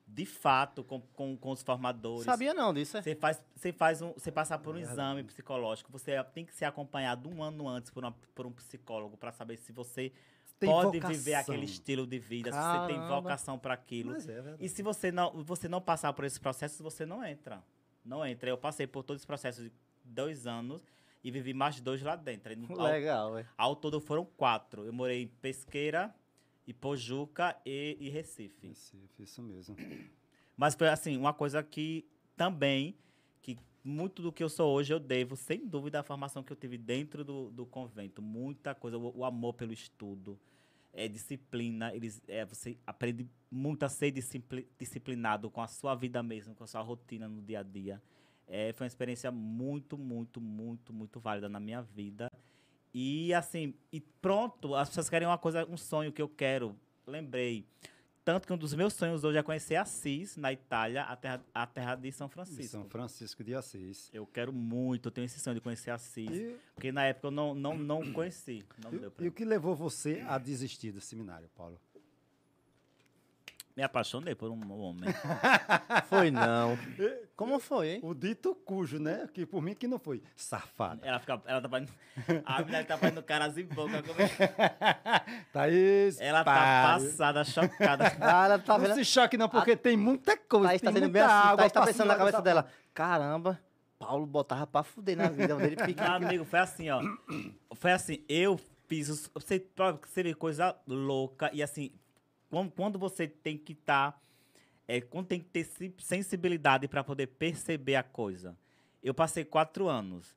[SPEAKER 3] de fato com, com, com os formadores.
[SPEAKER 1] Sabia não disso, é?
[SPEAKER 3] Você faz, você faz um, você passa por um exame psicológico. Você é, tem que ser acompanhado um ano antes por, uma- por um psicólogo para saber se você
[SPEAKER 2] Tem
[SPEAKER 3] pode
[SPEAKER 2] vocação.
[SPEAKER 3] viver aquele estilo de vida, se você tem
[SPEAKER 1] Caramba.
[SPEAKER 3] vocação para aquilo.
[SPEAKER 2] Mas é verdade.
[SPEAKER 3] E se você não, você não passar por esse processo, você não entra. Não entra. Eu passei por todo esse processo de dois anos e vivi mais dois lá dentro. E no- ao-
[SPEAKER 1] (laughs) Legal, ué.
[SPEAKER 3] ao todo foram quatro. Eu morei em Pesqueira, Ipojuca e, e Recife.
[SPEAKER 2] Recife, é isso mesmo.
[SPEAKER 3] Mas foi assim, uma coisa que também, que muito do que eu sou hoje eu devo, sem dúvida, à formação que eu tive dentro do, do convento. Muita coisa, o, o amor pelo estudo, é disciplina, eles, é, você aprende muito a ser discipli- disciplinado com a sua vida mesmo, com a sua rotina no dia a dia. É, foi uma experiência muito, muito, muito, muito válida na minha vida. E assim, e pronto, as pessoas querem uma coisa, um sonho que eu quero. Lembrei. Tanto que um dos meus sonhos hoje é conhecer Assis, na Itália, a terra, a terra de São
[SPEAKER 2] De
[SPEAKER 3] Francisco.
[SPEAKER 2] São Francisco de Assis.
[SPEAKER 3] Eu quero muito, eu tenho esse sonho de conhecer Assis.
[SPEAKER 2] E,
[SPEAKER 3] Porque na época eu não, não,
[SPEAKER 2] (clears throat)
[SPEAKER 3] não conheci. Não deu pra
[SPEAKER 2] e o que levou você a desistir do seminário, Paulo?
[SPEAKER 3] Me apaixonei por um homem.
[SPEAKER 1] Foi não. Como foi, hein?
[SPEAKER 2] O dito cujo, né? Que por mim que não foi. (laughs) Safado.
[SPEAKER 3] Ela fica. Ela tá fazendo. A mulher tá fazendo caras
[SPEAKER 2] (laughs)
[SPEAKER 3] e boca. como é-
[SPEAKER 2] Thaís,
[SPEAKER 3] Ela tá
[SPEAKER 2] pare.
[SPEAKER 3] passada, chocada.
[SPEAKER 1] Ah, ela tá
[SPEAKER 2] Não
[SPEAKER 1] vendo.
[SPEAKER 2] se choque não, porque tem muita coisa.
[SPEAKER 1] Thaís tá
[SPEAKER 2] tem
[SPEAKER 1] sendo
[SPEAKER 2] muita
[SPEAKER 1] bem assim.
[SPEAKER 2] água
[SPEAKER 1] Thaís tá
[SPEAKER 2] pra
[SPEAKER 1] pensando na
[SPEAKER 2] senhora
[SPEAKER 1] cabeça dela. Caramba, Paulo botava pra fuder na vida dele.
[SPEAKER 3] (laughs) Meu
[SPEAKER 1] Pique,
[SPEAKER 3] amigo, foi assim, ó. Foi assim, eu fiz. os- Você, pra você vê coisa louca. E assim, quan- quando você tem que estar. quando tem que ter se- sensibilidade para poder perceber a coisa. Eu passei quatro anos.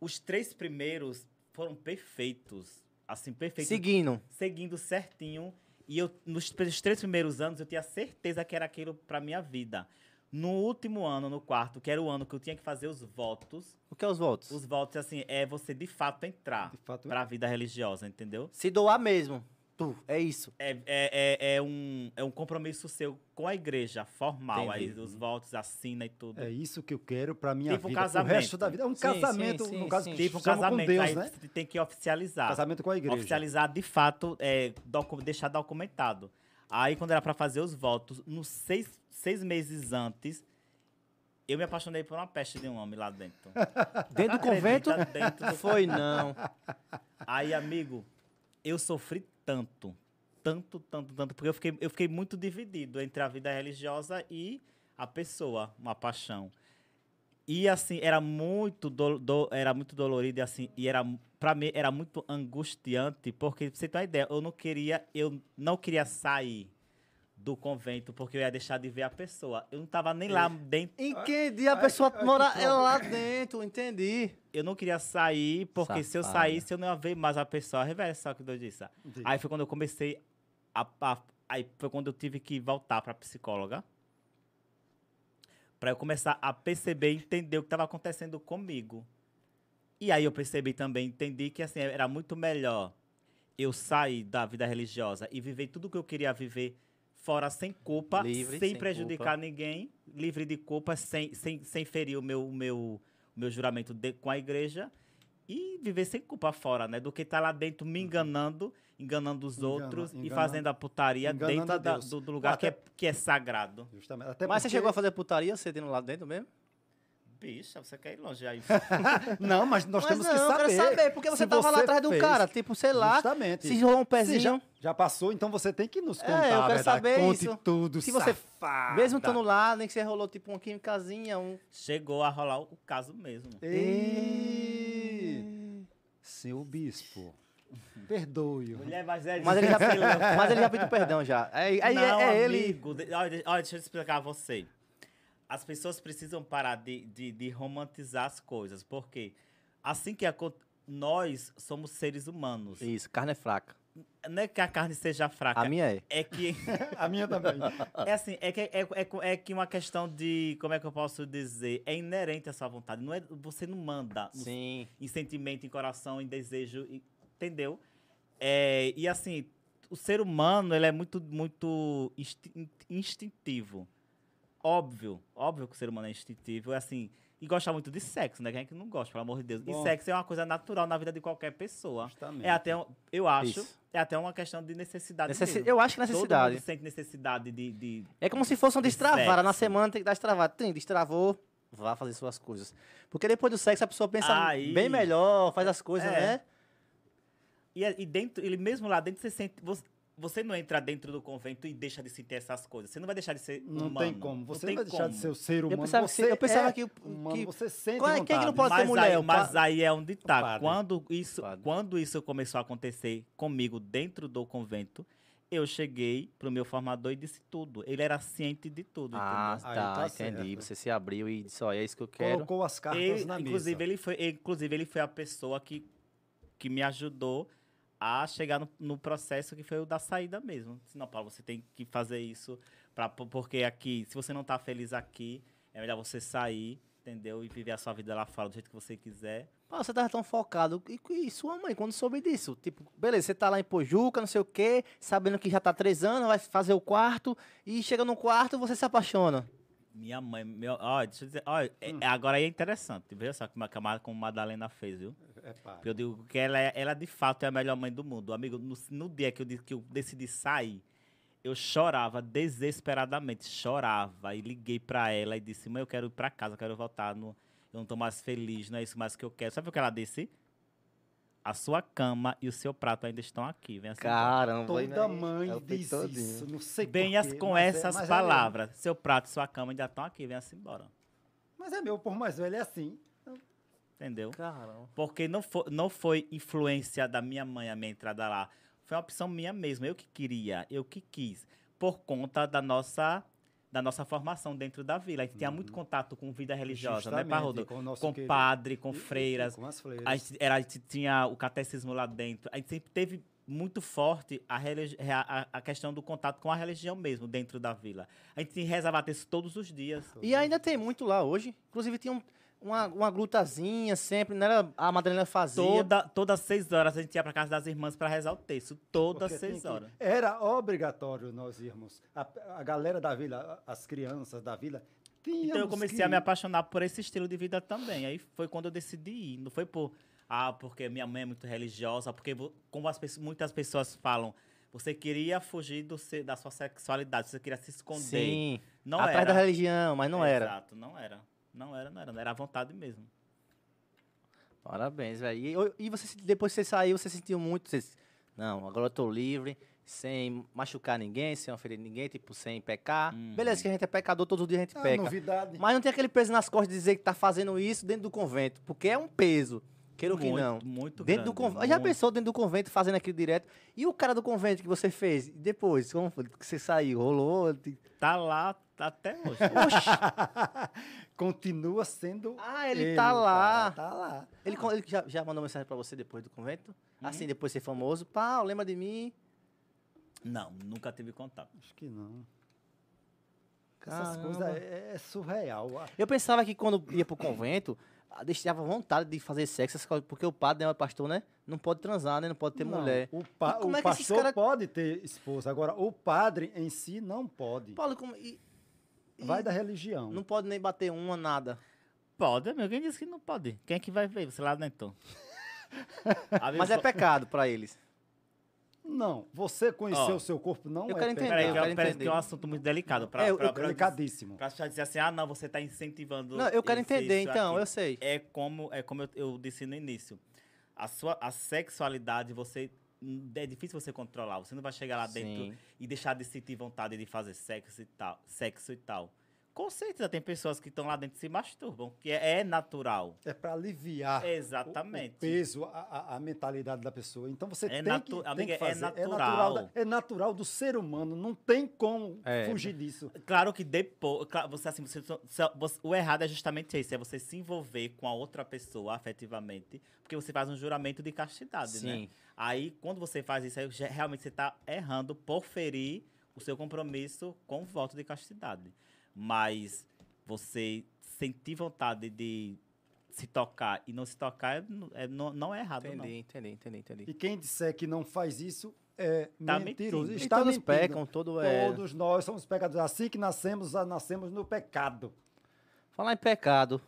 [SPEAKER 3] Os três primeiros foram perfeitos. Assim, perfeitos.
[SPEAKER 1] Seguindo.
[SPEAKER 3] seguindo certinho. E eu, nos três três primeiros anos, eu tinha certeza que era aquilo pra minha vida. No último ano, no quarto, que era o ano que eu tinha que fazer os votos,
[SPEAKER 1] O que é os votos?
[SPEAKER 3] os votos, assim, é você de fato entrar
[SPEAKER 2] De fato,
[SPEAKER 3] pra vida religiosa, entendeu?
[SPEAKER 1] Se doar mesmo. Tu, é (laughs) isso.
[SPEAKER 3] É, é, é, é um, é um compromisso seu com a igreja, formal. Aí
[SPEAKER 1] Entendi.
[SPEAKER 3] os votos, assina e tudo.
[SPEAKER 2] é isso que eu quero pra minha
[SPEAKER 3] Tipo um
[SPEAKER 2] vida. O
[SPEAKER 3] casamento.
[SPEAKER 2] resto da vida. É um
[SPEAKER 1] Sim,
[SPEAKER 2] casamento,
[SPEAKER 1] sim, sim,
[SPEAKER 2] no caso,
[SPEAKER 1] sim.
[SPEAKER 2] que
[SPEAKER 3] Tipo um
[SPEAKER 2] chama
[SPEAKER 3] casamento,
[SPEAKER 2] com Deus,
[SPEAKER 3] aí
[SPEAKER 2] né?
[SPEAKER 3] você tem que oficializar.
[SPEAKER 2] Casamento com a igreja.
[SPEAKER 3] Oficializar de fato, é, docu- deixar documentado. Aí, quando era pra fazer os votos, nos seis, seis meses antes, eu me apaixonei por uma peste de um homem lá dentro.
[SPEAKER 1] Dentro do convento?
[SPEAKER 3] Acredita? Dentro
[SPEAKER 1] (laughs)
[SPEAKER 2] (laughs)
[SPEAKER 3] do-
[SPEAKER 1] Foi não.
[SPEAKER 3] Aí, amigo, eu sofri tanto, tanto, tanto, tanto, porque eu fiquei, eu fiquei muito dividido entre a vida religiosa e a pessoa, uma paixão. E assim, era muito, do, do- era muito dolorido e assim, e era para mim era muito angustiante, porque pra você ter uma ideia, eu não queria, eu não queria sair do convento, porque eu ia deixar de ver a pessoa. Eu não tava nem lá dentro.
[SPEAKER 1] Entendi, a
[SPEAKER 2] Ai,
[SPEAKER 1] pessoa
[SPEAKER 2] ai, que
[SPEAKER 1] mora
[SPEAKER 2] droga.
[SPEAKER 1] ela lá dentro, entendi.
[SPEAKER 3] Eu não queria sair, porque se eu
[SPEAKER 5] Safada.
[SPEAKER 3] saísse, eu não ia ver mais a pessoa. Reversa só que eu disse. Aí foi quando eu comecei a, a- Aí foi quando eu tive que voltar pra psicóloga. Pra eu começar a perceber e entender o que tava acontecendo comigo. E aí eu percebi também, entendi que assim, era muito melhor eu sair da vida religiosa e viver tudo o que eu queria viver fora sem culpa,
[SPEAKER 1] Livre,
[SPEAKER 3] sem
[SPEAKER 1] sem
[SPEAKER 3] prejudicar ninguém, livre de culpa, sem, sem, sem ferir o meu, o meu, o meu juramento de- com a igreja e viver sem culpa fora, né? Do que estar lá dentro me enganando, enganando os
[SPEAKER 2] Engana-
[SPEAKER 3] outros e
[SPEAKER 2] enganando-
[SPEAKER 3] fazendo a putaria
[SPEAKER 2] enganando
[SPEAKER 3] dentro
[SPEAKER 2] a
[SPEAKER 3] da-
[SPEAKER 2] Deus.
[SPEAKER 3] do, do lugar que
[SPEAKER 2] Até-
[SPEAKER 3] é, que é sagrado.
[SPEAKER 2] Justamente. Até
[SPEAKER 1] Mas você
[SPEAKER 2] porque-
[SPEAKER 1] chegou a fazer putaria, você tendo lá dentro mesmo?
[SPEAKER 3] Bicha, você quer ir longe aí.
[SPEAKER 2] Não, mas nós
[SPEAKER 1] Mas
[SPEAKER 2] temos
[SPEAKER 1] não,
[SPEAKER 2] que saber.
[SPEAKER 1] eu quero saber, porque você
[SPEAKER 2] se
[SPEAKER 1] tava lá
[SPEAKER 2] você
[SPEAKER 1] atrás do
[SPEAKER 2] fez.
[SPEAKER 1] cara, tipo, sei lá,
[SPEAKER 2] Justamente.
[SPEAKER 1] se rolou um
[SPEAKER 2] Se já,
[SPEAKER 1] pezinho,
[SPEAKER 2] já passou, então você tem que nos
[SPEAKER 1] É,
[SPEAKER 2] contar.
[SPEAKER 1] eu quero
[SPEAKER 2] a verdade.
[SPEAKER 1] saber
[SPEAKER 2] Conte
[SPEAKER 1] isso.
[SPEAKER 2] tudo,
[SPEAKER 1] Se você-
[SPEAKER 2] safada.
[SPEAKER 1] mesmo estando lá, nem que você rolou tipo uma químicazinha, um...
[SPEAKER 3] (laughs) Chegou a rolar o caso mesmo.
[SPEAKER 2] Ei, seu bispo, perdoe-o.
[SPEAKER 3] Mulher, mas é
[SPEAKER 1] Mas ele,
[SPEAKER 3] (laughs)
[SPEAKER 1] já, mas ele já pediu perdão já. Aí, aí
[SPEAKER 3] Não,
[SPEAKER 1] é, é ele...
[SPEAKER 3] amigo, de- Olha, de- olha, deixa eu explicar a você. As pessoas precisam parar de, de, de romantizar as coisas, porque assim que acon- nós somos seres humanos.
[SPEAKER 1] Isso, carne é fraca.
[SPEAKER 3] Não é que a carne seja fraca,
[SPEAKER 1] A minha é.
[SPEAKER 3] é que
[SPEAKER 2] A minha também.
[SPEAKER 1] Ah.
[SPEAKER 3] É assim, é que, é, é, co- é que uma questão de. Como é que eu posso dizer? É inerente à sua vontade. Não é, você não manda no-
[SPEAKER 1] Sim.
[SPEAKER 3] em sentimento, em coração, em desejo, em- entendeu? É, e assim, o ser humano ele é muito, muito insti- instintivo. Óbvio, óbvio que o ser humano é instintivo. É assim, e gosta muito de sexo, né? Quem é que não gosta, pelo amor de Deus?
[SPEAKER 2] Bom.
[SPEAKER 3] E sexo é uma coisa natural na vida de qualquer pessoa.
[SPEAKER 2] Justamente.
[SPEAKER 3] É até, um- eu acho,
[SPEAKER 1] Isso.
[SPEAKER 3] é até uma questão de necessidade
[SPEAKER 1] Necessi-
[SPEAKER 3] mesmo.
[SPEAKER 1] Eu acho que
[SPEAKER 3] Todo
[SPEAKER 1] necessidade.
[SPEAKER 3] mundo sente necessidade de, de-
[SPEAKER 1] É como se fosse um
[SPEAKER 3] de
[SPEAKER 1] destravar. Na
[SPEAKER 3] sexo.
[SPEAKER 1] semana tem que dar destravado. Tem, destravou, vá fazer suas coisas. Porque depois do sexo a pessoa pensa
[SPEAKER 3] Aí.
[SPEAKER 1] bem melhor, faz as coisas,
[SPEAKER 3] É.
[SPEAKER 1] né?
[SPEAKER 3] E, é- e dentro, ele mesmo lá dentro, você sente. Você, você não entra dentro do convento e deixa de sentir essas coisas. Você não vai deixar de ser
[SPEAKER 2] Não
[SPEAKER 3] humano.
[SPEAKER 2] tem como. Você não,
[SPEAKER 3] tem
[SPEAKER 2] vai deixar de ser
[SPEAKER 3] como.
[SPEAKER 2] o ser humano.
[SPEAKER 1] Eu pensava, que,
[SPEAKER 2] você
[SPEAKER 1] se- eu pensava
[SPEAKER 2] é
[SPEAKER 1] que, o-
[SPEAKER 2] humano,
[SPEAKER 1] que-
[SPEAKER 2] você sente
[SPEAKER 1] Qual é- quem é que não
[SPEAKER 2] vontade.
[SPEAKER 1] pode
[SPEAKER 3] mas
[SPEAKER 1] ser mulher,
[SPEAKER 3] Aí,
[SPEAKER 1] o
[SPEAKER 3] mas
[SPEAKER 1] pa-
[SPEAKER 3] aí é onde tá.
[SPEAKER 2] padre.
[SPEAKER 3] Quando isso,
[SPEAKER 1] padre.
[SPEAKER 3] quando isso começou a acontecer comigo dentro do convento, eu cheguei pro meu formador e disse tudo. Ele era ciente de tudo.
[SPEAKER 1] Ah,
[SPEAKER 3] entendeu?
[SPEAKER 2] Aí
[SPEAKER 1] tá,
[SPEAKER 2] tá
[SPEAKER 1] entendi.
[SPEAKER 2] certo.
[SPEAKER 1] Você se abriu e disse, ó, é isso que eu quero.
[SPEAKER 2] Colocou as cartas
[SPEAKER 3] Ele-
[SPEAKER 2] na
[SPEAKER 3] inclusive,
[SPEAKER 2] mesa.
[SPEAKER 3] Ele foi, inclusive, ele foi a pessoa que, que me ajudou a chegar no, no processo que foi o da saída mesmo. Disse, não, Paulo, você tem que fazer isso, pra, po- porque aqui, se você não tá feliz aqui, é melhor você sair, entendeu? E viver a sua vida lá fora do jeito que você quiser.
[SPEAKER 1] Pô, Ah, você tava tão focado. E, e sua mãe, quando soube disso? Tipo, beleza, você tá lá em Pojuca, não sei o quê, sabendo que já tá três anos, vai fazer o quarto, e chega no quarto você se apaixona.
[SPEAKER 3] Minha mãe, meu, ó, deixa eu dizer, ó, é-
[SPEAKER 2] Hum.
[SPEAKER 3] é- agora aí é interessante, veja só como a camada como Madalena fez, viu?
[SPEAKER 2] É pá.
[SPEAKER 3] Porque Eu digo que ela, é- ela de fato é a melhor mãe do mundo. Amigo, no, no dia que eu, di- que eu decidi sair, eu chorava desesperadamente, chorava. E liguei pra ela e disse: Mãe, eu quero ir pra casa, eu quero voltar. No, eu não tô mais feliz, não é isso mais que eu quero. Sabe o que ela disse? A sua cama e o seu prato ainda estão aqui. Vem assim.
[SPEAKER 1] Caramba,
[SPEAKER 2] Toda mãe
[SPEAKER 5] É o peito
[SPEAKER 2] diz
[SPEAKER 5] todinho.
[SPEAKER 2] isso. Não sei
[SPEAKER 3] Bem
[SPEAKER 2] porquê,
[SPEAKER 3] as, com
[SPEAKER 2] mas é-
[SPEAKER 3] essas
[SPEAKER 2] mas é mesmo.
[SPEAKER 3] palavras. Seu prato e sua cama ainda estão aqui, vem assim embora.
[SPEAKER 2] mas é meu, por mais velho, é assim.
[SPEAKER 3] Entendeu?
[SPEAKER 1] Caramba.
[SPEAKER 3] Porque não foi, não foi influência da minha mãe a minha entrada lá. Foi uma opção minha mesma. Eu que queria, eu que quis. Por conta da nossa, da nossa formação dentro da vila. A gente tinha muito contato com vida religiosa, né,
[SPEAKER 2] Uhum. Justamente,
[SPEAKER 3] Parrudo?
[SPEAKER 2] Com, o nosso
[SPEAKER 3] Com
[SPEAKER 2] querido-
[SPEAKER 3] padre, com
[SPEAKER 2] e- e
[SPEAKER 3] freiras.
[SPEAKER 2] Com as
[SPEAKER 3] A
[SPEAKER 2] freiras.
[SPEAKER 3] gente, era, a gente tinha o catecismo lá dentro. A gente sempre teve muito forte a, religi- a, a- a questão do contato com a religião mesmo dentro da vila. A gente rezava texto todos os dias.
[SPEAKER 1] E ainda tem muito lá hoje. Inclusive tinha um- uma, uma glutazinha sempre, não era a Madalena fazia.
[SPEAKER 3] Toda, todas seis horas a gente ia pra casa das irmãs pra rezar o texto. Todas
[SPEAKER 2] Porque
[SPEAKER 3] seis
[SPEAKER 2] tem que-
[SPEAKER 3] horas.
[SPEAKER 2] Era obrigatório nós irmos. A, a galera da vila, a- as crianças da vila, tínhamos
[SPEAKER 3] Então eu comecei
[SPEAKER 2] que
[SPEAKER 3] a me
[SPEAKER 2] ir.
[SPEAKER 3] apaixonar por esse estilo de vida também. Aí foi quando eu decidi ir. Não foi por, ah, porque minha mãe é muito religiosa, porque vo- como as pessoas- muitas pessoas falam, você queria fugir do se- da sua sexualidade, você queria se esconder.
[SPEAKER 1] Sim,
[SPEAKER 3] não
[SPEAKER 1] atrás
[SPEAKER 3] era.
[SPEAKER 1] da religião, mas não era.
[SPEAKER 3] Exato, não era. Não era, não era. Não era a vontade mesmo.
[SPEAKER 1] Parabéns, velho. E, eu- e você, se- depois que você saiu, você sentiu muito? Você, disse, não, agora eu tô livre, sem machucar ninguém, sem ofender ninguém, tipo, sem pecar.
[SPEAKER 3] Uhum.
[SPEAKER 1] Beleza, que a gente é pecador, todos os dias a gente
[SPEAKER 2] Ah,
[SPEAKER 1] peca.
[SPEAKER 2] novidade. (laughs)
[SPEAKER 1] Mas não tem aquele peso nas costas de dizer que tá fazendo isso dentro do convento, porque é um peso.
[SPEAKER 5] Queira ou que
[SPEAKER 3] muito,
[SPEAKER 5] não.
[SPEAKER 3] Muito
[SPEAKER 1] Dentro do
[SPEAKER 3] grande,
[SPEAKER 1] convento. Já
[SPEAKER 3] muito.
[SPEAKER 1] pensou dentro do convento fazendo aquilo direto? E o cara do convento que você fez? E depois, como foi que você saiu? Rolou? Te-
[SPEAKER 3] Tá lá tá até hoje. Hum?
[SPEAKER 2] Continua sendo.
[SPEAKER 1] Ah, ele, tá lá.
[SPEAKER 2] cara, Tá lá.
[SPEAKER 1] Ele, con- ele já, já mandou mensagem pra você depois do convento? Assim, depois de ser famoso. Pau, lembra de mim?
[SPEAKER 3] não, nunca tive contato.
[SPEAKER 2] Acho que não. Essas
[SPEAKER 1] Caramba.
[SPEAKER 2] coisas é, é surreal. ah.
[SPEAKER 1] Eu pensava que quando ia pro convento, ah, deixava vontade de fazer sexo, essas coisas, porque o padre, né, o pastor, né? Não pode transar, né? Não pode ter
[SPEAKER 2] Não,
[SPEAKER 1] mulher.
[SPEAKER 2] O, pa-
[SPEAKER 1] E como
[SPEAKER 2] o
[SPEAKER 1] é que esses
[SPEAKER 2] pastor
[SPEAKER 1] cara-
[SPEAKER 2] pode ter esposa. Agora, o padre em si não pode.
[SPEAKER 1] Paulo, como... e- e
[SPEAKER 2] Vai da religião.
[SPEAKER 1] Não pode nem bater uma, nada.
[SPEAKER 3] Pode, amigo. Quem disse que não pode? Quem é que vai ver? Você lá dentro. (laughs) Amigo,
[SPEAKER 1] Mas é
[SPEAKER 3] só-
[SPEAKER 1] pecado pra eles.
[SPEAKER 2] Não, você conhecer
[SPEAKER 3] Ó,
[SPEAKER 2] o seu corpo não
[SPEAKER 1] eu
[SPEAKER 2] é
[SPEAKER 1] quero entender,
[SPEAKER 2] pecado.
[SPEAKER 3] Peraí,
[SPEAKER 1] eu
[SPEAKER 3] que é-
[SPEAKER 1] quero
[SPEAKER 3] peraí, que
[SPEAKER 1] entender.
[SPEAKER 3] é um assunto muito delicado. Pra,
[SPEAKER 1] É, eu-
[SPEAKER 3] pra,
[SPEAKER 1] eu-
[SPEAKER 3] pra,
[SPEAKER 2] Delicadíssimo.
[SPEAKER 3] pra só dizer assim, ah, não, você tá incentivando.
[SPEAKER 1] Não, eu quero
[SPEAKER 3] isso,
[SPEAKER 1] entender,
[SPEAKER 3] isso,
[SPEAKER 1] então,
[SPEAKER 3] aquilo.
[SPEAKER 1] eu sei.
[SPEAKER 3] É como, é como eu, eu disse no início. A sua a sexualidade, você. É difícil você controlar. Você não vai chegar lá dentro
[SPEAKER 1] Sim.
[SPEAKER 3] e deixar de sentir vontade de fazer sexo e tal. Sexo e tal. Com certeza tem pessoas que estão lá dentro e se masturbam, que é, é natural.
[SPEAKER 2] É para
[SPEAKER 1] Ah,
[SPEAKER 2] aliviar. o-
[SPEAKER 3] Exatamente.
[SPEAKER 2] O peso, a, a- a mentalidade da pessoa. Então você
[SPEAKER 3] É
[SPEAKER 2] tem,
[SPEAKER 3] natu-
[SPEAKER 2] que, tem
[SPEAKER 3] amiga,
[SPEAKER 2] que
[SPEAKER 3] é
[SPEAKER 2] fazer.
[SPEAKER 3] natural.
[SPEAKER 2] da- é natural do ser humano. Não tem como
[SPEAKER 1] É.
[SPEAKER 2] fugir disso.
[SPEAKER 3] Claro que depois, cla- você assim, você, só- só- você- o errado é justamente isso, é você se envolver com a outra pessoa afetivamente, porque você faz um juramento de castidade, né?
[SPEAKER 1] Sim.
[SPEAKER 3] Aí quando você faz isso, aí já- realmente você está errando por ferir o seu compromisso com o voto de castidade. Mas você sentir vontade de se tocar e não se tocar é- é- não, não é errado, não.
[SPEAKER 1] Entendi, entendi, entendi, entendi.
[SPEAKER 2] E quem disser que não faz isso é
[SPEAKER 3] Tá
[SPEAKER 2] mentiroso.
[SPEAKER 3] mentindo.
[SPEAKER 1] E
[SPEAKER 2] Está
[SPEAKER 1] todos
[SPEAKER 2] mentindo.
[SPEAKER 1] pecam, todo é.
[SPEAKER 2] Todos nós somos pecadores. Assim que nascemos, já nascemos no pecado.
[SPEAKER 1] Falar em pecado.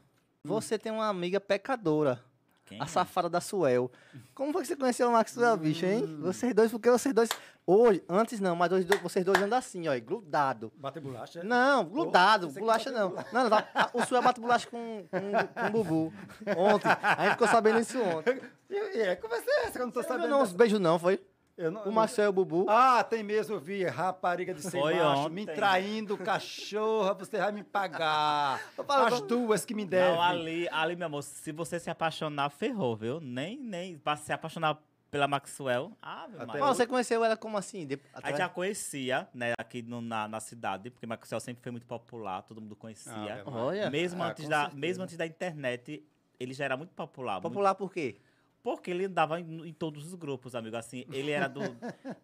[SPEAKER 2] Hum.
[SPEAKER 1] Você tem uma amiga pecadora,
[SPEAKER 3] Quem
[SPEAKER 1] a
[SPEAKER 3] é?
[SPEAKER 1] safada da Suel. Como foi que você conheceu o
[SPEAKER 2] Hum.
[SPEAKER 1] Maxwell, bicho, hein? Vocês dois, porque vocês dois. Hoje, antes não, mas hoje do- vocês dois andam assim, ó, grudado.
[SPEAKER 2] Bater bolacha?
[SPEAKER 1] Não, grudado,
[SPEAKER 2] pensei que
[SPEAKER 1] bolacha
[SPEAKER 2] bateu
[SPEAKER 1] não. Não, não, tá- a- o Suel bate bolacha com, com, com o Bubu. Ontem. A gente ficou sabendo isso ontem.
[SPEAKER 2] E, e é, conversa é essa que eu não tô
[SPEAKER 1] Não,
[SPEAKER 2] sabendo.
[SPEAKER 1] não, uns beijos não, foi?
[SPEAKER 2] Eu não- eu
[SPEAKER 1] O
[SPEAKER 2] não-
[SPEAKER 1] Maxwell e o Bubu.
[SPEAKER 2] Ah, tem mesmo, eu vi, rapariga de sem
[SPEAKER 3] Foi
[SPEAKER 2] macho, me
[SPEAKER 3] ontem.
[SPEAKER 2] traindo, cachorra, você vai me
[SPEAKER 3] (laughs)
[SPEAKER 2] pagar.
[SPEAKER 1] falo,
[SPEAKER 2] As
[SPEAKER 1] vamos-
[SPEAKER 2] duas que me
[SPEAKER 3] Não,
[SPEAKER 2] devem.
[SPEAKER 3] ali, ali, meu amor, se você se apaixonar, ferrou, viu? Nem, nem, pra se apaixonar pela Maxwell, ah, meu
[SPEAKER 2] Até
[SPEAKER 1] Paulo, você conheceu ela como assim? De-
[SPEAKER 3] Aí
[SPEAKER 1] através-
[SPEAKER 3] já conhecia, né, aqui no- na, na cidade, porque Maxwell sempre foi muito popular, todo mundo conhecia.
[SPEAKER 2] Ah,
[SPEAKER 1] Olha.
[SPEAKER 3] mesmo,
[SPEAKER 2] Ah,
[SPEAKER 3] antes
[SPEAKER 2] com
[SPEAKER 3] da,
[SPEAKER 2] certeza.
[SPEAKER 3] mesmo antes da internet, ele já era muito popular. muito-
[SPEAKER 1] Popular por quê?
[SPEAKER 3] porque ele andava em, em todos os grupos, amigo. Assim, ele era do,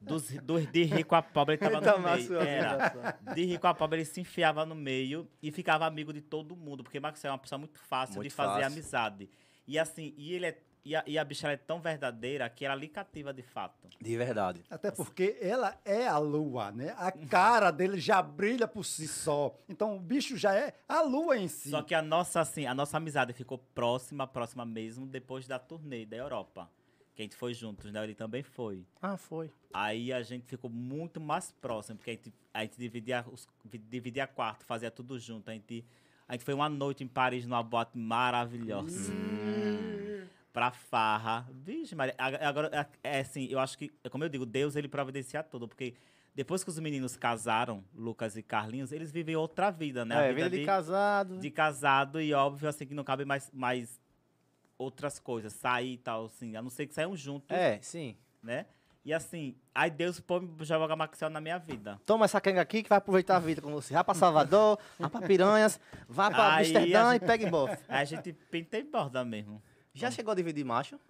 [SPEAKER 3] dos, dos- de rico a pobre, ele tava
[SPEAKER 1] Eita,
[SPEAKER 3] no meio.
[SPEAKER 1] Maxwell,
[SPEAKER 3] Era. De rico a pobre, ele se enfiava no meio e ficava amigo de todo mundo, porque Maxwell é uma pessoa muito fácil de
[SPEAKER 1] Muito
[SPEAKER 3] fazer
[SPEAKER 1] fácil.
[SPEAKER 3] amizade. E assim, e ele é- e a, e a bicha ela é tão verdadeira que ela lhe cativa de fato.
[SPEAKER 1] De verdade.
[SPEAKER 2] Até porque ela é a lua, né? A cara dele já brilha por si só. Então o bicho já é a lua em si.
[SPEAKER 3] Só que a nossa, assim, a nossa amizade ficou próxima, próxima mesmo, depois da turnê da Europa. Que a gente foi juntos, né? Ele também foi.
[SPEAKER 1] Ah, foi.
[SPEAKER 3] Aí a gente ficou muito mais próximo, porque a gente, a gente dividia, os, dividia quarto, fazia tudo junto. A gente, a gente foi uma noite em Paris numa boate maravilhosa. Pra farra. Vixe, Maria. a- Agora, a- é assim, eu acho que, é como eu digo, Deus ele providencia tudo, porque depois que os meninos casaram, Lucas e Carlinhos, eles vivem outra vida, né? A
[SPEAKER 1] É, vida de, né?
[SPEAKER 3] de-
[SPEAKER 1] casado.
[SPEAKER 3] de casado e óbvio assim que não cabe mais mais outras coisas, sair e tal assim, a não ser que saiam juntos,
[SPEAKER 1] É, sim.
[SPEAKER 3] né? E assim, aí Deus pôs jogar Maxwell na minha vida.
[SPEAKER 1] Toma essa canga aqui que vai aproveitar a vida com você. Vá pra Salvador, (laughs) vá pra Piranhas, vá pra
[SPEAKER 3] Aí,
[SPEAKER 1] Amsterdã
[SPEAKER 3] a
[SPEAKER 1] e pega em bofe.
[SPEAKER 3] Aí (laughs) a gente pinta e borda mesmo.
[SPEAKER 1] (laughs) Já chegou a dividir macho?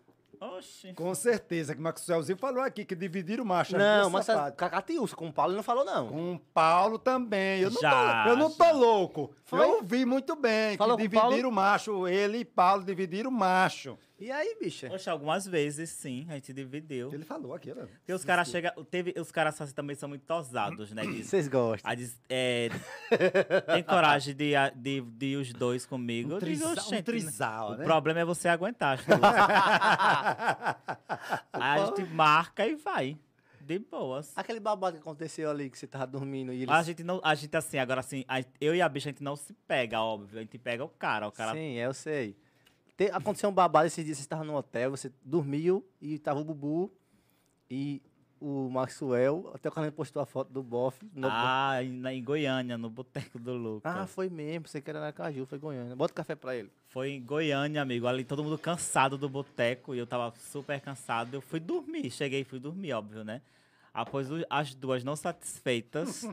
[SPEAKER 3] Oxi.
[SPEAKER 2] Com certeza que Maxwellzinho falou aqui que dividiram o macho. as
[SPEAKER 1] não,
[SPEAKER 2] duas
[SPEAKER 1] mas
[SPEAKER 2] safadas.
[SPEAKER 1] Cacatiúça, com o Paulo ele não falou, não.
[SPEAKER 2] Com o Paulo também. Eu não,
[SPEAKER 3] Já,
[SPEAKER 2] tô, eu não
[SPEAKER 3] já.
[SPEAKER 2] tô louco.
[SPEAKER 1] Foi?
[SPEAKER 2] Eu vi muito bem
[SPEAKER 1] Falou com
[SPEAKER 2] que
[SPEAKER 1] o Paulo?
[SPEAKER 2] dividiram o macho. Ele e Paulo dividiram o macho.
[SPEAKER 1] E aí, bicha?
[SPEAKER 3] Oxe, algumas vezes sim, a gente dividiu.
[SPEAKER 2] Ele falou aqui, né?
[SPEAKER 3] Porque os caras chegam. Teve. Os caras assim, também são muito tosados, né? disso.
[SPEAKER 1] Vocês gostam.
[SPEAKER 3] Aí diz, é,
[SPEAKER 1] (laughs)
[SPEAKER 3] tem coragem de, a- de, de ir os dois comigo?
[SPEAKER 2] Um
[SPEAKER 3] Eu digo,
[SPEAKER 2] trisal, um
[SPEAKER 3] "Oxente,
[SPEAKER 2] trisal,
[SPEAKER 3] O
[SPEAKER 2] né?
[SPEAKER 3] problema é você aguentar as duas.
[SPEAKER 1] Ah.
[SPEAKER 3] Aí a gente marca e vai. De
[SPEAKER 1] (laughs)
[SPEAKER 3] boas.
[SPEAKER 1] Aquele babado que aconteceu ali que você tava dormindo e ele.
[SPEAKER 3] A gente não. A gente assim, agora assim, a- eu e a bicha, a gente não se pega, óbvio. A gente pega o cara. O cara.
[SPEAKER 1] Sim, é, eu sei. Te- Aconteceu um babado esses dias, você tava no hotel, você dormiu e tava o Bubu e o Maxwell, até o Carlinhos postou a foto do bofe. no-
[SPEAKER 3] Ah, em, na- em Goiânia, no Boteco do Lucas.
[SPEAKER 1] Ah, foi mesmo, você que era na Caju, foi Goiânia. Bota café pra ele.
[SPEAKER 3] Foi em Goiânia, amigo. Ali todo mundo cansado do boteco e eu tava super cansado. Eu fui dormir, cheguei e fui dormir, óbvio, né? Após o- as duas
[SPEAKER 1] (laughs)
[SPEAKER 3] não satisfeitas,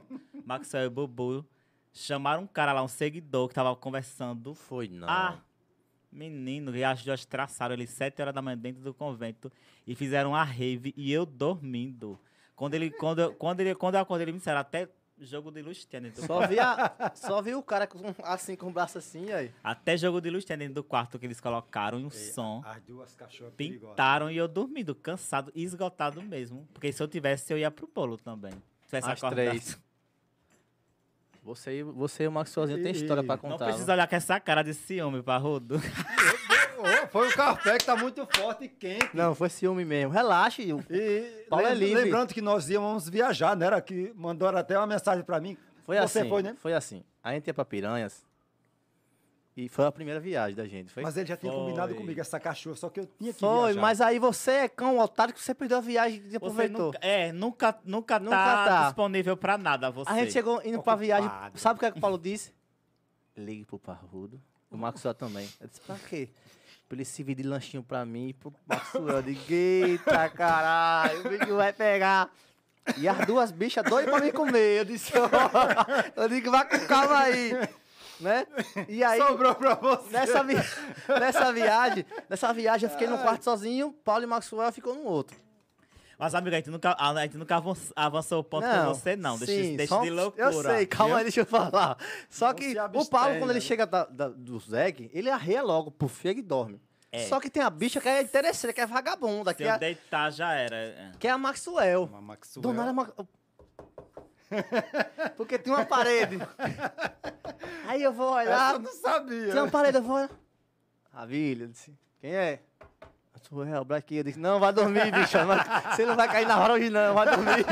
[SPEAKER 3] Maxwell e Bubu chamaram um cara lá, um seguidor, que tava conversando.
[SPEAKER 1] Foi não.
[SPEAKER 3] Ah, menino, e as duas traçaram ele sete horas da manhã dentro do convento e fizeram a rave e eu dormindo. Quando ele, quando, eu- quando ele, quando eu acordei, ele me disseram até jogo de luz tinha dentro do
[SPEAKER 1] Só vi, a- só vi o cara com- assim, com o braço assim, aí.
[SPEAKER 3] Até jogo de luz tinha dentro do quarto que eles colocaram e um som.
[SPEAKER 2] As duas cachorras
[SPEAKER 3] Pintaram e eu dormindo, cansado e esgotado mesmo. Porque se eu tivesse, eu ia pro bolo também. Se tivesse
[SPEAKER 1] As
[SPEAKER 3] acordado.
[SPEAKER 1] três. Você, e- você e o Maxwellzinho tem história pra
[SPEAKER 3] Não
[SPEAKER 1] contar.
[SPEAKER 3] precisa olhar com essa cara de ciúme, parrudo.
[SPEAKER 2] foi o café que tá muito forte e quente.
[SPEAKER 1] Não, foi ciúme mesmo. Relaxe, o-
[SPEAKER 2] E
[SPEAKER 1] (laughs) Paulo é
[SPEAKER 2] lem-
[SPEAKER 1] livre.
[SPEAKER 2] lembrando que nós íamos viajar, né? Era que mandaram até uma mensagem pra mim.
[SPEAKER 1] Foi
[SPEAKER 2] Você
[SPEAKER 1] assim.
[SPEAKER 2] foi, né?
[SPEAKER 1] assim. A gente ia pra Piranhas. E foi a primeira viagem da gente, foi?
[SPEAKER 2] Mas ele já tinha
[SPEAKER 3] Foi.
[SPEAKER 2] combinado comigo essa cachorra, só que eu tinha que
[SPEAKER 1] foi,
[SPEAKER 2] viajar.
[SPEAKER 1] mas aí você é cão otário que você perdeu a viagem e
[SPEAKER 3] Você
[SPEAKER 1] aproveitou.
[SPEAKER 3] nunca- é, nunca, nunca,
[SPEAKER 1] Nunca
[SPEAKER 3] tá,
[SPEAKER 1] tá.
[SPEAKER 3] disponível pra nada você.
[SPEAKER 1] A gente chegou indo pra viagem.
[SPEAKER 2] Ocupado.
[SPEAKER 1] Sabe o que, é que o Paulo disse? Ligue pro Parrudo. O Maxwell também. Eu disse, pra quê? Pra ele servir de lanchinho pra mim e pro Maxwell. Eu digo, eita caralho, o bicho vai pegar. E as duas bichas doidas pra me comer. Eu disse, (laughs) ó, eu digo, vai com calma aí. Né? E aí.
[SPEAKER 2] Sobrou pra você.
[SPEAKER 1] Nessa, vi- (laughs) nessa viagem, nessa viagem eu fiquei num quarto sozinho, Paulo e Maxwell ficou no outro.
[SPEAKER 3] Mas, amigo, a gente nunca, a gente nunca avanç- avançou o ponto com você, não. Deixa,
[SPEAKER 1] sim,
[SPEAKER 3] deixa
[SPEAKER 1] só-
[SPEAKER 3] de loucura.
[SPEAKER 1] Eu sei, calma aí, deixa eu falar. Só
[SPEAKER 2] Não
[SPEAKER 1] que
[SPEAKER 2] se
[SPEAKER 1] o Paulo,
[SPEAKER 2] abstenha,
[SPEAKER 1] quando ele
[SPEAKER 2] né?
[SPEAKER 1] chega da- da- do Zeg, ele arreia logo, puf, e dorme. Só que tem a bicha que é interesseira, que é vagabunda,
[SPEAKER 3] Se
[SPEAKER 1] que
[SPEAKER 3] eu
[SPEAKER 1] é,
[SPEAKER 3] deitar, já era. É.
[SPEAKER 1] que é a Maxwell.
[SPEAKER 2] Uma Maxwell.
[SPEAKER 1] Do nada, uma... (laughs) Porque tem uma
[SPEAKER 2] (laughs)
[SPEAKER 1] parede. Aí eu vou
[SPEAKER 2] Essa
[SPEAKER 1] olhar,
[SPEAKER 2] eu não sabia.
[SPEAKER 1] Tem é uma parede fora. Maravilha, Ah, eu disse. Quem é? Eu sou o Braquinha. Eu disse, não, vai dormir, bicho. Não- Você não vai cair na hora hoje, não. Vai dormir.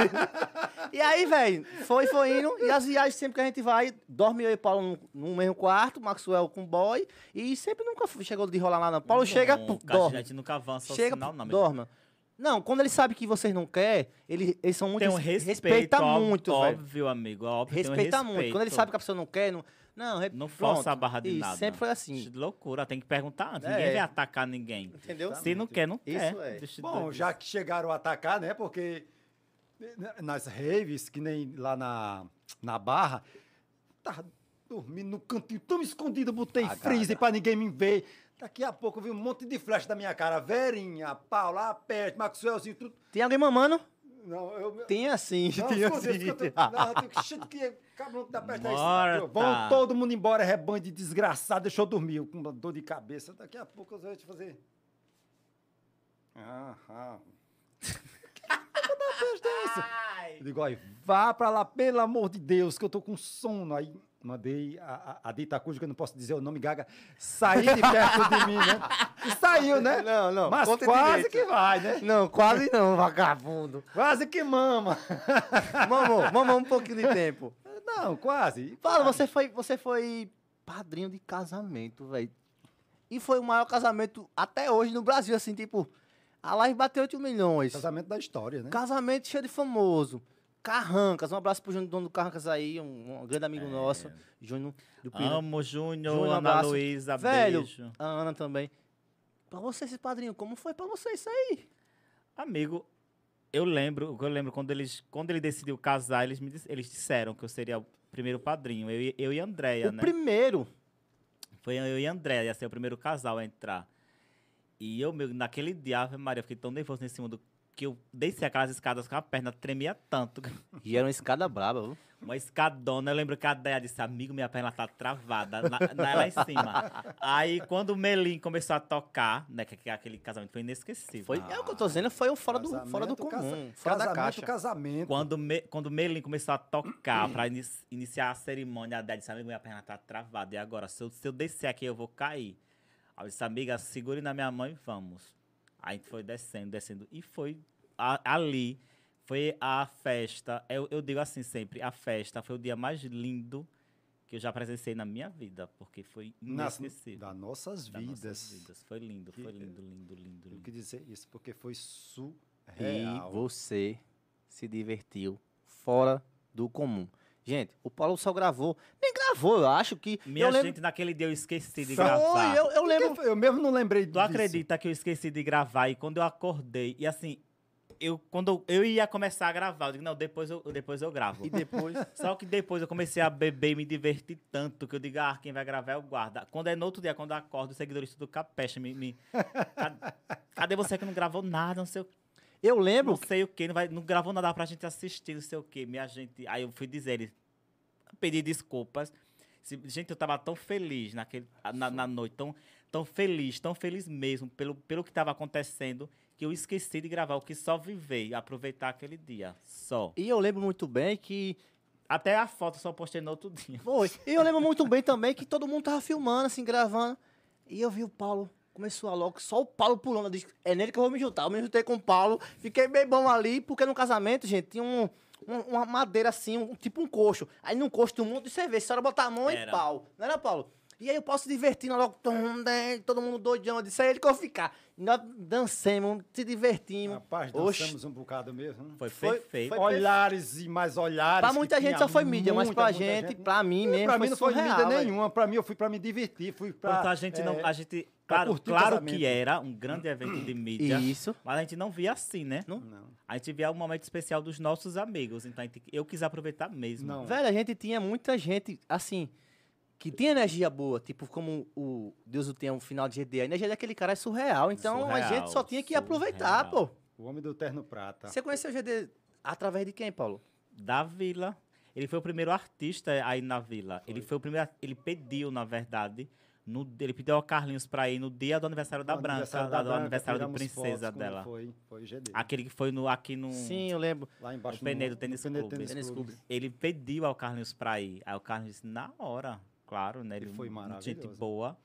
[SPEAKER 1] e aí, velho, foi, foi indo. E as viagens, sempre que a gente vai, dorme eu e Paulo num, num mesmo quarto, Maxwell com boy. E sempre nunca f- chegou de rolar lá, não. Paulo chega, pô,
[SPEAKER 3] Nunca, A
[SPEAKER 1] dorme.
[SPEAKER 3] gente nunca avança o
[SPEAKER 1] Chega, pô,
[SPEAKER 3] sinal, assim, não. amigo.
[SPEAKER 1] dorme. Não, quando ele sabe que vocês não querem, ele, eles são muito...
[SPEAKER 3] Tem um
[SPEAKER 1] res-
[SPEAKER 3] respeito.
[SPEAKER 1] respeita
[SPEAKER 3] ó-
[SPEAKER 1] muito, velho.
[SPEAKER 3] Óbvio, amigo. Óbvio, tem um
[SPEAKER 1] Respeita muito.
[SPEAKER 3] respeito.
[SPEAKER 1] Quando ele sabe que a pessoa não quer, não... Não, re-
[SPEAKER 3] Não
[SPEAKER 1] pronto.
[SPEAKER 3] força a barra de
[SPEAKER 1] Isso,
[SPEAKER 3] nada.
[SPEAKER 1] sempre foi assim.
[SPEAKER 3] De loucura, tem que perguntar antes.
[SPEAKER 1] É.
[SPEAKER 3] Ninguém vai atacar ninguém.
[SPEAKER 1] Entendeu?
[SPEAKER 3] Se não quer, não quer.
[SPEAKER 1] Isso é.
[SPEAKER 3] Bicho
[SPEAKER 2] Bom,
[SPEAKER 3] doido.
[SPEAKER 2] já que chegaram a atacar, né? Porque na- nas raves, que nem lá na, na Barra, tava dormindo no cantinho tão escondido, eu botei
[SPEAKER 1] Agada.
[SPEAKER 2] freezer pra ninguém me ver. Daqui a pouco eu vi um monte de flash da minha cara. Verinha, Paula, Aperte, Maxwellzinho, tudo.
[SPEAKER 1] Tem alguém mamando?
[SPEAKER 2] Não, eu.
[SPEAKER 1] Tem assim,
[SPEAKER 2] Não,
[SPEAKER 1] tem
[SPEAKER 2] esconde,
[SPEAKER 1] assim.
[SPEAKER 2] esconde. Não, eu tô cheio de que cabrão que tá perto da
[SPEAKER 3] Morta.
[SPEAKER 2] Vão todo mundo embora, rebanho de desgraçado. Deixou eu dormir, eu com uma dor de cabeça. Daqui a pouco eu vou te fazer. Aham. é Eu digo, olha, vá pra lá, pelo amor de Deus, que eu tô com sono. Aí mandei a, a, a dita cuja, que eu não posso dizer o nome gaga, sair de perto de mim, né? E saiu, né?
[SPEAKER 1] Não, não,
[SPEAKER 2] Mas
[SPEAKER 1] conta
[SPEAKER 2] quase
[SPEAKER 1] direito.
[SPEAKER 2] que vai, né?
[SPEAKER 1] Não, quase não, vagabundo.
[SPEAKER 2] Quase que mama.
[SPEAKER 1] Mamou, mamou um pouquinho de tempo.
[SPEAKER 2] Não, quase.
[SPEAKER 1] Paulo, você foi, você foi padrinho de casamento, velho. E foi o maior casamento até hoje no Brasil, assim, tipo, a live bateu 8 milhões.
[SPEAKER 2] Casamento da história, né?
[SPEAKER 1] Casamento cheio de famoso. Carrancas, um abraço pro Júnior, dono do Carrancas aí, um, um grande
[SPEAKER 2] É.
[SPEAKER 1] amigo nosso, Júnior do Pina.
[SPEAKER 3] Amo Júnior,
[SPEAKER 1] Júnior,
[SPEAKER 3] Ana
[SPEAKER 1] abraço.
[SPEAKER 3] Luísa,
[SPEAKER 1] Velho,
[SPEAKER 3] beijo.
[SPEAKER 1] a Ana também. Pra você, esse padrinho, como foi pra você isso aí?
[SPEAKER 3] Amigo, eu lembro, eu lembro quando eles, quando ele decidiu casar, eles me dis- eles disseram que eu seria o primeiro padrinho, eu, e- eu e Andréia,
[SPEAKER 1] o
[SPEAKER 3] né?
[SPEAKER 1] primeiro.
[SPEAKER 3] Foi eu e Andréia, ia ser o primeiro casal a entrar. E eu, meu, naquele dia, Ave Maria, eu fiquei tão nervoso nesse mundo que eu desci aquelas escadas com a perna, tremia tanto. (laughs)
[SPEAKER 1] E era uma escada braba, viu?
[SPEAKER 3] Uma escadona, eu lembro que a Deia disse, amigo, minha perna tá travada, na, na- lá
[SPEAKER 1] (laughs)
[SPEAKER 3] em cima. Aí, quando o Melim começou a tocar, né, que, que aquele casamento foi inesquecível.
[SPEAKER 1] Foi, é o que eu tô dizendo, foi o fora do,
[SPEAKER 2] Casamento,
[SPEAKER 1] fora do comum,
[SPEAKER 2] casa-
[SPEAKER 1] fora da
[SPEAKER 2] casamento,
[SPEAKER 1] caixa.
[SPEAKER 2] casamento.
[SPEAKER 3] Quando, me, quando o Melim começou a tocar pra ini- iniciar a cerimônia, a Deia disse, amigo, minha perna tá travada, e agora? Se eu, se eu descer aqui, eu vou cair. Aí eu disse, amiga, segure na minha mão e vamos. Aí a gente foi descendo, descendo, e foi a- ali, foi a festa, eu, eu digo assim sempre, a festa foi o dia mais lindo que eu já presenciei na minha vida, porque foi
[SPEAKER 2] Nas,
[SPEAKER 3] inesquecível.
[SPEAKER 2] das nossas
[SPEAKER 3] das nossas
[SPEAKER 2] vidas.
[SPEAKER 3] vidas. Foi lindo,
[SPEAKER 2] Que-
[SPEAKER 3] foi lindo, lindo, lindo,
[SPEAKER 2] Eu
[SPEAKER 3] lindo.
[SPEAKER 2] quis dizer isso porque foi
[SPEAKER 1] E
[SPEAKER 2] surreal.
[SPEAKER 1] você se divertiu fora do comum. Gente, o Paulo só gravou. Nem gravou, eu acho que.
[SPEAKER 3] Minha
[SPEAKER 1] eu lembro,
[SPEAKER 3] gente, naquele dia eu esqueci de
[SPEAKER 2] Foi,
[SPEAKER 3] gravar.
[SPEAKER 1] eu, eu
[SPEAKER 2] Por que
[SPEAKER 1] lembro.
[SPEAKER 2] foi? Eu mesmo não lembrei
[SPEAKER 3] Tu acredita que eu esqueci de gravar e quando eu acordei, e assim, eu quando eu ia começar a gravar, eu digo, não, depois eu, depois eu gravo.
[SPEAKER 1] E depois.
[SPEAKER 3] (laughs) Só que depois eu comecei a beber e me divertir tanto que eu digo, ah, quem vai gravar é o guarda. Quando é no outro dia, quando eu acordo, os seguidores do Capecha me. me "Ca- Cadê você que não gravou nada, não sei o
[SPEAKER 1] Eu
[SPEAKER 3] não
[SPEAKER 2] É
[SPEAKER 1] lembro.
[SPEAKER 3] sei o quê, não, vai, não gravou nada pra gente assistir, não sei o quê. Minha gente. Aí eu fui dizer, ele pedi desculpas. Se- Gente, eu tava tão feliz naquele, na, na noite, tão, tão feliz, tão feliz mesmo pelo, pelo que tava acontecendo, que eu esqueci de gravar, o que só vivei, aproveitar aquele dia, só.
[SPEAKER 1] E eu lembro muito bem que.
[SPEAKER 3] Até a foto eu só postei no outro dia.
[SPEAKER 1] Foi. E eu lembro muito bem também que todo mundo tava filmando, assim, gravando. E eu vi o Paulo. Começou a logo, só o Paulo pulando. Eu disse, é nele que eu vou me juntar. Eu me juntei com o Paulo, fiquei bem bom ali, porque no casamento, gente, tinha um, um- uma madeira assim, um, tipo um coxo. Aí no coxo tinha um monte de cerveja. A senhora botar a mão e
[SPEAKER 3] Era.
[SPEAKER 1] pau. Não era, Paulo? E aí o Paulo se divertindo logo, tum, né, todo mundo doidão. Eu disse, é ele que eu vou ficar. E nós dancemos, se divertimos.
[SPEAKER 2] Rapaz,
[SPEAKER 1] Oxe.
[SPEAKER 2] dançamos um bocado mesmo.
[SPEAKER 3] Foi,
[SPEAKER 1] Foi-
[SPEAKER 3] perfeito.
[SPEAKER 1] foi-
[SPEAKER 2] olhares e mais olhares.
[SPEAKER 1] Pra
[SPEAKER 2] que
[SPEAKER 1] muita gente
[SPEAKER 2] tinha
[SPEAKER 1] só foi mídia, mas
[SPEAKER 2] muita,
[SPEAKER 1] pra
[SPEAKER 2] muita
[SPEAKER 1] gente, pra mim mesmo,
[SPEAKER 2] Pra mim não foi
[SPEAKER 1] surreal,
[SPEAKER 2] mídia
[SPEAKER 1] velho.
[SPEAKER 2] nenhuma. Pra mim, eu fui pra me divertir. Fui pra.
[SPEAKER 3] Pronto, a gente
[SPEAKER 2] é,
[SPEAKER 3] não. A gente,
[SPEAKER 2] pra
[SPEAKER 3] claro,
[SPEAKER 2] curtir o
[SPEAKER 3] claro
[SPEAKER 2] casamento.
[SPEAKER 3] que era um grande
[SPEAKER 2] (clears throat)
[SPEAKER 3] evento de mídia.
[SPEAKER 1] Isso.
[SPEAKER 3] Mas a gente não via assim, né?
[SPEAKER 2] Não.
[SPEAKER 3] A gente via um momento especial dos nossos amigos. Então a gente- eu quis aproveitar mesmo.
[SPEAKER 2] Não.
[SPEAKER 1] Velho, a gente tinha muita gente, assim, que tinha energia boa, tipo, como o Deus o tenha, um final de GD. A energia daquele cara é surreal, então a gente só
[SPEAKER 3] Surreal,
[SPEAKER 1] tinha que aproveitar, pô.
[SPEAKER 2] O homem do terno prata.
[SPEAKER 1] Você conheceu o GD através de quem, Paulo?
[SPEAKER 3] Da vila. Ele foi o primeiro artista aí na vila. Ele foi o primeiro. Ele pediu, na verdade. no- ele pediu ao Carlinhos pra ir no dia do aniversário
[SPEAKER 1] é
[SPEAKER 3] da
[SPEAKER 2] O
[SPEAKER 3] Branca,
[SPEAKER 2] aniversário
[SPEAKER 3] lá do
[SPEAKER 2] Branca,
[SPEAKER 3] aniversário de
[SPEAKER 2] tiramos
[SPEAKER 3] princesa
[SPEAKER 2] fotos quando
[SPEAKER 3] dela.
[SPEAKER 2] Foi, foi o GD.
[SPEAKER 3] Aquele que foi no, aqui no.
[SPEAKER 1] Sim, eu lembro.
[SPEAKER 2] lá embaixo
[SPEAKER 3] no Penedo Tênis Clube.
[SPEAKER 1] Tênis Clube.
[SPEAKER 3] Ele pediu ao Carlinhos pra ir. Aí o Carlinhos disse, na hora, claro, né?
[SPEAKER 2] E foi
[SPEAKER 3] um- Gente
[SPEAKER 2] maravilhoso.
[SPEAKER 3] boa,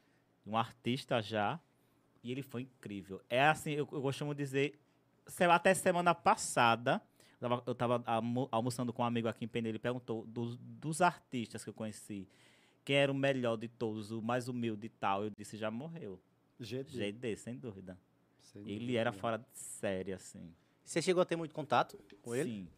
[SPEAKER 3] um artista já. E ele foi incrível. É assim, eu, eu costumo dizer, sei lá, até semana passada, eu tava, eu tava almo- almoçando com um amigo aqui em Penedo, ele perguntou dos, dos artistas que eu conheci, quem era o melhor de todos, o mais humilde e tal. Eu disse, já morreu.
[SPEAKER 2] GD.
[SPEAKER 3] GD, sem dúvida.
[SPEAKER 2] sem
[SPEAKER 3] Ele
[SPEAKER 2] dúvida.
[SPEAKER 3] era fora de série, assim.
[SPEAKER 1] Você chegou a ter muito contato com ele?
[SPEAKER 3] Sim.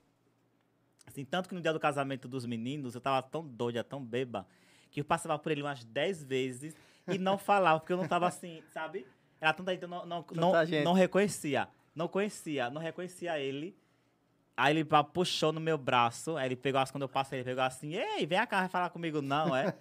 [SPEAKER 3] Assim, tanto que no dia do casamento dos meninos, eu tava tão doida, tão beba, que eu passava por ele umas 10 vezes e não falava, porque eu não tava assim, sabe? Era tanta gente, eu não, não, não,
[SPEAKER 1] gente.
[SPEAKER 3] não reconhecia. Não conhecia, não reconhecia ele. Aí ele pa- puxou no meu braço, aí ele pegou assim, quando eu passei, ele pegou assim, ei, vem cá, vai falar comigo não, é?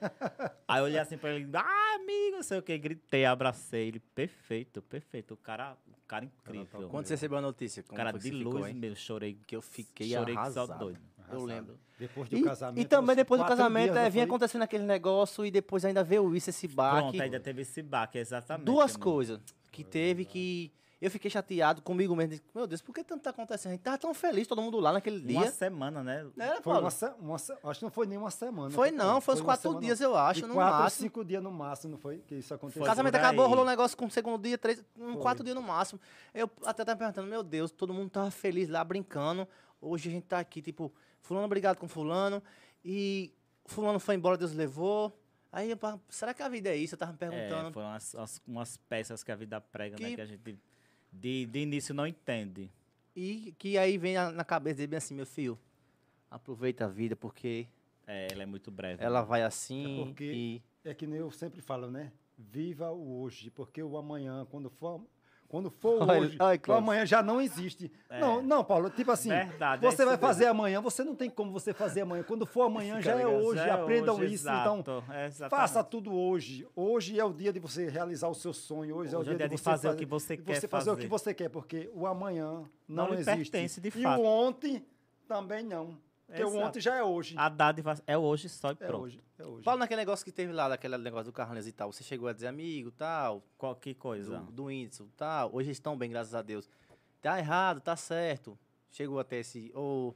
[SPEAKER 3] aí eu olhei assim pra ele, ah, amigo, não sei o que, gritei, abracei ele, perfeito, perfeito, o cara, o cara incrível.
[SPEAKER 1] Quando você recebeu a notícia?
[SPEAKER 3] O
[SPEAKER 1] Como
[SPEAKER 3] cara
[SPEAKER 1] foi que
[SPEAKER 3] de
[SPEAKER 1] você ficou,
[SPEAKER 3] luz
[SPEAKER 1] hein?
[SPEAKER 3] mesmo, chorei
[SPEAKER 1] Que eu fiquei
[SPEAKER 3] Chorei que só
[SPEAKER 1] arrasado.
[SPEAKER 3] doido.
[SPEAKER 1] Eu
[SPEAKER 2] Arrasado.
[SPEAKER 1] lembro.
[SPEAKER 2] Depois do
[SPEAKER 1] E,
[SPEAKER 2] um casamento.
[SPEAKER 1] e também
[SPEAKER 2] nós
[SPEAKER 1] depois do
[SPEAKER 2] quatro
[SPEAKER 1] casamento,
[SPEAKER 2] dias,
[SPEAKER 1] é,
[SPEAKER 2] eu
[SPEAKER 1] vinha
[SPEAKER 2] falei,
[SPEAKER 1] acontecendo aquele negócio e depois ainda veio isso, esse baque.
[SPEAKER 3] Pronto, ainda teve esse baque, exatamente.
[SPEAKER 1] duas
[SPEAKER 3] amigo.
[SPEAKER 1] coisas que teve que eu fiquei chateado comigo mesmo. Disse, Meu Deus, por que tanto tá acontecendo? A gente tava tão feliz, todo mundo lá naquele
[SPEAKER 3] Uma
[SPEAKER 1] dia.
[SPEAKER 3] semana, né?
[SPEAKER 1] Não era,
[SPEAKER 2] Foi
[SPEAKER 1] Paulo?
[SPEAKER 2] uma, se- uma se- acho que não foi nem uma semana.
[SPEAKER 1] Foi não, foi uns
[SPEAKER 2] uma
[SPEAKER 1] quatro
[SPEAKER 2] semana,
[SPEAKER 1] dias, eu acho,
[SPEAKER 2] E
[SPEAKER 1] no
[SPEAKER 2] quatro,
[SPEAKER 1] máximo.
[SPEAKER 2] cinco dias no máximo, não foi? Que isso aconteceu.
[SPEAKER 1] O
[SPEAKER 3] Foi
[SPEAKER 1] casamento
[SPEAKER 3] por aí.
[SPEAKER 1] acabou, rolou um negócio com o segundo dia, três, um,
[SPEAKER 2] Foi.
[SPEAKER 1] quatro dias no máximo. Eu até tava perguntando, meu Deus, todo mundo tava feliz lá, brincando. Hoje a gente tá aqui, tipo, fulano obrigado com fulano. E fulano foi embora, Deus levou. Aí, eu pa- será que a vida é isso? Eu tava me perguntando.
[SPEAKER 3] É, foram umas, umas- umas peças que a vida prega,
[SPEAKER 1] Que-
[SPEAKER 3] né? Que a gente de, de início não entende.
[SPEAKER 1] E que aí vem a- na cabeça dele bem assim, meu filho, aproveita a vida, porque
[SPEAKER 3] É, ela é muito breve.
[SPEAKER 1] ela vai assim
[SPEAKER 2] É porque-
[SPEAKER 1] e...
[SPEAKER 2] É que nem eu sempre falo, né? Viva o hoje, porque o amanhã, quando for, quando for o
[SPEAKER 1] Olha-
[SPEAKER 2] hoje,
[SPEAKER 1] olha,
[SPEAKER 2] o
[SPEAKER 1] Cláudio.
[SPEAKER 2] amanhã já não existe.
[SPEAKER 3] É.
[SPEAKER 2] Não, não, Paulo, tipo assim,
[SPEAKER 3] Verdade, é
[SPEAKER 2] você
[SPEAKER 3] isso
[SPEAKER 2] vai
[SPEAKER 3] mesmo.
[SPEAKER 2] fazer amanhã, você não tem como você fazer amanhã. Quando for amanhã, já
[SPEAKER 3] Fica
[SPEAKER 2] é
[SPEAKER 3] ligado,
[SPEAKER 2] hoje,
[SPEAKER 3] é
[SPEAKER 2] aprendam
[SPEAKER 3] hoje,
[SPEAKER 2] isso. Então,
[SPEAKER 3] exato, é exatamente.
[SPEAKER 2] faça tudo hoje. Hoje é o dia de você realizar o seu sonho, hoje, é o dia, de, você
[SPEAKER 3] fazer o que você
[SPEAKER 2] de
[SPEAKER 3] quer
[SPEAKER 2] você fazer o que você quer, porque o amanhã não,
[SPEAKER 3] Não lhe
[SPEAKER 2] existe.
[SPEAKER 3] pertence, de
[SPEAKER 2] e
[SPEAKER 3] fato.
[SPEAKER 2] o ontem também não. Porque o
[SPEAKER 3] Exato.
[SPEAKER 2] ontem já é hoje.
[SPEAKER 3] A dádiva é hoje só e
[SPEAKER 2] É
[SPEAKER 3] pronto.
[SPEAKER 2] hoje, é hoje.
[SPEAKER 1] Paulo, naquele negócio que teve lá, daquele negócio do Carlinhos e tal, você chegou a dizer amigo, tal,
[SPEAKER 3] Qualquer coisa.
[SPEAKER 1] do, do índice, tal, hoje estão bem, graças a Deus. Tá errado, tá certo. Chegou até esse... Ou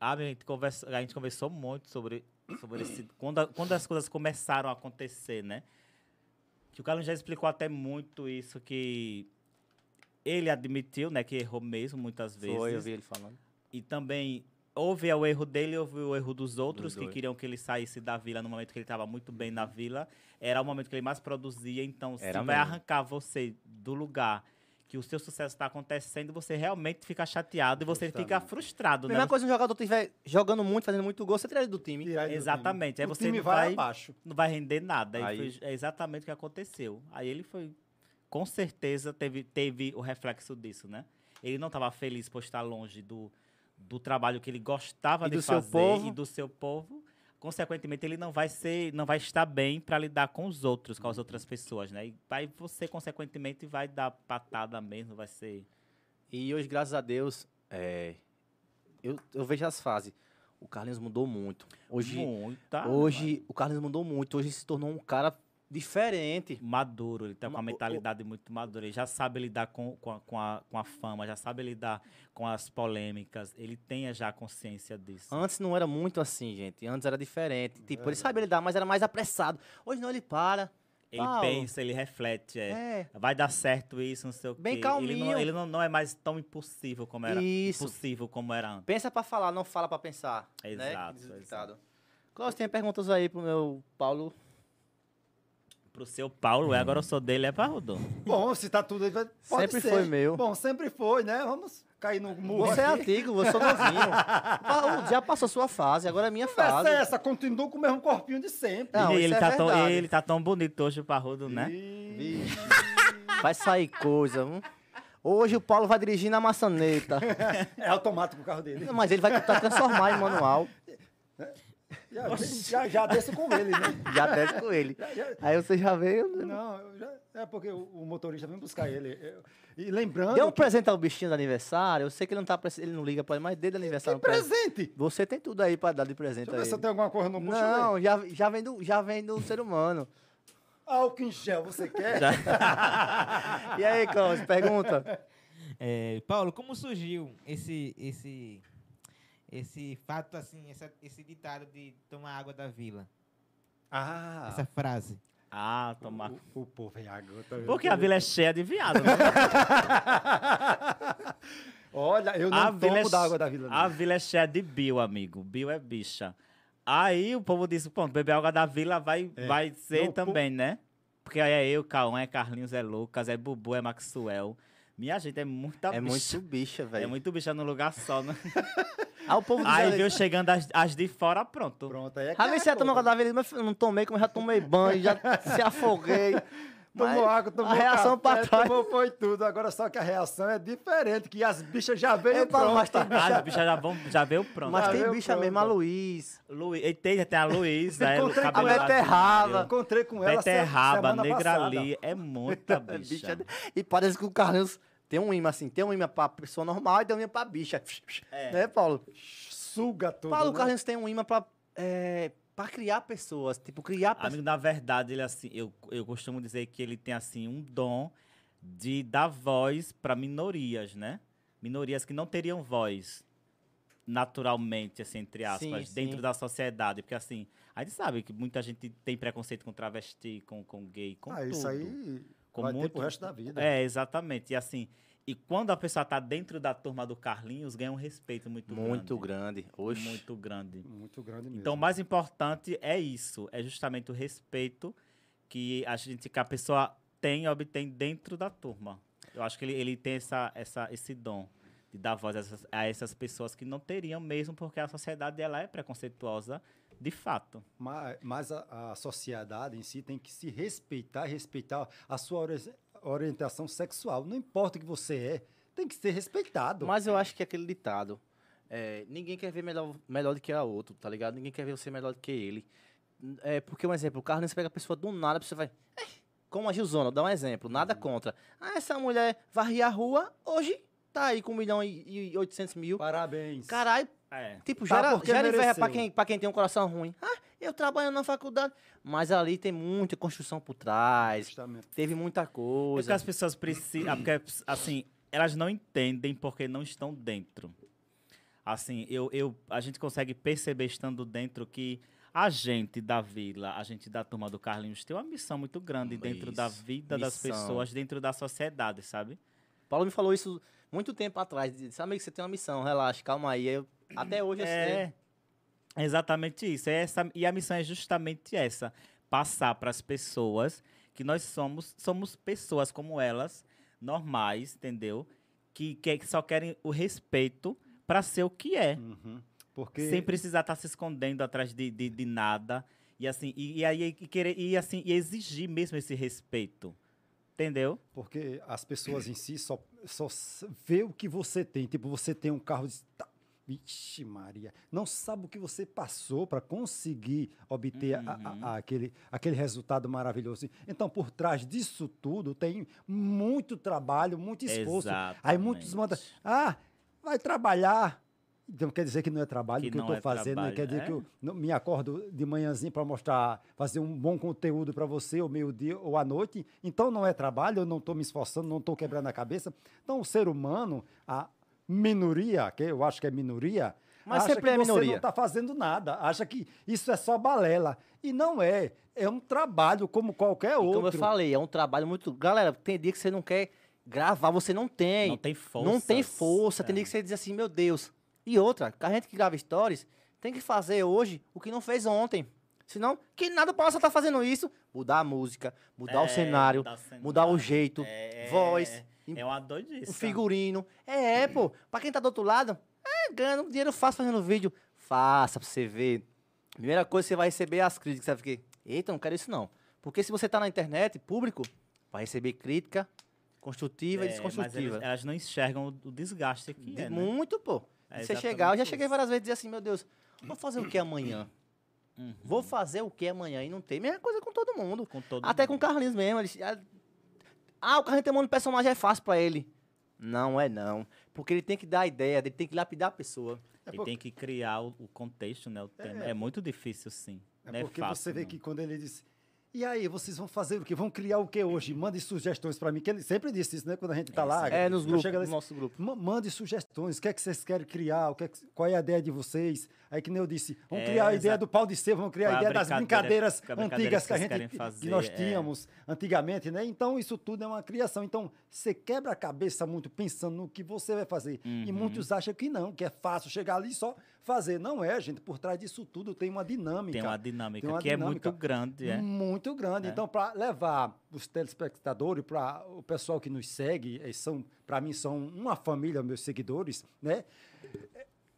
[SPEAKER 3] Ah, a gente, conversa, a gente conversou muito sobre, sobre esse, quando, a- quando as coisas começaram a acontecer, né? Que o Carlos já explicou até muito isso, que ele admitiu, né, que errou mesmo muitas vezes.
[SPEAKER 1] foi, eu vi ele falando.
[SPEAKER 3] E também houve o erro dele, houve o erro dos outros que
[SPEAKER 1] dois.
[SPEAKER 3] queriam que ele saísse da vila no momento que ele estava muito bem na vila. Era o momento que ele mais produzia, então se
[SPEAKER 1] Era
[SPEAKER 3] vai
[SPEAKER 1] mesmo.
[SPEAKER 3] arrancar você do lugar que o seu sucesso está acontecendo, você realmente fica chateado e você fica
[SPEAKER 5] Justamente.
[SPEAKER 3] frustrado, né?
[SPEAKER 1] Mesma coisa se um jogador estiver jogando muito, fazendo muito gol, você tira ele do time.
[SPEAKER 5] Tirar ele do
[SPEAKER 3] Exatamente. Aí
[SPEAKER 5] time. O
[SPEAKER 3] você
[SPEAKER 5] time
[SPEAKER 3] não
[SPEAKER 5] vai
[SPEAKER 3] vai,
[SPEAKER 5] abaixo.
[SPEAKER 3] não vai render nada.
[SPEAKER 5] Aí-
[SPEAKER 3] Aí... Foi, é exatamente o que aconteceu. Aí ele foi, com certeza, teve, teve o reflexo disso, né? Ele não estava feliz por estar longe do, do trabalho que ele gostava
[SPEAKER 1] E
[SPEAKER 3] de
[SPEAKER 1] do seu
[SPEAKER 3] fazer
[SPEAKER 1] povo.
[SPEAKER 3] e do seu povo. Consequentemente, ele não vai ser, não vai estar bem para lidar com os outros, com as outras pessoas, né? E aí você, consequentemente, vai dar patada mesmo, vai ser.
[SPEAKER 1] E hoje, graças a Deus, é, eu, eu vejo as fases. O Carlinhos mudou muito. Hoje, Ah,
[SPEAKER 3] muita,
[SPEAKER 1] hoje o Carlinhos mudou muito. Hoje ele se tornou um cara diferente.
[SPEAKER 3] maduro, ele tá com
[SPEAKER 1] Ma- o-
[SPEAKER 3] uma
[SPEAKER 1] o-
[SPEAKER 3] mentalidade muito madura, ele já sabe lidar com, com, a, com, a, com a fama, já sabe lidar com as polêmicas, ele tem já a consciência disso.
[SPEAKER 1] Antes não era muito assim, gente. Antes era diferente. Tipo, ele sabia lidar, mas era mais apressado. Hoje não, ele para.
[SPEAKER 3] Ele
[SPEAKER 1] Paulo.
[SPEAKER 3] pensa, ele reflete, é,
[SPEAKER 1] É.
[SPEAKER 3] vai dar certo isso, não sei o quê.
[SPEAKER 1] Bem
[SPEAKER 3] Ele,
[SPEAKER 1] calminho.
[SPEAKER 3] não, ele não, não é mais tão impulsivo como era,
[SPEAKER 1] Isso.
[SPEAKER 3] impulsivo como era antes.
[SPEAKER 1] Pensa pra falar, não fala pra pensar. Né?
[SPEAKER 3] Exato,
[SPEAKER 1] Que diz o
[SPEAKER 3] exato.
[SPEAKER 1] ditado. Cláudio, tem perguntas aí pro meu Paulo?
[SPEAKER 3] Pro seu Paulo, é, agora eu sou dele, é parrudo.
[SPEAKER 2] Bom, se tá tudo aí, vai- pode
[SPEAKER 1] Sempre
[SPEAKER 2] ser.
[SPEAKER 1] foi meu.
[SPEAKER 2] Bom, sempre foi, né? Vamos cair no muro.
[SPEAKER 1] Você é
[SPEAKER 2] aqui.
[SPEAKER 1] antigo, você sou
[SPEAKER 2] (laughs)
[SPEAKER 1] novinho. Pa- Já passou sua fase, agora é minha
[SPEAKER 2] Essa
[SPEAKER 1] fase.
[SPEAKER 2] é essa, continua com o mesmo corpinho de sempre.
[SPEAKER 1] Não,
[SPEAKER 3] E
[SPEAKER 1] isso
[SPEAKER 3] ele,
[SPEAKER 1] é
[SPEAKER 3] tá tão,
[SPEAKER 1] verdade.
[SPEAKER 3] ele tá tão bonito hoje, o parrudo, né?
[SPEAKER 1] Vixe. Vai sair coisa. hum? Hoje o Paulo vai dirigir na maçaneta.
[SPEAKER 2] É automático o carro dele.
[SPEAKER 3] (laughs)
[SPEAKER 1] Não, Mas ele vai tentar transformar em manual.
[SPEAKER 2] Já, já, já desço com ele, né?
[SPEAKER 1] Já desce com ele. Aí você já vê.
[SPEAKER 2] Não, eu já- é porque o, o motorista vem buscar ele. Eu- e lembrando.
[SPEAKER 1] Dê um
[SPEAKER 2] que-
[SPEAKER 1] presente ao bichinho do aniversário. Eu sei que ele não, tá, prece- ele não liga pra ele, mas dê de aniversário.
[SPEAKER 2] que
[SPEAKER 1] um presente.
[SPEAKER 2] presente!
[SPEAKER 1] Você tem tudo aí pra dar de presente
[SPEAKER 2] Deixa eu ver se eu
[SPEAKER 1] a ele.
[SPEAKER 2] tenho alguma coisa no bucho. né?
[SPEAKER 1] Não, já, já, vem do, já vem do ser humano.
[SPEAKER 2] Álcool em gel, (laughs) você quer?
[SPEAKER 1] E aí, Cláudio, pergunta?
[SPEAKER 4] É, Paulo, como surgiu esse esse esse fato assim, essa- esse ditado de tomar água da vila,
[SPEAKER 2] Ah,
[SPEAKER 4] essa frase?
[SPEAKER 3] Ah, tomar.
[SPEAKER 2] o, o povo é água. tá vendo?
[SPEAKER 3] Porque a vila é cheia de viado, né?
[SPEAKER 2] (laughs) Olha, eu não
[SPEAKER 3] A vila é
[SPEAKER 2] tomo da água
[SPEAKER 3] che-
[SPEAKER 2] da vila. não.
[SPEAKER 3] A vila é cheia de bio, amigo. Bio é bicha. Aí o povo disse, pronto, beber água da vila vai,
[SPEAKER 2] É.
[SPEAKER 3] vai ser
[SPEAKER 2] Não, pô-
[SPEAKER 3] também, né? Porque aí é eu, Cauã, é Carlinhos, é Lucas, é Bubu, é Maxwell. Minha gente, é muita
[SPEAKER 1] é
[SPEAKER 3] bicha.
[SPEAKER 1] muito bicha, velho.
[SPEAKER 3] é muito bicha num lugar só. Né?
[SPEAKER 1] Ah, o povo diz
[SPEAKER 3] aí
[SPEAKER 1] ali,
[SPEAKER 3] veio chegando as, as de fora, pronto.
[SPEAKER 2] Pronto, aí é
[SPEAKER 1] Ravi, você
[SPEAKER 2] caco.
[SPEAKER 1] tomou água da vila? Mas eu não tomei, como eu já tomei banho,
[SPEAKER 3] (laughs)
[SPEAKER 1] já se afoguei. Mas
[SPEAKER 2] Tomou água, tomou
[SPEAKER 1] a reação
[SPEAKER 2] café,
[SPEAKER 1] pra trás.
[SPEAKER 2] Tomou foi tudo. Agora só que a reação é diferente, que as bichas já veio
[SPEAKER 1] Eu falo, É, mas tem
[SPEAKER 2] pronta.
[SPEAKER 3] As bichas já, vão, já veio pronto.
[SPEAKER 1] Mas
[SPEAKER 2] Já
[SPEAKER 1] tem
[SPEAKER 2] veio
[SPEAKER 1] bicha
[SPEAKER 2] pronta.
[SPEAKER 1] mesmo, a Luiz.
[SPEAKER 3] Lu... e tem, tem a Luísa, é, o
[SPEAKER 2] Encontrei com
[SPEAKER 3] cabelo
[SPEAKER 1] a beterraba.
[SPEAKER 3] ladinho.
[SPEAKER 2] Encontrei com ela se-
[SPEAKER 3] Beterraba,
[SPEAKER 2] semana
[SPEAKER 3] negra
[SPEAKER 2] passada.
[SPEAKER 3] ali, é
[SPEAKER 1] (laughs)
[SPEAKER 3] muita
[SPEAKER 1] Bicha
[SPEAKER 3] bicha.
[SPEAKER 1] de- E parece que o Carlinhos tem um imã assim, tem um imã pra pessoa normal e tem um imã pra bicha.
[SPEAKER 3] É.
[SPEAKER 1] Né, Paulo?
[SPEAKER 2] Suga tudo.
[SPEAKER 1] Paulo, o
[SPEAKER 2] né?
[SPEAKER 1] Carlinhos tem um imã pra, é, pra criar pessoas, tipo, criar pessoas.
[SPEAKER 3] Amigo, na verdade, ele assim, eu, eu costumo dizer que ele tem assim um dom de dar voz para minorias, né? Minorias que não teriam voz naturalmente, assim, entre aspas,
[SPEAKER 1] Sim,
[SPEAKER 3] dentro
[SPEAKER 1] sim.
[SPEAKER 3] da sociedade, porque assim, a gente sabe que muita gente tem preconceito com travesti, com, com gay, com
[SPEAKER 2] Ah,
[SPEAKER 3] tudo.
[SPEAKER 2] isso aí
[SPEAKER 3] com
[SPEAKER 2] vai ter pro resto da vida.
[SPEAKER 3] É, exatamente. E assim, e quando a pessoa tá dentro da turma do Carlinhos, ganha um respeito muito,
[SPEAKER 1] Muito
[SPEAKER 3] grande.
[SPEAKER 1] grande. Oxe.
[SPEAKER 3] Muito grande.
[SPEAKER 2] Muito grande mesmo.
[SPEAKER 3] Então, o mais importante é isso, é justamente o respeito que a gente, que a pessoa tem e obtém dentro da turma. Eu acho que ele, ele tem essa, essa, esse dom de dar voz a essas, a essas pessoas que não teriam mesmo, porque a sociedade ela é preconceituosa de fato.
[SPEAKER 2] Ma- Mas, a, a sociedade em si tem que se respeitar, respeitar a sua ori- orientação sexual. Não importa o que você é, tem que ser respeitado.
[SPEAKER 1] Mas eu acho que é aquele ditado. é, ninguém quer ver melhor, melhor do que a outro, tá ligado? Ninguém quer ver você melhor do que ele. N- É, porque, um exemplo, o Carlinhos pega a pessoa do nada, a pessoa vai. "Eh", Como a Gilzona, dá um exemplo, nada
[SPEAKER 2] Uhum.
[SPEAKER 1] contra. Ah, essa mulher varria a rua, hoje tá aí com 1 milhão e, e 800 mil.
[SPEAKER 2] Parabéns.
[SPEAKER 1] Caralho,
[SPEAKER 3] É.
[SPEAKER 1] tipo,
[SPEAKER 2] Tá
[SPEAKER 1] gera,
[SPEAKER 2] porque
[SPEAKER 1] gera inveja pra
[SPEAKER 2] mereceu.
[SPEAKER 1] quem, pra quem tem um coração ruim. Ah, eu trabalho na faculdade. Mas ali tem muita construção por trás,
[SPEAKER 2] Justamente.
[SPEAKER 1] teve muita
[SPEAKER 3] É Porque
[SPEAKER 1] coisa.
[SPEAKER 3] as pessoas precisam. Porque, assim, elas não entendem porque não estão dentro. Assim, eu, eu, a gente consegue perceber estando dentro que a gente da vila, a gente da turma do Carlinhos, tem uma missão muito grande dentro da
[SPEAKER 1] Isso,
[SPEAKER 3] vida das
[SPEAKER 1] missão.
[SPEAKER 3] pessoas, dentro da sociedade, sabe?
[SPEAKER 1] Paulo me falou isso muito tempo atrás. Disse, sabe que você tem uma missão, relaxa, calma aí. Eu- até hoje eu sei.
[SPEAKER 3] É exatamente isso. É essa, e a missão é justamente essa: passar para as pessoas que nós somos, somos pessoas como elas, normais, entendeu? Que, que só querem o respeito para ser o que é.
[SPEAKER 2] Uhum. Porque
[SPEAKER 3] Sem precisar estar se escondendo atrás de, de, de nada. E assim, e, e aí e querer, e assim, e exigir mesmo esse respeito. Entendeu?
[SPEAKER 2] Porque as pessoas em si só, só s- vê o que você tem. Tipo, você tem um carro de. Tá, Vixe, Maria. Não sabe o que você passou para conseguir obter a- a- a- aquele, aquele resultado maravilhoso. Então, por trás disso tudo, tem muito trabalho, muito esforço. Aí muitos mandam.
[SPEAKER 3] Exatamente.
[SPEAKER 2] Ah, vai trabalhar. Então quer dizer que não é trabalho
[SPEAKER 3] Que
[SPEAKER 2] o que eu
[SPEAKER 3] não
[SPEAKER 2] estou
[SPEAKER 3] é
[SPEAKER 2] fazendo, né?
[SPEAKER 3] trabalho,
[SPEAKER 2] quer dizer
[SPEAKER 3] é.
[SPEAKER 2] que eu não- me acordo de manhãzinha para mostrar, fazer um bom conteúdo para você, ou meio-dia ou à noite. Então não é trabalho, eu não estou me esforçando, não estou quebrando a cabeça. Então o ser humano, a minoria, que eu acho que é minoria,
[SPEAKER 1] Mas
[SPEAKER 2] acha
[SPEAKER 1] sempre
[SPEAKER 2] que
[SPEAKER 1] é
[SPEAKER 2] você não tá
[SPEAKER 1] minoria.
[SPEAKER 2] está fazendo nada, acha que isso é só balela. E não é, é um trabalho como qualquer
[SPEAKER 1] E
[SPEAKER 2] outro.
[SPEAKER 1] como eu falei, é um trabalho muito. Galera, tem dia que você não quer gravar, você não tem.
[SPEAKER 3] Não tem É. força.
[SPEAKER 1] Não tem força, tem dia que você diz assim, meu Deus. E outra, a gente que grava stories tem que fazer hoje o que não fez ontem. Senão, que nada possa estar fazendo isso. Mudar a música, mudar
[SPEAKER 2] É.
[SPEAKER 1] o cenário, mudar o jeito, voz,
[SPEAKER 3] É uma doidice.
[SPEAKER 1] o figurino. É, é, pô. Pra quem tá do outro lado, é, ganhando dinheiro fácil fazendo vídeo. Faça pra você ver. Primeira coisa que você vai receber é as críticas. Você vai ficar, eita, não quero isso não. Porque se você tá na internet, público, vai receber crítica construtiva
[SPEAKER 3] É,
[SPEAKER 1] e
[SPEAKER 3] mas
[SPEAKER 1] desconstrutiva.
[SPEAKER 3] eles- elas não enxergam o, o desgaste que
[SPEAKER 1] De
[SPEAKER 3] é, né?
[SPEAKER 1] muito, pô.
[SPEAKER 3] É
[SPEAKER 1] E você chegar, eu já
[SPEAKER 3] exatamente
[SPEAKER 1] cheguei
[SPEAKER 3] isso.
[SPEAKER 1] várias vezes e dizer assim, meu Deus, vou fazer o que amanhã?
[SPEAKER 3] Uhum.
[SPEAKER 1] Vou fazer o que amanhã? E não tem. Mesma coisa com todo mundo.
[SPEAKER 3] Com todo
[SPEAKER 1] Até com o
[SPEAKER 3] mundo.
[SPEAKER 1] Carlinhos mesmo. Ele... Ah, o Carlinhos tem um monte de personagem, é fácil pra ele. Não é não. Porque ele tem que dar a ideia, ele tem que lapidar a pessoa.
[SPEAKER 2] É
[SPEAKER 3] Ele
[SPEAKER 2] porque-
[SPEAKER 3] tem que criar o, o contexto, né? O tema. É, muito difícil, sim. Não
[SPEAKER 2] É porque
[SPEAKER 3] fácil,
[SPEAKER 2] você vê
[SPEAKER 3] não.
[SPEAKER 2] que quando ele disse, e aí, vocês vão fazer o quê? Vão criar o quê hoje? Mande sugestões para mim, que ele sempre disse isso, né? Quando a gente tá lá.
[SPEAKER 1] É, nos
[SPEAKER 2] eu
[SPEAKER 1] grupos,
[SPEAKER 2] chego lá e
[SPEAKER 1] no nosso grupo.
[SPEAKER 2] "Ma- Mande sugestões, o que é que vocês querem criar? O que é que- qual é a ideia de vocês? Aí que nem eu disse, vamos
[SPEAKER 3] É,
[SPEAKER 2] criar a ideia
[SPEAKER 3] exato.
[SPEAKER 2] do pau de ser, vamos criar a
[SPEAKER 3] Qual é a
[SPEAKER 2] ideia das
[SPEAKER 3] brincadeira-
[SPEAKER 2] brincadeiras
[SPEAKER 3] qual é a brincadeira
[SPEAKER 2] antigas
[SPEAKER 3] que
[SPEAKER 2] que a
[SPEAKER 3] vocês
[SPEAKER 2] gente
[SPEAKER 3] querem
[SPEAKER 2] que
[SPEAKER 3] fazer,
[SPEAKER 2] nós
[SPEAKER 3] é.
[SPEAKER 2] tínhamos antigamente, né? Então isso tudo é uma criação. Então você quebra a cabeça muito pensando no que você vai fazer. E
[SPEAKER 3] Uhum.
[SPEAKER 2] muitos acham que não, que é fácil chegar ali e só fazer. Não é, gente. Por trás disso tudo tem uma dinâmica
[SPEAKER 3] Tem uma dinâmica
[SPEAKER 2] Tem uma
[SPEAKER 3] que é
[SPEAKER 2] dinâmica.
[SPEAKER 3] muito grande,
[SPEAKER 1] Hum.
[SPEAKER 3] é.
[SPEAKER 2] muito grande.
[SPEAKER 3] É.
[SPEAKER 2] Então, para levar os telespectadores, para o pessoal que nos segue, eles são, para mim, são uma família, meus seguidores, né?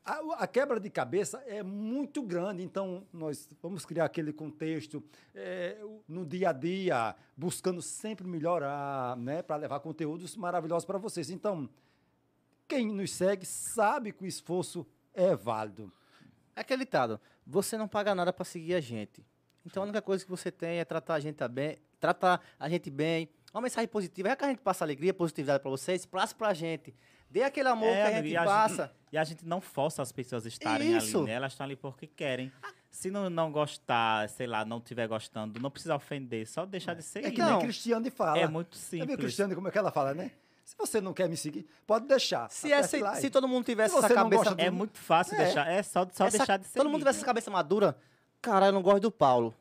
[SPEAKER 2] A, o- a quebra de cabeça é muito grande, então nós vamos criar aquele contexto eh, o- no dia a dia, buscando sempre melhorar, né, para levar conteúdos maravilhosos para vocês. Então, quem nos segue sabe que o esforço é válido.
[SPEAKER 1] É aquele ditado, você não paga nada pra seguir a gente. Então a única coisa que você tem é tratar a gente tá bem, tratar a gente bem. Uma mensagem positiva, é que a gente passa alegria, positividade pra vocês, passa pra gente. Dê aquele amor
[SPEAKER 3] É,
[SPEAKER 1] que a
[SPEAKER 3] amigo,
[SPEAKER 1] gente
[SPEAKER 3] e a gente-
[SPEAKER 1] passa.
[SPEAKER 3] (laughs) E a gente não força as pessoas a estarem
[SPEAKER 1] Isso.
[SPEAKER 3] ali, né? Elas estão ali porque querem. Se não, não gostar, sei lá, não estiver gostando, não precisa ofender, só deixar de
[SPEAKER 2] É
[SPEAKER 3] seguir.
[SPEAKER 2] que
[SPEAKER 1] Então,
[SPEAKER 2] nem Cristiane fala. né?
[SPEAKER 3] é muito
[SPEAKER 2] Você viu,
[SPEAKER 3] simples.
[SPEAKER 2] Cristiane, como é que ela fala, né? Se você não quer me seguir, pode deixar.
[SPEAKER 1] Se, essa,
[SPEAKER 2] Aperte lá
[SPEAKER 1] se
[SPEAKER 2] e-
[SPEAKER 1] todo mundo tivesse
[SPEAKER 2] Se
[SPEAKER 1] essa
[SPEAKER 2] você não
[SPEAKER 1] cabeça.
[SPEAKER 2] gosta
[SPEAKER 3] É muito fácil
[SPEAKER 2] É.
[SPEAKER 3] deixar, é só, só
[SPEAKER 1] essa-
[SPEAKER 3] deixar de seguir.
[SPEAKER 1] Todo mundo tivesse essa cabeça madura. Cara, eu não gosto do Paulo.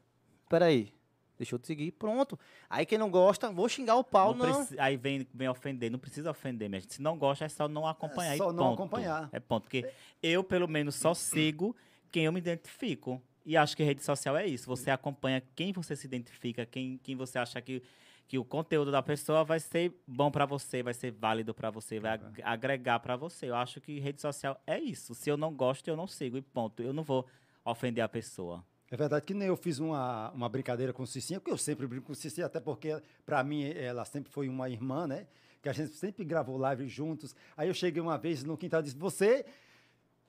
[SPEAKER 1] Peraí. Deixa eu te seguir, pronto. Aí quem não gosta, vou xingar o Paulo, não.
[SPEAKER 3] preci- Aí vem, vem ofender, não precisa ofender, minha gente. Se não gosta, é só não acompanhar.
[SPEAKER 2] só
[SPEAKER 3] e
[SPEAKER 2] não
[SPEAKER 3] ponto.
[SPEAKER 2] acompanhar.
[SPEAKER 3] É ponto. Porque eu, pelo menos, só sigo quem eu me identifico. E acho que rede social é isso. Você acompanha quem você se identifica, quem, quem você acha que, que o conteúdo da pessoa vai ser bom pra você, vai ser válido pra você, vai ag- agregar pra você. Eu acho que rede social é isso. Se eu não gosto, eu não sigo. E ponto. Eu não vou ofender a pessoa.
[SPEAKER 2] É verdade que nem eu fiz uma, uma brincadeira com Cicinha, porque eu sempre brinco com Cicinha, até porque, para mim, ela sempre foi uma irmã, né? Que a gente sempre gravou live juntos. Aí eu cheguei uma vez no quintal e disse: Você,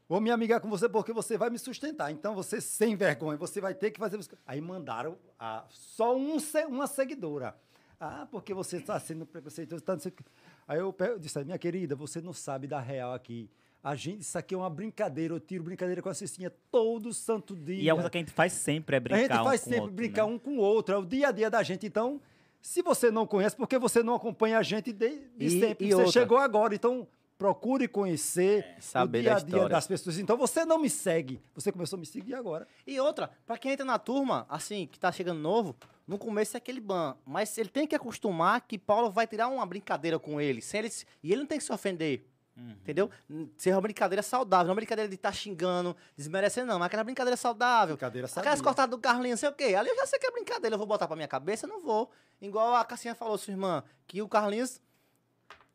[SPEAKER 2] vou me amigar é com você porque você vai me sustentar. Então você, sem vergonha, você vai ter que fazer. isso." Aí mandaram a- só um se- uma seguidora. Ah, porque você está sendo preconceituoso, tá não sei o quê. Aí eu pe- disse: Minha querida, você não sabe da real aqui. A gente, isso aqui é uma brincadeira, eu tiro brincadeira com a Cicinha todo santo dia.
[SPEAKER 3] E é uma coisa que a gente faz sempre, é brincar
[SPEAKER 2] A gente
[SPEAKER 3] um
[SPEAKER 2] faz
[SPEAKER 3] com o
[SPEAKER 2] sempre
[SPEAKER 3] outro,
[SPEAKER 2] brincar
[SPEAKER 3] né?
[SPEAKER 2] um com o outro, é o dia a dia da gente. Então, se você não conhece, porque você não acompanha a gente de, de
[SPEAKER 1] E-
[SPEAKER 2] sempre.
[SPEAKER 1] e
[SPEAKER 2] você
[SPEAKER 1] outra. É,
[SPEAKER 2] chegou agora, então procure conhecer
[SPEAKER 1] saber
[SPEAKER 2] o dia
[SPEAKER 1] da
[SPEAKER 2] a dia
[SPEAKER 1] história.
[SPEAKER 2] das pessoas. Então, você não me segue. Você começou a me seguir agora.
[SPEAKER 1] E outra, pra quem entra na turma, assim, que tá chegando novo, no começo é aquele ban. Mas ele tem que acostumar que Paulo vai tirar uma brincadeira com ele. Sem ele se- e ele não tem que se ofender.
[SPEAKER 3] Uhum.
[SPEAKER 1] Entendeu? Hum, Ser uma brincadeira saudável, não é uma brincadeira de estar xingando, desmerecendo, não. Mas aquela brincadeira saudável.
[SPEAKER 2] Brincadeira
[SPEAKER 1] Aquelas
[SPEAKER 2] sabia.
[SPEAKER 1] cortadas do Carlinhos, sei o quê. Ali eu já sei que é brincadeira. Eu vou botar pra minha cabeça? Não vou. Igual a Cassinha falou, sua irmã, que o Carlinhos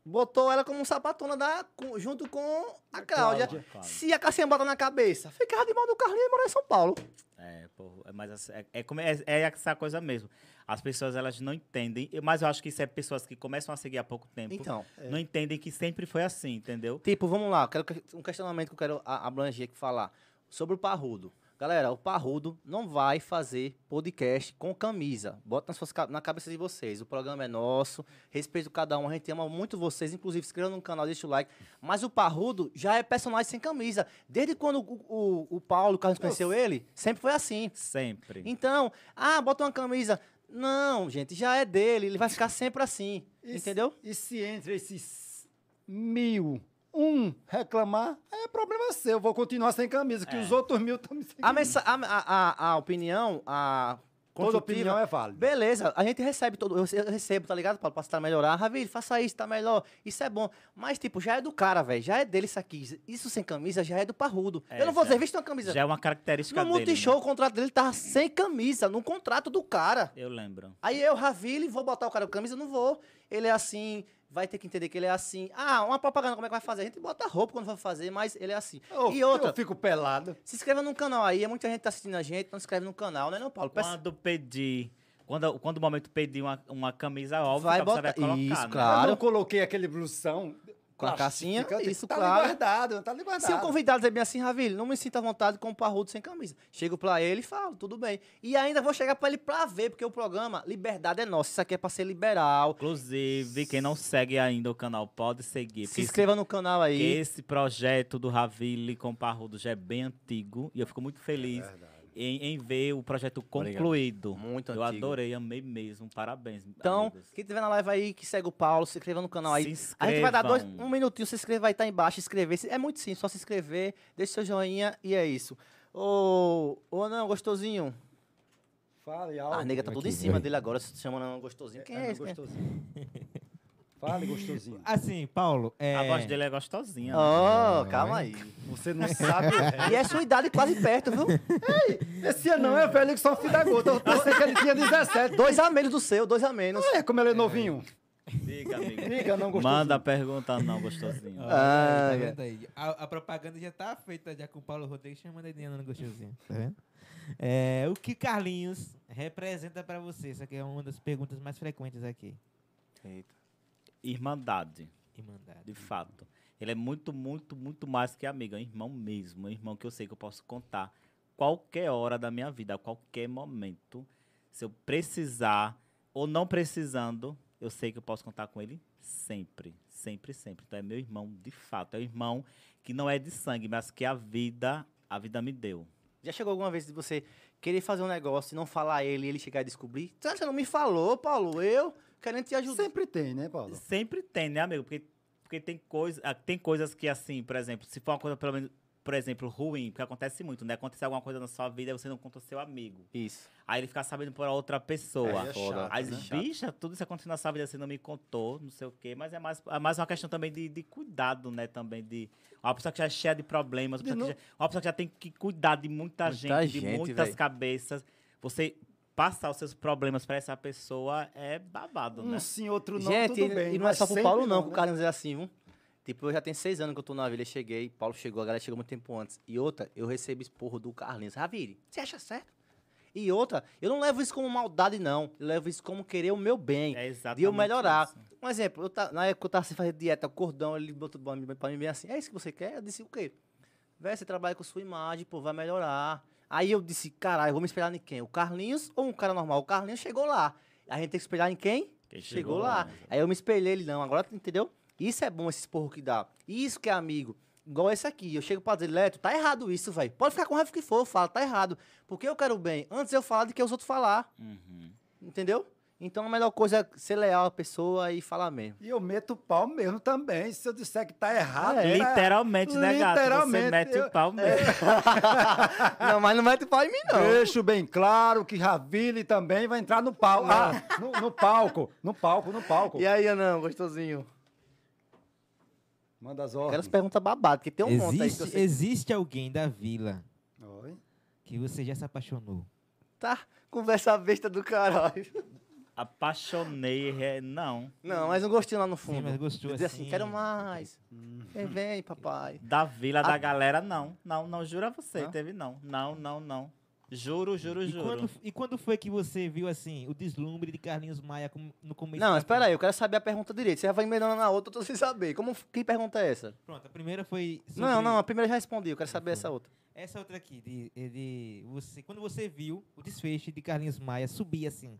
[SPEAKER 1] botou ela como sapatona da, com- junto com a Cláudia.
[SPEAKER 3] Cláudia.
[SPEAKER 1] Se a Cassinha bota na cabeça, ficava de mal do Carlinhos e morar em São Paulo.
[SPEAKER 3] É, pô, é, mas essa- é, é, como- é- é essa coisa mesmo. As pessoas, elas não entendem, e- mas eu acho que isso é pessoas que começam a seguir há pouco tempo,
[SPEAKER 1] Então,
[SPEAKER 3] não entendem que sempre foi assim, entendeu?
[SPEAKER 1] tipo, vamos lá, eu quero que- um questionamento que eu quero a- abranger aqui falar. Sobre o Parrudo. Galera, o Parrudo não vai fazer podcast com camisa. Bota nas suas ca- na cabeça de vocês. O programa é nosso, respeito cada um, a gente ama muito vocês. Inclusive, se inscreva no canal, deixa o like. Mas o Parrudo já é personagem sem camisa. Desde quando o, o, o Paulo, o Carlos conheceu ele, sempre foi assim.
[SPEAKER 3] Sempre.
[SPEAKER 1] Então, ah, bota uma camisa. Não, gente, já é dele, ele vai ficar sempre assim.
[SPEAKER 2] E se-
[SPEAKER 1] Entendeu?
[SPEAKER 2] E se entre esses mil, um reclamar, aí é problema seu. Eu vou continuar sem camisa, que
[SPEAKER 3] É.
[SPEAKER 2] os outros mil estão me sem
[SPEAKER 1] A, mensa-
[SPEAKER 2] camisa.
[SPEAKER 1] a, a, a- a opinião, a
[SPEAKER 2] Toda
[SPEAKER 1] construtiva-
[SPEAKER 2] opinião é válida.
[SPEAKER 1] Beleza, a gente recebe todo. Eu, eu recebo, tá ligado, Paulo? Pra tá melhorar. Ravi, faça isso, tá melhor. Isso é bom. Mas, tipo, já é do cara, velho. Já é dele isso aqui. Isso sem camisa já é do parrudo.
[SPEAKER 3] É,
[SPEAKER 1] eu não vou
[SPEAKER 3] já-
[SPEAKER 1] dizer, viste uma camisa.
[SPEAKER 3] Já é uma característica
[SPEAKER 1] no
[SPEAKER 3] dele.
[SPEAKER 1] Multishow,
[SPEAKER 3] né?
[SPEAKER 1] o contrato dele tava sem camisa, no contrato do cara.
[SPEAKER 3] Eu lembro.
[SPEAKER 1] Aí eu, Ravile, vou botar o cara com camisa? Não vou. Ele é assim, vai ter que entender que ele é assim. Ah, uma propaganda, como é que vai fazer? A gente bota roupa quando vai fazer, mas ele é assim.
[SPEAKER 2] Eu-
[SPEAKER 1] e outra,
[SPEAKER 2] Eu fico pelado.
[SPEAKER 1] se inscreva no canal aí. Muita gente tá assistindo a gente, não se inscreve no canal, né, não, Paulo? Peça-
[SPEAKER 3] Quando pedi, quando, quando o momento pedi uma, uma camisa óbvia,
[SPEAKER 1] Vai
[SPEAKER 3] pra você
[SPEAKER 1] botar-
[SPEAKER 3] vai colocar,
[SPEAKER 1] Isso,
[SPEAKER 3] né?
[SPEAKER 1] claro.
[SPEAKER 2] Eu não coloquei aquele blusão.
[SPEAKER 1] Com a cassinha,
[SPEAKER 2] plastificante, que
[SPEAKER 1] isso,
[SPEAKER 2] tá
[SPEAKER 1] claro.
[SPEAKER 2] Tá guardado, tá guardado.
[SPEAKER 1] Se o convidado é bem assim, Ravile, não me sinta à vontade com o parrudo sem camisa. Chego pra ele e falo, tudo bem. E ainda vou chegar pra ele pra ver, porque o programa Liberdade é Nossa. Isso aqui é pra ser liberal.
[SPEAKER 3] Inclusive, quem não segue ainda o canal pode seguir.
[SPEAKER 1] Se
[SPEAKER 3] porque
[SPEAKER 1] inscreva no canal
[SPEAKER 3] esse,
[SPEAKER 1] aí.
[SPEAKER 3] esse projeto do Ravili com o Parrudo já é bem antigo e eu fico muito
[SPEAKER 1] É
[SPEAKER 3] feliz em, em ver o projeto concluído.
[SPEAKER 1] Muito
[SPEAKER 3] eu
[SPEAKER 1] antigo.
[SPEAKER 3] adorei, amei mesmo. Parabéns.
[SPEAKER 1] Então,
[SPEAKER 3] amigos.
[SPEAKER 1] quem tiver na live aí, que segue o Paulo, se inscreva no canal aí.
[SPEAKER 3] se
[SPEAKER 1] A
[SPEAKER 3] inscrevam.
[SPEAKER 1] gente vai dar dois, um minutinho, se inscreva aí, tá aí embaixo, inscrever. É muito simples, só se inscrever, deixa seu joinha e é isso. Ô, ô não, gostosinho.
[SPEAKER 2] Fale algo.
[SPEAKER 1] A nega tá tudo em
[SPEAKER 4] aqui,
[SPEAKER 1] cima
[SPEAKER 4] vai.
[SPEAKER 1] dele agora, se chamando não gostosinho. Quem é,
[SPEAKER 2] meu
[SPEAKER 1] esse? né?
[SPEAKER 2] gostosinho. Fale, gostosinho.
[SPEAKER 1] (laughs)
[SPEAKER 4] Assim, Paulo,
[SPEAKER 1] um,
[SPEAKER 4] é...
[SPEAKER 3] A voz dele é gostosinha. né?
[SPEAKER 1] Ó,
[SPEAKER 4] Não,
[SPEAKER 1] calma aí.
[SPEAKER 2] Você não sabe.
[SPEAKER 1] (laughs) E é sua idade quase perto, viu?
[SPEAKER 2] Esse anão é velho que só fio da gota. Eu pensei que ele tinha 17.
[SPEAKER 1] Dois a menos do seu, dois a menos.
[SPEAKER 2] Olha como ele (laughs) é novinho.
[SPEAKER 3] né? Diga, amigo.
[SPEAKER 2] Diga, não gostou.
[SPEAKER 3] Manda a pergunta, não,
[SPEAKER 1] (laughs)
[SPEAKER 3] gostosinho.
[SPEAKER 4] Ó,
[SPEAKER 1] Ah,
[SPEAKER 4] tá vendo aí? A, a propaganda já tá feita já com o Paulo Rodrigues chamando ele de Ana no gostosinho.
[SPEAKER 1] (laughs)
[SPEAKER 4] Tá vendo? É, o que Carlinhos representa pra você? Essa aqui é uma das perguntas mais frequentes aqui.
[SPEAKER 3] Irmandade,
[SPEAKER 4] E mandado.
[SPEAKER 3] de fato. Ele é muito, muito, muito mais que amigo. É um irmão mesmo. É um irmão que eu sei que eu posso contar qualquer hora da minha vida, a qualquer momento. Se eu precisar ou não precisando, eu sei que eu posso contar com ele sempre. Sempre, sempre. Então é meu irmão, de fato. É um irmão que não é de sangue, mas que a vida, a vida me deu.
[SPEAKER 1] Já chegou alguma vez de você querer fazer um negócio e não falar a ele e ele chegar e descobrir? Tá, Você não me falou, Paulo, eu querendo te ajudar.
[SPEAKER 2] Sempre tem, né, Paulo?
[SPEAKER 3] Sempre tem, né, amigo? Porque, porque tem, coisa, ah, tem coisas que, assim, por exemplo, se for uma coisa, pelo menos, por exemplo, ruim, porque acontece muito, né? Acontece alguma coisa na sua vida e você não conta ao seu amigo.
[SPEAKER 1] Isso.
[SPEAKER 3] Aí ele fica sabendo por outra pes
[SPEAKER 5] Aí
[SPEAKER 3] pessoa.
[SPEAKER 5] é chato,
[SPEAKER 3] Aí,
[SPEAKER 5] né?
[SPEAKER 3] bicha, tudo isso aconteceu na sua vida, você não me contou, não sei o quê. Mas é mais, é mais uma questão também de, de cuidado, né? Também de. Uma pessoa que já é cheia de problemas, uma
[SPEAKER 2] De
[SPEAKER 3] pessoa, que já, uma pessoa que já tem que cuidar de muita,
[SPEAKER 1] Muita
[SPEAKER 3] gente, de
[SPEAKER 1] gente,
[SPEAKER 3] muitas
[SPEAKER 1] véi.
[SPEAKER 3] cabeças. Você passar os seus problemas pra essa pessoa é babado, né?
[SPEAKER 2] Um sim, outro não,
[SPEAKER 1] Gente,
[SPEAKER 2] tudo
[SPEAKER 1] e-
[SPEAKER 2] bem.
[SPEAKER 1] e não é
[SPEAKER 2] mas
[SPEAKER 1] só pro
[SPEAKER 2] sempre
[SPEAKER 1] Paulo, não, que o
[SPEAKER 2] né?
[SPEAKER 1] Carlinhos é assim, viu? Tipo, eu já tenho seis anos que eu tô na vila, cheguei, Paulo chegou, a galera chegou muito tempo antes. E outra, eu recebo esporro do Carlinhos. Ravire, você acha certo? E outra, eu não levo isso como maldade, não. Eu levo isso como querer o meu bem.
[SPEAKER 3] É
[SPEAKER 1] de eu
[SPEAKER 3] exatamente
[SPEAKER 1] melhorar.
[SPEAKER 3] isso.
[SPEAKER 1] Um exemplo, eu ta- na época que eu tava sem fazer dieta, cordão, ele botou pra mim, pra mim bem assim, é isso que você quer? Eu disse, o quê? Véi, você trabalha com sua imagem, pô, vai melhorar. Aí eu disse, caralho, eu vou me espelhar em quem? O Carlinhos ou um cara normal? O Carlinhos chegou lá. A gente tem que espelhar em quem?
[SPEAKER 3] Quem
[SPEAKER 1] chegou
[SPEAKER 3] chegou
[SPEAKER 1] lá.
[SPEAKER 3] lá,
[SPEAKER 1] Aí eu me espelhei, ele não, agora entendeu? Isso é bom, esse esporro que dá. Isso que é amigo. Igual esse aqui, eu chego pra dizer, Leto, tá errado isso, velho. Pode ficar com raiva que for, eu falo, tá errado. Porque eu quero o bem. Antes eu falar do que os outros falar,
[SPEAKER 3] Uhum.
[SPEAKER 1] entendeu? Então a melhor coisa é ser leal à pessoa e falar mesmo. (laughs)
[SPEAKER 2] E eu meto o pau mesmo também. Se eu disser que tá
[SPEAKER 1] É,
[SPEAKER 2] errado, tá errado.
[SPEAKER 3] Literalmente, né, gato? Você
[SPEAKER 2] Literalmente,
[SPEAKER 3] mete
[SPEAKER 2] eu-
[SPEAKER 3] o pau mesmo.
[SPEAKER 1] não, mas não mete pau em mim, não.
[SPEAKER 2] Deixo bem claro que Ravile também vai entrar no palco. Ah, no, no palco, no palco, no palco.
[SPEAKER 1] É. E aí, Anão, gostosinho?
[SPEAKER 2] Manda as
[SPEAKER 1] Aquelas
[SPEAKER 2] ordens.
[SPEAKER 1] perguntas babadas, que tem um monte aí que eu
[SPEAKER 4] existe,
[SPEAKER 1] sei.
[SPEAKER 4] existe alguém da vila
[SPEAKER 2] Oi.
[SPEAKER 4] que você já se apaixonou?
[SPEAKER 1] Tá, conversa besta do caralho.
[SPEAKER 3] Apaixonei, re- não.
[SPEAKER 1] Não, mas um gostinho lá no fundo.
[SPEAKER 4] Sim, mas gostou
[SPEAKER 1] Dizer assim,
[SPEAKER 4] assim. Hum.
[SPEAKER 1] quero mais. Vem, vem, papai.
[SPEAKER 3] Da vila da
[SPEAKER 1] Ah.
[SPEAKER 3] galera, não. Não, não, juro a você,
[SPEAKER 1] Não?
[SPEAKER 3] teve não. Não, não, não. Juro, juro,
[SPEAKER 4] E
[SPEAKER 3] juro.
[SPEAKER 4] quando, e quando foi que você viu, assim, o deslumbre de Carlinhos Maia com- no começo?
[SPEAKER 1] Não,
[SPEAKER 4] da-
[SPEAKER 1] espera aí, eu quero saber a pergunta direito. Você já vai emendando na outra, eu tô sem saber. Como, que pergunta é essa?
[SPEAKER 4] Pronto, a primeira foi... sobre-
[SPEAKER 1] Não, não, a primeira eu já respondi, eu quero saber
[SPEAKER 4] foi.
[SPEAKER 1] essa outra.
[SPEAKER 4] Essa outra aqui, de, eh, de você, quando você viu o desfecho de Carlinhos Maia subir assim,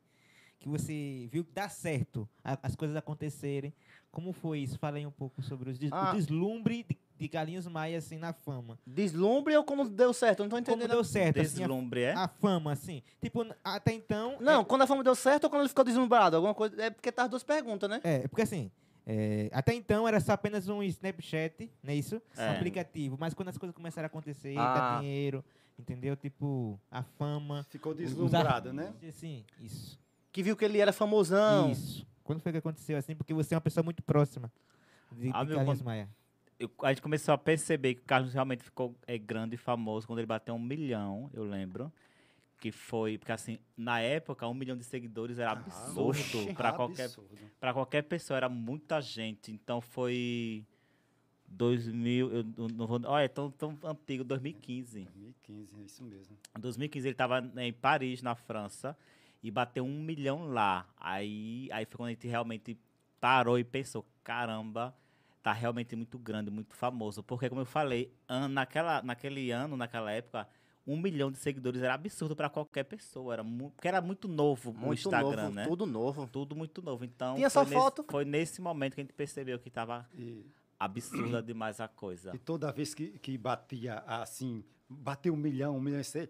[SPEAKER 4] que você viu dar certo, a- as coisas acontecerem, como foi isso? Falei um pouco sobre os des-
[SPEAKER 1] Ah.
[SPEAKER 4] o deslumbre de, de Carlinhos Maia assim na fama.
[SPEAKER 1] Deslumbre ou como deu certo? Eu não tô
[SPEAKER 4] Como
[SPEAKER 1] entendendo.
[SPEAKER 4] deu certo assim, a,
[SPEAKER 3] Deslumbre, é?
[SPEAKER 4] a fama assim? Tipo, n- até então
[SPEAKER 1] Não, quando a fama deu certo ou quando ele ficou deslumbrado? Alguma coisa. É porque tá as duas perguntas, né?
[SPEAKER 4] É, porque assim, é, até então era só apenas um Snapchat, não é isso?
[SPEAKER 3] É.
[SPEAKER 4] Um aplicativo. Mas quando as coisas começaram a acontecer,
[SPEAKER 1] Ah.
[SPEAKER 4] dar dinheiro, entendeu? Tipo, a fama.
[SPEAKER 2] Ficou
[SPEAKER 4] os- os
[SPEAKER 2] deslumbrado,
[SPEAKER 4] ar-
[SPEAKER 2] né? Ah.
[SPEAKER 4] Sim, isso.
[SPEAKER 1] Que viu que ele era famosão.
[SPEAKER 4] Isso. Quando foi que aconteceu assim? Porque você é uma pessoa muito próxima de,
[SPEAKER 3] Ah,
[SPEAKER 4] de
[SPEAKER 3] meu,
[SPEAKER 4] Carlinhos
[SPEAKER 3] quando-
[SPEAKER 4] Maia.
[SPEAKER 3] Eu- a gente começou a perceber que o Carlos realmente ficou é, grande e famoso quando ele bateu um milhão, eu lembro. Que foi, porque assim, na época, um milhão de seguidores
[SPEAKER 4] Ah,
[SPEAKER 3] era absurdo
[SPEAKER 4] é
[SPEAKER 3] pra qualquer
[SPEAKER 2] Absurdo.
[SPEAKER 3] para qualquer pessoa, era muita gente. Então foi 2000, eu não- não vou, olha, é tão, tão antigo, 2015.
[SPEAKER 2] 2015, é isso mesmo.
[SPEAKER 3] Em 2015 ele estava em Paris, na França, e bateu um milhão lá. Aí, aí foi quando a gente realmente parou e pensou, caramba, tá realmente muito grande, muito famoso. Porque, como eu falei, an- naquela, naquele ano, naquela época, um milhão de seguidores era absurdo para qualquer pessoa. Era mu- porque era muito novo o
[SPEAKER 1] Muito
[SPEAKER 3] Um Instagram,
[SPEAKER 1] novo,
[SPEAKER 3] né?
[SPEAKER 1] tudo novo.
[SPEAKER 3] Tudo muito novo. Então,
[SPEAKER 1] Tinha
[SPEAKER 3] foi
[SPEAKER 1] só foto.
[SPEAKER 3] Nesse, foi nesse momento que a gente percebeu que tava
[SPEAKER 2] E,
[SPEAKER 1] (clears throat)
[SPEAKER 3] absurda demais a coisa.
[SPEAKER 2] e toda vez que, que batia assim, bateu um milhão, um milhão e seis,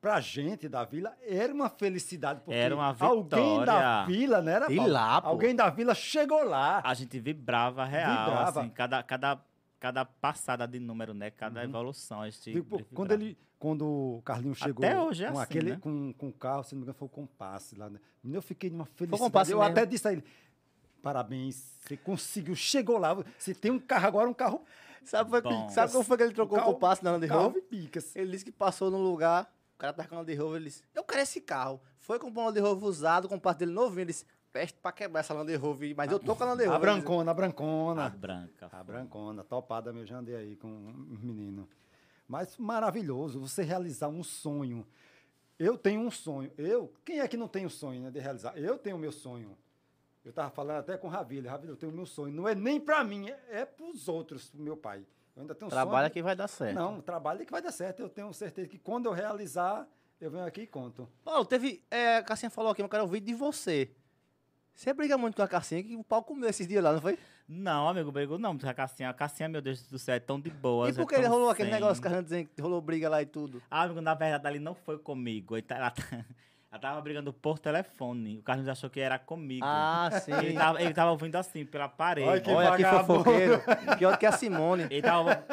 [SPEAKER 2] pra gente da vila era uma felicidade, porque
[SPEAKER 3] Era uma
[SPEAKER 2] alguém da
[SPEAKER 3] vitória.
[SPEAKER 2] vila, né? Era,
[SPEAKER 1] E
[SPEAKER 2] Paulo?
[SPEAKER 1] lá, pô.
[SPEAKER 2] alguém da vila chegou lá.
[SPEAKER 3] A gente vibrava real,
[SPEAKER 2] Vibrava.
[SPEAKER 3] assim, cada, cada, cada passada de número, né? Cada
[SPEAKER 1] Uhum.
[SPEAKER 3] evolução, a gente
[SPEAKER 2] Viu, pô,
[SPEAKER 3] vibrava.
[SPEAKER 2] quando ele quando o Carlinhos
[SPEAKER 3] Até
[SPEAKER 2] chegou
[SPEAKER 3] hoje é
[SPEAKER 2] com
[SPEAKER 3] assim,
[SPEAKER 2] aquele
[SPEAKER 3] né?
[SPEAKER 2] com, com o carro, se não me engano, foi o compasso lá. Né? Menino, Eu fiquei numa felicidade.
[SPEAKER 1] Compasso
[SPEAKER 2] eu
[SPEAKER 1] mesmo.
[SPEAKER 2] até disse a ele: "Parabéns, você conseguiu, chegou lá. Você tem um carro agora, um carro,
[SPEAKER 1] Sabe, foi,
[SPEAKER 3] Bom.
[SPEAKER 1] sabe como foi que ele trocou
[SPEAKER 2] Carro-
[SPEAKER 1] o compasso na Land
[SPEAKER 2] carro
[SPEAKER 1] Rover?
[SPEAKER 2] picas.
[SPEAKER 1] Ele disse que passou num lugar, o cara tava com o Land Rover, ele disse, eu quero esse carro. Foi com o Land Rover usado, com o compasso dele novinho, ele disse, peste pra quebrar essa Land Rover, mas eu tô com a
[SPEAKER 4] Tá
[SPEAKER 1] Land Rover.
[SPEAKER 2] A
[SPEAKER 1] Ele disse,
[SPEAKER 2] brancona, a
[SPEAKER 1] Ah,
[SPEAKER 3] A
[SPEAKER 1] tá
[SPEAKER 2] brancona,
[SPEAKER 3] branca.
[SPEAKER 2] a
[SPEAKER 3] foi.
[SPEAKER 2] brancona, topada meu, já andei aí com um menino. Mas maravilhoso, você realizar um sonho. Eu tenho um sonho. Eu, quem é que não tem um sonho né, de realizar? Eu tenho o meu sonho. Eu estava falando até com o Ravilha. Ravilha, eu tenho o meu sonho. Não é nem para mim, é, é para os outros, pro meu pai. Eu ainda tenho um
[SPEAKER 1] Trabalha
[SPEAKER 2] sonho.
[SPEAKER 1] que vai dar certo.
[SPEAKER 2] Não, trabalha que vai dar certo. Eu tenho certeza que quando eu realizar, eu venho aqui e conto.
[SPEAKER 1] Paulo, teve. É, a Cassinha falou aqui, eu quero ouvir de você. Você briga muito com a Cassinha, que o pau comeu esses dias lá, não foi?
[SPEAKER 3] Não, amigo, brigou não, a Cassinha. A Cassinha, meu Deus do céu, é tão de boa.
[SPEAKER 1] e por que rolou aquele negócio, cara, dizendo que rolou briga lá e tudo?
[SPEAKER 3] Ah, amigo, na verdade, ali não foi comigo. Ele tá- Ela, tá- (laughs) ela tava brigando por telefone. O Carlos achou que era comigo.
[SPEAKER 1] (laughs) Ah, sim.
[SPEAKER 3] Ele tava, ele tava ouvindo assim, pela parede.
[SPEAKER 2] Olha que
[SPEAKER 1] Olha que
[SPEAKER 2] vagabundo.
[SPEAKER 1] fofoqueiro. Pior que a Simone.
[SPEAKER 3] (laughs) Ele tava,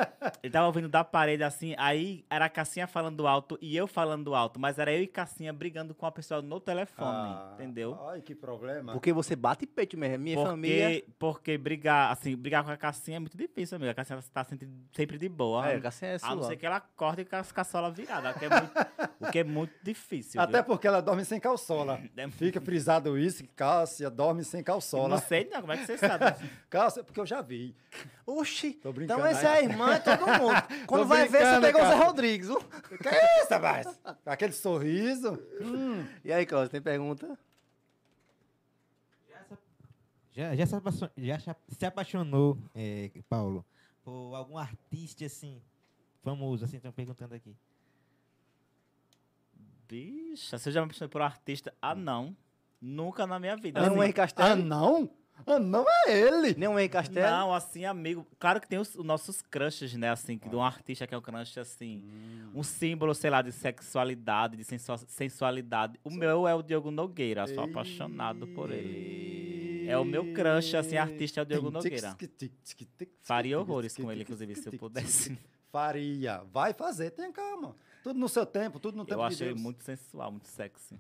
[SPEAKER 3] ele tava ouvindo da parede assim, aí era a Cassinha falando alto e eu falando alto, mas era eu e Cassinha brigando com a pessoa no telefone,
[SPEAKER 2] Ah,
[SPEAKER 3] entendeu?
[SPEAKER 2] Ai, que problema.
[SPEAKER 1] Porque você bate peito mesmo. é Minha
[SPEAKER 3] porque,
[SPEAKER 1] família.
[SPEAKER 3] porque brigar, assim, brigar com a Cassinha é muito difícil, amiga. A Cassinha tá sempre, sempre de boa.
[SPEAKER 1] É, a Cassinha é
[SPEAKER 3] a não
[SPEAKER 1] sua.
[SPEAKER 3] ser que ela acorde com as caçolas viradas, o que
[SPEAKER 1] (laughs)
[SPEAKER 3] é muito, o que é muito difícil.
[SPEAKER 2] Até
[SPEAKER 3] viu?
[SPEAKER 2] porque ela dorme sem calçola.
[SPEAKER 1] (laughs)
[SPEAKER 3] É muito-
[SPEAKER 2] Fica frisado isso, que Cássia dorme sem
[SPEAKER 3] Eu Não
[SPEAKER 2] calçola.
[SPEAKER 3] sei, não, como é que você sabe?
[SPEAKER 2] Cássia, porque eu já vi.
[SPEAKER 1] Oxi.
[SPEAKER 2] Tô brincando.
[SPEAKER 1] Então essa é a irmã de todo
[SPEAKER 2] (laughs)
[SPEAKER 1] mundo. Quando vai ver, você
[SPEAKER 2] né? brincando,
[SPEAKER 1] pegou o Zé
[SPEAKER 2] cara.
[SPEAKER 1] Rodrigues. viu?
[SPEAKER 2] Que é isso, rapaz? Aquele sorriso. Hum.
[SPEAKER 1] E aí, Cláudio, tem pergunta?
[SPEAKER 4] Já, se- já, já se, apaixonou, já se apa- se apaixonou, eh, Paulo, por algum artista assim, famoso, assim, estão perguntando aqui.
[SPEAKER 3] Bicha, você já me apaixonou por um artista? Ah, não. Nunca na minha vida.
[SPEAKER 1] Nem
[SPEAKER 3] assim.
[SPEAKER 1] o Henrique
[SPEAKER 2] Ah,
[SPEAKER 1] Castelo?
[SPEAKER 2] não? Ah, não é ele.
[SPEAKER 1] Nem o Henrique Castelo?
[SPEAKER 3] Não, assim, amigo. Claro que tem os, os nossos crushes, né? Assim, que de
[SPEAKER 2] Ah.
[SPEAKER 3] um artista que é um crush, assim.
[SPEAKER 2] Hum.
[SPEAKER 3] Um símbolo, sei lá, de sexualidade, de sensua- sensualidade. O meu é o Diogo Nogueira. Sou apaixonado por ele. É o meu crush, assim, artista é o Diogo Nogueira. Faria horrores com ele, inclusive, se
[SPEAKER 2] (laughs)
[SPEAKER 3] eu pudesse.
[SPEAKER 2] Faria. Vai fazer, tenha calma. Tudo no seu tempo, tudo no tempo
[SPEAKER 3] Eu
[SPEAKER 2] de
[SPEAKER 3] achei ele
[SPEAKER 2] Deus.
[SPEAKER 3] muito sensual, muito sexy.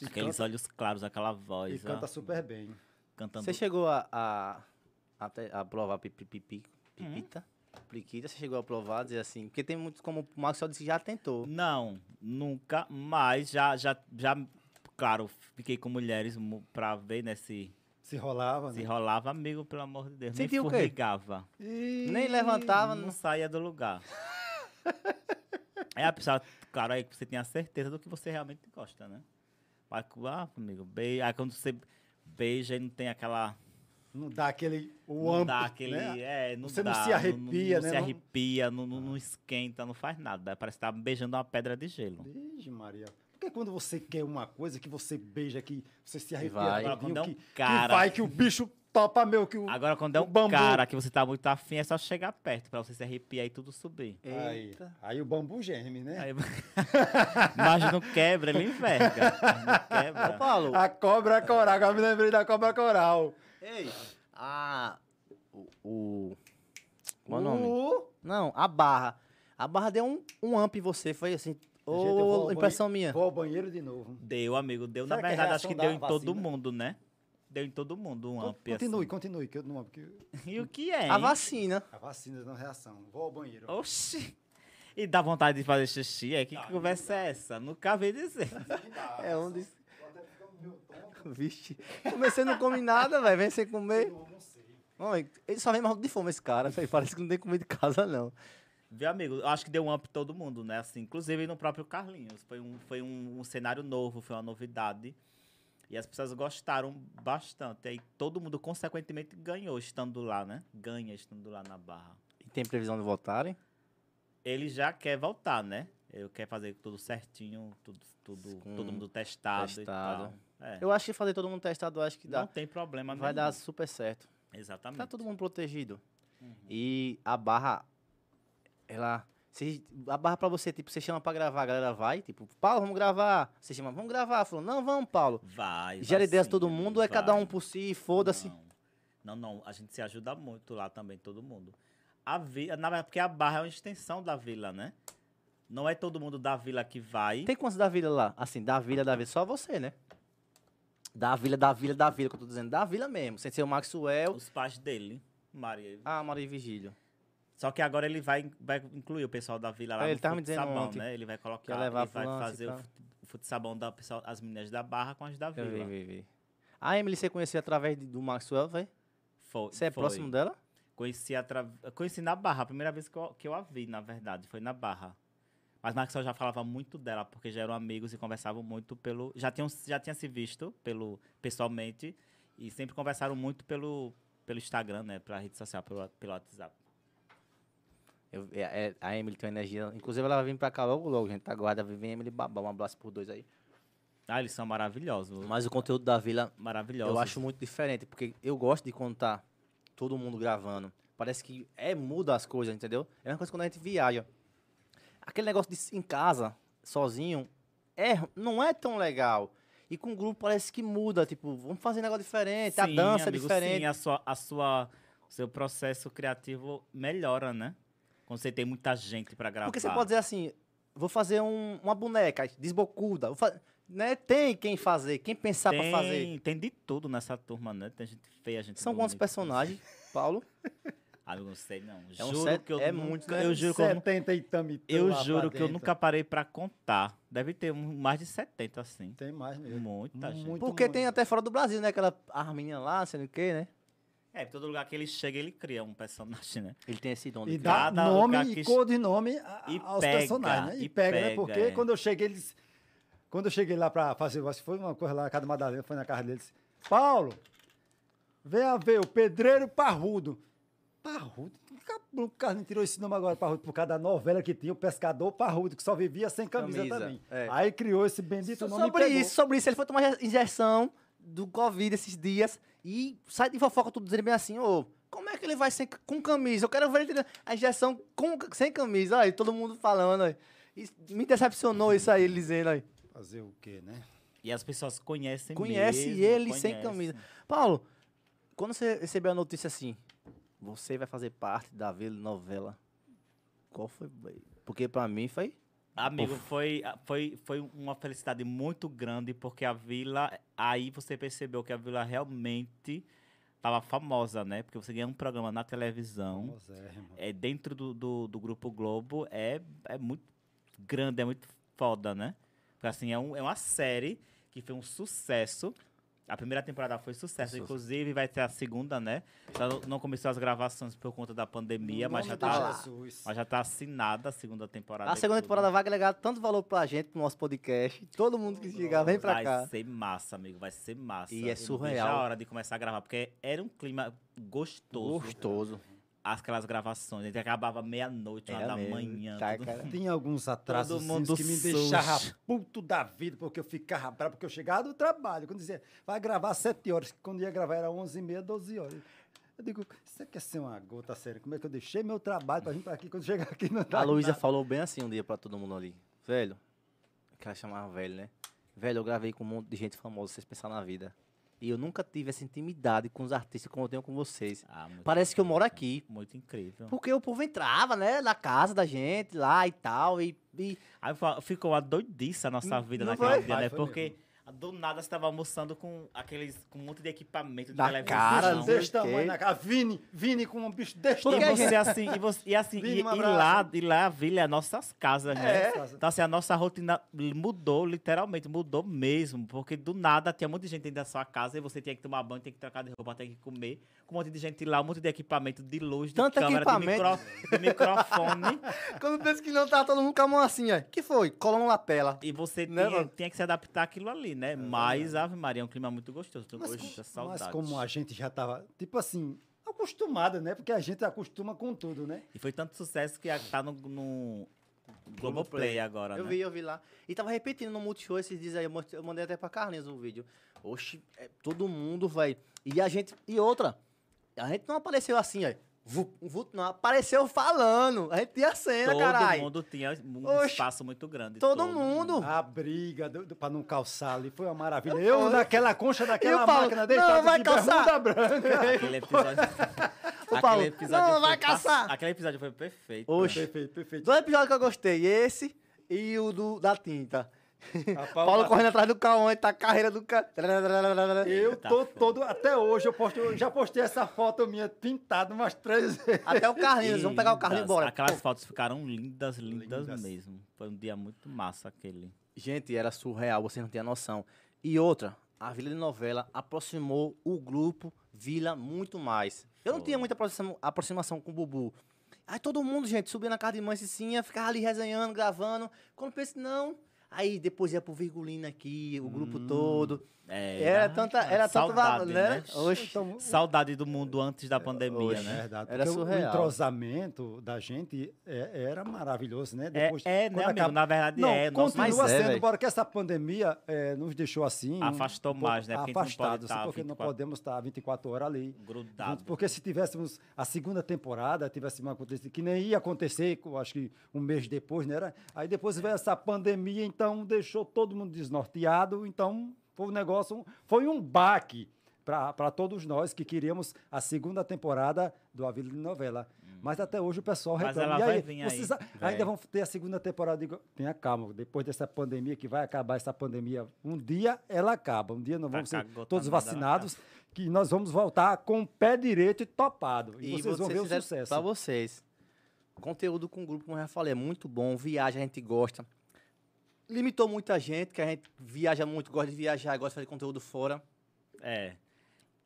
[SPEAKER 2] E
[SPEAKER 3] Aqueles
[SPEAKER 2] canta,
[SPEAKER 3] olhos claros, aquela
[SPEAKER 2] e
[SPEAKER 3] voz. ó,
[SPEAKER 2] canta super bem.
[SPEAKER 3] Cantando.
[SPEAKER 1] Você chegou a, a, a, te- a provar pi- pi- pi- pi- pipita? Priquita, você chegou a provar, dizer assim, porque tem muitos, como o Max só disse, já tentou.
[SPEAKER 3] Não, nunca, mas já, já, já claro, fiquei com mulheres mu- pra ver, né? Se,
[SPEAKER 2] Se rolava,
[SPEAKER 3] se
[SPEAKER 2] né?
[SPEAKER 3] rolava amigo, pelo amor de Deus.
[SPEAKER 1] Sentiu o
[SPEAKER 3] Nem
[SPEAKER 1] quê?
[SPEAKER 3] formigava.
[SPEAKER 1] Nem levantava.
[SPEAKER 3] Não
[SPEAKER 1] não-
[SPEAKER 3] saía
[SPEAKER 2] (laughs)
[SPEAKER 3] do lugar. aí a pessoa, claro, aí você tem a certeza do que você realmente gosta, né? Mas, ah, amigo, beija. Aí quando você beija e não tem aquela.
[SPEAKER 2] Não dá aquele. O
[SPEAKER 3] não
[SPEAKER 2] amplo,
[SPEAKER 3] dá aquele.
[SPEAKER 2] né?
[SPEAKER 3] É, não
[SPEAKER 2] Você não
[SPEAKER 3] dá,
[SPEAKER 2] se arrepia,
[SPEAKER 3] não,
[SPEAKER 2] né?
[SPEAKER 3] se
[SPEAKER 2] Não- Ah.
[SPEAKER 3] arrepia, não, não, não esquenta, não faz nada. Parece que tá beijando uma pedra de gelo.
[SPEAKER 2] Beijo, Maria. Porque quando você quer uma coisa que você beija, que você se
[SPEAKER 1] vai.
[SPEAKER 2] arrepia,
[SPEAKER 3] Agora, quando
[SPEAKER 2] todinho,
[SPEAKER 3] é
[SPEAKER 2] que,
[SPEAKER 3] um
[SPEAKER 2] que
[SPEAKER 3] cara.
[SPEAKER 2] vai que o bicho topa meu, que o.
[SPEAKER 3] Agora, quando é
[SPEAKER 2] o
[SPEAKER 3] um
[SPEAKER 2] bambu.
[SPEAKER 3] cara que você tá muito afim, é só chegar perto pra você se arrepiar e tudo subir.
[SPEAKER 2] Aí, aí o bambu geme, né?
[SPEAKER 3] Aí- (laughs) Mas não quebra, ele enverga. Não quebra.
[SPEAKER 1] Ô, Paulo,
[SPEAKER 2] A cobra coral, agora me lembrei da cobra coral.
[SPEAKER 1] ei, a... O... o qual é o nome?
[SPEAKER 2] O
[SPEAKER 1] Não, a barra. A barra deu um, um amp em você, foi assim...
[SPEAKER 2] eu vou ao
[SPEAKER 1] Ou
[SPEAKER 2] banhe-
[SPEAKER 1] impressão minha.
[SPEAKER 2] Vou ao banheiro de novo.
[SPEAKER 3] Deu, amigo, deu.
[SPEAKER 2] Será que é
[SPEAKER 3] Na verdade, acho
[SPEAKER 2] reação
[SPEAKER 3] que deu
[SPEAKER 2] da
[SPEAKER 3] em todo
[SPEAKER 2] vacina?
[SPEAKER 3] mundo, né? Deu em todo mundo um amp.
[SPEAKER 2] continue,
[SPEAKER 3] assim.
[SPEAKER 2] continue, que eu não. Porque
[SPEAKER 3] E o que é?
[SPEAKER 1] A
[SPEAKER 3] hein?
[SPEAKER 1] vacina.
[SPEAKER 2] a vacina não reação. Vou ao banheiro.
[SPEAKER 3] Oxi. E dá vontade de fazer xixi? É que conversa é essa? Nunca vi dizer. (laughs)
[SPEAKER 1] É onde... Vixe. Comecei não come nada, velho. Vem sem comer. Homem, ele só vem morto de fome, esse cara. velho. Parece que não tem comida de casa, não.
[SPEAKER 3] Viu, amigo? Eu acho que deu um up todo mundo, né? Assim, inclusive no próprio Carlinhos. Foi, um, foi um, um cenário novo, foi uma novidade. E as pessoas gostaram bastante. Aí todo mundo, consequentemente, ganhou estando lá, né? Ganha estando lá na barra.
[SPEAKER 1] E tem previsão de voltarem?
[SPEAKER 3] Ele já quer voltar, né? Ele quer fazer tudo certinho, tudo, tudo,
[SPEAKER 1] Com
[SPEAKER 3] todo mundo testado,
[SPEAKER 1] testado.
[SPEAKER 3] e tal. É.
[SPEAKER 1] Eu acho que fazer todo mundo testado, eu acho que
[SPEAKER 3] Não
[SPEAKER 1] dá.
[SPEAKER 3] tem problema
[SPEAKER 1] Vai
[SPEAKER 3] nenhum.
[SPEAKER 1] dar super certo.
[SPEAKER 3] Exatamente.
[SPEAKER 1] Tá todo mundo protegido.
[SPEAKER 3] Uhum.
[SPEAKER 1] E a barra, ela. se- a barra pra você, tipo, você chama pra gravar, a galera vai, tipo, Paulo, vamos gravar. Você chama, vamos gravar. Falou, não, vamos, Paulo.
[SPEAKER 3] Vai,
[SPEAKER 1] Gera
[SPEAKER 3] vai
[SPEAKER 1] ideia de
[SPEAKER 3] sim,
[SPEAKER 1] todo
[SPEAKER 3] amigo,
[SPEAKER 1] mundo, é cada
[SPEAKER 3] vai.
[SPEAKER 1] um por si, foda-se.
[SPEAKER 3] Não. Não, não, a gente se ajuda muito lá também, todo mundo. A vila, na verdade, porque a barra é uma extensão da vila, né? Não é todo mundo da vila que vai.
[SPEAKER 1] Tem quantos da vila lá? Assim, da vila, da vila, só você, né? Da vila, da vila, da vila, que eu tô dizendo, da vila mesmo. Sem ser o Maxwell,
[SPEAKER 3] Os pais dele, Maria.
[SPEAKER 1] a Maria e Vigílio.
[SPEAKER 3] Só que agora ele vai, vai incluir o pessoal da vila lá
[SPEAKER 1] É,
[SPEAKER 3] no
[SPEAKER 1] ele tava me dizendo
[SPEAKER 3] futsabão,
[SPEAKER 1] ontem
[SPEAKER 3] né? Ele vai
[SPEAKER 1] que ia
[SPEAKER 3] colocar,
[SPEAKER 1] levar
[SPEAKER 3] ele vai
[SPEAKER 1] fulano,
[SPEAKER 3] fazer
[SPEAKER 1] tá?
[SPEAKER 3] o fut- o futsabão da pessoal, as meninas da barra com as da
[SPEAKER 1] Eu vi,
[SPEAKER 3] vila.
[SPEAKER 1] vi, vi. A Emily você conheceu através de- do Maxwell, velho?
[SPEAKER 3] Foi,
[SPEAKER 1] Você é
[SPEAKER 3] foi.
[SPEAKER 1] próximo dela?
[SPEAKER 3] Conheci, atra... Conheci na Barra, a primeira vez que eu, que eu a vi, na verdade, foi na Barra. Mas Maxwell já falava muito dela, porque já eram amigos e conversavam muito pelo. Já tinham, já tinha se visto pelo pessoalmente e sempre conversaram muito pelo, pelo Instagram, né? Pela rede social, pelo, pelo WhatsApp.
[SPEAKER 1] Eu- é- é- a Emily tem uma energia. Inclusive, ela vai vir pra cá logo, logo, gente. Aguarda, vem Emily Babá. Um abraço por dois aí.
[SPEAKER 3] Ah, eles são maravilhosos.
[SPEAKER 1] Mas o conteúdo da Vila
[SPEAKER 3] Maravilhosos.
[SPEAKER 1] eu acho muito diferente, porque eu gosto de contar todo mundo gravando. Parece que é muda as coisas, entendeu? É a mesma coisa quando a gente viaja. Aquele negócio de se- em casa, sozinho, é, não é tão legal. E com o grupo parece que muda, tipo, vamos fazer um negócio diferente, a
[SPEAKER 3] Sim,
[SPEAKER 1] dança
[SPEAKER 3] amigo,
[SPEAKER 1] é diferente.
[SPEAKER 3] Sim, a sua, a sua, o seu processo criativo melhora, né? Quando você tem muita gente pra gravar.
[SPEAKER 1] Porque você pode dizer assim, vou fazer um- uma boneca desbocuda. vou fa- né? Tem quem fazer, quem pensar pra fazer.
[SPEAKER 3] Tem de tudo nessa turma, né? Tem gente feia, gente
[SPEAKER 1] São quantos
[SPEAKER 3] bonita.
[SPEAKER 1] personagens, Paulo?
[SPEAKER 3] Ah, eu não sei, não.
[SPEAKER 1] É um
[SPEAKER 3] juro
[SPEAKER 1] set-
[SPEAKER 3] que eu
[SPEAKER 1] é
[SPEAKER 3] nunca,
[SPEAKER 1] muito, né?
[SPEAKER 3] eu juro que eu, nu-
[SPEAKER 2] 70 e tame
[SPEAKER 3] eu juro que eu nunca parei pra contar. Deve ter um- mais de 70, assim.
[SPEAKER 2] Tem mais mesmo.
[SPEAKER 3] Muita gente.
[SPEAKER 2] Muito
[SPEAKER 1] Porque tem
[SPEAKER 2] mais.
[SPEAKER 1] até fora do Brasil, né? Aquela arminha lá, sei lá o quê, né?
[SPEAKER 3] É, todo lugar que ele chega, ele cria um personagem, né?
[SPEAKER 1] Ele tem esse dom de
[SPEAKER 2] E
[SPEAKER 1] criar.
[SPEAKER 2] dá
[SPEAKER 3] cada
[SPEAKER 2] nome
[SPEAKER 3] lugar
[SPEAKER 2] e
[SPEAKER 3] que-
[SPEAKER 2] cor de nome a-
[SPEAKER 3] E
[SPEAKER 2] aos
[SPEAKER 3] pega,
[SPEAKER 2] personagens, né? E,
[SPEAKER 3] e
[SPEAKER 2] pega, né?
[SPEAKER 3] pega,
[SPEAKER 2] Porque
[SPEAKER 3] é.
[SPEAKER 2] quando eu cheguei, eles. Quando eu cheguei lá pra fazer, acho que foi uma coisa lá na casa do Madalena, foi na casa deles. Paulo, vem a ver, o pedreiro parrudo. Parrudo? Cabrão, o cara não tirou esse nome agora, parrudo, por causa da novela que tinha, o pescador parrudo, que só vivia sem camisa,
[SPEAKER 1] Camisa,
[SPEAKER 2] também.
[SPEAKER 1] é.
[SPEAKER 2] Aí criou esse bendito
[SPEAKER 1] So-
[SPEAKER 2] nome. e
[SPEAKER 1] sobre
[SPEAKER 2] pegou.
[SPEAKER 1] isso, sobre isso. Ele foi tomar inje- injeção do Covid esses dias e sai de fofoca tudo dizendo bem assim, ô, como é que ele vai sem, com camisa? Eu quero ver ele tirando a injeção com, sem camisa. Olha, todo mundo falando, olha. Isso- me decepcionou isso aí, ele dizendo, olha.
[SPEAKER 2] Fazer o quê, né?
[SPEAKER 3] E as pessoas conhecem
[SPEAKER 1] Conhece
[SPEAKER 3] mesmo,
[SPEAKER 1] ele sem
[SPEAKER 3] conhecem.
[SPEAKER 1] camisa. Paulo, quando você recebeu a notícia assim, você vai fazer parte da Vila Novela, qual foi? Porque pra mim foi...
[SPEAKER 3] Amigo, foi, foi, foi uma felicidade muito grande, porque a vila. Aí você percebeu que a vila realmente tava famosa, né? Porque você ganhou um programa na televisão.
[SPEAKER 2] Famosérrimo.
[SPEAKER 3] é, dentro do, do, do Grupo Globo é, é muito grande, é muito foda, né? Porque, assim, é, um, é uma série que que foi um sucesso. A primeira temporada foi sucesso,
[SPEAKER 5] Sucesso.
[SPEAKER 3] inclusive vai ter a segunda, né? Só não- não começou as gravações por conta da pandemia, mas já
[SPEAKER 1] nome
[SPEAKER 3] tá,
[SPEAKER 1] de
[SPEAKER 3] lá. mas já tá assinada a segunda temporada.
[SPEAKER 1] A
[SPEAKER 3] e
[SPEAKER 1] segunda
[SPEAKER 3] tudo.
[SPEAKER 1] temporada vai agregar tanto valor pra gente, pro nosso podcast. Todo mundo que chegar, vem pra
[SPEAKER 3] vai
[SPEAKER 1] cá.
[SPEAKER 3] ser massa, amigo, vai ser massa.
[SPEAKER 1] E é
[SPEAKER 3] Eu Não vejo
[SPEAKER 1] surreal.
[SPEAKER 3] a hora de começar a gravar, porque era um clima gostoso.
[SPEAKER 1] Gostoso.
[SPEAKER 3] Aquelas gravações, a gente acabava meia-noite, uma
[SPEAKER 1] Era
[SPEAKER 3] da
[SPEAKER 1] mesmo.
[SPEAKER 3] manhã.
[SPEAKER 1] Tá,
[SPEAKER 3] tudo-
[SPEAKER 1] cara. (laughs)
[SPEAKER 2] Tinha alguns atrasos
[SPEAKER 3] mundo
[SPEAKER 2] que me
[SPEAKER 3] sujo.
[SPEAKER 2] deixavam puto da vida, porque eu ficava bravo, porque eu chegava do trabalho. Quando dizia, vai gravar às 7 horas, que quando ia gravar era 11 e meia, 12 horas. Eu digo, isso quer ser uma gota séria? Como é que eu deixei meu trabalho pra vir pra aqui? Quando chegar aqui não dá
[SPEAKER 1] A Luísa
[SPEAKER 2] nada."
[SPEAKER 1] falou bem assim um dia pra todo mundo ali. Velho, que ela chamava velho, né? Velho, eu gravei com um monte de gente famosa, vocês pensaram na vida. E eu nunca tive essa intimidade com os artistas como eu tenho com vocês.
[SPEAKER 3] Ah, muito
[SPEAKER 1] Parece que eu
[SPEAKER 3] incrível.
[SPEAKER 1] moro aqui.
[SPEAKER 3] Muito incrível.
[SPEAKER 1] Porque o povo entrava, né? Na casa da gente, lá e tal. E, e
[SPEAKER 3] Aí fa- ficou uma doidiça a nossa
[SPEAKER 1] Não-
[SPEAKER 3] vida
[SPEAKER 1] não
[SPEAKER 3] naquele
[SPEAKER 1] foi?
[SPEAKER 3] dia,
[SPEAKER 2] Ai,
[SPEAKER 3] né?
[SPEAKER 2] foi
[SPEAKER 3] Porque do nada você tava almoçando com aqueles com um monte de equipamento de
[SPEAKER 1] Da
[SPEAKER 3] televisão.
[SPEAKER 1] cara,
[SPEAKER 2] Bicho
[SPEAKER 1] não sei
[SPEAKER 2] desse
[SPEAKER 1] o
[SPEAKER 2] tamanho
[SPEAKER 1] quê.
[SPEAKER 2] na cara. Vini, Vini com um bicho deste
[SPEAKER 1] Porque
[SPEAKER 3] E
[SPEAKER 1] a
[SPEAKER 2] tamanho.
[SPEAKER 3] você assim, e, você, e assim,
[SPEAKER 2] Vini,
[SPEAKER 3] e,
[SPEAKER 2] um
[SPEAKER 3] e lá,
[SPEAKER 2] abraço.
[SPEAKER 3] e lá, vilha, nossas casas, né?
[SPEAKER 2] É.
[SPEAKER 3] Então, assim, a nossa rotina mudou, literalmente, mudou mesmo. Porque do nada tinha um monte de gente dentro da sua casa e você tinha que tomar banho, tinha que trocar de roupa, tinha que comer. Com um monte de gente lá, um monte de equipamento, de luz, de
[SPEAKER 1] Tanto
[SPEAKER 3] câmera, de,
[SPEAKER 1] equipamento.
[SPEAKER 3] micro- de microfone.
[SPEAKER 1] (laughs) quando pensa que não tava todo mundo com a mão assim, ó. Que foi? Colou uma lapela.
[SPEAKER 3] E
[SPEAKER 1] (laughs)
[SPEAKER 3] você
[SPEAKER 1] Né,
[SPEAKER 3] tinha,
[SPEAKER 1] mano?
[SPEAKER 3] tinha que se adaptar àquilo ali, né? Mas, Ave Maria, é um clima muito gostoso.
[SPEAKER 2] Mas,
[SPEAKER 3] Hoje,
[SPEAKER 2] co-
[SPEAKER 3] é saudade.
[SPEAKER 2] mas como a gente já tava, tipo assim, acostumada, né? Porque a gente acostuma com tudo, né?
[SPEAKER 3] E foi tanto sucesso que a- tá no, no Globoplay agora,
[SPEAKER 1] Eu
[SPEAKER 3] né?
[SPEAKER 1] vi, eu vi lá. E tava repetindo no Multishow esses dias aí. Eu mos- eu mandei até pra Carlinhos um vídeo. Oxi, é, todo mundo, vai. E a gente. E outra. A gente não apareceu assim, ó. Vup, vup, não. Apareceu falando. A gente tinha cena,
[SPEAKER 3] Todo
[SPEAKER 1] caralho.
[SPEAKER 3] mundo tinha um
[SPEAKER 1] Oxe.
[SPEAKER 3] espaço muito grande.
[SPEAKER 1] Todo mundo.
[SPEAKER 2] A briga do, do, pra não calçar ali foi uma maravilha. Eu naquela concha daquela
[SPEAKER 1] E o Paulo,
[SPEAKER 2] máquina
[SPEAKER 1] "Não,
[SPEAKER 2] deitada
[SPEAKER 1] vai
[SPEAKER 2] de
[SPEAKER 1] calçar."
[SPEAKER 2] bermuda branca.
[SPEAKER 1] (laughs)
[SPEAKER 3] Aquele episódio. aquele
[SPEAKER 1] Paulo, não, vai
[SPEAKER 3] foi pass-
[SPEAKER 1] caçar.
[SPEAKER 3] Aquele episódio foi perfeito.
[SPEAKER 1] Oxe.
[SPEAKER 2] perfeito, perfeito.
[SPEAKER 1] Dois episódios que eu gostei. Esse e o do, da tinta.
[SPEAKER 2] Rapaz,
[SPEAKER 1] Paulo
[SPEAKER 2] eu-
[SPEAKER 1] correndo atrás do Cauã, tá a carreira do cara.
[SPEAKER 2] Eu
[SPEAKER 3] Tá
[SPEAKER 2] tô
[SPEAKER 3] foda.
[SPEAKER 2] todo, até hoje, eu, posto, eu já postei essa foto minha pintada umas três vezes.
[SPEAKER 1] Até o Carlinhos. Vamos pegar o Carlinhos e
[SPEAKER 3] Lindas.
[SPEAKER 1] bora.
[SPEAKER 3] Aquelas fotos ficaram lindas, lindas,
[SPEAKER 2] Lindas.
[SPEAKER 3] mesmo. Foi um dia muito massa aquele.
[SPEAKER 1] Gente, era surreal, vocês não têm a noção. E outra, a Vila de Novela aproximou o grupo Vila muito mais. Eu não
[SPEAKER 3] Foi.
[SPEAKER 1] tinha muita aproxima- aproximação com o Bubu. Aí todo mundo, gente, subia na casa de mãe Cicinha, ficava ali resenhando, gravando. Quando pensa, não. Aí depois ia pro Virgulino aqui, o grupo todo.
[SPEAKER 3] É,
[SPEAKER 1] Era, tanta, era tanto
[SPEAKER 3] saudade,
[SPEAKER 1] valor, né? Oxe.
[SPEAKER 2] Então,
[SPEAKER 3] Saudade do mundo antes da pandemia,
[SPEAKER 1] oxe.
[SPEAKER 2] é
[SPEAKER 3] né?
[SPEAKER 2] verdade,
[SPEAKER 1] Era
[SPEAKER 2] porque o-
[SPEAKER 1] surreal.
[SPEAKER 2] O entrosamento da gente é- era maravilhoso, né?
[SPEAKER 3] É, é né,
[SPEAKER 2] quando
[SPEAKER 3] amigo?
[SPEAKER 2] acaba-
[SPEAKER 3] Na verdade
[SPEAKER 2] Não,
[SPEAKER 3] é. Nossa,
[SPEAKER 1] mas
[SPEAKER 2] continua
[SPEAKER 1] é,
[SPEAKER 2] sendo,
[SPEAKER 1] velho.
[SPEAKER 2] embora que essa pandemia eh, nos deixou assim.
[SPEAKER 3] Afastou
[SPEAKER 2] pouco
[SPEAKER 3] mais, né? Porque a gente não pode
[SPEAKER 2] afastados,
[SPEAKER 3] estar
[SPEAKER 2] porque não
[SPEAKER 3] 24
[SPEAKER 2] podemos estar 24 horas ali.
[SPEAKER 1] assim.
[SPEAKER 3] grudado.
[SPEAKER 2] juntos, Porque se tivéssemos a segunda temporada, tivesse uma acontecido, que nem ia acontecer, que eu acho que um mês depois, né? Era, aí
[SPEAKER 3] É.
[SPEAKER 2] depois veio essa pandemia, então deixou todo mundo desnorteado, então foi um negócio, foi um baque para todos nós que queríamos a segunda temporada do A Vila de Novela. Mas até hoje o pessoal
[SPEAKER 3] Hum. Mas
[SPEAKER 2] reclama.
[SPEAKER 3] ela
[SPEAKER 2] e aí,
[SPEAKER 3] vai vir aí,
[SPEAKER 2] vocês a-
[SPEAKER 3] vai.
[SPEAKER 2] ainda vão ter a segunda temporada? Eu Digo, tenha calma, depois dessa pandemia, que vai acabar essa pandemia, um dia ela acaba, um dia nós
[SPEAKER 3] Tá
[SPEAKER 2] vamos ser
[SPEAKER 3] cagotando,
[SPEAKER 2] todos
[SPEAKER 3] ela acaba.
[SPEAKER 2] vacinados, que nós vamos voltar com o pé direito e topado. E, vocês vão ver o
[SPEAKER 1] fizeram
[SPEAKER 2] sucesso.
[SPEAKER 1] Pra vocês. Conteúdo com o grupo, como eu já falei, é muito bom. Viaja, a gente gosta. Limitou muita gente, que a gente viaja muito, gosta de viajar, gosta de fazer conteúdo fora.
[SPEAKER 3] É.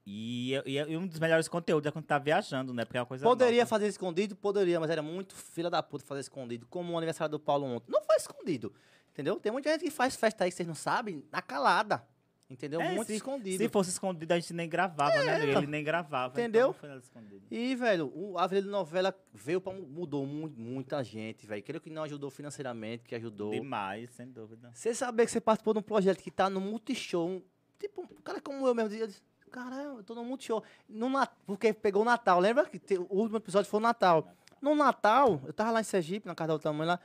[SPEAKER 3] E, e- e um dos melhores conteúdos é quando tá viajando, né? Porque é uma coisa.
[SPEAKER 1] Poderia
[SPEAKER 3] nova.
[SPEAKER 1] fazer escondido? Poderia, mas era muito filha da puta fazer escondido. Como o aniversário do Paulo ontem. Não foi escondido, entendeu? Tem muita gente que faz festa aí que vocês não sabem, na calada. Entendeu?
[SPEAKER 3] É,
[SPEAKER 1] muito escondido.
[SPEAKER 3] Se fosse escondido, a gente nem gravava, né? amigo? Ele nem gravava.
[SPEAKER 1] Entendeu?
[SPEAKER 3] Então não foi nada escondido.
[SPEAKER 1] E, velho, o, a Avenida Novela veio pra, mu- mudou mu- muita gente, velho. Creio que não ajudou financeiramente, que ajudou.
[SPEAKER 3] Demais, sem dúvida.
[SPEAKER 1] Você saber que você participou de um projeto que tá no Multishow, um- tipo, um cara como eu mesmo, eu disse, caramba, eu tô no Multishow. No Nat- porque pegou o Natal, lembra? que te- o último episódio foi o Natal. No Natal, eu tava lá em Sergipe, na casa da outra mãe lá,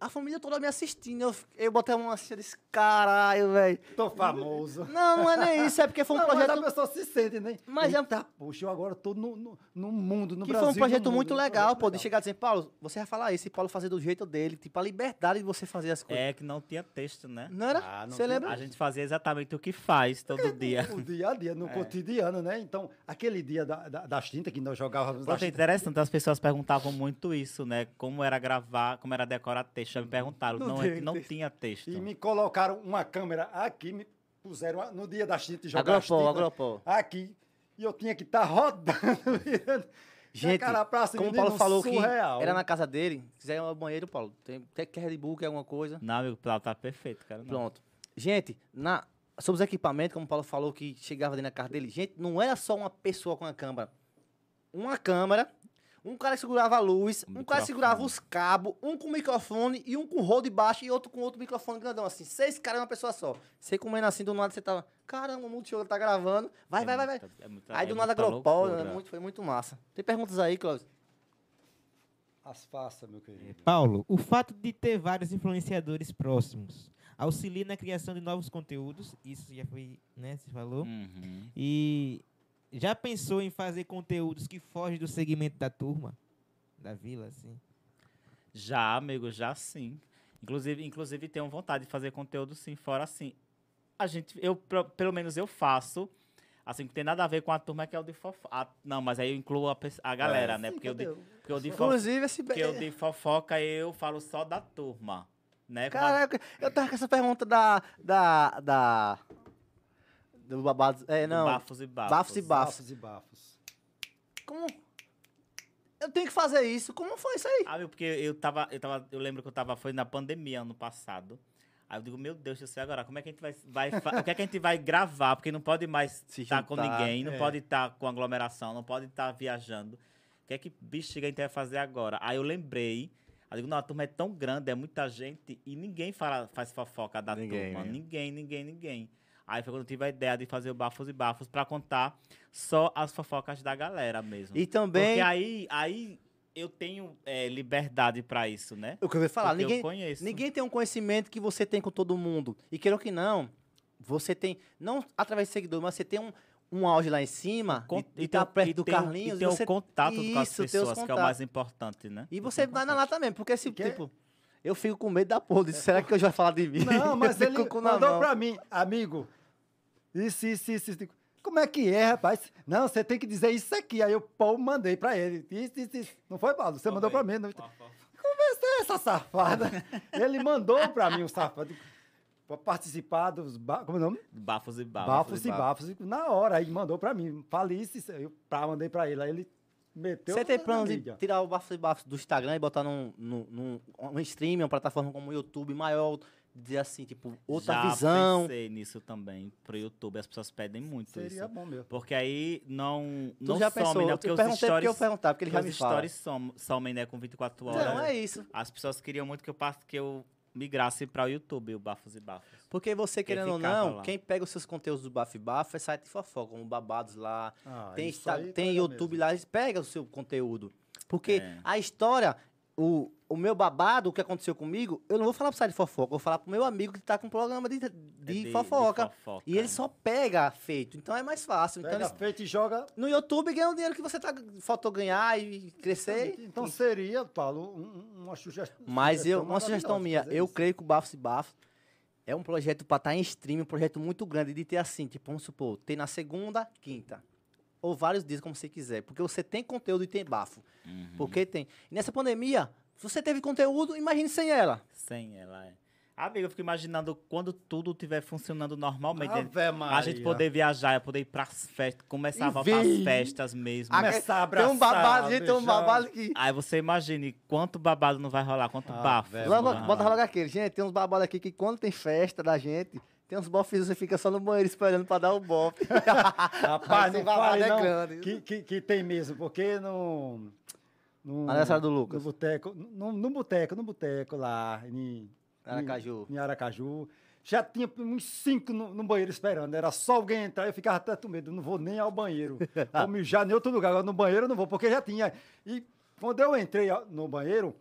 [SPEAKER 1] a família toda me assistindo. Eu, fi- eu botei a mão assim, eu disse, caralho, velho.
[SPEAKER 2] Tô famoso.
[SPEAKER 1] Não, não é nem isso, é porque foi um
[SPEAKER 2] Não,
[SPEAKER 1] projeto...
[SPEAKER 2] Mas a pessoa se sente, né?
[SPEAKER 1] Mas é-
[SPEAKER 2] Eita, poxa, eu agora tô no, no, no mundo, no
[SPEAKER 1] que
[SPEAKER 2] Brasil.
[SPEAKER 1] foi um projeto muito legal, pô,
[SPEAKER 2] pode
[SPEAKER 1] de chegar e dizer, Paulo, você vai falar isso, e Paulo fazer do jeito dele, tipo, a liberdade de você fazer as coisas.
[SPEAKER 3] É que não tinha texto, né?
[SPEAKER 1] Não era?
[SPEAKER 2] Ah, não
[SPEAKER 1] Você
[SPEAKER 2] tinha-
[SPEAKER 1] lembra?
[SPEAKER 3] A gente fazia exatamente o que faz todo dia.
[SPEAKER 2] (laughs) O dia a dia, no cotidiano, né? Então, aquele dia da, da, das tintas que nós jogávamos
[SPEAKER 3] Poxa, é
[SPEAKER 2] das
[SPEAKER 3] interessante, as pessoas perguntavam muito isso, né? Como era gravar, como era decorar texto. Já me perguntaram,
[SPEAKER 2] Não
[SPEAKER 3] não, é
[SPEAKER 2] tem
[SPEAKER 3] que não
[SPEAKER 2] texto.
[SPEAKER 3] tinha texto.
[SPEAKER 2] E me colocaram uma câmera aqui, me puseram a- no dia da gente jogar as
[SPEAKER 1] Agropó,
[SPEAKER 2] tintas
[SPEAKER 1] agropó.
[SPEAKER 2] aqui. E eu tinha que estar rodando, (laughs) virando.
[SPEAKER 1] Gente,
[SPEAKER 2] cara pra cima,
[SPEAKER 1] Como o
[SPEAKER 2] menino,
[SPEAKER 1] Paulo falou que
[SPEAKER 2] surreal.
[SPEAKER 1] era na casa dele, quiser ir ao banheiro, Paulo, tem, quer, quer Red Bull, quer alguma coisa,
[SPEAKER 3] Não, amigo, tá, tá perfeito, cara. Não.
[SPEAKER 1] pronto. Gente, na, sobre os equipamentos, como o Paulo falou que chegava dentro da casa dele, gente, não era só uma pessoa com a câmera. Uma câmera, um cara que segurava a luz,
[SPEAKER 3] Um
[SPEAKER 1] um cara
[SPEAKER 3] microfone.
[SPEAKER 1] que segurava os cabos, um com microfone e um com rolo de baixo e outro com outro microfone grandão, assim. Seis caras numa pessoa só. Você comendo assim, do nada você tava, caramba, o Multishow tá gravando, vai,
[SPEAKER 3] É
[SPEAKER 1] vai, vai, vai.
[SPEAKER 3] muita- é muita-
[SPEAKER 1] Aí
[SPEAKER 3] é
[SPEAKER 1] do nada
[SPEAKER 3] muita
[SPEAKER 1] agropó,
[SPEAKER 3] loucura.
[SPEAKER 1] é muito- foi muito massa. Tem perguntas aí, Cláudio?
[SPEAKER 2] As faças, meu querido.
[SPEAKER 4] Paulo, o fato de ter vários influenciadores próximos auxilia na criação de novos conteúdos, isso já foi, né, se falou.
[SPEAKER 3] Uhum.
[SPEAKER 4] E já pensou em fazer conteúdos que fogem do segmento da turma, da vila, assim?
[SPEAKER 3] Já, amigo, já sim. Inclusive, inclusive tenho vontade de fazer conteúdo sim, fora assim. A gente, eu, pro- pelo menos eu faço. Assim, que tem nada a ver com a turma que é o de fofoca. Ah, não, mas aí eu incluo a, pe- a
[SPEAKER 1] É.
[SPEAKER 3] galera, né? Porque eu, de, porque eu de fofo-
[SPEAKER 1] Inclusive, é. esse...
[SPEAKER 3] porque eu de fofoca eu falo só da turma. Né? Com a-
[SPEAKER 1] Caraca, eu tava com essa pergunta da. Da. da do babado. É,
[SPEAKER 3] do
[SPEAKER 1] não.
[SPEAKER 3] Bafos e bafos.
[SPEAKER 1] Bafos e bafos.
[SPEAKER 2] e bafos.
[SPEAKER 1] Como. Eu tenho que fazer isso. Como foi isso aí?
[SPEAKER 3] Ah, meu, porque eu tava, eu tava, eu lembro que eu tava, foi na pandemia ano passado. Aí eu digo, meu Deus do céu, agora como é que a gente vai, vai fa- o que é que a gente vai gravar? Porque não pode mais
[SPEAKER 1] Se
[SPEAKER 3] estar com
[SPEAKER 1] juntar,
[SPEAKER 3] ninguém, não
[SPEAKER 2] é.
[SPEAKER 3] pode estar com aglomeração, não pode estar viajando. O que é que bexiga a gente vai fazer agora? Aí eu lembrei, aí eu digo, não, a turma é tão grande, é muita gente e ninguém fala, faz fofoca da
[SPEAKER 1] Ninguém,
[SPEAKER 3] turma,
[SPEAKER 1] né?
[SPEAKER 3] ninguém, ninguém, ninguém. Aí foi quando eu tive a ideia de fazer o Bafos e Bafos pra contar só as fofocas da galera mesmo.
[SPEAKER 1] E
[SPEAKER 3] Porque
[SPEAKER 1] também.
[SPEAKER 3] aí, aí eu tenho é, liberdade pra isso, né?
[SPEAKER 1] O que eu ia falar?
[SPEAKER 3] Porque
[SPEAKER 1] Ninguém,
[SPEAKER 3] eu conheço.
[SPEAKER 1] Ninguém tem um conhecimento que você tem com todo mundo. E queira ou que não, você tem, não através de seguidor, mas você tem um, um auge lá em cima
[SPEAKER 3] Con-
[SPEAKER 1] e, e
[SPEAKER 3] tem
[SPEAKER 1] tá
[SPEAKER 3] o-
[SPEAKER 1] perto
[SPEAKER 3] e
[SPEAKER 1] do
[SPEAKER 3] tem o-
[SPEAKER 1] Carlinhos.
[SPEAKER 3] E tem
[SPEAKER 1] você-
[SPEAKER 3] o contato com as
[SPEAKER 1] Isso, tem os
[SPEAKER 3] pessoas, que é o
[SPEAKER 1] contatos.
[SPEAKER 3] mais importante, né?
[SPEAKER 1] E
[SPEAKER 3] Eu
[SPEAKER 1] você
[SPEAKER 3] tenho
[SPEAKER 1] vai na lá também, porque se,
[SPEAKER 2] Porque-
[SPEAKER 1] tipo, eu fico com medo da porra. disso. Será que eu já falar de mim?
[SPEAKER 2] Não,
[SPEAKER 1] (laughs)
[SPEAKER 2] mas
[SPEAKER 1] Eu
[SPEAKER 2] ele
[SPEAKER 1] fico com o cu na
[SPEAKER 2] mandou
[SPEAKER 1] mão.
[SPEAKER 2] pra mim, amigo. Isso, isso, isso, isso. Digo, Como é que é, rapaz? Não, você tem que dizer isso aqui. Aí eu pô, mandei pra ele. Isso, isso, isso. Não foi, Paulo? Você mandou pra mim. Não... é
[SPEAKER 3] contato. Ó, ó.
[SPEAKER 2] Essa safada. (laughs) ele mandou pra mim o safado. Digo, Pra participar dos. Ba... Como é o nome?
[SPEAKER 3] Bafos e bafos.
[SPEAKER 2] Bafos e
[SPEAKER 1] bafos.
[SPEAKER 2] bafos. Digo, Na hora, aí mandou pra mim. Fale isso, isso. Eu pá, mandei pra ele. Aí ele meteu.
[SPEAKER 1] Você tem
[SPEAKER 2] na
[SPEAKER 1] plano de
[SPEAKER 2] mídia.
[SPEAKER 1] tirar o bafo de bafo do Instagram e botar num, num, num um streaming, uma plataforma como o YouTube maior, dizer assim, tipo, outra
[SPEAKER 3] Já
[SPEAKER 1] visão.
[SPEAKER 3] pensei nisso também pro YouTube. As pessoas pedem muito
[SPEAKER 2] Seria
[SPEAKER 3] isso.
[SPEAKER 2] bom mesmo.
[SPEAKER 3] Porque aí não,
[SPEAKER 1] Tu
[SPEAKER 3] não
[SPEAKER 1] já
[SPEAKER 3] some,
[SPEAKER 1] pensou?
[SPEAKER 3] né?
[SPEAKER 1] eu
[SPEAKER 3] Porque os
[SPEAKER 1] perguntei porque eu
[SPEAKER 3] stories,
[SPEAKER 1] perguntar, porque ele já me
[SPEAKER 3] os
[SPEAKER 1] fala.
[SPEAKER 3] stories som- somem, né? Com 24 horas.
[SPEAKER 1] Não, é isso.
[SPEAKER 3] As pessoas queriam muito que eu, passe- que eu migrasse pra o YouTube, o Bafos e Bafos.
[SPEAKER 1] Porque você,
[SPEAKER 3] Porque
[SPEAKER 1] querendo ou
[SPEAKER 3] ficava
[SPEAKER 1] não,
[SPEAKER 3] lá.
[SPEAKER 1] quem pega os seus conteúdos do bafo e bafo é site de fofoca, como Babados lá,
[SPEAKER 2] Ah,
[SPEAKER 1] tem,
[SPEAKER 2] isso
[SPEAKER 1] Insta-
[SPEAKER 2] aí
[SPEAKER 1] tem
[SPEAKER 2] pega
[SPEAKER 1] YouTube
[SPEAKER 2] mesmo.
[SPEAKER 1] lá, eles pegam o seu conteúdo. Porque
[SPEAKER 3] É.
[SPEAKER 1] a história, o, o meu babado, o que aconteceu comigo, eu não vou falar pro site de fofoca, eu vou falar pro meu amigo que tá com um programa de,
[SPEAKER 3] É
[SPEAKER 1] de, fofoca. E ele só pega feito, então é mais fácil. Então
[SPEAKER 2] Pega
[SPEAKER 1] eles-
[SPEAKER 2] feito e joga
[SPEAKER 1] no YouTube ganha o dinheiro que você tá, faltou ganhar e crescer.
[SPEAKER 2] Exatamente. Então seria, Paulo, um- uma sugestão.
[SPEAKER 1] Mas eu, uma
[SPEAKER 2] é maravilhosa
[SPEAKER 1] sugestão minha,
[SPEAKER 2] fazer
[SPEAKER 1] eu
[SPEAKER 2] isso.
[SPEAKER 1] creio que o Bafos e Bafos é um projeto pra estar em stream, um projeto muito grande de ter assim, tipo, vamos supor, tem na segunda, quinta, ou vários dias, como você quiser, porque você tem conteúdo e tem bafo, porque tem. E nessa pandemia, se você teve conteúdo, imagine sem ela.
[SPEAKER 3] Sem ela, é. Amigo, eu fico imaginando quando tudo estiver funcionando normalmente.
[SPEAKER 1] Ah,
[SPEAKER 3] né?
[SPEAKER 2] Ave
[SPEAKER 3] a gente
[SPEAKER 2] Maria.
[SPEAKER 3] poder viajar, eu poder ir pras festas, começar a
[SPEAKER 2] E
[SPEAKER 3] voltar às
[SPEAKER 2] vem.
[SPEAKER 3] festas mesmo. né?
[SPEAKER 2] Ah, Começar a
[SPEAKER 1] tem um babado,
[SPEAKER 2] abraçar,
[SPEAKER 1] gente, tem um
[SPEAKER 2] beijar.
[SPEAKER 1] babado que...
[SPEAKER 3] Aí você imagine quanto babado não vai rolar, quanto
[SPEAKER 2] Ah,
[SPEAKER 3] bafo.
[SPEAKER 2] velho.
[SPEAKER 3] não
[SPEAKER 1] logo,
[SPEAKER 3] vai rolar.
[SPEAKER 1] bota logo aquele, gente, tem uns babados aqui que quando tem festa da gente, tem uns bofes, você fica só no banheiro esperando pra dar o bofe.
[SPEAKER 2] Rapaz, não
[SPEAKER 1] Esse babado
[SPEAKER 2] fale
[SPEAKER 1] é
[SPEAKER 2] não,
[SPEAKER 1] grande.
[SPEAKER 2] Que, que, que tem mesmo, porque no... no
[SPEAKER 1] Na aniversário do
[SPEAKER 2] No
[SPEAKER 1] Lucas,
[SPEAKER 2] boteco, no, no boteco, no boteco lá em,
[SPEAKER 1] Aracaju.
[SPEAKER 2] em Aracaju, já tinha uns cinco no, no banheiro esperando. Era só alguém entrar, eu ficava até com medo, não vou nem
[SPEAKER 1] (laughs)
[SPEAKER 2] ao banheiro. Vou mijar em outro lugar, agora no banheiro eu não vou, porque já tinha. E quando eu entrei a- no banheiro,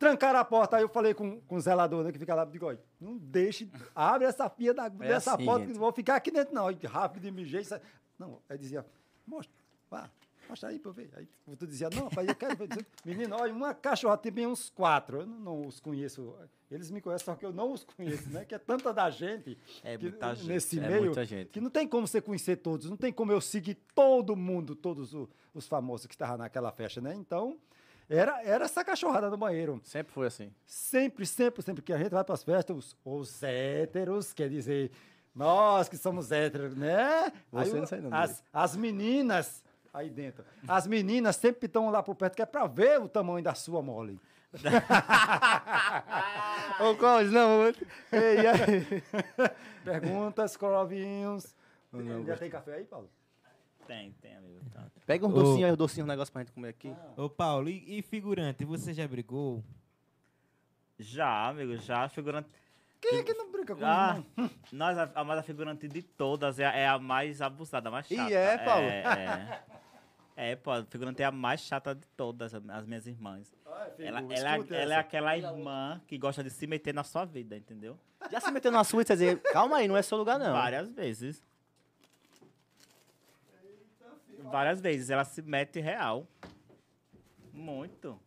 [SPEAKER 2] trancaram a porta, aí eu falei com, com o zelador né, que fica lá, digo, olha, não deixe, abre essa pia
[SPEAKER 3] É
[SPEAKER 2] da, dessa
[SPEAKER 1] assim,
[SPEAKER 2] porta,
[SPEAKER 1] gente.
[SPEAKER 2] que não vou ficar aqui dentro não. Aí, rápido, mijei, sa- não, aí dizia, mostra, vá. Mostra aí pra eu ver. Aí tu dizia, não, rapaz, eu quero ver. Menino, olha, uma cachorra tem bem uns quatro. Eu não, não os conheço. Eles me conhecem, só que eu não os conheço, né? Que é tanta da gente.
[SPEAKER 3] É
[SPEAKER 2] que-
[SPEAKER 3] muita gente.
[SPEAKER 2] Nesse
[SPEAKER 3] é
[SPEAKER 2] meio,
[SPEAKER 3] muita gente.
[SPEAKER 2] que não tem como você conhecer todos, não tem como eu seguir todo mundo, todos o- os famosos que estavam naquela festa, né? Então, era, era essa cachorrada no banheiro.
[SPEAKER 1] Sempre foi assim.
[SPEAKER 2] Sempre, sempre, sempre que a gente vai para as festas, os, os héteros, quer dizer, Nós que somos héteros, né?
[SPEAKER 5] Você
[SPEAKER 2] o-
[SPEAKER 5] não sai não,
[SPEAKER 2] As, as meninas aí dentro. As meninas sempre estão lá por perto, que é pra ver o tamanho da sua mole.
[SPEAKER 5] Ô, Cláudio, não. Ei, e aí?
[SPEAKER 2] (laughs) Perguntas, corovinhos.
[SPEAKER 5] Não, não,
[SPEAKER 2] Já
[SPEAKER 5] gosto.
[SPEAKER 2] tem café aí, Paulo?
[SPEAKER 3] Tem, tem, amigo. Tá.
[SPEAKER 1] Pega um
[SPEAKER 4] Ô.
[SPEAKER 1] docinho aí, um docinho, um negócio pra gente comer aqui.
[SPEAKER 4] Ô, Paulo, e, e figurante, você já brigou?
[SPEAKER 3] Já, amigo, já. Figurante.
[SPEAKER 2] Quem é que não briga com
[SPEAKER 3] Ah,
[SPEAKER 2] irmão?
[SPEAKER 3] (laughs) nós, a, a mais a figurante de todas é, a- é a mais abusada, a mais
[SPEAKER 1] E
[SPEAKER 3] chata.
[SPEAKER 1] é, Paulo?
[SPEAKER 3] É, é. É, pô, a figurante é a mais chata de todas as as minhas irmãs. Ela,
[SPEAKER 2] Figu,
[SPEAKER 3] ela,
[SPEAKER 2] escuta
[SPEAKER 3] ela é
[SPEAKER 2] essa.
[SPEAKER 3] aquela irmã que gosta de se meter na sua vida, entendeu?
[SPEAKER 1] Já se meteu na sua e você dizer, calma aí, não é seu lugar não.
[SPEAKER 3] Várias vezes. Várias vezes. Ela se mete real. Muito.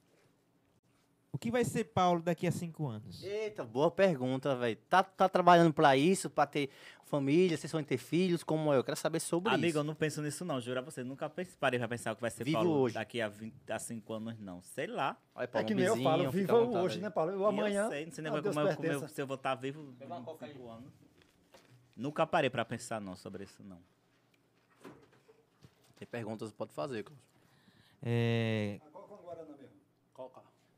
[SPEAKER 4] O que vai ser Paulo daqui a cinco anos?
[SPEAKER 1] Eita, boa pergunta, velho. Tá, tá trabalhando pra isso, pra ter família, vocês vão ter filhos, como é? eu? Eu quero saber sobre
[SPEAKER 3] Amigo, eu
[SPEAKER 1] isso.
[SPEAKER 3] não penso nisso, não. Juro a você. Nunca pens- parei pra pensar o que vai ser
[SPEAKER 1] Vive
[SPEAKER 3] Paulo
[SPEAKER 1] hoje.
[SPEAKER 3] daqui a 20 a 5 anos, não. Sei lá.
[SPEAKER 1] Olha,
[SPEAKER 2] É que nem eu falo,
[SPEAKER 1] tá
[SPEAKER 2] viva o hoje, né, Paulo? Eu
[SPEAKER 3] E
[SPEAKER 2] amanhã.
[SPEAKER 3] Eu sei, não sei nem
[SPEAKER 2] a
[SPEAKER 3] como
[SPEAKER 2] Deus
[SPEAKER 3] eu- como eu-
[SPEAKER 2] pertença.
[SPEAKER 3] se eu vou estar vivo em cinco anos. Nunca parei pra pensar, não, sobre isso, não.
[SPEAKER 1] Tem perguntas, pode fazer, Cláudio.
[SPEAKER 4] É,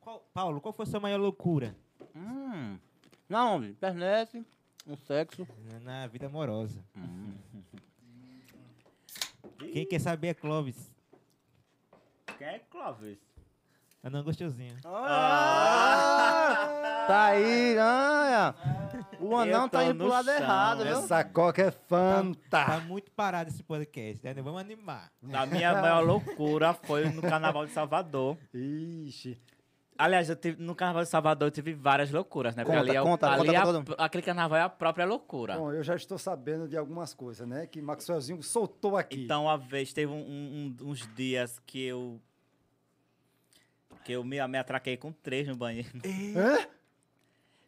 [SPEAKER 4] qual- Paulo, qual foi a sua maior loucura
[SPEAKER 1] Hum. Não, internet, um sexo.
[SPEAKER 4] na- na vida amorosa? Quem quer saber é Clóvis.
[SPEAKER 3] Quem é Clóvis?
[SPEAKER 4] Ah, não, gostosinho.
[SPEAKER 1] Tá aí, ganha. O anão
[SPEAKER 3] Eu
[SPEAKER 1] tá
[SPEAKER 3] tô
[SPEAKER 1] indo pro
[SPEAKER 3] no
[SPEAKER 1] lado
[SPEAKER 3] chão,
[SPEAKER 1] errado, viu?
[SPEAKER 2] Essa coca é
[SPEAKER 4] Tá
[SPEAKER 2] fanta.
[SPEAKER 4] muito parado esse podcast, né? Vamos animar.
[SPEAKER 3] A minha maior loucura foi no Carnaval de Salvador.
[SPEAKER 2] Ixi.
[SPEAKER 3] Aliás, eu tive- no Carnaval de Salvador eu tive várias loucuras, né? Porque
[SPEAKER 1] Conta,
[SPEAKER 3] ali é o-
[SPEAKER 1] conta,
[SPEAKER 3] ali
[SPEAKER 1] conta
[SPEAKER 3] é a-
[SPEAKER 1] pra todo
[SPEAKER 3] Aquele carnaval é a própria loucura.
[SPEAKER 2] Bom, eu já estou sabendo de algumas coisas, né? Que Maxwellzinho soltou aqui.
[SPEAKER 3] Então, uma vez, teve um- um- um- uns dias que eu. que eu me, me atraquei com três no banheiro.
[SPEAKER 2] Hã?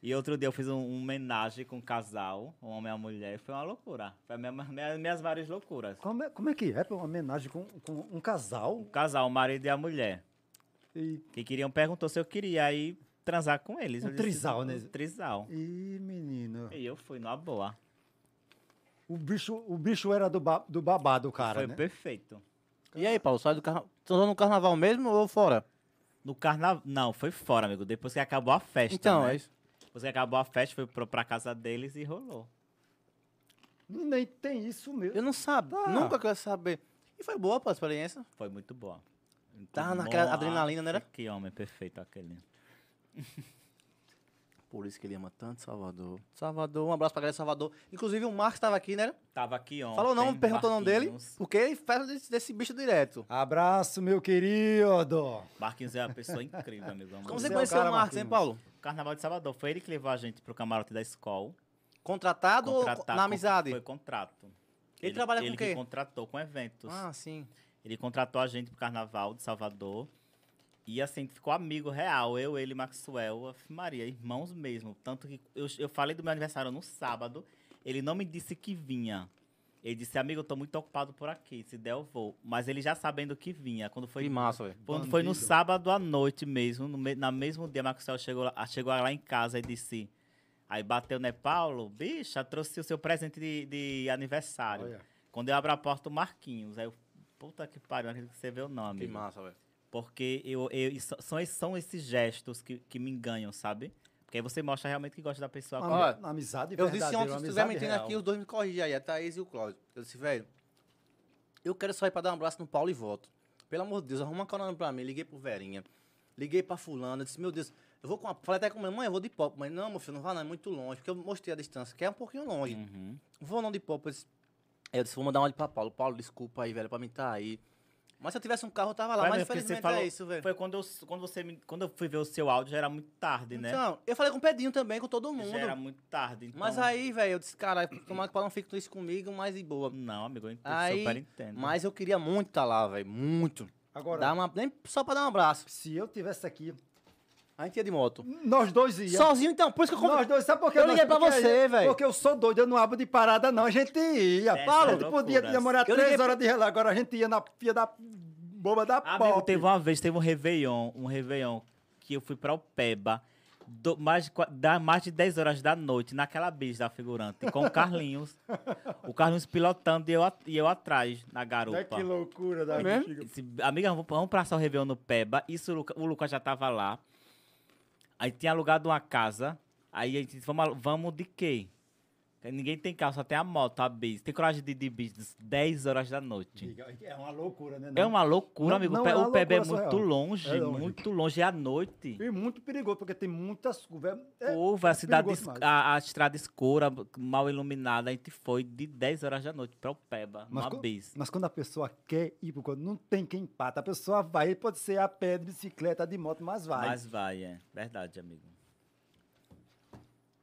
[SPEAKER 3] E outro dia eu fiz um- uma homenagem com um casal, um homem e uma mulher, e foi uma loucura. Foi minha, minha, minhas várias loucuras.
[SPEAKER 2] Como é, como é que é? Uma homenagem com, com um casal?
[SPEAKER 3] Um casal, o marido e a mulher,
[SPEAKER 2] E,
[SPEAKER 3] que queriam, perguntou se eu queria ir transar com eles.
[SPEAKER 2] Um
[SPEAKER 3] Eu disse,
[SPEAKER 2] trisal, né?
[SPEAKER 3] Um trisal.
[SPEAKER 2] e menino,
[SPEAKER 3] E eu fui numa boa.
[SPEAKER 2] o bicho, o bicho era do, ba, do babado, cara,
[SPEAKER 3] foi
[SPEAKER 2] né?
[SPEAKER 3] perfeito.
[SPEAKER 1] E aí, Paulo, sai do carnaval. Estão no carnaval mesmo ou fora?
[SPEAKER 3] No carnaval. Não, foi fora, amigo. Depois que acabou a festa.
[SPEAKER 1] Então,
[SPEAKER 3] né?
[SPEAKER 1] é isso.
[SPEAKER 3] Depois que acabou a festa, foi pro- pra casa deles e rolou.
[SPEAKER 2] Nem tem isso mesmo.
[SPEAKER 1] Eu não sabia,
[SPEAKER 2] Tá.
[SPEAKER 1] nunca queria saber. E foi boa pô, a experiência.
[SPEAKER 3] Foi muito boa. Muito
[SPEAKER 1] Tava Tá naquela
[SPEAKER 3] boa.
[SPEAKER 1] adrenalina, não era?
[SPEAKER 3] Que homem perfeito aquele.
[SPEAKER 1] Por isso que ele ama tanto Salvador. Salvador, um abraço pra galera de Salvador. Inclusive o Marcos tava aqui, né?
[SPEAKER 3] Tava aqui ontem.
[SPEAKER 1] Falou o nome, perguntou o nome dele,
[SPEAKER 3] Marquinhos.
[SPEAKER 1] porque ele faz desse, desse bicho direto.
[SPEAKER 2] Abraço, meu querido.
[SPEAKER 3] Marquinhos é uma pessoa incrível, amigo.
[SPEAKER 1] Como
[SPEAKER 2] Você
[SPEAKER 1] você
[SPEAKER 2] é o
[SPEAKER 1] conheceu
[SPEAKER 2] cara,
[SPEAKER 1] o Marcos, hein, Paulo?
[SPEAKER 3] Carnaval de Salvador. Foi ele que levou a gente pro camarote da escola.
[SPEAKER 1] Contratado ou
[SPEAKER 3] contratar-
[SPEAKER 1] na amizade?
[SPEAKER 3] Foi contrato. Ele,
[SPEAKER 1] trabalha com
[SPEAKER 3] ele
[SPEAKER 1] o quê?
[SPEAKER 3] que contratou com eventos.
[SPEAKER 1] Ah, sim.
[SPEAKER 3] Ele contratou a gente pro Carnaval de Salvador. E assim, ficou amigo real. Eu, ele, Maxwell, Ave Maria, irmãos mesmo. Tanto que eu, eu falei do meu aniversário no sábado. Ele não me disse que vinha. Ele disse, amigo, eu tô muito ocupado por aqui. Se der, eu vou. Mas ele já sabendo que vinha. Quando foi
[SPEAKER 1] Que massa, velho.
[SPEAKER 3] quando foi no
[SPEAKER 2] Bandido.
[SPEAKER 3] sábado à noite mesmo, no me, na mesmo dia, Maxwell chegou lá, chegou lá em casa e disse. Aí bateu, né, Paulo? Bicha, trouxe o seu presente de, de aniversário.
[SPEAKER 2] Olha.
[SPEAKER 3] Quando eu abro a porta, o Marquinhos. Aí eu, puta que pariu, não acredito que você viu, não,
[SPEAKER 1] Que
[SPEAKER 3] amigo.
[SPEAKER 1] massa, velho.
[SPEAKER 3] Porque eu, eu, e so- são, es- são esses gestos que, que me enganham, sabe? Porque aí você mostra realmente que gosta da pessoa.
[SPEAKER 2] Uma,
[SPEAKER 1] Olha,
[SPEAKER 2] uma amizade
[SPEAKER 1] tá Eu disse
[SPEAKER 2] verdadeira,
[SPEAKER 1] ontem,
[SPEAKER 2] uma
[SPEAKER 1] se tu estiver
[SPEAKER 2] amizade
[SPEAKER 1] mentindo
[SPEAKER 2] real.
[SPEAKER 1] aqui, os dois me corrigem aí, a Thaís e o Cláudio. Eu disse, velho, eu quero sair pra dar um abraço no Paulo e volto. Pelo amor de Deus, arruma uma carona pra mim. Liguei pro Verinha, liguei pra fulano, eu disse, meu Deus, eu vou com a... Falei até com a minha mãe, eu vou de pop. Mãe, não, meu filho, não vai não, é muito longe. Porque eu mostrei a distância, que é um pouquinho longe.
[SPEAKER 3] Uhum.
[SPEAKER 1] Vou não de pop. Eu disse, aí eu disse, vou mandar um olho pra Paulo. Paulo, desculpa aí, velho, pra mim tá aí. Mas se eu tivesse um carro, eu tava lá.
[SPEAKER 3] Vai,
[SPEAKER 1] mas
[SPEAKER 3] meu filho, você
[SPEAKER 1] infelizmente
[SPEAKER 3] falou-
[SPEAKER 1] é isso, velho.
[SPEAKER 3] Foi quando eu, s- quando, você me- quando eu fui ver o seu áudio, já era muito tarde, né?
[SPEAKER 1] Então, eu falei com o Pedinho também, com todo mundo.
[SPEAKER 3] Já era muito tarde. Então...
[SPEAKER 1] Mas aí, velho, eu disse, cara, tomara que o Paulo não fique com isso comigo, mas de boa.
[SPEAKER 3] Não, amigo, eu ent-
[SPEAKER 1] Aí,
[SPEAKER 3] super entendo.
[SPEAKER 1] Mas eu queria muito estar lá, velho. Muito.
[SPEAKER 2] Agora,
[SPEAKER 1] Dá uma, nem só pra dar um abraço.
[SPEAKER 2] se eu tivesse aqui,
[SPEAKER 1] A gente ia de moto.
[SPEAKER 2] nós dois ia.
[SPEAKER 1] Sozinho, então. Por isso que eu
[SPEAKER 2] Nós
[SPEAKER 1] convido.
[SPEAKER 2] dois, sabe por quê?
[SPEAKER 1] Eu
[SPEAKER 2] nós?
[SPEAKER 1] liguei pra
[SPEAKER 2] Porque-
[SPEAKER 1] você, velho.
[SPEAKER 2] Porque eu sou doido, eu não abro de parada, não. A gente ia.
[SPEAKER 3] Essa
[SPEAKER 2] Paulo,
[SPEAKER 3] é
[SPEAKER 2] a gente
[SPEAKER 3] loucura.
[SPEAKER 2] podia demorar
[SPEAKER 1] Eu
[SPEAKER 2] três
[SPEAKER 1] liguei pra-
[SPEAKER 2] horas de relógio. Agora a gente ia na pia da boba da
[SPEAKER 3] Amigo,
[SPEAKER 2] pop.
[SPEAKER 3] teve uma vez, teve um Réveillon, um Réveillon que eu fui pra Opeba. do- mais, de qua- da, mais de 10 horas da noite, naquela bis da figurante, com o Carlinhos. o Carlinhos pilotando e eu, a- e eu atrás, na garupa.
[SPEAKER 2] Olha que loucura da
[SPEAKER 5] É mesmo?
[SPEAKER 2] bexiga.
[SPEAKER 3] Disse, Amiga, vamos, vamos passar o Réveillon no Peba. Isso o Luca- o Lucas já tava lá. Aí tinha alugado uma casa. Aí a gente disse, vamos, alu- vamos de quê? Ninguém tem carro, só tem a moto, a bis. Tem coragem de ir de bis às 10 horas da noite.
[SPEAKER 2] É uma loucura, né?
[SPEAKER 3] É
[SPEAKER 2] não?
[SPEAKER 3] uma loucura,
[SPEAKER 2] Não-
[SPEAKER 3] amigo.
[SPEAKER 2] não
[SPEAKER 3] o Pe-
[SPEAKER 2] é uma
[SPEAKER 3] o Peba é
[SPEAKER 2] loucura, só é
[SPEAKER 3] muito
[SPEAKER 2] uma-
[SPEAKER 3] longe,
[SPEAKER 2] é longe.
[SPEAKER 3] muito longe. É à noite.
[SPEAKER 2] E muito perigoso, porque tem muitas curvas. É,
[SPEAKER 3] Curva, a cidade,
[SPEAKER 2] perigoso
[SPEAKER 3] esc-
[SPEAKER 2] demais.
[SPEAKER 3] a, a estrada escura, mal iluminada. A gente foi de 10 horas da noite para o Peba,
[SPEAKER 2] Mas
[SPEAKER 3] numa
[SPEAKER 2] co-
[SPEAKER 3] bis.
[SPEAKER 2] Mas quando a pessoa quer ir pro canto, não tem quem empata. A pessoa vai, pode ser a pé, de bicicleta, de moto, mas vai.
[SPEAKER 3] Mas vai, é. Verdade, amigo.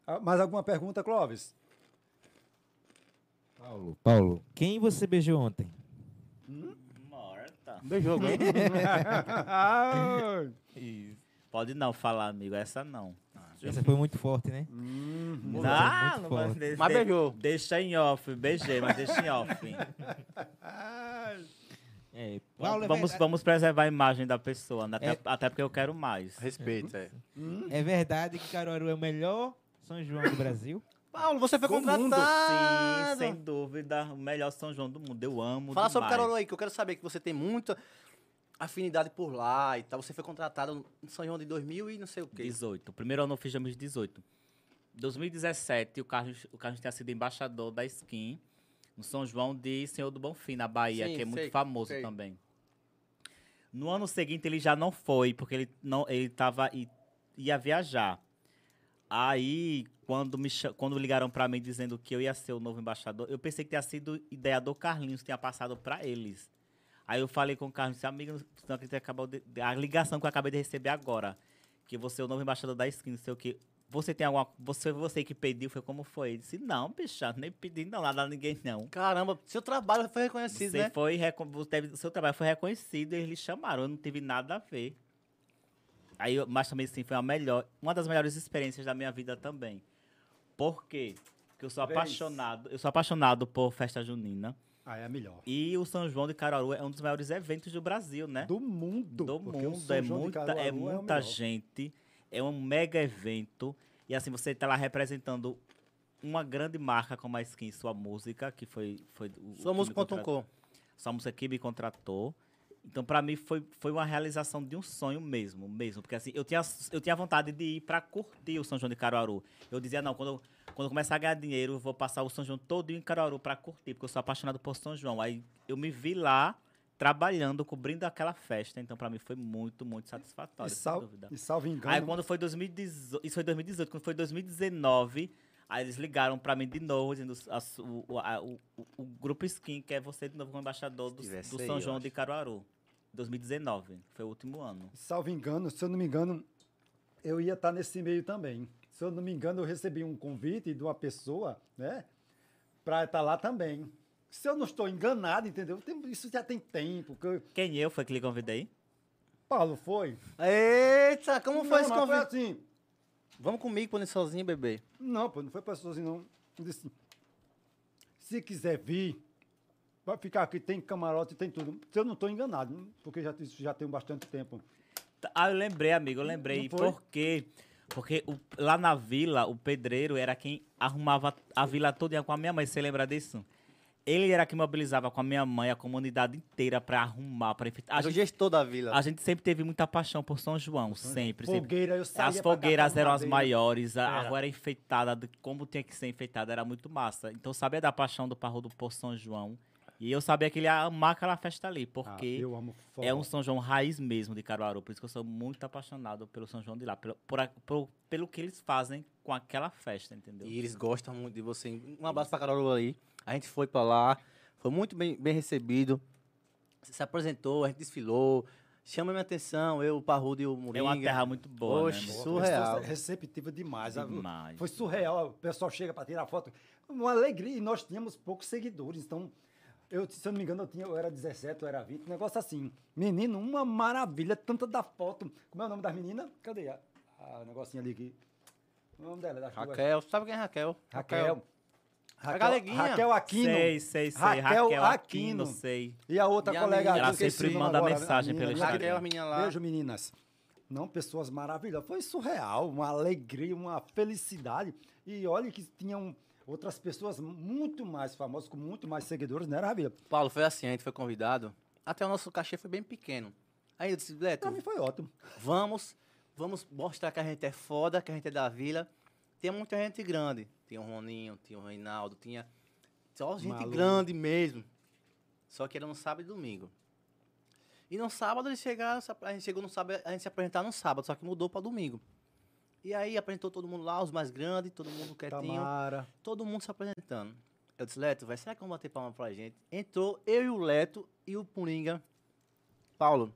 [SPEAKER 2] Ah, Mais alguma pergunta, Clóvis?
[SPEAKER 4] Paulo, Paulo. Quem você beijou ontem?
[SPEAKER 3] Morta.
[SPEAKER 5] Beijou,
[SPEAKER 2] (laughs)
[SPEAKER 3] (laughs)
[SPEAKER 5] né?
[SPEAKER 3] Pode não falar, amigo. Essa não.
[SPEAKER 4] Essa foi muito forte, né?
[SPEAKER 2] Hum.
[SPEAKER 4] Essa
[SPEAKER 3] Ah,
[SPEAKER 4] foi
[SPEAKER 3] não
[SPEAKER 4] muito
[SPEAKER 3] vai
[SPEAKER 4] forte.
[SPEAKER 3] de-
[SPEAKER 5] Mas
[SPEAKER 3] de-
[SPEAKER 5] beijou.
[SPEAKER 3] Deixa em off, beijei, mas deixa em off.
[SPEAKER 4] É, Paulo, é
[SPEAKER 3] vamos,
[SPEAKER 4] verdade-
[SPEAKER 3] vamos preservar a imagem da pessoa, né? até,
[SPEAKER 4] É.
[SPEAKER 3] até porque eu quero mais.
[SPEAKER 5] Respeito, é.
[SPEAKER 4] É verdade que Caruaru é o melhor São João do Brasil.
[SPEAKER 1] Paulo, você foi
[SPEAKER 2] Com o mundo, sim,
[SPEAKER 1] contratado.
[SPEAKER 3] Sim, sem dúvida, o melhor São João do mundo. Eu amo
[SPEAKER 1] Fala
[SPEAKER 3] demais.
[SPEAKER 1] sobre Carol aí, que eu quero saber que você tem muita afinidade por lá e tal. Você foi contratado no São João de 2000 e não sei o quê.
[SPEAKER 3] 18. O primeiro ano fizemos 18. 2017, o Carlos, o Carlos tinha sido embaixador da Skin no São João de Senhor do Bonfim, na Bahia,
[SPEAKER 1] Sim,
[SPEAKER 3] que é muito
[SPEAKER 1] sei,
[SPEAKER 3] famoso
[SPEAKER 1] sei.
[SPEAKER 3] também. No ano seguinte ele já não foi, porque ele não ele tava i- ia viajar. Aí, quando me cha- quando ligaram para mim dizendo que eu ia ser o novo embaixador, eu pensei que tinha sido ideia do Carlinhos, tinha passado para eles. Aí eu falei com o Carlos, disse, amigo, não acredito que acabou de- a ligação que eu acabei de receber agora, que você é o novo embaixador da skin, não sei o quê. Você tem alguma. Você, você que pediu, foi como foi? Ele disse, não, bicha, nem pedi não, nada a ninguém, não.
[SPEAKER 1] Caramba, seu trabalho foi reconhecido,
[SPEAKER 3] Você
[SPEAKER 1] né?
[SPEAKER 3] foi recon- você teve- seu trabalho foi reconhecido, eles lhe chamaram, eu não tive nada a ver. Aí, eu- mas também sim, foi a melhor, uma das melhores experiências da minha vida também. Por quê? Porque eu sou
[SPEAKER 2] Três.
[SPEAKER 3] apaixonado, eu sou apaixonado por festa junina
[SPEAKER 2] Ah, é a melhor.
[SPEAKER 3] e o São João de Caruaru é um dos maiores eventos do Brasil, né?
[SPEAKER 2] Do mundo.
[SPEAKER 3] do
[SPEAKER 2] porque o
[SPEAKER 3] mundo.
[SPEAKER 2] São
[SPEAKER 3] É
[SPEAKER 2] João de
[SPEAKER 3] muita,
[SPEAKER 2] Caruaru
[SPEAKER 3] é
[SPEAKER 2] o
[SPEAKER 3] muita
[SPEAKER 2] melhor.
[SPEAKER 3] gente, é um mega evento. E assim, você tá lá representando uma grande marca como a Skin, sua música, que foi. foi o- o que
[SPEAKER 1] Sua
[SPEAKER 3] me
[SPEAKER 1] música conta um
[SPEAKER 3] contratou.
[SPEAKER 1] com.
[SPEAKER 3] Sua música que me contratou. Então, pra mim, foi, foi uma realização de um sonho mesmo, mesmo. Porque assim, eu tinha, eu tinha vontade de ir pra curtir o São João de Caruaru. Eu dizia, não, quando, eu- quando eu começar a ganhar dinheiro, eu vou passar o São João todo em Caruaru pra curtir, porque eu sou apaixonado por São João. Aí eu me vi lá trabalhando, cobrindo aquela festa. Então, pra mim, foi muito, muito
[SPEAKER 2] E,
[SPEAKER 3] satisfatório, sem
[SPEAKER 2] sal,
[SPEAKER 3] dúvida.
[SPEAKER 2] e salvo engano.
[SPEAKER 3] Aí quando foi 2018, isso foi 2018, quando foi 2019, aí eles ligaram pra mim de novo, dizendo a su- o, a- o- o- o grupo Skin quer você de novo como embaixador do,
[SPEAKER 5] tivesse
[SPEAKER 3] do
[SPEAKER 5] aí,
[SPEAKER 3] São
[SPEAKER 5] eu
[SPEAKER 3] João
[SPEAKER 5] acho.
[SPEAKER 3] de Caruaru. 2019, foi o último ano.
[SPEAKER 2] Salvo engano, se eu não me engano, eu ia estar nesse meio também. Se eu não me engano, eu recebi um convite de uma pessoa, né? Para estar lá também. Se eu não estou enganado, entendeu? Tem- Isso já tem tempo. Que eu-
[SPEAKER 3] Quem eu foi que lhe convidei?
[SPEAKER 2] Paulo foi.
[SPEAKER 1] Eita, como foi
[SPEAKER 2] Não,
[SPEAKER 1] esse
[SPEAKER 2] mas
[SPEAKER 1] convite?
[SPEAKER 2] assim,
[SPEAKER 1] Vamos comigo quando ir sozinho, bebê.
[SPEAKER 2] Não, pô, não foi pra sozinho, não. Eu disse, se quiser vir, vai ficar aqui, tem camarote, tem tudo. Se eu não estou enganado, porque já, isso já tem bastante tempo.
[SPEAKER 3] Tá, Ah, eu lembrei, amigo, eu lembrei.
[SPEAKER 2] Não foi?
[SPEAKER 3] Por quê? Porque o- lá na vila, o pedreiro era quem arrumava a vila toda com a minha mãe. Você lembra disso? Ele era quem mobilizava com a minha mãe a comunidade inteira pra arrumar, pra enfeitar. A
[SPEAKER 1] Era é o
[SPEAKER 3] gente
[SPEAKER 1] gestor da vila.
[SPEAKER 3] A gente sempre teve muita paixão por São João, sempre, sempre.
[SPEAKER 2] Então. Fogueira, eu saía
[SPEAKER 3] As
[SPEAKER 2] pra
[SPEAKER 3] fogueiras
[SPEAKER 2] catar
[SPEAKER 3] eram as
[SPEAKER 2] madeira.
[SPEAKER 3] maiores, a a
[SPEAKER 2] Era.
[SPEAKER 3] rua era enfeitada, de como tinha que ser enfeitada, era muito massa. Então sabia da paixão do Parrudo por São João. E eu sabia que ele ia amar aquela festa ali,
[SPEAKER 2] Ah,
[SPEAKER 3] porque
[SPEAKER 2] eu amo forró.
[SPEAKER 3] é um São João raiz mesmo de Caruaru. Por isso que eu sou muito apaixonado pelo São João de lá, pelo, por a- por- pelo que eles fazem com aquela festa, entendeu?
[SPEAKER 1] E eles gostam muito de você. Um abraço pra Carol aí. A gente foi pra lá, foi muito bem, bem recebido. Você se apresentou, a gente desfilou. Chama minha atenção, eu, o Parrudo e o Moringa.
[SPEAKER 3] é uma terra muito boa,
[SPEAKER 1] Oxe,
[SPEAKER 3] né?
[SPEAKER 1] sou
[SPEAKER 3] Muito
[SPEAKER 1] surreal.
[SPEAKER 2] Foi receptivo é demais. a-
[SPEAKER 3] demais.
[SPEAKER 2] Foi surreal. O pessoal chega para tirar foto. Uma alegria. E nós tínhamos poucos seguidores. Então, eu, se eu não me engano, eu, tinha, eu era 17, eu era 20. Um negócio assim. Menino, uma maravilha. Tanta da foto. Como é o nome das meninas? Cadê a, a negocinho ali? Que... é O nome dela? Das duas?
[SPEAKER 1] Raquel, sabe quem é Raquel?
[SPEAKER 2] Raquel.
[SPEAKER 1] A galeguinha.
[SPEAKER 2] Raquel Aquino.
[SPEAKER 3] Sei, sei, sei.
[SPEAKER 2] Raquel
[SPEAKER 3] Raquel,
[SPEAKER 2] Aquino.
[SPEAKER 3] Aquino, sei.
[SPEAKER 2] E a outra
[SPEAKER 1] E a
[SPEAKER 2] colega.
[SPEAKER 1] menina-
[SPEAKER 2] que eu
[SPEAKER 1] Ela
[SPEAKER 2] esqueci
[SPEAKER 3] sempre
[SPEAKER 2] o nome
[SPEAKER 3] manda
[SPEAKER 2] agora,
[SPEAKER 3] mensagem
[SPEAKER 2] a menina
[SPEAKER 3] pelo
[SPEAKER 2] lá.
[SPEAKER 1] Raquel, a menina lá.
[SPEAKER 2] Beijo, meninas. Não, pessoas maravilhosas. Foi surreal, uma alegria, uma felicidade. E olha que tinham outras pessoas muito mais famosas, com muito mais seguidores, né, Ravilha?
[SPEAKER 1] Paulo, foi assim, a gente foi convidado. Até o nosso cachê foi bem pequeno. Aí eu disse, Beto,
[SPEAKER 2] Pra mim foi ótimo.
[SPEAKER 1] vamos, vamos mostrar que a gente é foda, que a gente é da vila. Tem muita gente grande. Tinha o Roninho, tinha o Reinaldo, tinha. Só gente
[SPEAKER 2] Malu.
[SPEAKER 1] grande mesmo. Só que era no sábado e domingo. E no sábado eles chegaram, se ap- a gente chegou no sábado, a gente se apresentar no sábado, só que mudou para domingo. E aí apresentou todo mundo lá, os mais grandes, todo mundo
[SPEAKER 2] Tá
[SPEAKER 1] quietinho
[SPEAKER 2] Tamara.
[SPEAKER 1] todo mundo se apresentando. Eu disse, Leto, vai, será que vão bater palma pra gente? Entrou eu e o Leto e o Puringa. Paulo,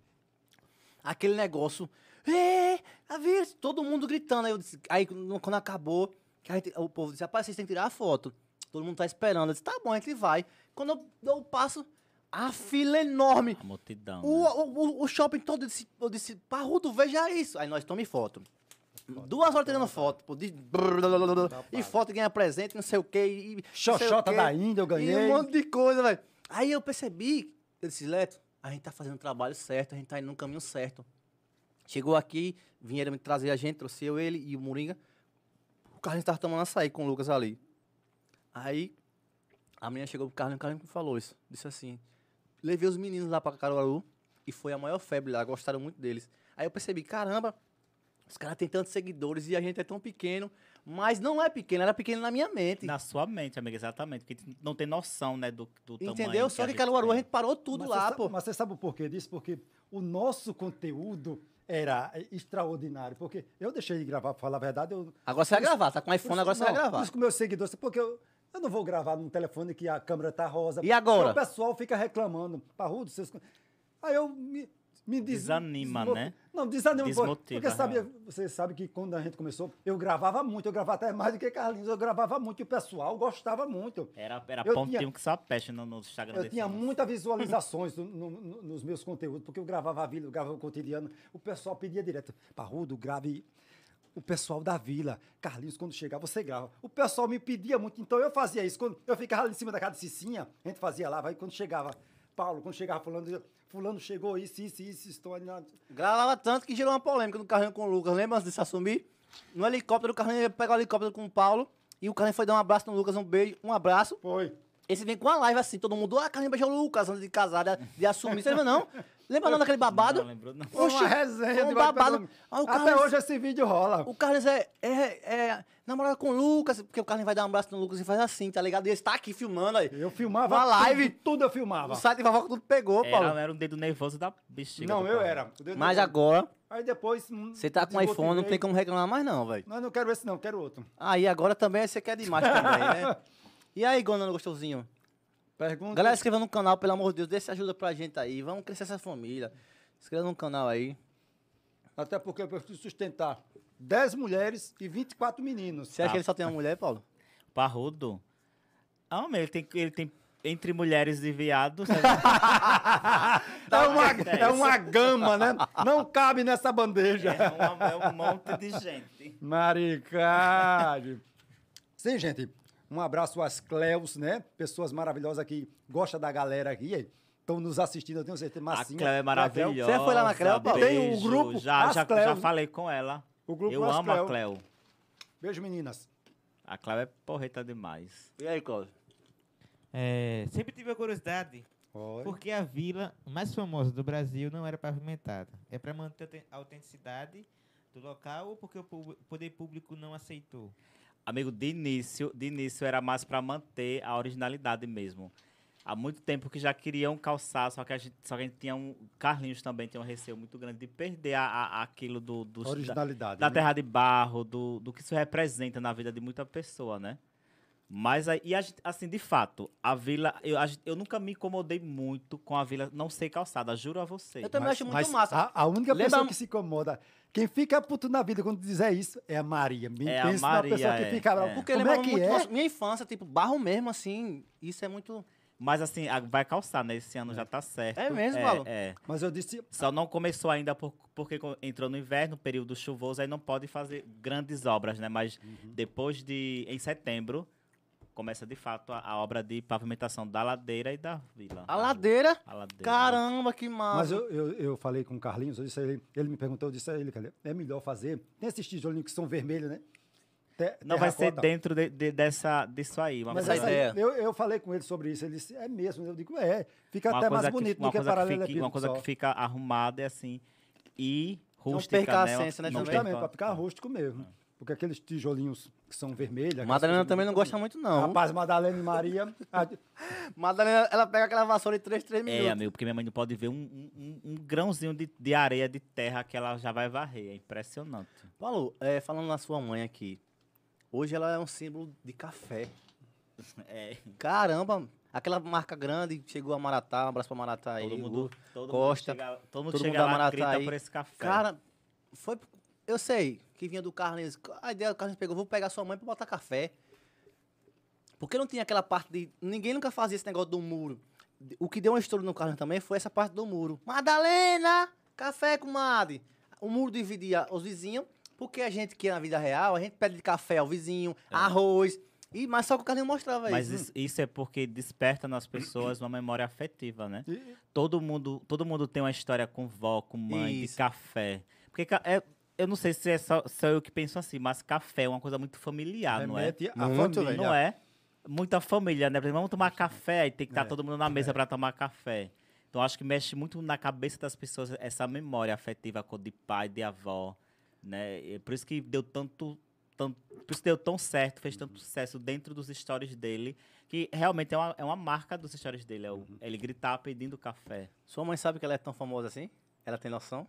[SPEAKER 1] aquele negócio. "Ê, a vira", todo mundo gritando. Aí, eu disse- aí quando quando acabou, que a gente- o povo disse, rapaz, vocês têm que tirar a foto. Todo mundo tá esperando. Eu disse, tá bom, a gente vai. Quando eu dou o passo, a fila enorme.
[SPEAKER 3] A multidão.
[SPEAKER 1] O,
[SPEAKER 3] né?
[SPEAKER 1] o- o- o shopping todo, eu disse, eu disse, Parrudo, veja isso. Aí nós tome foto. Duas horas tirando foto, pô, de- e foto, ganha presente, não sei o quê. E, não sei o
[SPEAKER 2] Xoxota
[SPEAKER 1] quê,
[SPEAKER 2] da Índia, eu
[SPEAKER 1] E um
[SPEAKER 2] ganhei.
[SPEAKER 1] monte de coisa, velho. Aí eu percebi, eu disse, Leto, a gente tá fazendo o trabalho certo, a gente tá indo no caminho certo. Chegou aqui, vieram me trazer a gente, trouxe eu, ele e o Moringa. O Carlinhos tava tomando açaí com o Lucas ali. Aí a menina chegou pro Carlinhos, o Carlinhos me falou isso. Disse assim, levei os meninos lá pra Caruaru e foi a maior febre lá, gostaram muito deles. Aí eu percebi, caramba, os caras têm tantos seguidores e a gente é tão pequeno. Mas não é pequeno, era pequeno na minha mente.
[SPEAKER 3] Na sua mente, amiga, exatamente. Porque tu não tem noção, né, do, do tamanho.
[SPEAKER 1] entendeu? Só que
[SPEAKER 3] gente
[SPEAKER 1] Caruaru a
[SPEAKER 3] tem.
[SPEAKER 1] gente parou tudo
[SPEAKER 2] Mas
[SPEAKER 1] lá,
[SPEAKER 2] você
[SPEAKER 1] pô.
[SPEAKER 2] Sabe, mas você sabe o porquê disso? Porque o nosso conteúdo era extraordinário. Porque eu deixei de gravar, pra falar a verdade. Eu,
[SPEAKER 1] Agora você vai gravar, tá com o iPhone, agora você vai
[SPEAKER 2] Não,
[SPEAKER 1] gravar.
[SPEAKER 2] Isso com meus seguidores, assim, porque eu, eu não vou gravar num telefone que a câmera tá rosa.
[SPEAKER 1] E agora?
[SPEAKER 2] Então O pessoal fica reclamando. Parrudo, seus. con- Aí eu me. me des-
[SPEAKER 3] Desanima,
[SPEAKER 2] desmo-
[SPEAKER 3] né?
[SPEAKER 2] Não, desanima. pô,
[SPEAKER 3] Desmotiva, né?
[SPEAKER 2] Porque sabe,
[SPEAKER 3] real.
[SPEAKER 2] você sabe que quando a gente começou, eu gravava muito, eu gravava até mais do que Carlinhos, eu gravava muito, e o pessoal gostava muito.
[SPEAKER 1] É.
[SPEAKER 3] Era, era
[SPEAKER 2] Eu
[SPEAKER 3] pontinho
[SPEAKER 2] tinha-
[SPEAKER 3] que só peste no, no Instagram
[SPEAKER 2] Eu
[SPEAKER 3] desse
[SPEAKER 2] tinha
[SPEAKER 3] homem.
[SPEAKER 1] (laughs)
[SPEAKER 2] muitas visualizações no- no- no- nos meus conteúdos, porque eu gravava a vila, eu gravava o cotidiano. O pessoal pedia direto, Parrudo, grave o pessoal da vila. Carlinhos, quando chegar, você grava. O pessoal me pedia muito, então eu fazia isso. Quando eu ficava ali em cima da casa de Cicinha, a gente fazia lá, vai quando chegava. Paulo, quando chegava fulano, dizia, fulano chegou, isso, isso, isso, estou ali na...
[SPEAKER 1] Gravava tanto que gerou uma polêmica no carrinho com o Lucas, lembra antes de se assumir? No helicóptero, o carrinho ia pegar o helicóptero com o Paulo. E o carrinho foi dar um abraço no Lucas, um beijo, um abraço.
[SPEAKER 2] Foi.
[SPEAKER 1] Esse vem com a live assim, todo mundo, ah, carrinho beijou o Lucas antes de casar, de, de assumir. Você lembra não? Lembra não daquele babado?
[SPEAKER 3] Não lembrou, não.
[SPEAKER 2] Foi
[SPEAKER 1] Oxi,
[SPEAKER 2] uma resenha.
[SPEAKER 1] foi um
[SPEAKER 2] de bate-
[SPEAKER 1] babado. Ah, o
[SPEAKER 2] Até
[SPEAKER 1] Carlinhos-
[SPEAKER 2] hoje é esse vídeo rola.
[SPEAKER 1] O Carlos é, é, é namorado com o Lucas, porque o Carlos vai dar um abraço no Lucas e faz assim, tá ligado? E ele está aqui filmando aí.
[SPEAKER 2] Eu filmava
[SPEAKER 1] Uma live.
[SPEAKER 2] tudo, tudo eu filmava.
[SPEAKER 1] O site de Vavoca tudo pegou, Paulo.
[SPEAKER 3] Era, era um dedo nervoso da bexiga.
[SPEAKER 2] Não,
[SPEAKER 3] do
[SPEAKER 2] eu
[SPEAKER 3] Paulo.
[SPEAKER 2] era.
[SPEAKER 1] Mas agora,
[SPEAKER 2] Aí depois... hum,
[SPEAKER 1] você tá com iPhone, não tem como reclamar mais não, velho.
[SPEAKER 2] Não, eu não quero esse não, eu quero outro.
[SPEAKER 1] Aí agora também você quer demais também, né? E aí, Gonano Gostosinho?
[SPEAKER 2] Pergunta.
[SPEAKER 1] Galera, inscreva no canal, pelo amor de Deus, dê essa ajuda pra gente aí. Vamos crescer essa família. Inscreva no canal aí.
[SPEAKER 2] Até porque eu preciso sustentar 10 mulheres e 24 meninos.
[SPEAKER 1] Você acha que ele só tem uma mulher, Paulo?
[SPEAKER 3] Parrudo. Ah, homem, ele tem, ele tem entre mulheres
[SPEAKER 2] (laughs)
[SPEAKER 3] e viados.
[SPEAKER 2] É
[SPEAKER 3] tá
[SPEAKER 2] uma, é uma gama, né? Não cabe nessa bandeja.
[SPEAKER 3] É, uma- é um monte de gente.
[SPEAKER 2] Maricade. Sim, gente. Um abraço às Cleus, né? Pessoas maravilhosas que gostam da galera aqui. Estão nos assistindo, eu tenho certeza. Massinha, né,
[SPEAKER 3] a Cleo é maravilhosa.
[SPEAKER 1] Você foi lá na Cleo, Paulo?
[SPEAKER 2] Tem um
[SPEAKER 3] beijo.
[SPEAKER 2] grupo,
[SPEAKER 3] Já,
[SPEAKER 2] as
[SPEAKER 3] já, já
[SPEAKER 2] Cleos.
[SPEAKER 3] falei com ela.
[SPEAKER 2] O grupo
[SPEAKER 3] eu
[SPEAKER 2] As
[SPEAKER 3] amo a
[SPEAKER 2] Cleo.
[SPEAKER 3] Cleo.
[SPEAKER 2] Beijo, meninas.
[SPEAKER 3] A Cleo é porreta demais.
[SPEAKER 1] E aí, Cláudio?
[SPEAKER 4] É, sempre tive a curiosidade porque a vila mais famosa do Brasil não era pavimentada. É para manter a auten- a autenticidade do local ou porque o pu- poder público não aceitou?
[SPEAKER 3] Amigo, de início, de início era mais para manter a originalidade mesmo. Há muito tempo que já queriam calçar, só que a gente, só que a gente tinha um. Carlinhos também tem um receio muito grande de perder a, a- aquilo do, dos- da,
[SPEAKER 2] Originalidade.
[SPEAKER 3] da
[SPEAKER 2] né?
[SPEAKER 3] terra de barro, do, do que isso representa na vida de muita pessoa, né? Mas aí, e a gente- assim, de fato, a vila. Eu, a gente- eu nunca me incomodei muito com a vila não ser calçada, juro a você.
[SPEAKER 1] Eu também acho muito massa.
[SPEAKER 2] A, a única
[SPEAKER 1] Lembra-
[SPEAKER 3] um
[SPEAKER 2] pessoa que se incomoda, quem fica puto na vida quando dizer isso, é a Maria. Me
[SPEAKER 3] É a
[SPEAKER 2] pensa na
[SPEAKER 3] Maria,
[SPEAKER 2] pessoa que
[SPEAKER 3] é,
[SPEAKER 2] fica brava.
[SPEAKER 3] é.
[SPEAKER 1] Porque
[SPEAKER 2] Como
[SPEAKER 1] lembra
[SPEAKER 2] é que
[SPEAKER 1] muito
[SPEAKER 2] é?
[SPEAKER 1] nossa- minha infância, tipo, barro mesmo, assim. Isso é muito.
[SPEAKER 3] Mas assim, a- vai calçar, né? Esse ano já tá certo.
[SPEAKER 1] É mesmo, Paulo?
[SPEAKER 3] É.
[SPEAKER 2] Mas eu disse,
[SPEAKER 3] Só não começou ainda por- porque co- entrou no inverno, um período chuvoso, aí não pode fazer grandes obras, né? Mas depois de. em setembro, começa de fato a, a obra de pavimentação da ladeira e da vila.
[SPEAKER 1] A Ah, ladeira?
[SPEAKER 3] A ladeira.
[SPEAKER 1] Caramba, que
[SPEAKER 3] Ah,
[SPEAKER 1] massa.
[SPEAKER 2] Mas eu, eu, eu falei com o Carlinhos, eu disse a ele, ele me perguntou, eu disse a ele, cara, é melhor fazer. Tem esses tijolinhos que são vermelhos, né? Te-
[SPEAKER 3] Não vai ser
[SPEAKER 2] terracota.
[SPEAKER 3] dentro de, de- dessa, disso aí. Uma
[SPEAKER 2] Mas
[SPEAKER 1] a
[SPEAKER 3] coisa-
[SPEAKER 2] essa aí,
[SPEAKER 1] ideia.
[SPEAKER 2] eu, eu falei com ele sobre isso, ele disse, é mesmo. Eu digo, é, fica
[SPEAKER 3] uma
[SPEAKER 2] até mais
[SPEAKER 3] coisa que-
[SPEAKER 2] bonito
[SPEAKER 3] uma
[SPEAKER 2] do que
[SPEAKER 3] coisa que fique-
[SPEAKER 2] paralelepípedo
[SPEAKER 3] Uma coisa
[SPEAKER 2] só. Então
[SPEAKER 3] que fica arrumada é assim. E rústica,
[SPEAKER 1] perca a
[SPEAKER 3] né? Uma-
[SPEAKER 1] essência, né,
[SPEAKER 3] não
[SPEAKER 1] também.
[SPEAKER 2] Justamente,
[SPEAKER 3] perca-
[SPEAKER 2] para ficar rústico mesmo.
[SPEAKER 3] É.
[SPEAKER 2] Porque aqueles tijolinhos que são vermelhos... aquelas
[SPEAKER 1] Madalena
[SPEAKER 2] coisas
[SPEAKER 1] também não
[SPEAKER 2] muito
[SPEAKER 1] gosta muito,
[SPEAKER 2] bonitas.
[SPEAKER 1] não.
[SPEAKER 2] Rapaz, Madalena e Maria... a-
[SPEAKER 1] Madalena, ela pega aquela vassoura de 3, 3 minutos.
[SPEAKER 3] É, amigo, porque minha mãe não pode ver um, um- um- um grãozinho de, de areia, de terra, que ela já vai varrer. É impressionante.
[SPEAKER 1] Paulo, é, falando na sua mãe aqui, hoje ela é um símbolo de café.
[SPEAKER 3] (laughs) É,
[SPEAKER 1] Caramba, aquela marca grande, chegou a Maratá, um abraço pra Maratá aí.
[SPEAKER 3] todo
[SPEAKER 1] Hugo.
[SPEAKER 3] mundo, todo
[SPEAKER 1] Costa,
[SPEAKER 3] mundo chega, todo mundo
[SPEAKER 1] todo
[SPEAKER 3] chega
[SPEAKER 1] mundo da
[SPEAKER 3] lá
[SPEAKER 1] Maratá
[SPEAKER 3] grita
[SPEAKER 1] aí.
[SPEAKER 3] por esse café.
[SPEAKER 1] Cara, foi. Eu sei que vinha do Carlinhos. A ideia do Carlinhos pegou, vou pegar sua mãe pra botar café. Porque não tinha aquela parte de. Ninguém nunca fazia esse negócio do muro. De- O que deu um estouro no Carlinhos também foi essa parte do muro. Madalena! Café, comadre! O muro dividia os vizinhos, porque a gente que é na vida real, a gente pede de café ao vizinho, arroz. E, mas hum. só que o Carlinhos mostrava
[SPEAKER 3] É. Mas
[SPEAKER 1] isso.
[SPEAKER 3] isso, isso é porque desperta nas pessoas uma memória afetiva, né?
[SPEAKER 2] e-
[SPEAKER 3] Todo mundo, todo mundo tem uma história com vó, com mãe,
[SPEAKER 1] Isso.
[SPEAKER 3] de café. Porque ca- é, eu não sei se é só, só eu que penso assim, mas café é uma coisa muito familiar, não é?
[SPEAKER 2] remete à
[SPEAKER 5] Muito,
[SPEAKER 2] família.
[SPEAKER 5] velho.
[SPEAKER 3] Não é? Muita família, né? Por exemplo, Vamos tomar café e tem que estar
[SPEAKER 2] É,
[SPEAKER 3] todo mundo na mesa pra tomar café. Então acho que mexe muito na cabeça das pessoas essa memória afetiva co- de pai, de avó, né? E por isso que deu tanto, tanto- por isso deu tão certo, fez tanto sucesso dentro dos stories dele, que realmente é uma, é uma marca dos stories dele, é o- é ele gritar pedindo café.
[SPEAKER 1] Sua mãe sabe que ela é tão famosa assim? Ela tem noção?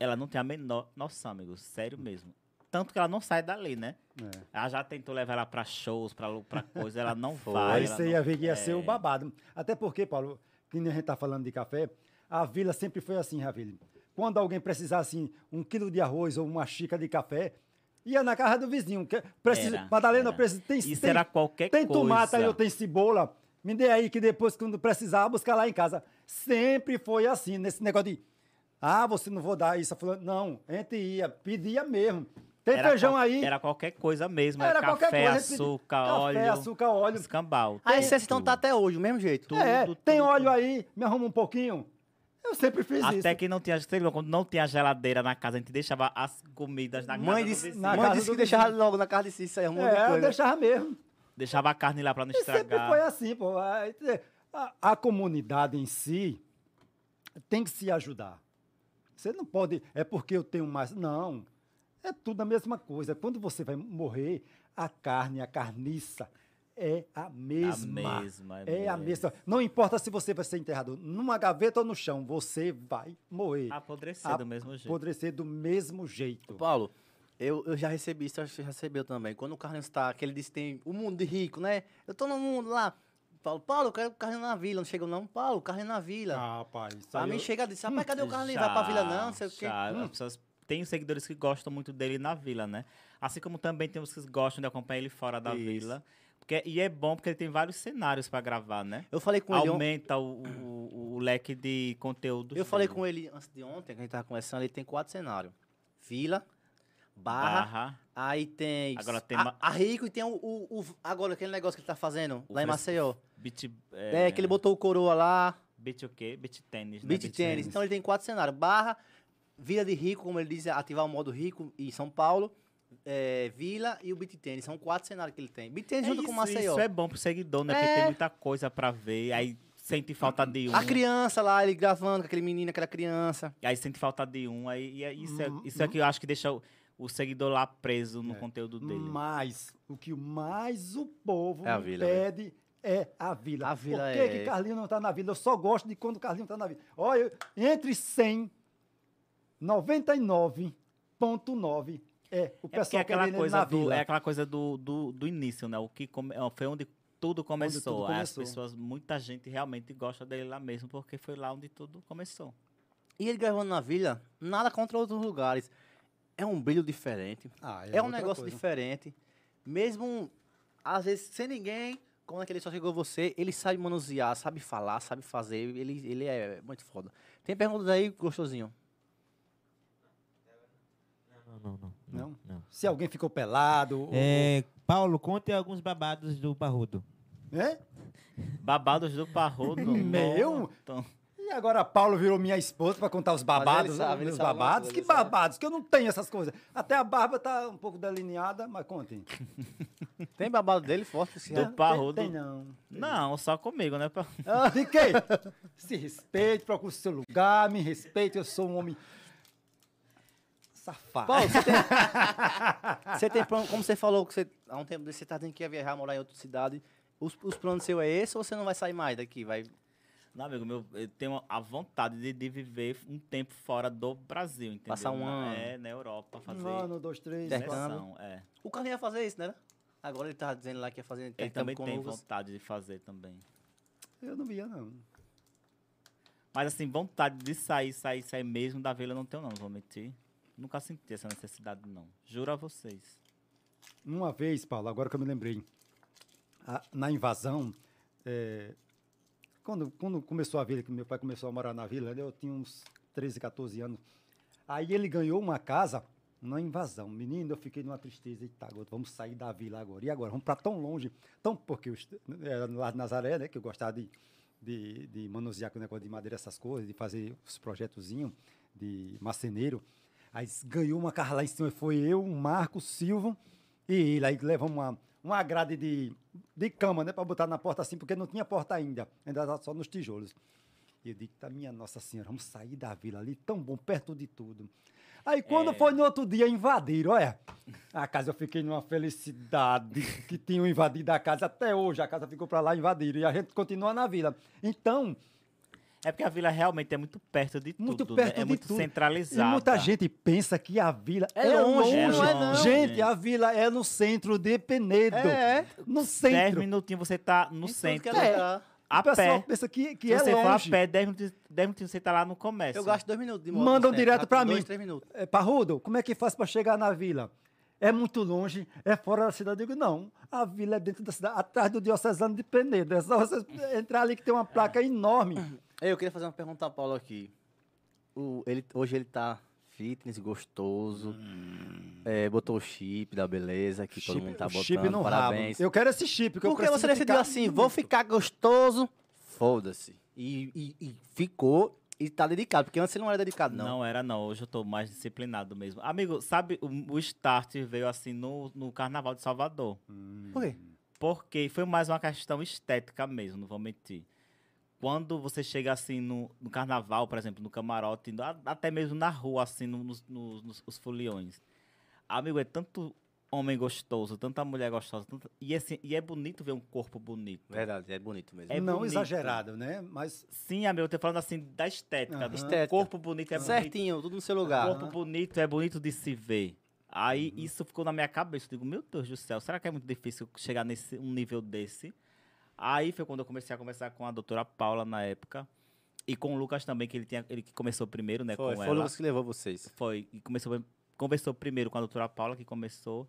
[SPEAKER 3] Ela não tem a menor noção, amigo, sério mesmo. Tanto que ela não sai dali, né?
[SPEAKER 2] É.
[SPEAKER 3] Ela já tentou levar ela pra shows, pra, lu- pra coisa, ela não vai.
[SPEAKER 2] Aí
[SPEAKER 3] ela
[SPEAKER 2] você
[SPEAKER 3] não É.
[SPEAKER 2] ia ver que ia ser o
[SPEAKER 3] quer.
[SPEAKER 2] babado. Até porque, Paulo, que nem a gente tá falando de café, a vila sempre foi assim, Ravile. Quando alguém precisar, assim, um quilo de arroz ou uma xícara de café, ia na casa do vizinho. Que- Preciso,
[SPEAKER 3] Era,
[SPEAKER 2] Madalena,
[SPEAKER 3] era.
[SPEAKER 2] preciso, tem,
[SPEAKER 3] Isso
[SPEAKER 2] tem,
[SPEAKER 3] era qualquer
[SPEAKER 2] tem
[SPEAKER 3] coisa.
[SPEAKER 2] tomate aí, eu tenho cebola. Me dê aí que depois, quando precisar, buscar lá em casa. Sempre foi assim, nesse negócio de... Ah, você não vou dar isso. a fulano." Não, a gente ia, pedia mesmo. Tem
[SPEAKER 3] Era
[SPEAKER 2] feijão
[SPEAKER 3] qual-
[SPEAKER 2] aí.
[SPEAKER 3] Era qualquer coisa mesmo.
[SPEAKER 2] Era
[SPEAKER 3] Era,
[SPEAKER 2] qualquer
[SPEAKER 3] café,
[SPEAKER 2] coisa,
[SPEAKER 3] açúcar,
[SPEAKER 2] café,
[SPEAKER 3] óleo.
[SPEAKER 2] açúcar, óleo.
[SPEAKER 3] Escambau.
[SPEAKER 1] A
[SPEAKER 3] Tudo.
[SPEAKER 1] essência então tá até hoje, do mesmo jeito.
[SPEAKER 2] é,
[SPEAKER 3] tudo,
[SPEAKER 2] tem
[SPEAKER 3] tudo.
[SPEAKER 2] óleo aí, me arruma um pouquinho. Eu sempre fiz
[SPEAKER 3] Até
[SPEAKER 2] isso.
[SPEAKER 3] que não tinha, você lembra quando não tinha geladeira na casa, a gente deixava as comidas na
[SPEAKER 1] Mãe
[SPEAKER 3] casa do
[SPEAKER 1] disse,
[SPEAKER 3] vizinho.
[SPEAKER 2] na
[SPEAKER 1] mãe
[SPEAKER 2] casa
[SPEAKER 1] disse
[SPEAKER 2] do
[SPEAKER 1] que deixava logo na casa de Cícero, aí um monte de
[SPEAKER 2] É, eu
[SPEAKER 1] coisa.
[SPEAKER 2] deixava mesmo.
[SPEAKER 3] Deixava a carne lá pra não
[SPEAKER 2] E sempre foi
[SPEAKER 3] estragar.
[SPEAKER 2] assim, pô. Aí, é, A, a comunidade em si tem que se ajudar. Você não pode, é porque eu tenho mais. Não. É tudo a mesma coisa. Quando você vai morrer, a carne, a carniça é a mesma.
[SPEAKER 3] A mesma.
[SPEAKER 2] É a mesma. Não importa se você vai ser enterrado numa gaveta ou no chão, você vai morrer.
[SPEAKER 3] Apodrecer Ah, do mesmo jeito.
[SPEAKER 2] Apodrecer do mesmo jeito.
[SPEAKER 1] Paulo, eu, eu já recebi isso, acho que você já recebeu também. Quando o Carlinhos tá, que ele disse que tem o mundo de rico, né? Eu tô no mundo lá. Paulo, Paulo, eu quero o Carlinhos na vila. Não chegou não? Paulo, Carlinhos na vila.
[SPEAKER 2] Ah, pai, isso
[SPEAKER 1] pra
[SPEAKER 2] aí
[SPEAKER 1] mim
[SPEAKER 2] eu-
[SPEAKER 1] chega e disse, rapaz, cadê o Carlinhos?
[SPEAKER 3] Já,
[SPEAKER 1] Vai pra vila não, não sei o quê. Hum.
[SPEAKER 3] já. As pessoas- tem seguidores que gostam muito dele na vila, né? Assim como também temos que gostam de acompanhar ele fora da
[SPEAKER 1] Isso.
[SPEAKER 3] vila. Porque, e é bom porque ele tem vários cenários pra gravar, né?
[SPEAKER 1] Eu falei com ele... on-
[SPEAKER 3] Aumenta o, o- o- o leque de conteúdo.
[SPEAKER 1] Eu falei com ele antes de ontem, que a gente tava conversando, ele tem quatro cenários. Vila, barra, aí tem...
[SPEAKER 3] Agora tem
[SPEAKER 1] a,
[SPEAKER 3] ma-
[SPEAKER 1] a rico e tem o, o- o- Agora, aquele negócio que ele tá fazendo
[SPEAKER 3] O
[SPEAKER 1] lá em
[SPEAKER 3] fres-
[SPEAKER 1] Maceió.
[SPEAKER 3] Beat,
[SPEAKER 1] É, que ele botou o coroa lá...
[SPEAKER 3] Beat o quê? Beat tênis, né?
[SPEAKER 1] Beach tênis. Então ele tem quatro cenários: barra, vila de rico, como ele diz, é ativar o modo rico em São Paulo, é, vila e o beach tênis. São quatro cenários que ele tem. Beach tênis
[SPEAKER 3] É
[SPEAKER 1] junto com o
[SPEAKER 3] isso,
[SPEAKER 1] Maceió.
[SPEAKER 3] Isso é bom pro seguidor, né? Porque
[SPEAKER 1] É.
[SPEAKER 3] tem muita coisa pra ver. Aí sente falta de um.
[SPEAKER 1] A criança lá, ele gravando com aquele menino, aquela criança.
[SPEAKER 3] Aí sente falta de um. Aí, e é- isso, é,
[SPEAKER 2] Hum,
[SPEAKER 3] isso é que eu acho que deixa o, o seguidor lá preso no
[SPEAKER 2] É.
[SPEAKER 3] conteúdo dele.
[SPEAKER 2] Mas o que mais o povo
[SPEAKER 1] É a
[SPEAKER 2] me
[SPEAKER 1] vila, né?
[SPEAKER 2] pede é a vila.
[SPEAKER 1] A vila
[SPEAKER 2] Por que,
[SPEAKER 1] é-
[SPEAKER 2] que Carlinho não está na vila? Eu só gosto de quando Carlinho está na vila. Olha, entre 100, 99,9 é o
[SPEAKER 3] É porque é
[SPEAKER 2] pessoal
[SPEAKER 3] aquela
[SPEAKER 2] querendo ele
[SPEAKER 3] coisa,
[SPEAKER 2] na
[SPEAKER 3] do,
[SPEAKER 2] vila.
[SPEAKER 3] é aquela coisa do, do, do início, né? O que come- é, foi onde tudo começou.
[SPEAKER 2] tudo
[SPEAKER 3] Aí As
[SPEAKER 2] começou.
[SPEAKER 3] pessoas, muita gente realmente gosta dele lá mesmo, porque foi lá onde tudo começou.
[SPEAKER 1] E ele gravando na vila, nada contra outros lugares. É um brilho diferente.
[SPEAKER 2] Ah,
[SPEAKER 1] É, um
[SPEAKER 2] outra
[SPEAKER 1] negócio
[SPEAKER 2] coisa.
[SPEAKER 1] diferente. Mesmo, às vezes, sem ninguém, quando aquele só chegou você, ele sabe manusear, sabe falar, sabe fazer. Ele, ele é muito foda. Tem perguntas aí, gostosinho?
[SPEAKER 4] Não, não, não.
[SPEAKER 2] Não, Não?
[SPEAKER 4] Não.
[SPEAKER 2] Se alguém ficou pelado. ou-
[SPEAKER 4] É, Paulo, conte alguns babados do Barrodo.
[SPEAKER 2] É?
[SPEAKER 3] Babados do
[SPEAKER 2] (laughs)
[SPEAKER 3] Parrudo.
[SPEAKER 2] Meu?
[SPEAKER 3] Então,
[SPEAKER 2] E agora a Paulo virou minha esposa para contar os babados,
[SPEAKER 1] Mas ele
[SPEAKER 2] né?
[SPEAKER 1] sabe,
[SPEAKER 2] os
[SPEAKER 1] ele
[SPEAKER 2] meus
[SPEAKER 1] sabe alguma
[SPEAKER 2] babados.
[SPEAKER 1] coisa,
[SPEAKER 2] que
[SPEAKER 1] sabe?
[SPEAKER 2] babados, que eu não tenho essas coisas. Até a barba tá um pouco delineada, mas contem.
[SPEAKER 5] Tem babado dele forte, sim.
[SPEAKER 3] Do
[SPEAKER 2] Não,
[SPEAKER 3] parrudo.
[SPEAKER 2] Tem, tem não.
[SPEAKER 3] Não, só comigo, né? pa-
[SPEAKER 2] Fiquei. Ah, Se respeite, procure o seu lugar, me respeite, eu sou um homem safado.
[SPEAKER 1] Paulo, você tem.
[SPEAKER 2] (laughs)
[SPEAKER 1] você tem plano, como você falou, que você, há um tempo desse, você tá dizendo que ia viajar, morar em outra cidade. Os, os planos seu é esse ou você não vai sair mais daqui? Vai...
[SPEAKER 3] Não, amigo, meu, eu tenho a vontade de, de viver um tempo fora do Brasil, entendeu?
[SPEAKER 1] Passar um
[SPEAKER 3] Na-
[SPEAKER 1] ano.
[SPEAKER 3] É, na Europa, fazer
[SPEAKER 2] um ano, dois, três,
[SPEAKER 1] Intercâmbio.
[SPEAKER 2] quatro.
[SPEAKER 3] imersão, é.
[SPEAKER 1] O Carlinhos ia fazer isso, né? Agora ele tá dizendo lá que ia fazer
[SPEAKER 3] Ele também
[SPEAKER 1] intercâmbio com o
[SPEAKER 3] tem
[SPEAKER 1] Lucas.
[SPEAKER 3] vontade de fazer também.
[SPEAKER 2] Eu não ia, não.
[SPEAKER 3] Mas assim, vontade de sair, sair, sair mesmo da vila eu não tenho não, não vou mentir. Nunca senti essa necessidade não. Juro a vocês.
[SPEAKER 2] Uma vez, Paulo, agora que eu me lembrei, a- na invasão, é, quando, quando começou a vila, que meu pai começou a morar na vila, né, eu tinha uns 13, 14 anos. Aí ele ganhou uma casa na invasão. Menino, eu fiquei numa tristeza. Eita, agora vamos sair da vila agora. E agora? Vamos para tão longe. Tão, porque eu est- era lá de Nazaré, né, que eu gostava de, de, de manusear com negócio de madeira, essas coisas, de fazer os projetozinhos de marceneiro. Aí s- ganhou uma casa lá em cima. Foi eu, o Marco, o Silva e ele. Aí levamos uma, uma grade de, de cama, né? Para botar na porta assim, porque não tinha porta ainda. Ainda estava só nos tijolos. E eu digo, tá, minha Nossa Senhora, vamos sair da vila ali, tão bom, perto de tudo. Aí quando
[SPEAKER 3] É.
[SPEAKER 2] foi no outro dia, invadiram, olha. A casa, eu fiquei numa felicidade que tinham invadido a casa até hoje. A casa ficou para lá, invadiram. E a gente continua na vila. Então,
[SPEAKER 3] É porque a vila realmente é muito perto de
[SPEAKER 2] Muito
[SPEAKER 3] tudo,
[SPEAKER 2] perto
[SPEAKER 3] né? É
[SPEAKER 2] de
[SPEAKER 3] muito
[SPEAKER 2] tudo. E
[SPEAKER 3] centralizada.
[SPEAKER 2] muita gente pensa que a vila é,
[SPEAKER 1] É
[SPEAKER 2] longe,
[SPEAKER 1] longe,
[SPEAKER 3] não é não.
[SPEAKER 2] Gente, a vila é no centro de Penedo.
[SPEAKER 1] É, é.
[SPEAKER 2] No
[SPEAKER 3] 10
[SPEAKER 2] centro.
[SPEAKER 3] minutinhos você tá no
[SPEAKER 1] Em tudo que
[SPEAKER 3] centro.
[SPEAKER 1] ela
[SPEAKER 2] É.
[SPEAKER 1] tá.
[SPEAKER 3] A
[SPEAKER 2] o pessoal
[SPEAKER 3] pé.
[SPEAKER 2] pensa que, que
[SPEAKER 3] Se
[SPEAKER 2] é
[SPEAKER 3] você
[SPEAKER 2] longe.
[SPEAKER 3] for a pé, 10 minutos, 10 minutinhos você tá lá no comércio.
[SPEAKER 1] Eu gasto dois minutos de moto.
[SPEAKER 2] Mandam
[SPEAKER 1] né?
[SPEAKER 2] direto
[SPEAKER 1] Rápido,
[SPEAKER 2] pra
[SPEAKER 1] dois,
[SPEAKER 2] mim.
[SPEAKER 1] três minutos.
[SPEAKER 2] É, Parrudo, como é que faz para chegar na vila? É muito longe, é fora da cidade. Eu digo, não, a vila é dentro da cidade, atrás do Diocesano de Penedo. É só você entrar ali que tem uma placa enorme.
[SPEAKER 1] Ei, Eu queria fazer uma pergunta ao Paulo aqui. O- ele, hoje ele tá fitness, gostoso. É, botou o chip da beleza que todo mundo tá
[SPEAKER 2] o
[SPEAKER 1] botando.
[SPEAKER 2] chip no
[SPEAKER 1] parabéns.
[SPEAKER 2] rabo. Eu quero esse chip. Que eu
[SPEAKER 1] Por que você
[SPEAKER 2] preciso
[SPEAKER 1] decidiu
[SPEAKER 2] ficar
[SPEAKER 1] assim? Vou
[SPEAKER 2] bonito.
[SPEAKER 1] ficar gostoso. Foda-se. E, e- e ficou e tá dedicado. Porque antes ele não era dedicado,
[SPEAKER 3] Não.
[SPEAKER 1] Ah, não.
[SPEAKER 3] era não. Hoje eu tô mais disciplinado mesmo. Amigo, sabe, o, o start veio assim no, no Carnaval de Salvador.
[SPEAKER 1] Por quê?
[SPEAKER 3] Porque foi mais uma questão estética mesmo, não vou mentir. Quando você chega assim no, no carnaval, por exemplo, no camarote, no- a- até mesmo na rua, assim, no- nos, nos, nos- os foliões. Amigo, é tanto homem gostoso, tanta mulher gostosa. tanta- e, assim, e é bonito ver um corpo bonito.
[SPEAKER 1] Verdade, é bonito mesmo.
[SPEAKER 3] É
[SPEAKER 2] não
[SPEAKER 3] bonito.
[SPEAKER 2] exagerado, né? Mas
[SPEAKER 3] Sim, amigo, eu tô falando assim da estética.
[SPEAKER 2] Aham.
[SPEAKER 3] do
[SPEAKER 1] Estética.
[SPEAKER 3] Corpo bonito é bonito.
[SPEAKER 1] Certinho, tudo no seu lugar. né? Uhum.
[SPEAKER 3] Corpo bonito é bonito de se ver. Aí isso ficou na minha cabeça. Eu digo, meu Deus do céu, será que é muito difícil chegar nesse um nível desse? Aí foi quando eu comecei a conversar com a doutora Paula na época. E com o Lucas também, que ele, tinha, ele que começou primeiro, né?
[SPEAKER 1] Foi,
[SPEAKER 3] com
[SPEAKER 1] foi o
[SPEAKER 3] ela.
[SPEAKER 1] Lucas que levou vocês.
[SPEAKER 3] Foi. E começou, conversou primeiro com a doutora Paula, que começou.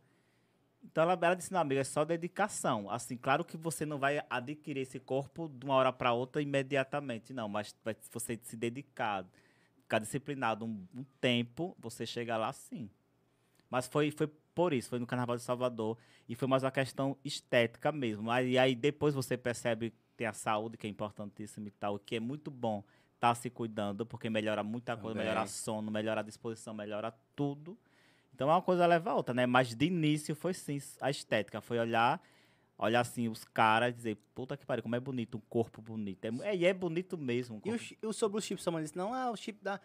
[SPEAKER 3] Então ela, ela disse, não, amiga, é só dedicação. Assim, claro que você não vai adquirir esse corpo de uma hora para outra imediatamente, não. Mas vai- se você se dedicar, ficar disciplinado um, um tempo, você chega lá sim. Mas foi, foi por isso, foi no Carnaval de Salvador. E foi mais uma questão estética mesmo. Mas, e aí depois você percebe que tem a saúde, que é importantíssima e tal, que é muito bom estar se cuidando, porque melhora muita coisa,
[SPEAKER 1] Também.
[SPEAKER 3] melhora sono, melhora a disposição, melhora tudo. Então é uma coisa leva a outra, né? Mas de início foi sim a estética, foi olhar, olhar assim os caras e dizer, puta que pariu, como é bonito, um corpo bonito. É, mu- é, e é bonito mesmo. um
[SPEAKER 1] E, o,
[SPEAKER 3] corpo-
[SPEAKER 1] chi- e o sobre o chip, sua mãe disse, não, ah, o chip da,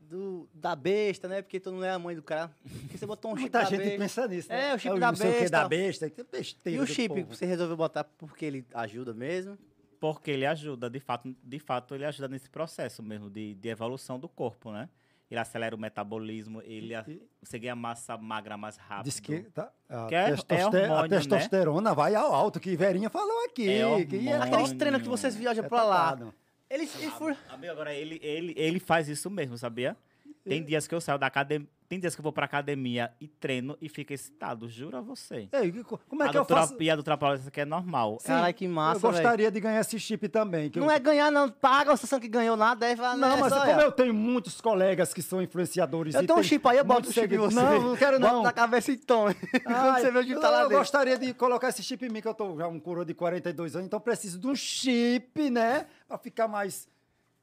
[SPEAKER 1] do, da besta, né? Porque tu não é a mãe do cara. Porque você botou um chip
[SPEAKER 2] muita
[SPEAKER 1] da
[SPEAKER 2] gente
[SPEAKER 1] besta.
[SPEAKER 2] pensa nisso. né?
[SPEAKER 1] É, o chip da
[SPEAKER 2] não sei o que da
[SPEAKER 1] besta.
[SPEAKER 2] besta. Que besteira
[SPEAKER 1] E o
[SPEAKER 2] do
[SPEAKER 1] chip,
[SPEAKER 2] povo.
[SPEAKER 1] você resolveu botar porque ele ajuda mesmo?
[SPEAKER 3] Porque ele ajuda, de fato, de fato, ele ajuda nesse processo mesmo de, de evolução do corpo, né? Ele acelera o metabolismo, ele a-
[SPEAKER 2] E-
[SPEAKER 3] você ganha massa magra mais
[SPEAKER 1] Ah,
[SPEAKER 3] rápido.
[SPEAKER 2] Diz que tá- a,
[SPEAKER 3] Que é- é
[SPEAKER 2] testoster- a
[SPEAKER 3] hormônio, né?
[SPEAKER 2] testosterona vai ao alto, que Verinha falou aqui.
[SPEAKER 3] É
[SPEAKER 2] que
[SPEAKER 3] hormônio.
[SPEAKER 1] Aqueles
[SPEAKER 3] Hum.
[SPEAKER 1] treinos que vocês viajam pra lá. Eles, eles foram...
[SPEAKER 3] Amigo, agora ele, ele, ele faz isso mesmo, sabia? Tem dias que eu saio da academia. Tem dias que eu vou pra academia e treino e fico excitado, juro a você.
[SPEAKER 2] Ei, que co- como é
[SPEAKER 3] a
[SPEAKER 2] que eu
[SPEAKER 3] doutora,
[SPEAKER 2] faço?
[SPEAKER 3] E a doutora Paula disse que é normal.
[SPEAKER 2] Sim,
[SPEAKER 1] Caralho, que massa,
[SPEAKER 2] eu gostaria de ganhar esse chip também. que
[SPEAKER 1] velho. Não
[SPEAKER 2] eu-
[SPEAKER 1] é ganhar, não. Paga o Sassão que ganhou nada. Aí fala,
[SPEAKER 2] Não,
[SPEAKER 1] né,
[SPEAKER 2] mas
[SPEAKER 1] só
[SPEAKER 2] como
[SPEAKER 1] é.
[SPEAKER 2] eu tenho muitos colegas que são influenciadores.
[SPEAKER 1] Eu
[SPEAKER 2] e
[SPEAKER 1] tenho um
[SPEAKER 2] tem
[SPEAKER 1] chip aí, eu boto
[SPEAKER 2] muitos
[SPEAKER 1] o chip em
[SPEAKER 2] seguidores-
[SPEAKER 1] você.
[SPEAKER 2] Não, não quero
[SPEAKER 1] Bota
[SPEAKER 2] não.
[SPEAKER 1] na cabeça em tom. (laughs) Quando
[SPEAKER 2] Ai,
[SPEAKER 1] você vê o chip tá
[SPEAKER 2] eu,
[SPEAKER 1] lá dentro.
[SPEAKER 2] gostaria de colocar esse chip em mim, que eu tô já um coroa de 42 anos, então preciso de um chip, né? Pra ficar mais.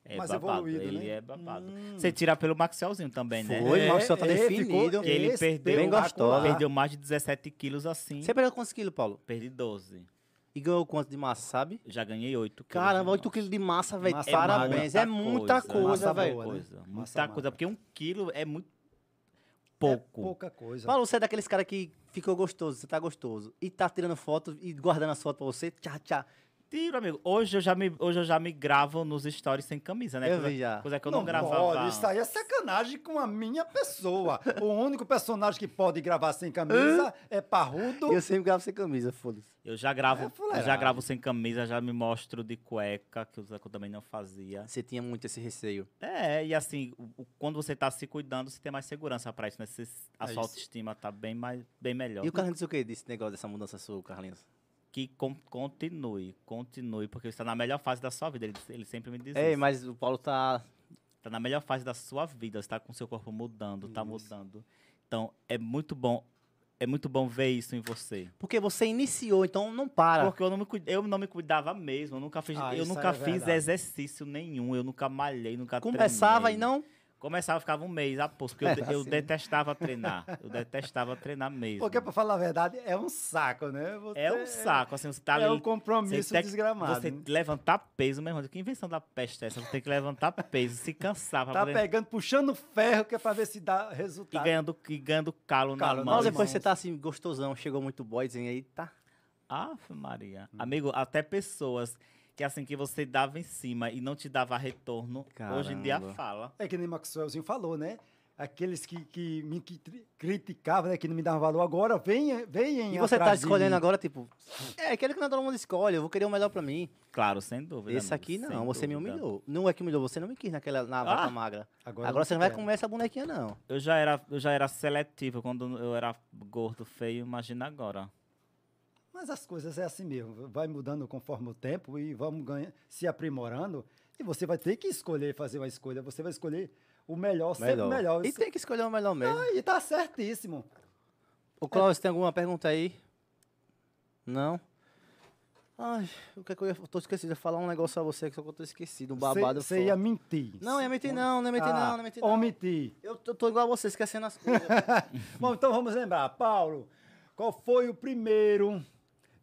[SPEAKER 3] É
[SPEAKER 2] Mas
[SPEAKER 3] babado,
[SPEAKER 2] evoluído,
[SPEAKER 3] ele
[SPEAKER 2] né?
[SPEAKER 3] é babado. Você tira pelo Maxielzinho também, né?
[SPEAKER 1] Foi,
[SPEAKER 2] É,
[SPEAKER 1] mas o senhor tá
[SPEAKER 2] é,
[SPEAKER 1] definido.
[SPEAKER 2] ficou
[SPEAKER 3] Que ele perdeu,
[SPEAKER 1] Bem gostosa.
[SPEAKER 3] perdeu mais de 17 quilos assim.
[SPEAKER 1] Você perdeu quantos é quilos, Paulo?
[SPEAKER 3] Perdi 12.
[SPEAKER 1] E ganhou quanto de massa, sabe?
[SPEAKER 3] Já ganhei 8 quilos.
[SPEAKER 1] Caramba,
[SPEAKER 3] de
[SPEAKER 1] 8
[SPEAKER 3] massa.
[SPEAKER 1] quilos de massa, velho.
[SPEAKER 2] Massa
[SPEAKER 1] Parabéns. É muita coisa,
[SPEAKER 2] Massa
[SPEAKER 1] velho.
[SPEAKER 2] boa, né?
[SPEAKER 3] Coisa, Muita
[SPEAKER 2] Massa
[SPEAKER 3] coisa,
[SPEAKER 2] magra.
[SPEAKER 3] porque um quilo é muito
[SPEAKER 2] É
[SPEAKER 3] pouco.
[SPEAKER 2] pouca coisa.
[SPEAKER 1] Paulo, você é daqueles caras que ficou gostoso, você tá gostoso. E tá tirando foto e guardando as fotos pra você. Tchá, tchá.
[SPEAKER 3] Tiro, amigo. Hoje eu, já me, hoje eu já me gravo nos stories sem camisa, né?
[SPEAKER 1] Eu
[SPEAKER 3] coisa,
[SPEAKER 1] vi já.
[SPEAKER 3] coisa que eu não, gravava.
[SPEAKER 2] Pode, isso aí é sacanagem com a minha pessoa. o único personagem que pode gravar sem camisa é parrudo.
[SPEAKER 1] Eu sempre gravo sem camisa, foda-se.
[SPEAKER 3] Eu já gravo,
[SPEAKER 2] É
[SPEAKER 3] eu
[SPEAKER 2] fuleiragem.
[SPEAKER 3] já gravo sem camisa, já me mostro de cueca, que eu que eu também não fazia.
[SPEAKER 1] Você tinha muito esse receio.
[SPEAKER 3] É, e assim, o- o- quando você tá se cuidando, você tem mais segurança pra isso, né? Você- a
[SPEAKER 2] É
[SPEAKER 3] sua
[SPEAKER 2] isso.
[SPEAKER 3] autoestima tá bem, mais,
[SPEAKER 2] Então.
[SPEAKER 3] bem melhor.
[SPEAKER 1] E o Carlinhos o que desse negócio dessa mudança sua, Carlinhos?
[SPEAKER 3] Que con- continue, continue, porque você tá na melhor fase da sua vida. Ele, ele sempre me diz
[SPEAKER 1] Ei,
[SPEAKER 3] isso.
[SPEAKER 1] mas o Paulo tá.
[SPEAKER 3] Tá na melhor fase da sua vida, você tá com seu corpo mudando, tá mudando. Então, é muito bom, é muito bom ver isso em você.
[SPEAKER 1] Porque você iniciou, então não para.
[SPEAKER 3] Porque eu não me, cuid- eu não me cuidava mesmo, eu nunca fiz,
[SPEAKER 2] Ah,
[SPEAKER 3] eu
[SPEAKER 2] isso
[SPEAKER 3] nunca
[SPEAKER 2] é
[SPEAKER 3] fiz
[SPEAKER 2] verdade.
[SPEAKER 3] exercício nenhum, eu nunca malhei, nunca
[SPEAKER 1] Começava
[SPEAKER 3] treinei.
[SPEAKER 1] e não.
[SPEAKER 3] Começava, ficava um mês, ah, pô, porque eu,
[SPEAKER 1] É,
[SPEAKER 3] de- eu
[SPEAKER 1] vacilo.
[SPEAKER 3] detestava treinar. Eu detestava treinar mesmo.
[SPEAKER 2] assim. Porque, pra falar a verdade, é um saco, né? Você-
[SPEAKER 3] É um saco, assim, você tá ali.
[SPEAKER 2] É um compromisso
[SPEAKER 3] você tem que-
[SPEAKER 2] desgramado.
[SPEAKER 3] Você
[SPEAKER 2] né?
[SPEAKER 3] levantar peso, meu irmão, que invenção da peste é essa? Você tem que levantar peso, se cansar pra
[SPEAKER 2] Tá
[SPEAKER 3] poder...
[SPEAKER 2] pegando, puxando ferro, que é pra ver se dá
[SPEAKER 3] E
[SPEAKER 2] resultado.
[SPEAKER 3] ganhando, e ganhando calo, na
[SPEAKER 2] Calo na
[SPEAKER 3] mão.
[SPEAKER 1] Não,
[SPEAKER 2] Mãos,
[SPEAKER 1] depois
[SPEAKER 2] mãos.
[SPEAKER 1] você tá assim, gostosão, chegou muito boyzinho aí, tá?
[SPEAKER 3] Ave Maria.
[SPEAKER 1] Hum.
[SPEAKER 3] Amigo, até pessoas que assim que você dava em cima e não te dava retorno, hoje em dia
[SPEAKER 1] Caramba.
[SPEAKER 3] fala.
[SPEAKER 2] É que nem Maxwellzinho falou, né? Aqueles que, que me cri- criticavam, né? Que não me davam valor agora, vem, vem
[SPEAKER 1] E você tá escolhendo agora, tipo, é aquele que não todo mundo escolhe, eu vou querer o melhor pra mim.
[SPEAKER 3] Claro, sem dúvida.
[SPEAKER 1] Esse
[SPEAKER 3] amigo,
[SPEAKER 1] aqui não,
[SPEAKER 3] sem
[SPEAKER 1] você me
[SPEAKER 3] dúvida.
[SPEAKER 1] humilhou. Não é que humilhou, você não me quis naquela na vaca
[SPEAKER 3] Ah!
[SPEAKER 1] magra.
[SPEAKER 2] Agora, É
[SPEAKER 1] Agora, você não vai
[SPEAKER 2] quero.
[SPEAKER 1] comer essa bonequinha, não.
[SPEAKER 3] Eu já era, eu já era seletivo quando eu era gordo, feio, imagina agora.
[SPEAKER 2] Mas as coisas é assim mesmo. Vai mudando conforme o tempo e vamos ganha, se aprimorando. E você vai ter que escolher, fazer uma escolha. Você vai escolher o melhor, sempre o melhor.
[SPEAKER 1] E tem que escolher o melhor mesmo.
[SPEAKER 2] Ah, e tá certíssimo.
[SPEAKER 1] Ô, Cláudio, tem alguma pergunta aí? Não? Ai, o que é que eu ia... eu tô esquecido, eu ia falar um negócio a você, que só que eu tô esquecido, um babado.
[SPEAKER 2] Você
[SPEAKER 1] foda.
[SPEAKER 2] ia mentir. Ah.
[SPEAKER 1] Não, ia mentir não, não ia mentir não, não ia mentir não.
[SPEAKER 2] Omitir.
[SPEAKER 1] Eu tô, tô igual a você, esquecendo as coisas.
[SPEAKER 2] Bom, então vamos lembrar. Paulo, qual foi o primeiro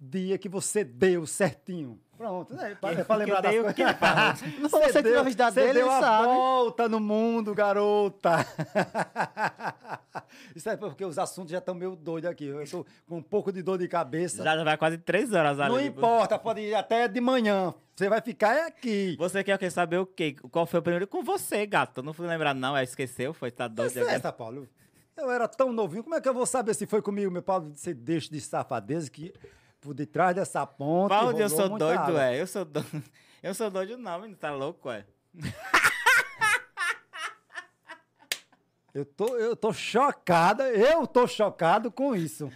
[SPEAKER 2] dia que você deu certinho? Pronto, né? Pra, pra lembrar das
[SPEAKER 3] dei o
[SPEAKER 2] coisas.
[SPEAKER 3] quê, Paulo?
[SPEAKER 2] (laughs)
[SPEAKER 1] Não foi você que
[SPEAKER 2] deu-
[SPEAKER 1] deu a vida
[SPEAKER 2] você
[SPEAKER 1] dele,
[SPEAKER 2] deu
[SPEAKER 1] ele
[SPEAKER 2] a
[SPEAKER 1] sabe.
[SPEAKER 2] volta no mundo, garota. (laughs) Isso é porque os assuntos já estão meio doidos aqui. Eu estou com um pouco de dor de cabeça.
[SPEAKER 3] Já vai quase três horas ali. tipo,
[SPEAKER 2] Não importa, pode ir até de manhã. Você vai ficar é aqui.
[SPEAKER 3] Você quer o quê? saber o quê? Qual foi o primeiro? Com você, gato. Não fui lembrar, não. É, esqueceu, foi, tá doido.
[SPEAKER 2] Você é essa, Paulo. Eu era tão novinho, como é que eu vou saber se foi comigo, meu Paulo? Você deixa de safadeza que por detrás dessa ponte.
[SPEAKER 3] Paulo,
[SPEAKER 2] rolou
[SPEAKER 3] eu sou
[SPEAKER 2] muita
[SPEAKER 3] doido,
[SPEAKER 2] água.
[SPEAKER 3] é. Eu sou doido. (laughs) Eu sou doido, não, menino. Tá louco, é.
[SPEAKER 2] Eu tô, eu tô chocada, eu tô chocado com isso.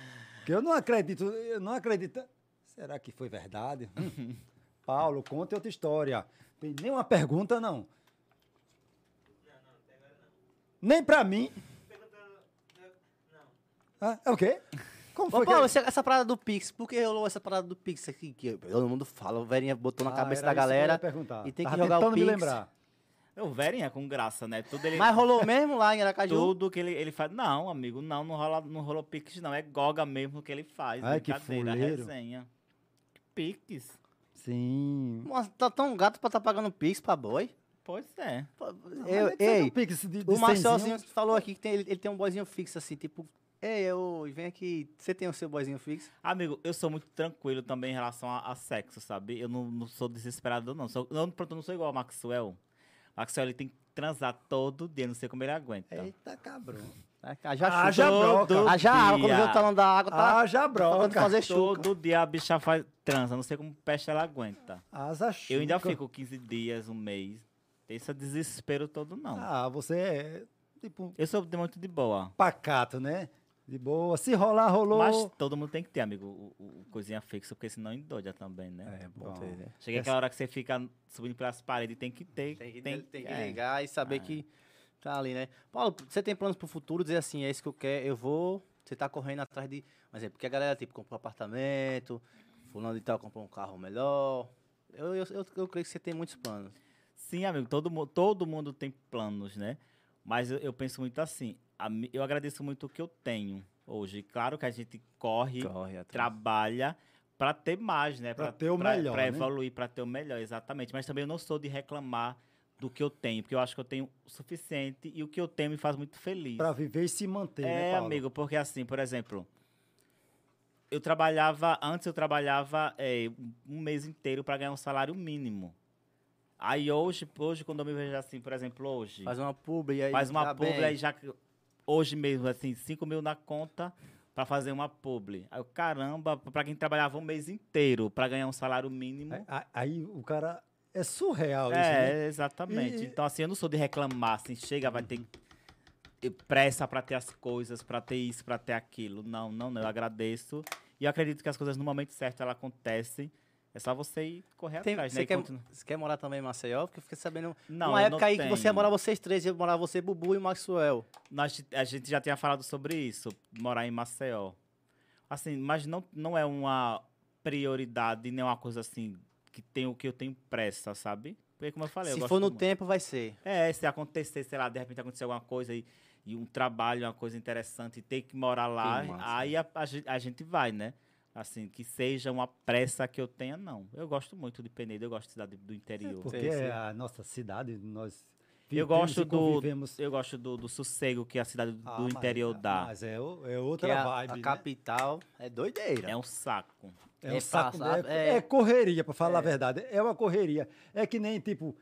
[SPEAKER 2] Que eu não acredito, eu não acredito. Será que foi verdade?
[SPEAKER 3] (laughs)
[SPEAKER 2] Hum. Paulo, conta outra história. Tem nenhuma pergunta, não. Nem pra mim. Ah, é
[SPEAKER 1] (laughs)
[SPEAKER 2] o quê? Como
[SPEAKER 1] né, Ô,
[SPEAKER 2] foi
[SPEAKER 1] Paulo,
[SPEAKER 2] que...
[SPEAKER 1] essa, essa parada do Pix, por que rolou essa parada do Pix aqui? Que todo mundo fala, o velhinha botou na
[SPEAKER 2] Ah,
[SPEAKER 1] cabeça
[SPEAKER 2] era
[SPEAKER 1] da
[SPEAKER 2] isso que eu ia
[SPEAKER 1] galera.
[SPEAKER 2] perguntar.
[SPEAKER 1] e tem que
[SPEAKER 2] Tava
[SPEAKER 1] jogar o
[SPEAKER 2] tentando me
[SPEAKER 1] Pix.
[SPEAKER 2] lembrar.
[SPEAKER 3] O Verinha com graça, né? Tudo ele.
[SPEAKER 1] Mas rolou mesmo lá em Aracaju?
[SPEAKER 3] Tudo que ele, ele faz. Não, amigo, não, não rola, não rolou pix, não. É goga mesmo que ele faz.
[SPEAKER 2] Ai, que
[SPEAKER 3] brincadeira,
[SPEAKER 2] fuleiro.
[SPEAKER 3] resenha. Pix.
[SPEAKER 2] Sim.
[SPEAKER 1] Nossa, tá tão gato pra tá pagando Pix pra boi.
[SPEAKER 3] Pois é.
[SPEAKER 1] Eu- ei, o assim, Marcelzinho falou aqui que tem- ele, ele tem um boizinho fixo, assim, tipo... Ei, eu, vem aqui, você tem o seu boizinho fixo?
[SPEAKER 3] Amigo, eu sou muito tranquilo também em relação a, a sexo, sabe? Eu não, não sou desesperado, não. Sou, eu, pronto, eu não sou igual ao Maxwell. Maxwell, ele tem que transar todo dia, não sei como ele
[SPEAKER 1] assim,
[SPEAKER 3] aguenta.
[SPEAKER 1] tá.
[SPEAKER 2] Eita, cabrão.
[SPEAKER 1] Ah, Já
[SPEAKER 2] Ah,
[SPEAKER 1] chuta.
[SPEAKER 2] já broca.
[SPEAKER 1] Ah, já água, quando vê
[SPEAKER 3] dia.
[SPEAKER 1] o talão da água, tá tentando
[SPEAKER 2] Haja Ah, broca.
[SPEAKER 1] fazer chuca.
[SPEAKER 3] Todo dia a bicha faz, transa, não sei como peste ela aguenta.
[SPEAKER 2] Asa
[SPEAKER 3] Eu ainda
[SPEAKER 2] chuca.
[SPEAKER 3] fico 15 dias, um mês. Tem esse desespero todo, não.
[SPEAKER 2] Ah, você é. tipo,
[SPEAKER 3] Eu sou muito de boa.
[SPEAKER 2] pacato, né? De boa. Se rolar, rolou.
[SPEAKER 3] Mas todo mundo tem que ter, amigo, o, o- o coisinha fixa, porque senão endoida também, né?
[SPEAKER 5] É, bom
[SPEAKER 2] Bom.
[SPEAKER 5] ter, né?
[SPEAKER 3] Chega aquela hora que você fica subindo pelas paredes, tem que ter.
[SPEAKER 1] Tem que,
[SPEAKER 3] tem-
[SPEAKER 1] tem que
[SPEAKER 3] é.
[SPEAKER 1] ligar e saber
[SPEAKER 3] É.
[SPEAKER 1] que tá ali, né? Paulo, você tem planos pro futuro, dizer assim, é isso que eu quero, eu vou. Você tá correndo atrás de. Mas é porque a galera, tipo, comprou apartamento, fulano de tal comprou um carro melhor. Eu, eu, eu, eu creio que você tem muitos planos.
[SPEAKER 3] Sim, amigo, todo, mu- todo mundo tem planos, né? Mas eu, eu penso muito assim, a mi- eu agradeço muito o que eu tenho hoje. Claro que a gente corre,
[SPEAKER 5] Corre atrás.
[SPEAKER 3] trabalha para ter mais, né?
[SPEAKER 2] Pra
[SPEAKER 3] Pra-
[SPEAKER 2] ter o
[SPEAKER 3] pra-
[SPEAKER 2] melhor,
[SPEAKER 3] pra
[SPEAKER 2] né?
[SPEAKER 3] evoluir, para ter o melhor, exatamente. Mas também eu não sou de reclamar do que eu tenho, porque eu acho que eu tenho o suficiente e o que eu tenho me faz muito feliz.
[SPEAKER 2] Pra viver e se manter, né,
[SPEAKER 3] É,
[SPEAKER 2] Paulo?
[SPEAKER 3] amigo, porque assim, por exemplo, eu trabalhava, antes eu trabalhava é, um mês inteiro para ganhar um salário mínimo. Aí hoje, hoje quando eu me vejo assim, por exemplo, hoje,
[SPEAKER 1] Faz uma publi aí.
[SPEAKER 3] faz uma
[SPEAKER 1] tá
[SPEAKER 3] publi,
[SPEAKER 1] bem.
[SPEAKER 3] aí já que- hoje mesmo, assim, 5 mil na conta para fazer uma publi. Aí eu, caramba, para quem trabalhava um mês inteiro para ganhar um salário mínimo.
[SPEAKER 1] É,
[SPEAKER 2] A- a- Aí, o cara é surreal isso,
[SPEAKER 3] É,
[SPEAKER 2] né?
[SPEAKER 3] exatamente.
[SPEAKER 2] E-
[SPEAKER 3] Então, assim, eu não sou de reclamar, assim, chega, vai ter eh, pressa pra ter as coisas, pra ter isso, pra ter aquilo. Não, não, não. Eu agradeço. E eu acredito que as coisas no momento certo elas acontecem. É só você ir correr
[SPEAKER 1] Tem-
[SPEAKER 3] atrás, né?
[SPEAKER 1] você,
[SPEAKER 3] E
[SPEAKER 1] quer,
[SPEAKER 3] continu-
[SPEAKER 1] você quer morar também em Maceió? Porque eu fiquei sabendo.
[SPEAKER 3] Não,
[SPEAKER 1] uma
[SPEAKER 3] eu
[SPEAKER 1] época
[SPEAKER 3] não
[SPEAKER 1] aí que você ia
[SPEAKER 3] tenho.
[SPEAKER 1] morar vocês três, ia morar você, Bubu e o Maxwell.
[SPEAKER 3] Nós, a gente já tinha falado sobre isso, morar em Maceió. Assim, mas não, não é uma prioridade, nem uma coisa assim que tem o que eu tenho pressa, sabe? Porque como eu falei, eu
[SPEAKER 1] Se
[SPEAKER 3] gosto
[SPEAKER 1] for no
[SPEAKER 3] muito.
[SPEAKER 1] tempo, vai ser.
[SPEAKER 3] É, se acontecer, sei lá, de repente acontecer alguma coisa e, e um trabalho, uma coisa interessante, e ter que morar lá,
[SPEAKER 5] Que massa.
[SPEAKER 3] aí a, a gen- a gente vai, né? Assim, que seja uma pressa que eu tenha, não. Eu gosto muito de Penedo, eu gosto de cidade do interior.
[SPEAKER 2] É, Porque
[SPEAKER 5] Sim, sim.
[SPEAKER 2] a nossa cidade, nós
[SPEAKER 3] Eu
[SPEAKER 2] vivemos
[SPEAKER 3] gosto
[SPEAKER 2] e
[SPEAKER 3] do-
[SPEAKER 2] convivemos.
[SPEAKER 3] Eu gosto do, do sossego que a cidade do
[SPEAKER 2] Ah,
[SPEAKER 3] do
[SPEAKER 2] mas-
[SPEAKER 3] interior dá.
[SPEAKER 2] Mas é, o- é
[SPEAKER 1] Porque
[SPEAKER 2] outra
[SPEAKER 1] a,
[SPEAKER 2] vibe,
[SPEAKER 1] a
[SPEAKER 2] né?
[SPEAKER 1] capital é doideira.
[SPEAKER 3] É um saco.
[SPEAKER 2] É
[SPEAKER 1] É
[SPEAKER 2] um saco, né?
[SPEAKER 1] passado,
[SPEAKER 2] é,
[SPEAKER 1] é-
[SPEAKER 2] é correria, para falar a verdade. É uma correria. É que nem, tipo,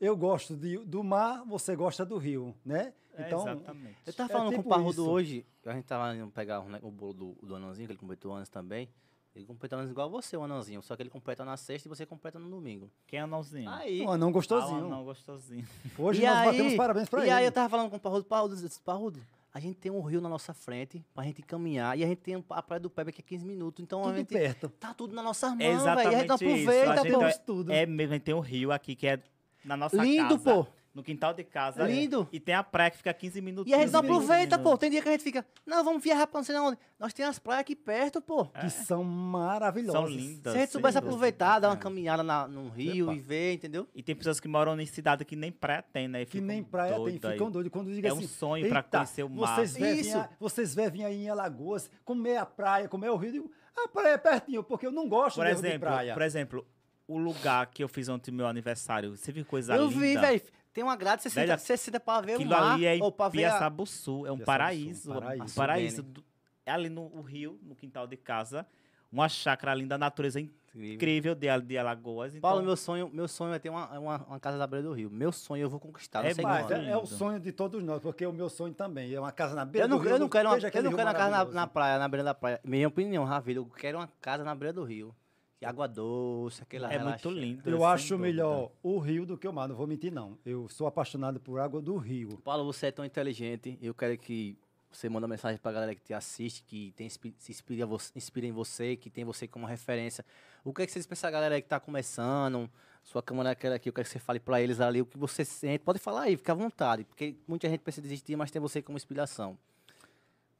[SPEAKER 2] eu gosto de- do mar, você gosta do rio, né?
[SPEAKER 3] É,
[SPEAKER 2] Então,
[SPEAKER 3] exatamente.
[SPEAKER 1] Eu tava
[SPEAKER 2] É
[SPEAKER 1] falando com
[SPEAKER 2] tipo
[SPEAKER 1] o Parrudo
[SPEAKER 2] isso.
[SPEAKER 1] hoje, a gente tava indo pegar um ne- o bolo do, do anãozinho, que ele completou anos também. Ele completou anos igual você, o anãozinho, só que ele completa na sexta e você completa no domingo.
[SPEAKER 3] Quem é anãozinho?
[SPEAKER 1] Aí,
[SPEAKER 2] um anão gostosinho.
[SPEAKER 3] Não, gostosinho.
[SPEAKER 2] Hoje
[SPEAKER 1] E
[SPEAKER 2] nós
[SPEAKER 1] aí-
[SPEAKER 2] batemos parabéns para
[SPEAKER 1] e
[SPEAKER 2] ele.
[SPEAKER 1] aí eu tava falando com o Parrudo, Parrudo, eu disse, Parrudo, a gente tem um rio na nossa frente pra gente caminhar e a gente tem um- a Praia do Peba que é 15 minutos, então a
[SPEAKER 2] Tudo
[SPEAKER 1] gente
[SPEAKER 3] (laughs)
[SPEAKER 2] perto.
[SPEAKER 1] tá tudo na nossa mão,
[SPEAKER 3] É
[SPEAKER 1] velho, e a gente
[SPEAKER 3] exatamente
[SPEAKER 1] não
[SPEAKER 3] isso, a
[SPEAKER 1] aproveita,
[SPEAKER 3] gente
[SPEAKER 1] pô.
[SPEAKER 3] tá-
[SPEAKER 2] Tudo.
[SPEAKER 3] É mesmo, a gente tem um rio aqui que é na nossa
[SPEAKER 1] Lindo,
[SPEAKER 3] casa.
[SPEAKER 1] pô.
[SPEAKER 3] No quintal de casa.
[SPEAKER 1] Lindo.
[SPEAKER 3] E tem a praia que fica 15 minutos.
[SPEAKER 1] E a gente não aproveita, pô. Tem dia que a gente fica, não, vamos viajar pra não sei onde. Nós temos as praias aqui perto, pô.
[SPEAKER 2] Que são maravilhosas.
[SPEAKER 3] São lindas.
[SPEAKER 1] Se a gente soubesse
[SPEAKER 3] lindas.
[SPEAKER 1] aproveitar, dar uma
[SPEAKER 3] É.
[SPEAKER 1] caminhada na, no rio
[SPEAKER 2] Epa.
[SPEAKER 1] e ver, entendeu?
[SPEAKER 3] E tem pessoas que moram em cidade que nem praia tem, né? E
[SPEAKER 2] Que
[SPEAKER 3] ficam
[SPEAKER 2] nem praia tem,
[SPEAKER 3] doidas aí.
[SPEAKER 2] ficam doidos. Quando diga
[SPEAKER 3] É um
[SPEAKER 2] assim,
[SPEAKER 3] sonho pra
[SPEAKER 2] "Eita,
[SPEAKER 3] conhecer o mar.
[SPEAKER 2] Vocês vêm, ah,
[SPEAKER 1] Isso.
[SPEAKER 2] a- vocês vêm aí em Alagoas, comer a praia, comer o rio. Eu digo, a praia é pertinho, porque eu não gosto
[SPEAKER 3] Por
[SPEAKER 2] mesmo de
[SPEAKER 3] exemplo,
[SPEAKER 2] praia.
[SPEAKER 3] por exemplo, o lugar que eu fiz ontem meu aniversário, você viu coisa
[SPEAKER 1] eu
[SPEAKER 3] linda?
[SPEAKER 1] vi, velho. Tem uma grade, você senta,
[SPEAKER 3] Velho,
[SPEAKER 1] você senta pra ver
[SPEAKER 3] Aquilo
[SPEAKER 1] o mar.
[SPEAKER 3] ali é
[SPEAKER 1] ou pra
[SPEAKER 3] em
[SPEAKER 1] ver a...
[SPEAKER 3] Piaçabuçu, é um
[SPEAKER 2] Piaçabuçu, um
[SPEAKER 3] paraíso,
[SPEAKER 2] paraíso.
[SPEAKER 3] um paraíso. do- é ali no o rio, no quintal de casa, uma chácara linda, a natureza é incrível de, de Alagoas. Então,
[SPEAKER 1] Paulo, meu sonho, meu sonho é ter uma, uma, uma casa na beira do rio. Meu sonho eu vou conquistar. Não
[SPEAKER 3] É
[SPEAKER 1] sei
[SPEAKER 3] mais,
[SPEAKER 2] Mas
[SPEAKER 1] quando.
[SPEAKER 3] Lindo.
[SPEAKER 2] é, é o sonho de todos nós, porque o meu sonho também é uma casa na beira
[SPEAKER 1] Eu não,
[SPEAKER 2] do rio.
[SPEAKER 1] eu não quero, uma,
[SPEAKER 2] veja
[SPEAKER 1] eu
[SPEAKER 2] aquele
[SPEAKER 1] não
[SPEAKER 2] rio
[SPEAKER 1] quero uma casa na, na
[SPEAKER 2] maravilhoso.
[SPEAKER 1] praia, na beira da praia. Minha opinião, Ravilho, eu quero uma casa na beira do rio. E Água doce, aquele lá.
[SPEAKER 3] é muito lindo.
[SPEAKER 2] Eu
[SPEAKER 3] sem
[SPEAKER 2] acho
[SPEAKER 3] dúvida.
[SPEAKER 2] melhor o rio do que o mar, não vou mentir não. Eu sou apaixonado por água do rio.
[SPEAKER 1] Paulo, você é tão inteligente. Eu quero que você manda uma mensagem pra galera que te assiste, que tem, inspi- se inspira, vo- inspira em você, que tem você como referência. O que é que vocês pensam, galera aí que tá começando, sua câmera é aquela aqui, eu quero que você fale pra eles ali o que você sente. Pode falar aí, fica à vontade, porque muita gente pensa em desistir, mas tem você como inspiração.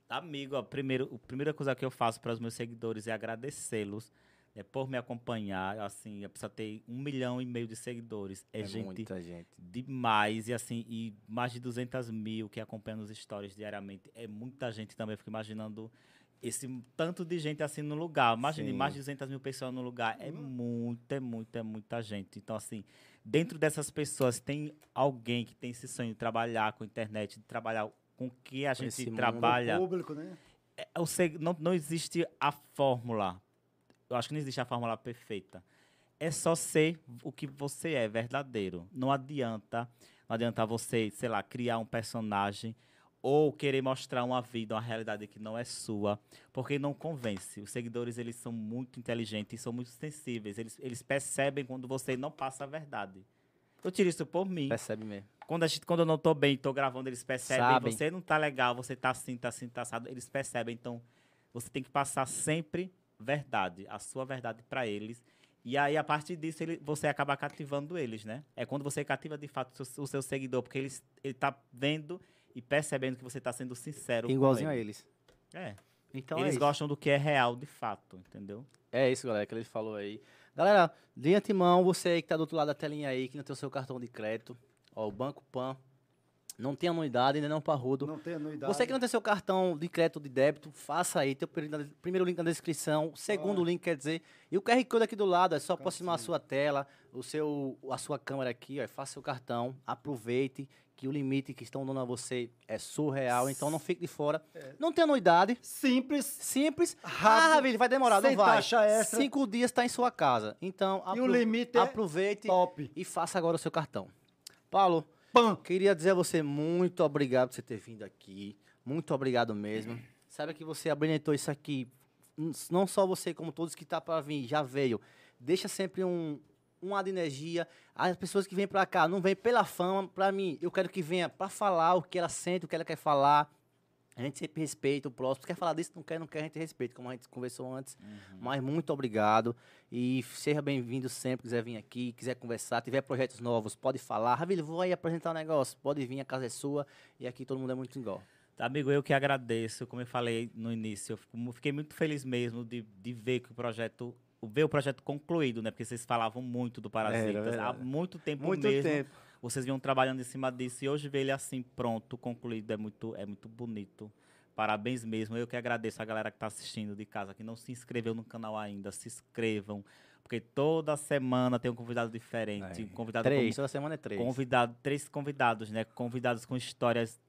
[SPEAKER 3] Tá, Amigo, ó, primeiro, a primeira coisa que eu faço para os meus seguidores é agradecê-los né, por me acompanhar. Assim, eu preciso ter um milhão e meio de seguidores. É, gente
[SPEAKER 1] muita gente.
[SPEAKER 3] demais. E assim, e mais de 200 mil que acompanham os stories diariamente. É muita gente também. Eu fico imaginando esse tanto de gente assim no lugar. Imagine,
[SPEAKER 1] Sim. Hum.
[SPEAKER 3] mais de 200 mil pessoas no lugar. É muita, é muita, é muita gente. Então, assim, dentro dessas pessoas tem alguém que tem esse sonho de trabalhar com internet, de trabalhar com o que a gente
[SPEAKER 1] esse mundo
[SPEAKER 3] trabalha
[SPEAKER 2] Público, né?
[SPEAKER 3] é o seg- não, não existe a fórmula. Eu acho que não existe a fórmula perfeita. É só ser o que você é, verdadeiro. Não adianta, não adianta você, sei lá, criar um personagem ou querer mostrar uma vida, uma realidade que não é sua, porque não convence. Os seguidores, eles são muito inteligentes, são muito sensíveis. Eles, eles percebem quando você não passa a verdade. Eu tiro isso por mim.
[SPEAKER 1] Percebe mesmo.
[SPEAKER 3] Quando, a gente, quando eu não tô bem, tô gravando, eles percebem.
[SPEAKER 1] Sabem.
[SPEAKER 3] Você não tá legal, você tá assim, tá assim, tá assado. Eles percebem. Então, você tem que passar sempre verdade, a sua verdade pra eles. E aí, a partir disso, ele, você acaba cativando eles, né? É quando você cativa, de fato, o seu, o seu seguidor. Porque eles, ele tá vendo e percebendo que você tá sendo sincero com
[SPEAKER 1] Igualzinho a
[SPEAKER 3] ele.
[SPEAKER 1] eles.
[SPEAKER 3] É.
[SPEAKER 1] Então é
[SPEAKER 3] eles
[SPEAKER 1] isso.
[SPEAKER 3] gostam do que é real, de fato, entendeu?
[SPEAKER 1] É isso, galera, que ele falou aí. Galera, de antemão, você aí que tá do outro lado da telinha aí, que não tem o seu cartão de crédito, ó, o Banco Pan, não tem anuidade, ainda não parrudo.
[SPEAKER 2] Não tem anuidade.
[SPEAKER 1] Você que não tem seu cartão de crédito de débito, faça aí. Tem o pri- primeiro link na descrição, o segundo link, quer dizer. E o QR Code aqui do lado, é só aproximar a sua tela, o seu, a sua câmera aqui, ó, e faça seu cartão, aproveite, que o limite que estão dando a você é surreal, então não fique de fora. Não tem anuidade,
[SPEAKER 2] Simples.
[SPEAKER 1] simples.
[SPEAKER 2] Rápido,
[SPEAKER 1] ah, Ravilho, vai demorar,
[SPEAKER 2] sem
[SPEAKER 1] não vai.
[SPEAKER 2] taxa extra.
[SPEAKER 1] Cinco dias está em sua casa. Então,
[SPEAKER 2] E o
[SPEAKER 1] apro-
[SPEAKER 2] limite é
[SPEAKER 1] aproveite
[SPEAKER 2] top.
[SPEAKER 1] e faça agora o seu cartão. Paulo,
[SPEAKER 2] Pam.
[SPEAKER 1] Queria dizer a você muito obrigado por você ter vindo aqui. Muito obrigado mesmo. Sabe que você abrilhantou isso aqui. N- Não só você, como todos que tá para vir, já veio. Deixa sempre um, um ar de energia. As pessoas que vêm para cá não vêm pela fama. Para mim, eu quero que venha para falar o que ela sente, o que ela quer falar. A gente sempre respeita o próximo. Quer falar disso, não quer, não quer, a gente respeita, como a gente conversou antes. Mas muito obrigado. E seja bem-vindo sempre, quiser vir aqui, quiser conversar, tiver projetos novos, pode falar. Ravilho, vou aí apresentar um negócio. Pode vir, a casa é sua. E aqui todo mundo é muito igual.
[SPEAKER 3] Amigo, eu que agradeço. Como eu falei no início, eu fico- fiquei muito feliz mesmo de, de ver que o projeto, ver o projeto concluído, né? Porque vocês falavam muito do Parasitas há
[SPEAKER 1] verdade.
[SPEAKER 3] muito tempo mesmo. Vocês vinham trabalhando em cima disso e hoje ver ele assim pronto, concluído é muito, é muito bonito. Parabéns mesmo. Eu que agradeço a galera que está assistindo de casa, que não se inscreveu no canal ainda, se inscrevam, porque toda semana tem um convidado diferente, um convidado com
[SPEAKER 1] Três, toda semana é três.
[SPEAKER 3] Convidado, três convidados, né? Convidados com histórias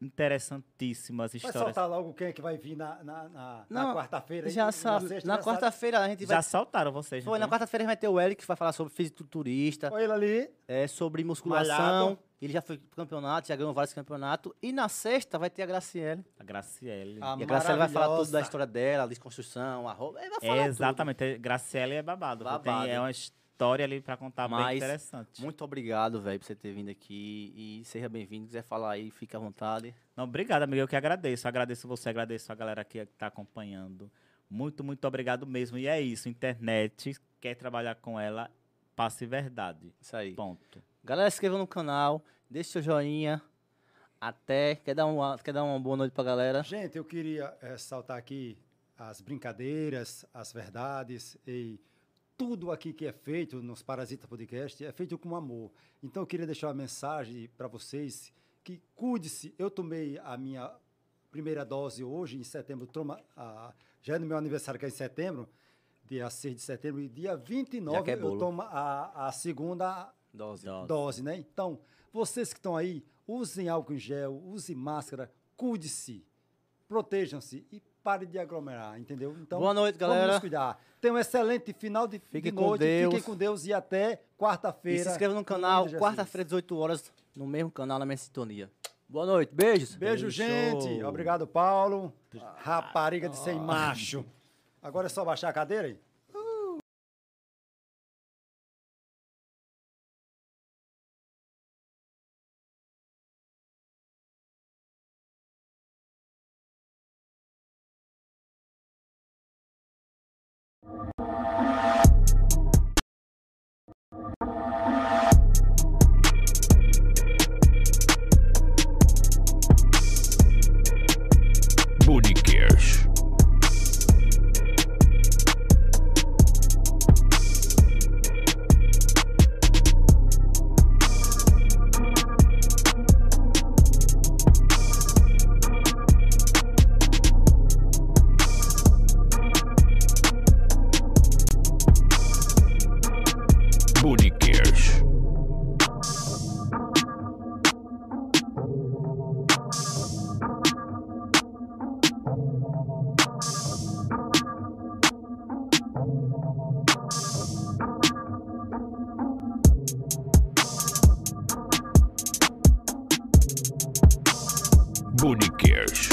[SPEAKER 3] interessantíssimas,
[SPEAKER 2] Vai
[SPEAKER 3] histórias.
[SPEAKER 2] soltar logo quem é que vai vir na, na, na- na
[SPEAKER 1] Não,
[SPEAKER 2] quarta-feira. aí,
[SPEAKER 1] Já
[SPEAKER 2] na
[SPEAKER 1] sabe.
[SPEAKER 2] sexta,
[SPEAKER 1] Na
[SPEAKER 2] já né? sabe.
[SPEAKER 1] quarta-feira a gente vai.
[SPEAKER 3] Já soltaram vocês, né?
[SPEAKER 1] Foi,
[SPEAKER 3] não
[SPEAKER 1] na quarta-feira vai ter o Eric que vai falar sobre fisiculturista,
[SPEAKER 2] Olha ele ali.
[SPEAKER 1] é, sobre musculação.
[SPEAKER 2] Malhado.
[SPEAKER 1] Ele já foi pro campeonato, já ganhou vários campeonatos. E na sexta vai ter a Graciele.
[SPEAKER 3] A Graciele.
[SPEAKER 2] A
[SPEAKER 1] e a Graciele vai falar tudo da
[SPEAKER 2] Tá maravilhosa.
[SPEAKER 1] história dela, de construção, a roupa. Ela vai falar
[SPEAKER 3] é,
[SPEAKER 1] tudo.
[SPEAKER 3] exatamente. a Graciele é babado. viu?
[SPEAKER 1] Babado.
[SPEAKER 3] Tem, é uma história ali pra contar bem
[SPEAKER 1] Mas,
[SPEAKER 3] interessante.
[SPEAKER 1] Muito obrigado, velho, por você ter vindo aqui e seja bem-vindo. Quiser falar aí, fica à vontade.
[SPEAKER 3] Não, obrigado, amigo. Eu que agradeço. Agradeço você, agradeço a galera que está acompanhando. Muito, muito obrigado mesmo. E é isso. Internet, quer trabalhar com ela, passe verdade.
[SPEAKER 1] Isso aí.
[SPEAKER 3] Ponto.
[SPEAKER 1] Galera, se inscreva no canal, deixe seu joinha. Até. Quer dar uma, quer dar uma boa noite pra galera?
[SPEAKER 2] Gente, eu queria eh, ressaltar aqui as brincadeiras, as verdades e tudo aqui que é feito nos Parasita Podcast é feito com amor. Então eu queria deixar uma mensagem para vocês que cuide-se. Eu tomei a minha primeira dose hoje, em setembro, toma- a- já é no meu aniversário que é em setembro, dia 6 de setembro, e dia 29
[SPEAKER 1] quer
[SPEAKER 2] eu
[SPEAKER 1] bolo.
[SPEAKER 2] tomo a, a segunda
[SPEAKER 1] Dose.
[SPEAKER 2] dose, né? Então, vocês que estão aí, usem álcool em gel, usem máscara, cuide-se, protejam-se e pare de aglomerar, entendeu? Então,
[SPEAKER 1] boa noite,
[SPEAKER 2] vamos nos
[SPEAKER 1] galera.
[SPEAKER 2] cuidar. Tenha um excelente final de,
[SPEAKER 1] Fique
[SPEAKER 2] de
[SPEAKER 1] com
[SPEAKER 2] noite,
[SPEAKER 1] Deus.
[SPEAKER 2] fiquem com Deus e até
[SPEAKER 1] E
[SPEAKER 2] quarta-feira.
[SPEAKER 1] se inscreva no
[SPEAKER 2] em nome
[SPEAKER 1] canal,
[SPEAKER 2] de Jesus.
[SPEAKER 1] quarta-feira, 18 horas, no mesmo canal, na minha sintonia. Boa noite, beijos.
[SPEAKER 2] Beijo, gente. Obrigado, Paulo. Rapariga de
[SPEAKER 1] Ah.
[SPEAKER 2] sem macho. Agora é só baixar a cadeira aí.
[SPEAKER 6] Bonecash. Bonecash. Bonecash.